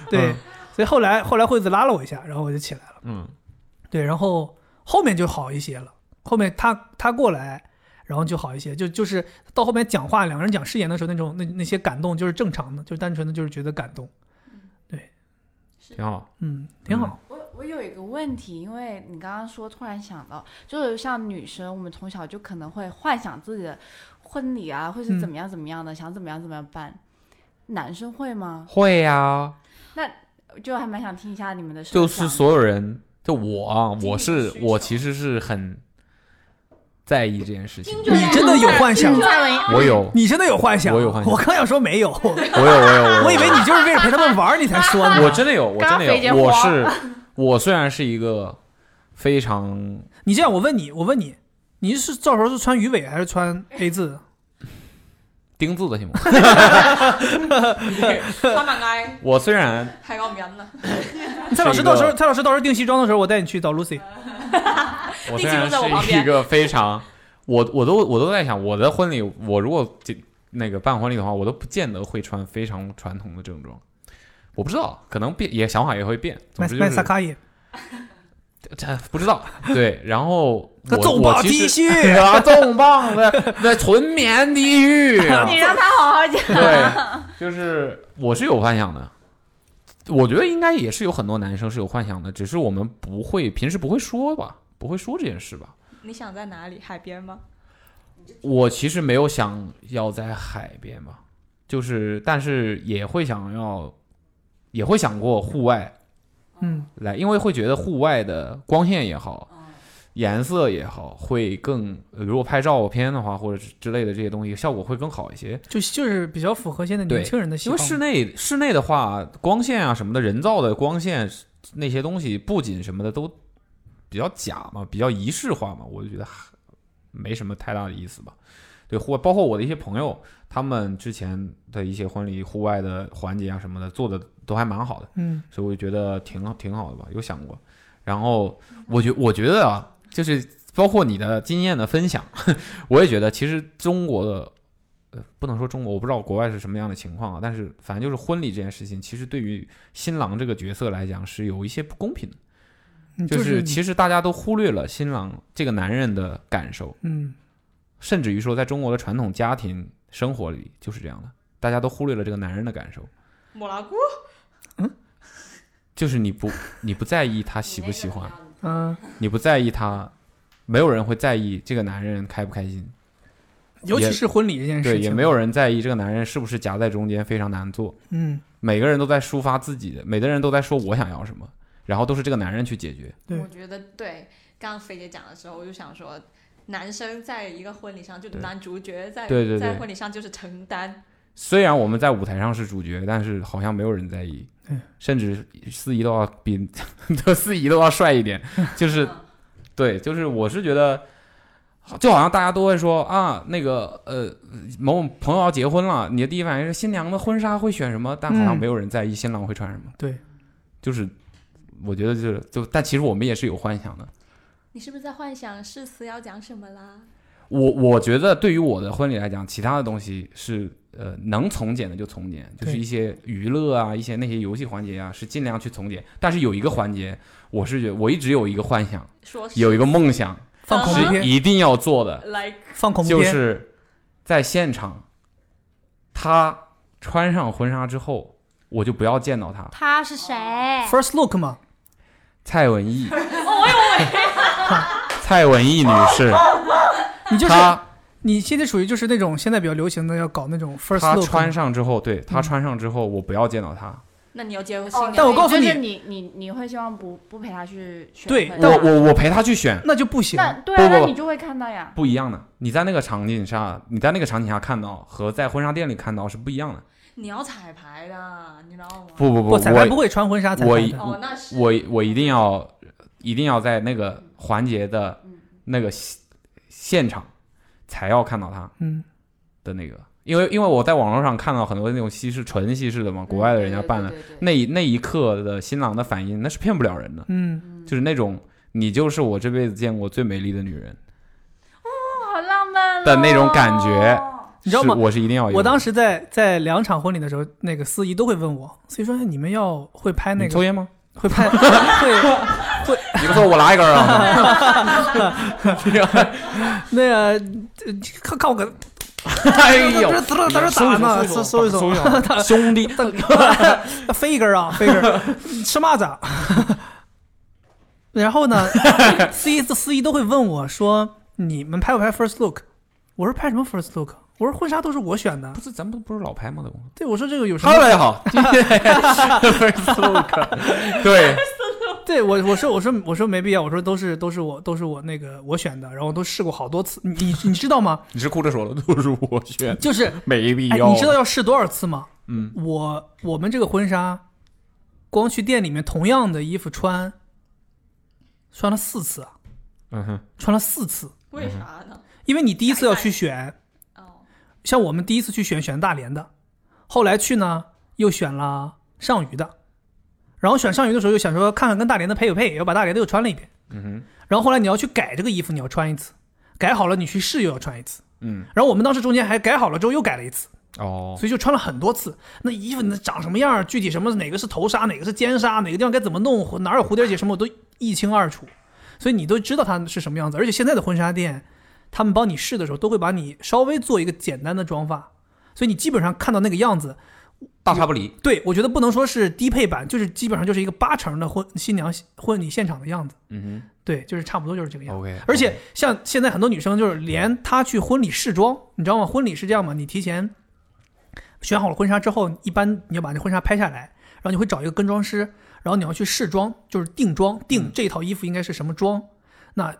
Speaker 3: 对
Speaker 4: 嗯，
Speaker 3: 所以后来后来惠子拉了我一下，然后我就起来了。
Speaker 4: 嗯
Speaker 3: 对，然后后面就好一些了。后面他他过来，然后就好一些，就就是到后面讲话，两个人讲誓言的时候，那种那那些感动就是正常的，就是单纯的就是觉得感动，
Speaker 4: 挺好，
Speaker 3: 嗯，挺好。
Speaker 6: 我我有一个问题，因为你刚刚说，突然想到，就是像女生，我们从小就可能会幻想自己的婚礼啊，会是怎么
Speaker 4: 嗯
Speaker 6: 样怎么样的，想怎么样怎么样办。男生会吗？
Speaker 4: 会呀，
Speaker 3: 啊
Speaker 6: 就还蛮想听一下你们的设想。
Speaker 4: 就是所有人，就我啊，
Speaker 5: 经历
Speaker 4: 我
Speaker 5: 的
Speaker 4: 是
Speaker 5: 需
Speaker 4: 我
Speaker 5: 求
Speaker 4: 其实是很在意这件事情，
Speaker 5: 就
Speaker 3: 你真的有幻想？
Speaker 6: 啊
Speaker 4: 我有
Speaker 3: 你真的有幻想？
Speaker 4: 我有幻想
Speaker 3: 我刚想说没有，
Speaker 4: 我有我有我有
Speaker 3: 我以为你就是为了陪他们玩儿你才说呢。
Speaker 4: 我真的有，我真
Speaker 6: 刚
Speaker 4: 的有，
Speaker 6: 肥姐
Speaker 4: 我
Speaker 6: 黄
Speaker 4: 是我虽然是一个非常
Speaker 3: 你这样，我问你，我问你，你是到时候是穿鱼尾还是穿 A 字？
Speaker 4: 钉子的行吗？
Speaker 5: 他蛮矮，
Speaker 4: 我虽然
Speaker 5: 还有棉呢。
Speaker 3: 蔡老师到时候，蔡老师到时候定西装的时候，我带你去找 Lucy。
Speaker 4: 我虽
Speaker 5: 钉子
Speaker 4: 然
Speaker 5: 就在我旁
Speaker 4: 是一
Speaker 5: 边
Speaker 4: 个非常，我我都我都在想，我的婚礼，我如果这那个办婚礼的话，我都不见得会穿非常传统的正装。我不知道，可能变也想法也会变。总
Speaker 3: 卖
Speaker 4: 之就
Speaker 3: 卖
Speaker 4: 是
Speaker 3: 萨卡耶，
Speaker 4: 这不知道。对，然后
Speaker 3: 他
Speaker 4: 我
Speaker 3: 重
Speaker 4: 我
Speaker 3: 磅
Speaker 4: 其
Speaker 3: T
Speaker 4: 实
Speaker 3: 恤，
Speaker 4: 啊，重磅的那纯棉 T 恤 啊，
Speaker 6: 你让他好好讲。
Speaker 4: 对，就是我是有幻想的，我觉得应该也是有很多男生是有幻想的，只是我们不会平时不会说吧，不会说这件事吧。
Speaker 5: 你想在哪里？海边吗？
Speaker 4: 我其实没有想要在海边吧，就是但是也会想要，也会想过户外
Speaker 3: 嗯，
Speaker 4: 来，因为会觉得户外的光线也好。颜色也好，会更呃如果拍照片的话，或者是之类的这些东西，效果会更好一些。
Speaker 3: 就就是比较符合现在
Speaker 4: 对
Speaker 3: 年轻人的喜
Speaker 4: 因
Speaker 3: 好嘛。
Speaker 4: 为室内室内的话，光线啊什么的，人造的光线那些东西，布景什么的都比较假嘛，比较仪式化嘛，我就觉得还没什么太大的意思吧。对，户外包括我的一些朋友，他们之前的一些婚礼户外的环节啊什么的，做的都还蛮好的，
Speaker 3: 嗯，
Speaker 4: 所以我就觉得挺好挺好的吧，有想过。然后我觉我觉得啊，就是包括你的经验的分享， 我也觉得其实中国的。呃，不能说中国，我不知道国外是什么样的情况啊。但是反正就是婚礼这件事情，其实对于新郎这个角色来讲是有一些不公平的，
Speaker 3: 嗯
Speaker 4: 就
Speaker 3: 就是是
Speaker 4: 其实大家都忽略了新郎这个男人的感受，
Speaker 3: 嗯，
Speaker 4: 甚至于说在中国的传统家庭生活里就是这样的，大家都忽略了这个男人的感受，
Speaker 5: 抹拉姑，
Speaker 4: 就是你不你不在意他喜不喜欢，
Speaker 3: 嗯，
Speaker 4: 你不在意他，没有人会在意这个男人开不开心，
Speaker 3: 尤嗯其是婚礼这件事
Speaker 4: 对，
Speaker 3: 情，
Speaker 4: 也没有人在意这个男人是不是夹在中间非常难做，
Speaker 3: 嗯，
Speaker 4: 每个人都在抒发自己的，每个人都在说我想要什么，然后都是这个男人去解决。
Speaker 3: 对
Speaker 5: 我觉得对。刚刚肥姐讲的时候，我就想说，男生在一个婚礼上，就
Speaker 4: 对
Speaker 5: 男主角在
Speaker 4: 对对对
Speaker 5: 在婚礼上就是承担，
Speaker 4: 虽然我们在舞台上是主角，但是好像没有人在意
Speaker 3: 对，
Speaker 4: 甚至司仪都要比 司仪都要帅一点，就是对，就是我是觉得就好像大家都会说啊，那个呃，某某朋友要结婚了，你的第一反应是新娘的婚纱会选什么，但好像
Speaker 3: 嗯
Speaker 4: 没有人在意新郎会穿什么。
Speaker 3: 对，
Speaker 4: 就是我觉得就是就，但其实我们也是有幻想的。
Speaker 5: 你是不是在幻想誓词要讲什么啦？
Speaker 4: 我我觉得对于我的婚礼来讲，其他的东西是呃能从简的就从简，就
Speaker 3: 对
Speaker 4: 是一些娱乐啊，一些那些游戏环节啊，是尽量去从简。但是有一个环节，我是觉得我一直有一个幻想，
Speaker 5: 说是
Speaker 4: 有一个梦想
Speaker 3: 放恐怖
Speaker 4: 是
Speaker 3: 片，
Speaker 4: 一定要做的，
Speaker 5: like
Speaker 3: 放恐怖
Speaker 4: 就
Speaker 3: 片，
Speaker 4: 是在现场，他穿上婚纱之后，我就不要见到他。
Speaker 1: 他是
Speaker 5: 哦
Speaker 1: 谁？
Speaker 3: first look 嘛，
Speaker 4: 蔡文艺，蔡文艺女士，
Speaker 3: 你就是
Speaker 4: 她
Speaker 3: 你现在属于就是那种现在比较流行的要搞那种 first
Speaker 4: 她
Speaker 3: look，
Speaker 4: 穿上之后，对她穿上之后，我不要见到她。
Speaker 5: 那你要结婚
Speaker 6: 哦
Speaker 5: 新，
Speaker 3: 但
Speaker 5: 娘
Speaker 3: 我告诉
Speaker 6: 你，
Speaker 3: 你
Speaker 6: 就是你你你会希望不不陪他去选
Speaker 3: 对
Speaker 6: 婚
Speaker 3: 但
Speaker 4: 我
Speaker 6: 吧
Speaker 4: 我我陪她去选
Speaker 3: 那就不行。
Speaker 6: 那对
Speaker 4: 不
Speaker 6: 啊，
Speaker 4: 不
Speaker 6: 那
Speaker 4: 不
Speaker 6: 你就会看到呀。
Speaker 4: 不一样的，你在那个场景下，你在那个场景下看到和在婚纱店里看到是不一样的。
Speaker 5: 你要彩排的，你知道吗？
Speaker 4: 不不不，
Speaker 3: 不，彩排不
Speaker 4: 我
Speaker 3: 会穿婚纱彩排
Speaker 4: 我
Speaker 3: 的
Speaker 4: 一
Speaker 5: 哦，那是
Speaker 4: 我我一定要一定要在那个环节的那个现现场才要看到她。
Speaker 3: 嗯，
Speaker 4: 的那个，因为因为我在网络上看到很多那种西式纯西式的嘛，国外的人
Speaker 3: 嗯
Speaker 4: 家办的、
Speaker 6: 对对对对
Speaker 4: 那一那一刻的新郎的反应，那是骗不了人的，
Speaker 3: 嗯，
Speaker 4: 就是那种你就是我这辈子见过最美丽的女人
Speaker 6: 哦好浪漫哦
Speaker 4: 的那种感觉，
Speaker 3: 你知道吗
Speaker 4: 是我是一定要有的。
Speaker 3: 我当时在在两场婚礼的时候，那个司仪都会问我，所以说你们要会拍那
Speaker 4: 你抽
Speaker 3: 个，
Speaker 4: 烟吗？
Speaker 3: 会 拍会
Speaker 4: 你不说我拿一根儿啊？
Speaker 3: 那个，呃看看我搁，
Speaker 4: 哎呦，
Speaker 3: 在这在这打呢，搜搜一 搜，
Speaker 4: 兄弟，
Speaker 3: 飞一根啊，飞一根儿，吃蚂蚱。 然后呢，司仪司仪都会问我说：“你们拍不拍 first look？” 我说：“拍什么 first look？” 我说：“婚纱都是我选的
Speaker 4: 不。是咱们不是老牌吗？都。”
Speaker 3: 对，我说：“这个有什么
Speaker 4: Hello，大家好，今天 First Look，对，
Speaker 3: 对我我说我说我说没必要，我说都是都是我都是我那个我选的，然后都试过好多次，你你你知道吗？
Speaker 4: 你是哭着说的，都是我选，
Speaker 3: 就是
Speaker 4: 没必
Speaker 3: 哎，
Speaker 4: 要。
Speaker 3: 你知道要试多少次吗？
Speaker 4: 嗯，
Speaker 3: 我我们这个婚纱，光去店里面同样的衣服穿，穿了四次啊，
Speaker 4: 嗯哼，
Speaker 3: 穿了四次，
Speaker 5: 为啥呢？
Speaker 3: 因为你第一次要去选，
Speaker 5: 哦，
Speaker 3: 像我们第一次去选选大连的，后来去呢又选了上虞的，然后选上虞的时候又想说看看跟大连的配不配，又把大连的又穿了一遍。
Speaker 4: 嗯哼，
Speaker 3: 然后后来你要去改这个衣服，你要穿一次，改好了你去试又要穿一次。
Speaker 4: 嗯，
Speaker 3: 然后我们当时中间还改好了之后又改了一次，
Speaker 4: 哦，
Speaker 3: 所以就穿了很多次。那衣服那长什么样，具体什么哪个是头纱，哪个是肩纱，哪个地方该怎么弄，哪有蝴蝶结什么我都一清二楚，所以你都知道它是什么样子。而且现在的婚纱店，他们帮你试的时候都会把你稍微做一个简单的妆发，所以你基本上看到那个样子，
Speaker 4: 大差不离。
Speaker 3: 对我觉得不能说是低配版，就是基本上就是一个八成的婚新娘婚礼现场的样子。
Speaker 4: 嗯
Speaker 3: 对，就是差不多就是这个样子。
Speaker 4: OK，
Speaker 3: 而且像现在很多女生就是连她去婚礼试妆，你知道吗？婚礼是这样嘛，你提前选好了婚纱之后，一般你要把这婚纱拍下来，然后你会找一个跟妆师，然后你要去试妆，就是定妆，定这套衣服应该是什么妆。那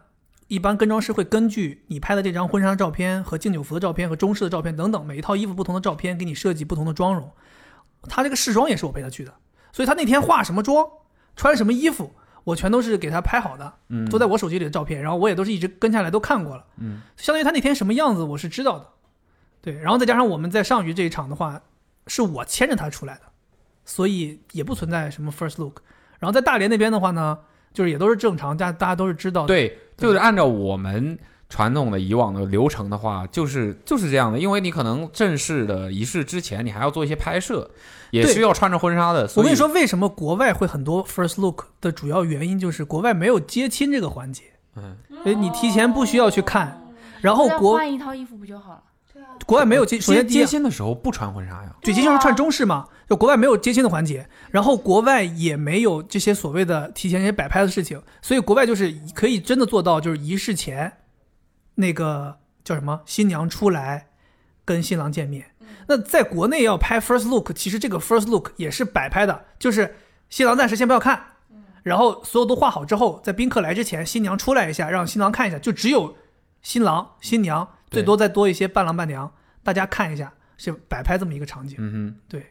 Speaker 3: 一般跟妆师会根据你拍的这张婚纱照片和敬酒服的照片和中式的照片等等，每一套衣服不同的照片给你设计不同的妆容。他这个试妆也是我陪他去的，所以他那天化什么妆，穿什么衣服，我全都是给他拍好的。
Speaker 4: 嗯
Speaker 3: 都在我手机里的照片，然后我也都是一直跟下来都看过了，
Speaker 4: 嗯，
Speaker 3: 相当于他那天什么样子我是知道的，对，然后再加上我们在上虞这一场的话，是我牵着他出来的，所以也不存在什么 first look，然后在大连那边的话呢，就是也都是正常，大大家都是知道的，，
Speaker 4: 对，就是按照我们传统的以往的流程的话，就是就是这样的，因为你可能正式的仪式之前，你还要做一些拍摄，也
Speaker 3: 对
Speaker 4: 是要穿着婚纱的。所
Speaker 3: 我
Speaker 4: 以
Speaker 3: 跟你说，为什么国外会很多 first look 的主要原因就是国外没有接亲这个环节，
Speaker 4: 嗯，
Speaker 3: 所以你提前不需要去看，然后
Speaker 6: 那
Speaker 3: 国
Speaker 6: 换一套衣服不就好了？
Speaker 3: 国外没有接，首
Speaker 4: 接
Speaker 3: 先第一
Speaker 4: 接亲的时候不穿婚纱呀，
Speaker 3: 对，接亲是穿中式嘛，就国外没有接亲的环节，然后国外也没有这些所谓的提前这些摆拍的事情，所以国外就是可以真的做到，就是仪式前那个叫什么新娘出来跟新郎见面。那在国内要拍 first look，其实这个 first look 也是摆拍的，就是新郎暂时先不要看，然后所有都画好之后，在宾客来之前，新娘出来一下，让新郎看一下，就只有新郎新娘，
Speaker 4: 对
Speaker 3: 最多再多一些伴郎伴娘，大家看一下。是摆拍这么一个场景，
Speaker 4: 嗯哼，
Speaker 3: 对，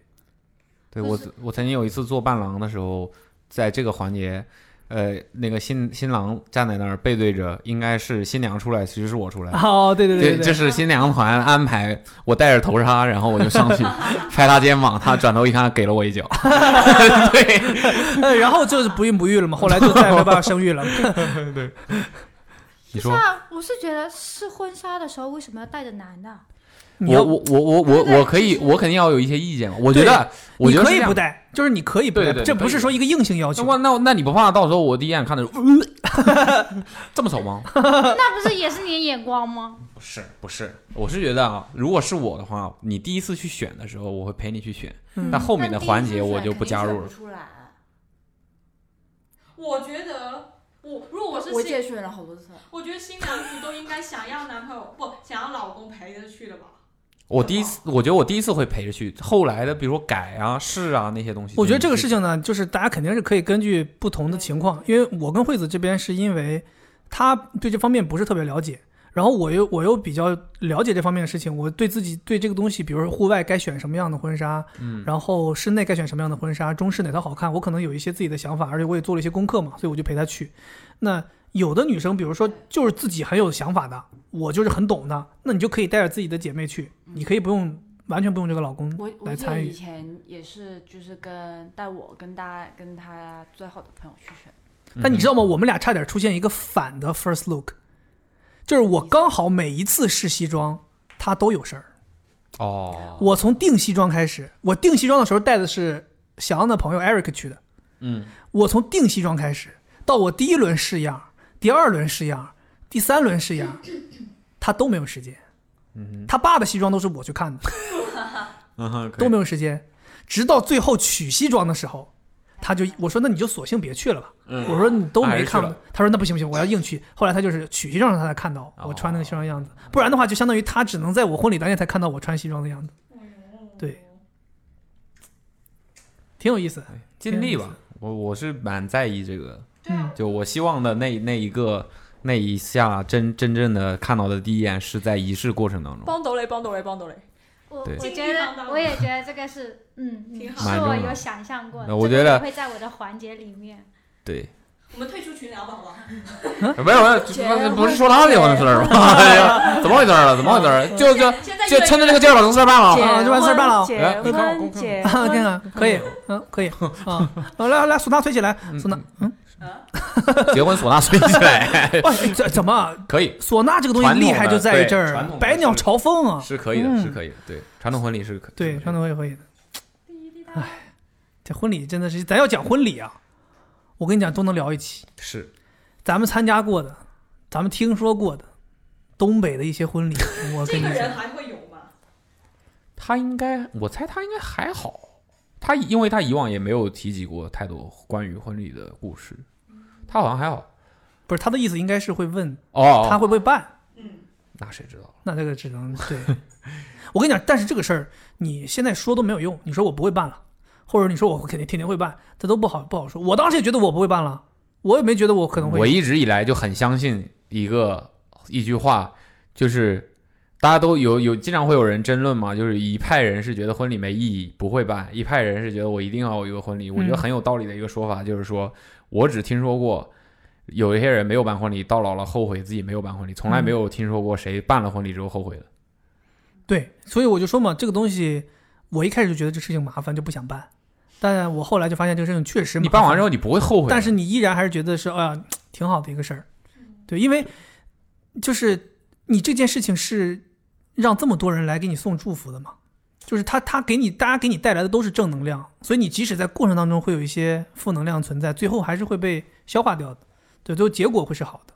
Speaker 4: 对我我曾经有一次做伴郎的时候，在这个环节，呃，那个新新郎站在那儿背对着，应该是新娘出来，其实是我出来。
Speaker 3: 哦，对对对
Speaker 4: 这是新娘团安排，我戴着头纱，然后我就上 去拍她肩膀，她转头一看，给了我一脚。对，
Speaker 3: 呃，然后就是不孕不育了嘛，后来就再也没有办法生育 了。
Speaker 4: 你
Speaker 7: 是
Speaker 4: 说
Speaker 7: 啊，我是觉得试婚纱的时候为什么要带着男的？
Speaker 3: 你
Speaker 4: 我
Speaker 3: 要
Speaker 4: 我我我
Speaker 7: 对
Speaker 4: 我
Speaker 7: 对
Speaker 4: 我可以，
Speaker 7: 就是
Speaker 4: 我肯定要有一些意见嘛。我觉
Speaker 3: 对
Speaker 4: 得，我觉得
Speaker 3: 你可
Speaker 4: 是
Speaker 3: 以
Speaker 4: 这样
Speaker 3: 不。带，就是你可以不带，
Speaker 4: 对对对
Speaker 3: 这不是说一个硬性要
Speaker 4: 那
Speaker 3: 求。
Speaker 4: 我那那你不怕到时候我第一眼看的时候，呃 这么丑 吗？
Speaker 7: 那不是也是你的眼光吗？
Speaker 4: 不是不是，我是觉得啊，如果是我的话，你第一次去选的时候，我会陪你去选，
Speaker 3: 嗯
Speaker 4: 但后面的环节我就不加入了。
Speaker 6: 出来，啊
Speaker 5: 我觉得我如果我是
Speaker 6: 我
Speaker 5: 新，
Speaker 6: 姐选了好多次，
Speaker 5: 我觉得新娘子都应该想要男朋友不想要老公陪着去的吧。
Speaker 4: 我第一次，我觉得我第一次会陪着去，后来的比如说改啊、试啊那些东西，
Speaker 3: 我觉得这个
Speaker 4: 就
Speaker 3: 事情呢，就是大家肯定是可以根据不同的情况，因为我跟惠子这边是因为她对这方面不是特别了解，然后我又我又比较了解这方面的事情，我对自己对这个东西，比如说户外该选什么样的婚纱，
Speaker 4: 嗯，
Speaker 3: 然后室内该选什么样的婚纱，中式哪套好看，我可能有一些自己的想法，而且我也做了一些功课嘛，所以我就陪她去。那有的女生，比如说就是自己很有想法的，我就是很懂的，那你就可以带着自己的姐妹去，你可以不用完全不用这个老公
Speaker 6: 我我
Speaker 3: 来参
Speaker 6: 姐以
Speaker 3: 与。
Speaker 6: 前也是，就是跟带我跟大跟她最好的朋友去选，
Speaker 3: 但你知道吗？我们俩差点出现一个反的 first look，就是我刚好每一次试西装，她都有事儿。
Speaker 4: 哦，
Speaker 3: 我从定西装开始，我定西装的时候带的是小安的朋友 Eric 去的。
Speaker 4: 嗯，
Speaker 3: 我从定西装开始，到我第一轮试样，第二轮试样，第三轮试样，他都没有时间。他爸的西装都是我去看的，
Speaker 4: 嗯哼，可以
Speaker 3: 都没有时间。直到最后取西装的时候，他就我说那你就索性别去了吧。
Speaker 4: 嗯
Speaker 3: 我说你都
Speaker 4: 还
Speaker 3: 没
Speaker 4: 是去
Speaker 3: 看
Speaker 4: 了
Speaker 3: 过，他说那不行不行，我要硬去。后来他就是取西装的时候他才看到
Speaker 4: 哦
Speaker 3: 我穿那个西装的样子，不然的话就相当于他只能在我婚礼当天才看到我穿西装的样子。
Speaker 4: 嗯
Speaker 7: 哦
Speaker 3: 对，挺有意思。
Speaker 4: 哎尽力吧。
Speaker 3: 嗯
Speaker 4: 我我是蛮在意这个，
Speaker 5: 对啊，
Speaker 4: 就我希望的那那一个那一下真真正的看到的第一眼是在仪式过程当中。
Speaker 5: 帮斗嘞，帮斗嘞，帮斗嘞。
Speaker 7: 我
Speaker 4: 对
Speaker 7: 我
Speaker 5: 经
Speaker 7: 觉
Speaker 5: 历放荡
Speaker 7: 得我也觉得这个 是，嗯，
Speaker 5: 挺
Speaker 7: 嗯
Speaker 5: 好
Speaker 7: 是
Speaker 4: 蛮重
Speaker 7: 我
Speaker 4: 要
Speaker 7: 有想象过的，
Speaker 4: 那我
Speaker 7: 这个
Speaker 4: 觉得
Speaker 7: 也会在我的环节里面。
Speaker 4: 对，
Speaker 5: 我们退出群聊吧，好不好？
Speaker 4: 没有没有，
Speaker 6: 结
Speaker 4: 不是
Speaker 6: 婚
Speaker 4: 不是说他结婚的事儿吗？哎呀怎么回事儿了？怎么回事儿？啊就就
Speaker 5: 现在
Speaker 4: 就趁着这个劲儿把这事儿办了。
Speaker 3: 啊就完事儿办了
Speaker 6: 结
Speaker 4: 哎你看我
Speaker 6: 婚，结
Speaker 3: 啊，看
Speaker 6: 婚，
Speaker 3: 看可以，嗯，可 以啊，来来来，唢呐吹起来，
Speaker 4: 嗯
Speaker 3: 唢呐，
Speaker 4: 结婚唢呐吹起来，
Speaker 3: 哇，怎怎么啊
Speaker 4: 可以
Speaker 3: 唢呐这个东西厉害就在于这儿
Speaker 4: 传
Speaker 3: 啊
Speaker 4: 统的对传统，的
Speaker 3: 百鸟朝凤啊，
Speaker 4: 是可以的，
Speaker 3: 嗯
Speaker 4: 是可以的。对，传统婚礼是可
Speaker 3: 对，传统我也会的。哎，这婚礼真的是，咱要讲婚礼啊，我跟你讲都能聊一期。
Speaker 4: 是
Speaker 3: 咱们参加过的，咱们听说过的，东北的一些婚礼， 我
Speaker 5: 这
Speaker 3: 跟你
Speaker 5: 个
Speaker 3: 讲
Speaker 5: 人，还会有吗？
Speaker 4: 他应该，我猜他应该还好。他因为他以往也没有提及过太多关于婚礼的故事，他好像还好。
Speaker 3: 不是他的意思，应该是会问
Speaker 4: 哦，
Speaker 3: 他会不会办，
Speaker 5: 嗯，
Speaker 4: 那谁知道？
Speaker 3: 那这个只能 对。我跟你讲，但是这个事儿你现在说都没有用，你说我不会办了，或者你说我肯定肯定会办，这都不好不好说。我当时也觉得我不会办了，我也没觉得我可能
Speaker 4: 我
Speaker 3: 会。
Speaker 4: 一直以来就很相信一个一句话，就是大家都有有经常会有人争论嘛，就是一派人是觉得婚礼没意义，不会办；一派人是觉得我一定要有一个
Speaker 3: 嗯
Speaker 4: 婚礼。我觉得很有道理的一个说法就是说，我只听说过。有一些人没有办婚礼，到老了后悔自己没有办婚礼，从来
Speaker 3: 嗯
Speaker 4: 没有听说过谁办了婚礼之后后悔的。
Speaker 3: 对，所以我就说嘛，这个东西我一开始就觉得这事情麻烦，就不想办。但我后来就发现这个事情确实麻烦
Speaker 4: 你办完之后你不会啊后悔的，
Speaker 3: 但是你依然还是觉得是，哎呀，挺好的一个事儿，对，因为就是你这件事情是让这么多人来给你送祝福的嘛，就是他他给你大家给你带来的都是正能量，所以你即使在过程当中会有一些负能量存在，最后还是会被消化掉的，对，最后结果会是好的。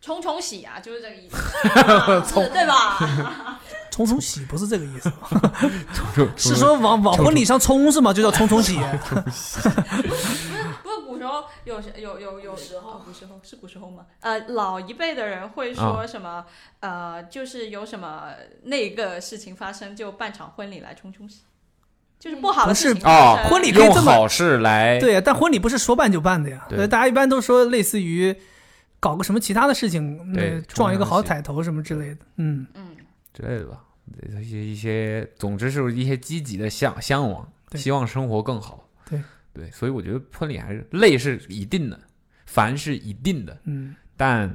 Speaker 5: 冲冲喜啊，就是这个意 思，啊是对吧？
Speaker 3: 冲冲喜不是这个意思吧，
Speaker 4: 就是
Speaker 3: 说往往婚礼上冲是吗？就叫冲冲 喜。
Speaker 5: 不是古时候有时有有有时候，哦古时候是古时候吗？呃，老一辈的人会
Speaker 3: 啊
Speaker 5: 说什么？呃，就是有什么那个事情发生，就办场婚礼来冲冲喜，就是不好的
Speaker 3: 嗯不是
Speaker 5: 事情发
Speaker 4: 哦
Speaker 5: 生嗯
Speaker 3: 婚礼可以
Speaker 4: 用
Speaker 3: 这么
Speaker 4: 好事来
Speaker 3: 对，但婚礼不是说办就办的呀。
Speaker 4: 哎对
Speaker 3: 大家一般都说类似于搞个什么其他的事情，
Speaker 4: 对
Speaker 3: 呃撞一个
Speaker 4: 冲上
Speaker 3: 好
Speaker 4: 去
Speaker 3: 彩头什么之类的。嗯，
Speaker 5: 嗯，
Speaker 4: 之类的吧，一些一些，总之是一些积极的向向往，
Speaker 3: 对
Speaker 4: 希望生活更好。
Speaker 3: 对
Speaker 4: 对，所以我觉得婚礼还是累是一定的，烦是一定的，
Speaker 3: 嗯，
Speaker 4: 但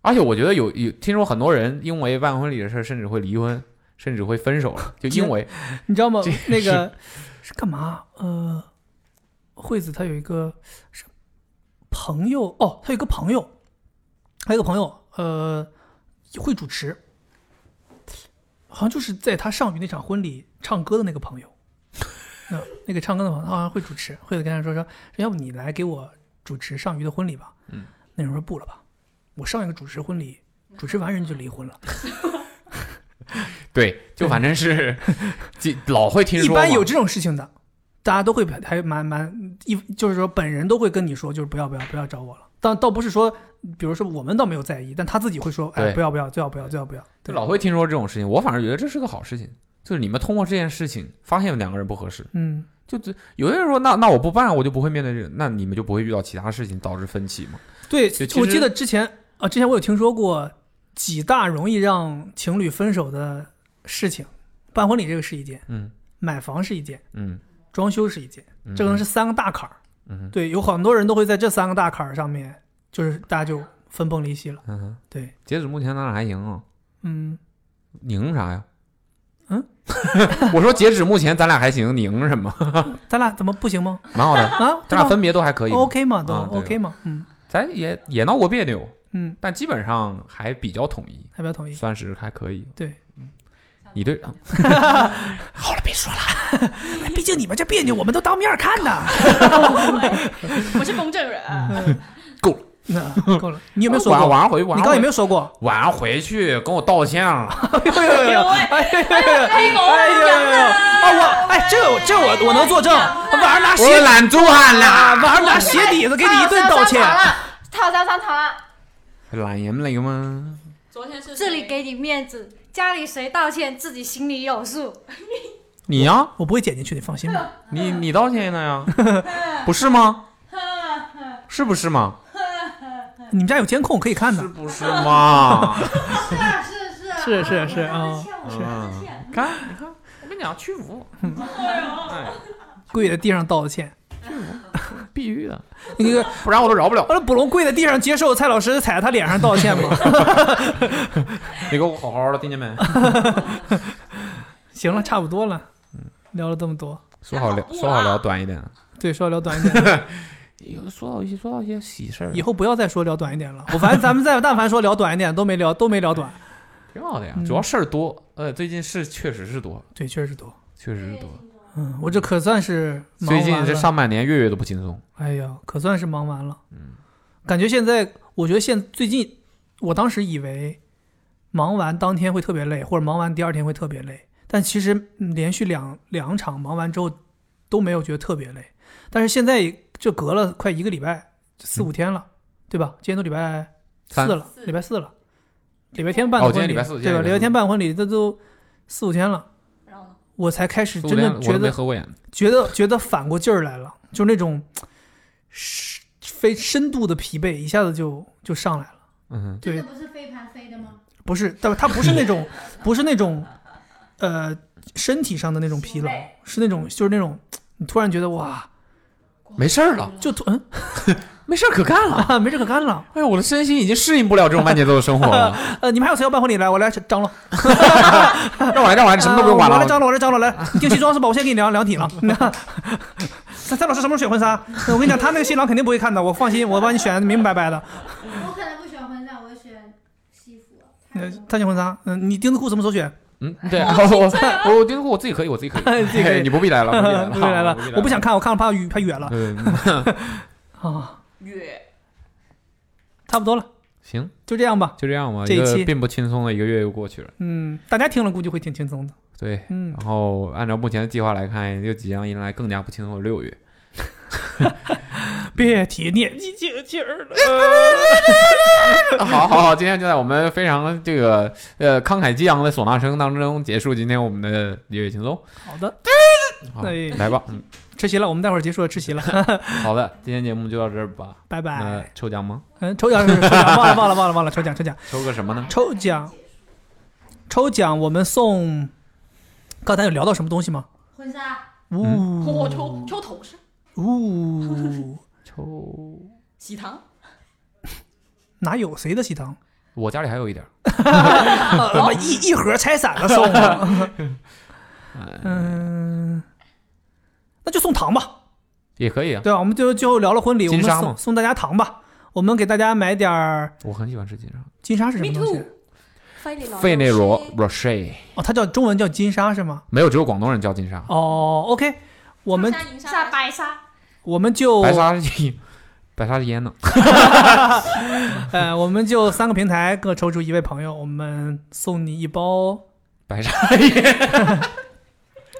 Speaker 4: 而且我觉得有有听说很多人因为办婚礼的事儿，甚至会离婚，甚至会分手了，就因为
Speaker 3: 你知道吗
Speaker 4: 这？
Speaker 3: 那个是干嘛？呃，惠子她有一个是朋友哦，她有一个朋友，还有一个朋友，呃，会主持，好像就是在她上雨那场婚礼唱歌的那个朋友，那那个唱歌的朋友，他好像会主持。惠子跟他说说，要不你来给我主持上鱼的婚礼吧？
Speaker 4: 嗯，
Speaker 3: 那人说不了吧，我上一个主持婚礼，主持完人就离婚了。
Speaker 4: 对，就反正是就老会听
Speaker 3: 一
Speaker 4: 说
Speaker 3: 般
Speaker 4: 嘛
Speaker 3: 有这种事情的，大家都会还蛮蛮一，就是说本人都会跟你说，就是不要不要不要找我了。但倒不是说，比如说我们倒没有在意，但他自己会说，哎，
Speaker 4: 对
Speaker 3: 不要不要，最好不要最好不要。
Speaker 4: 就
Speaker 3: 对，
Speaker 4: 老会听说这种事情，我反而觉得这是个好事情，就是你们通过这件事情发现两个人不合适，
Speaker 3: 嗯，
Speaker 4: 就这有些人说那那我不办，我就不会面对这个，那你们就不会遇到其他事情导致分歧嘛？
Speaker 3: 对
Speaker 4: 就其，实
Speaker 3: 我记得之前啊，之前我有听说过几大容易让情侣分手的事情，办婚礼这个是一件，
Speaker 4: 嗯
Speaker 3: 买房是一件，
Speaker 4: 嗯，
Speaker 3: 装修是一件，
Speaker 4: 嗯
Speaker 3: 这可能是三个大坎儿。
Speaker 4: 嗯哼
Speaker 3: 对，有很多人都会在这三个大坎儿上面，就是大家就分崩离析了。
Speaker 4: 嗯哼，
Speaker 3: 对，
Speaker 4: 截止目前咱俩还赢啊，
Speaker 3: 嗯。
Speaker 4: 赢啥呀？
Speaker 3: 嗯，
Speaker 4: 我说截止目前咱俩还行，你赢什么？
Speaker 3: 咱俩怎么不行吗？
Speaker 4: 蛮 好的，
Speaker 3: 啊，
Speaker 4: 咱
Speaker 3: 对
Speaker 4: 俩
Speaker 3: 吧
Speaker 4: 分别都还可以，
Speaker 3: OK 嘛，都
Speaker 4: 啊对
Speaker 3: OK 嘛，嗯
Speaker 4: 咱也也闹过别扭，
Speaker 3: 嗯，
Speaker 4: 但基本上还比较统一，
Speaker 3: 还不要同意。
Speaker 4: 算是还可以。
Speaker 3: 对，
Speaker 4: 你对
Speaker 3: 好了，别说了，毕竟你们这别扭，我们都当面看的。
Speaker 5: 我是公证人，
Speaker 3: 那够了，你有没有说
Speaker 4: 晚
Speaker 3: 过？
Speaker 4: 晚上回去，晚
Speaker 3: 你
Speaker 4: 上
Speaker 3: 刚有没
Speaker 4: 有
Speaker 3: 有说过？
Speaker 4: 晚上回去跟我道歉了？
Speaker 3: 哎呦呦呦！哎呦呦呦！
Speaker 5: 黑狗
Speaker 3: 哎呦呦呦！啊，我哎，这个这我我能作证，晚上拿鞋
Speaker 4: 懒猪汉
Speaker 3: 啊，晚上拿鞋底子给你一顿道歉。
Speaker 6: 套三三糖了，
Speaker 4: 懒爷们那个吗？
Speaker 5: 昨天是
Speaker 7: 这里给你面子，家里谁道歉自己心里有数。
Speaker 4: 你啊呀，
Speaker 3: 我不会剪进去，你放心吧。
Speaker 4: 你你道歉呢呀？不是 吗？是不是嘛？
Speaker 3: 你们家有监控可以看的。
Speaker 4: 不 是嘛？
Speaker 7: 是
Speaker 3: 是
Speaker 7: 是
Speaker 3: 是是啊，
Speaker 4: 嗯，看，你看，我跟你讲，屈服，哎，
Speaker 3: 跪在地上道歉。
Speaker 4: 必须的，
Speaker 3: 那个，
Speaker 4: 不然我都饶不了
Speaker 3: 我。说捕龙跪在地上接受蔡老师踩在他脸上道歉嘛。
Speaker 4: 你给我好好的，听见没？
Speaker 3: 行
Speaker 4: 嗯
Speaker 3: 了，差不多了，聊了这么多，
Speaker 4: 说好聊，说好聊短一点。
Speaker 3: 对，说聊短一 点，
Speaker 4: 有说到一些说到一些喜事儿
Speaker 3: 以后不要再说聊短一点了。我反正咱们在但凡说聊短一点，都没聊都没聊短。
Speaker 4: 挺好的呀
Speaker 3: 嗯，
Speaker 4: 主要事儿多。呃，最近事确实是多，
Speaker 3: 对，确实多。
Speaker 4: 确实是多。
Speaker 3: 嗯，我这可算是忙
Speaker 4: 最
Speaker 3: 完
Speaker 4: 近
Speaker 3: 了。
Speaker 4: 这上半年月月都不轻松。
Speaker 3: 哎呀，可算是忙完了。嗯，感觉现在，我觉得现最近，我当时以为忙完当天会特别累，或者忙完第二天会特别累，但其实嗯连续两两场忙完之后都没有觉得特别累。但是现在这隔了快一个礼拜，四五天了，对吧？今天都礼拜四
Speaker 4: 三
Speaker 3: 了，礼拜四了，礼拜天办的
Speaker 4: 哦
Speaker 3: 婚礼，
Speaker 4: 今天礼拜四今
Speaker 3: 对
Speaker 4: 天
Speaker 3: 吧？
Speaker 4: 礼拜
Speaker 3: 礼拜
Speaker 4: 四
Speaker 3: 天办婚礼，这都四五天了，
Speaker 5: 然后呢
Speaker 3: 我才开始
Speaker 4: 苏
Speaker 3: 真
Speaker 4: 联
Speaker 3: 的
Speaker 4: 我
Speaker 3: 觉
Speaker 4: 都
Speaker 3: 得
Speaker 4: 没合过眼，
Speaker 3: 觉得觉得反过劲儿来了，就那种是非深度的疲惫一下子就就上来了。
Speaker 4: 嗯哼，
Speaker 3: 对，
Speaker 7: 不是飞盘飞的吗？
Speaker 3: 不是，但它不是那种 不是那种呃身体上的那种疲劳，是那种就是那种你突然觉得哇，
Speaker 4: 没事儿了，
Speaker 3: 就突嗯
Speaker 4: 没事儿可干 了。
Speaker 3: 啊没这可干了。
Speaker 4: 哎呦，我的身心已经适应不了这种慢节奏的生活 了。
Speaker 3: 呃，你们还有谁要办婚礼来？我来张罗，
Speaker 4: 让我来，让我来，什么都不用管
Speaker 3: 呃
Speaker 4: 了。
Speaker 3: 我来张罗，我来张罗， 来定西装是吧？我先给你量量体了。 蔡蔡老师什么时候选婚纱？我跟你讲，他那个新郎肯定不会看的，我放心，我帮你选得明明白白的。
Speaker 7: 我可能不选婚纱，我选西服。啊
Speaker 3: 呃他选婚纱，嗯，你丁字裤什么时候选？
Speaker 4: 嗯，对， 我我我丁克我自己可以，我自己可以，
Speaker 3: 自己可以
Speaker 4: 哎你不必来了，不必来了，
Speaker 3: 不
Speaker 4: 嗯
Speaker 3: 来了
Speaker 4: 必，
Speaker 3: 我不 想看，我看了怕远怕远了
Speaker 4: 对。
Speaker 3: 啊，
Speaker 5: 月
Speaker 3: 差不多了，
Speaker 4: 行，
Speaker 3: 就这样吧。
Speaker 4: 就这样吧。
Speaker 3: 这一
Speaker 4: 个
Speaker 3: 期
Speaker 4: 并不轻松的一个月又过去了，
Speaker 3: 嗯，大家听了估计会挺轻松的。
Speaker 4: 对。
Speaker 3: 嗯，
Speaker 4: 然后按照目前的计划来看，又即将迎来更加不轻松的六月。
Speaker 3: 别提年纪轻轻儿了，
Speaker 4: 好好好，今天就在我们非常这个呃慷慨激昂的唢呐声当中结束今天我们的六月轻松。
Speaker 3: 好的，
Speaker 4: 好
Speaker 3: 哎
Speaker 4: 来吧，嗯，
Speaker 3: 吃席了，我们待会儿结束了，吃席了，
Speaker 4: 好的，今天节目就到这儿吧。
Speaker 3: 拜
Speaker 4: 那
Speaker 3: 拜。
Speaker 4: 抽奖吗？
Speaker 3: 嗯，抽奖是抽奖，忘了忘了忘了忘了，抽奖抽奖
Speaker 4: 抽个什么呢？
Speaker 3: 抽奖，抽奖，我们送。刚才有聊到什么东西吗？
Speaker 7: 婚纱
Speaker 3: 呜
Speaker 5: 嗯我抽抽头饰，
Speaker 3: 呜，
Speaker 4: 抽，
Speaker 5: 喜糖，
Speaker 3: 哪有谁的喜糖？
Speaker 4: 我家里还有一点儿。
Speaker 3: 把一一盒拆散了送我。嗯，那就送糖吧，
Speaker 4: 也可以啊，
Speaker 3: 对吧？我们就最后聊了婚礼，我们
Speaker 4: 金沙嘛
Speaker 3: 送送大家糖吧。我们给大家买点儿
Speaker 4: 我很喜欢吃金沙。
Speaker 3: 金沙是什
Speaker 5: Me
Speaker 3: 么东西
Speaker 5: too？费内罗，
Speaker 4: 费内罗 Roche
Speaker 3: 哦，它叫中文叫金沙是吗？
Speaker 4: 没有，只有广东人叫金沙，
Speaker 3: 哦，OK，我们
Speaker 5: 沙银
Speaker 7: 下
Speaker 5: 沙
Speaker 7: 白沙，
Speaker 3: 我们就
Speaker 4: 白沙是白沙是烟呢。
Speaker 3: 呃，我们就三个平台各抽出一位朋友，我们送你一包，
Speaker 4: 白沙烟，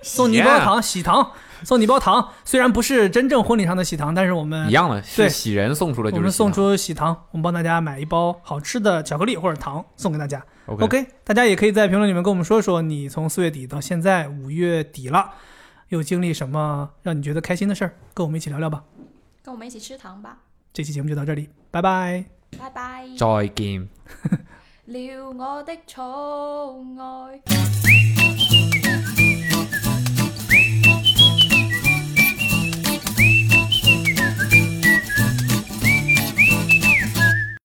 Speaker 3: 送你一包糖，喜糖，送你一包糖。虽然不是真正婚礼上的喜糖，但是我们
Speaker 4: 一样的，
Speaker 3: 对
Speaker 4: 是喜人送出
Speaker 3: 我
Speaker 4: 的，就是
Speaker 3: 们
Speaker 4: 喜
Speaker 3: 送
Speaker 4: 糖
Speaker 3: 出喜糖，我们帮大家买一包好吃的巧克力或者糖送给大家。
Speaker 4: OK，,
Speaker 3: OK，大家也可以在评论里面跟我们说说，你从四月底到现在五月底了，又经历什么让你觉得开心的事儿，跟我们一起聊聊吧。
Speaker 5: 跟我们一起吃糖吧，
Speaker 3: 这期节目就到这里，拜拜。
Speaker 5: 拜拜。
Speaker 4: 再见。
Speaker 5: 了我的宠愛。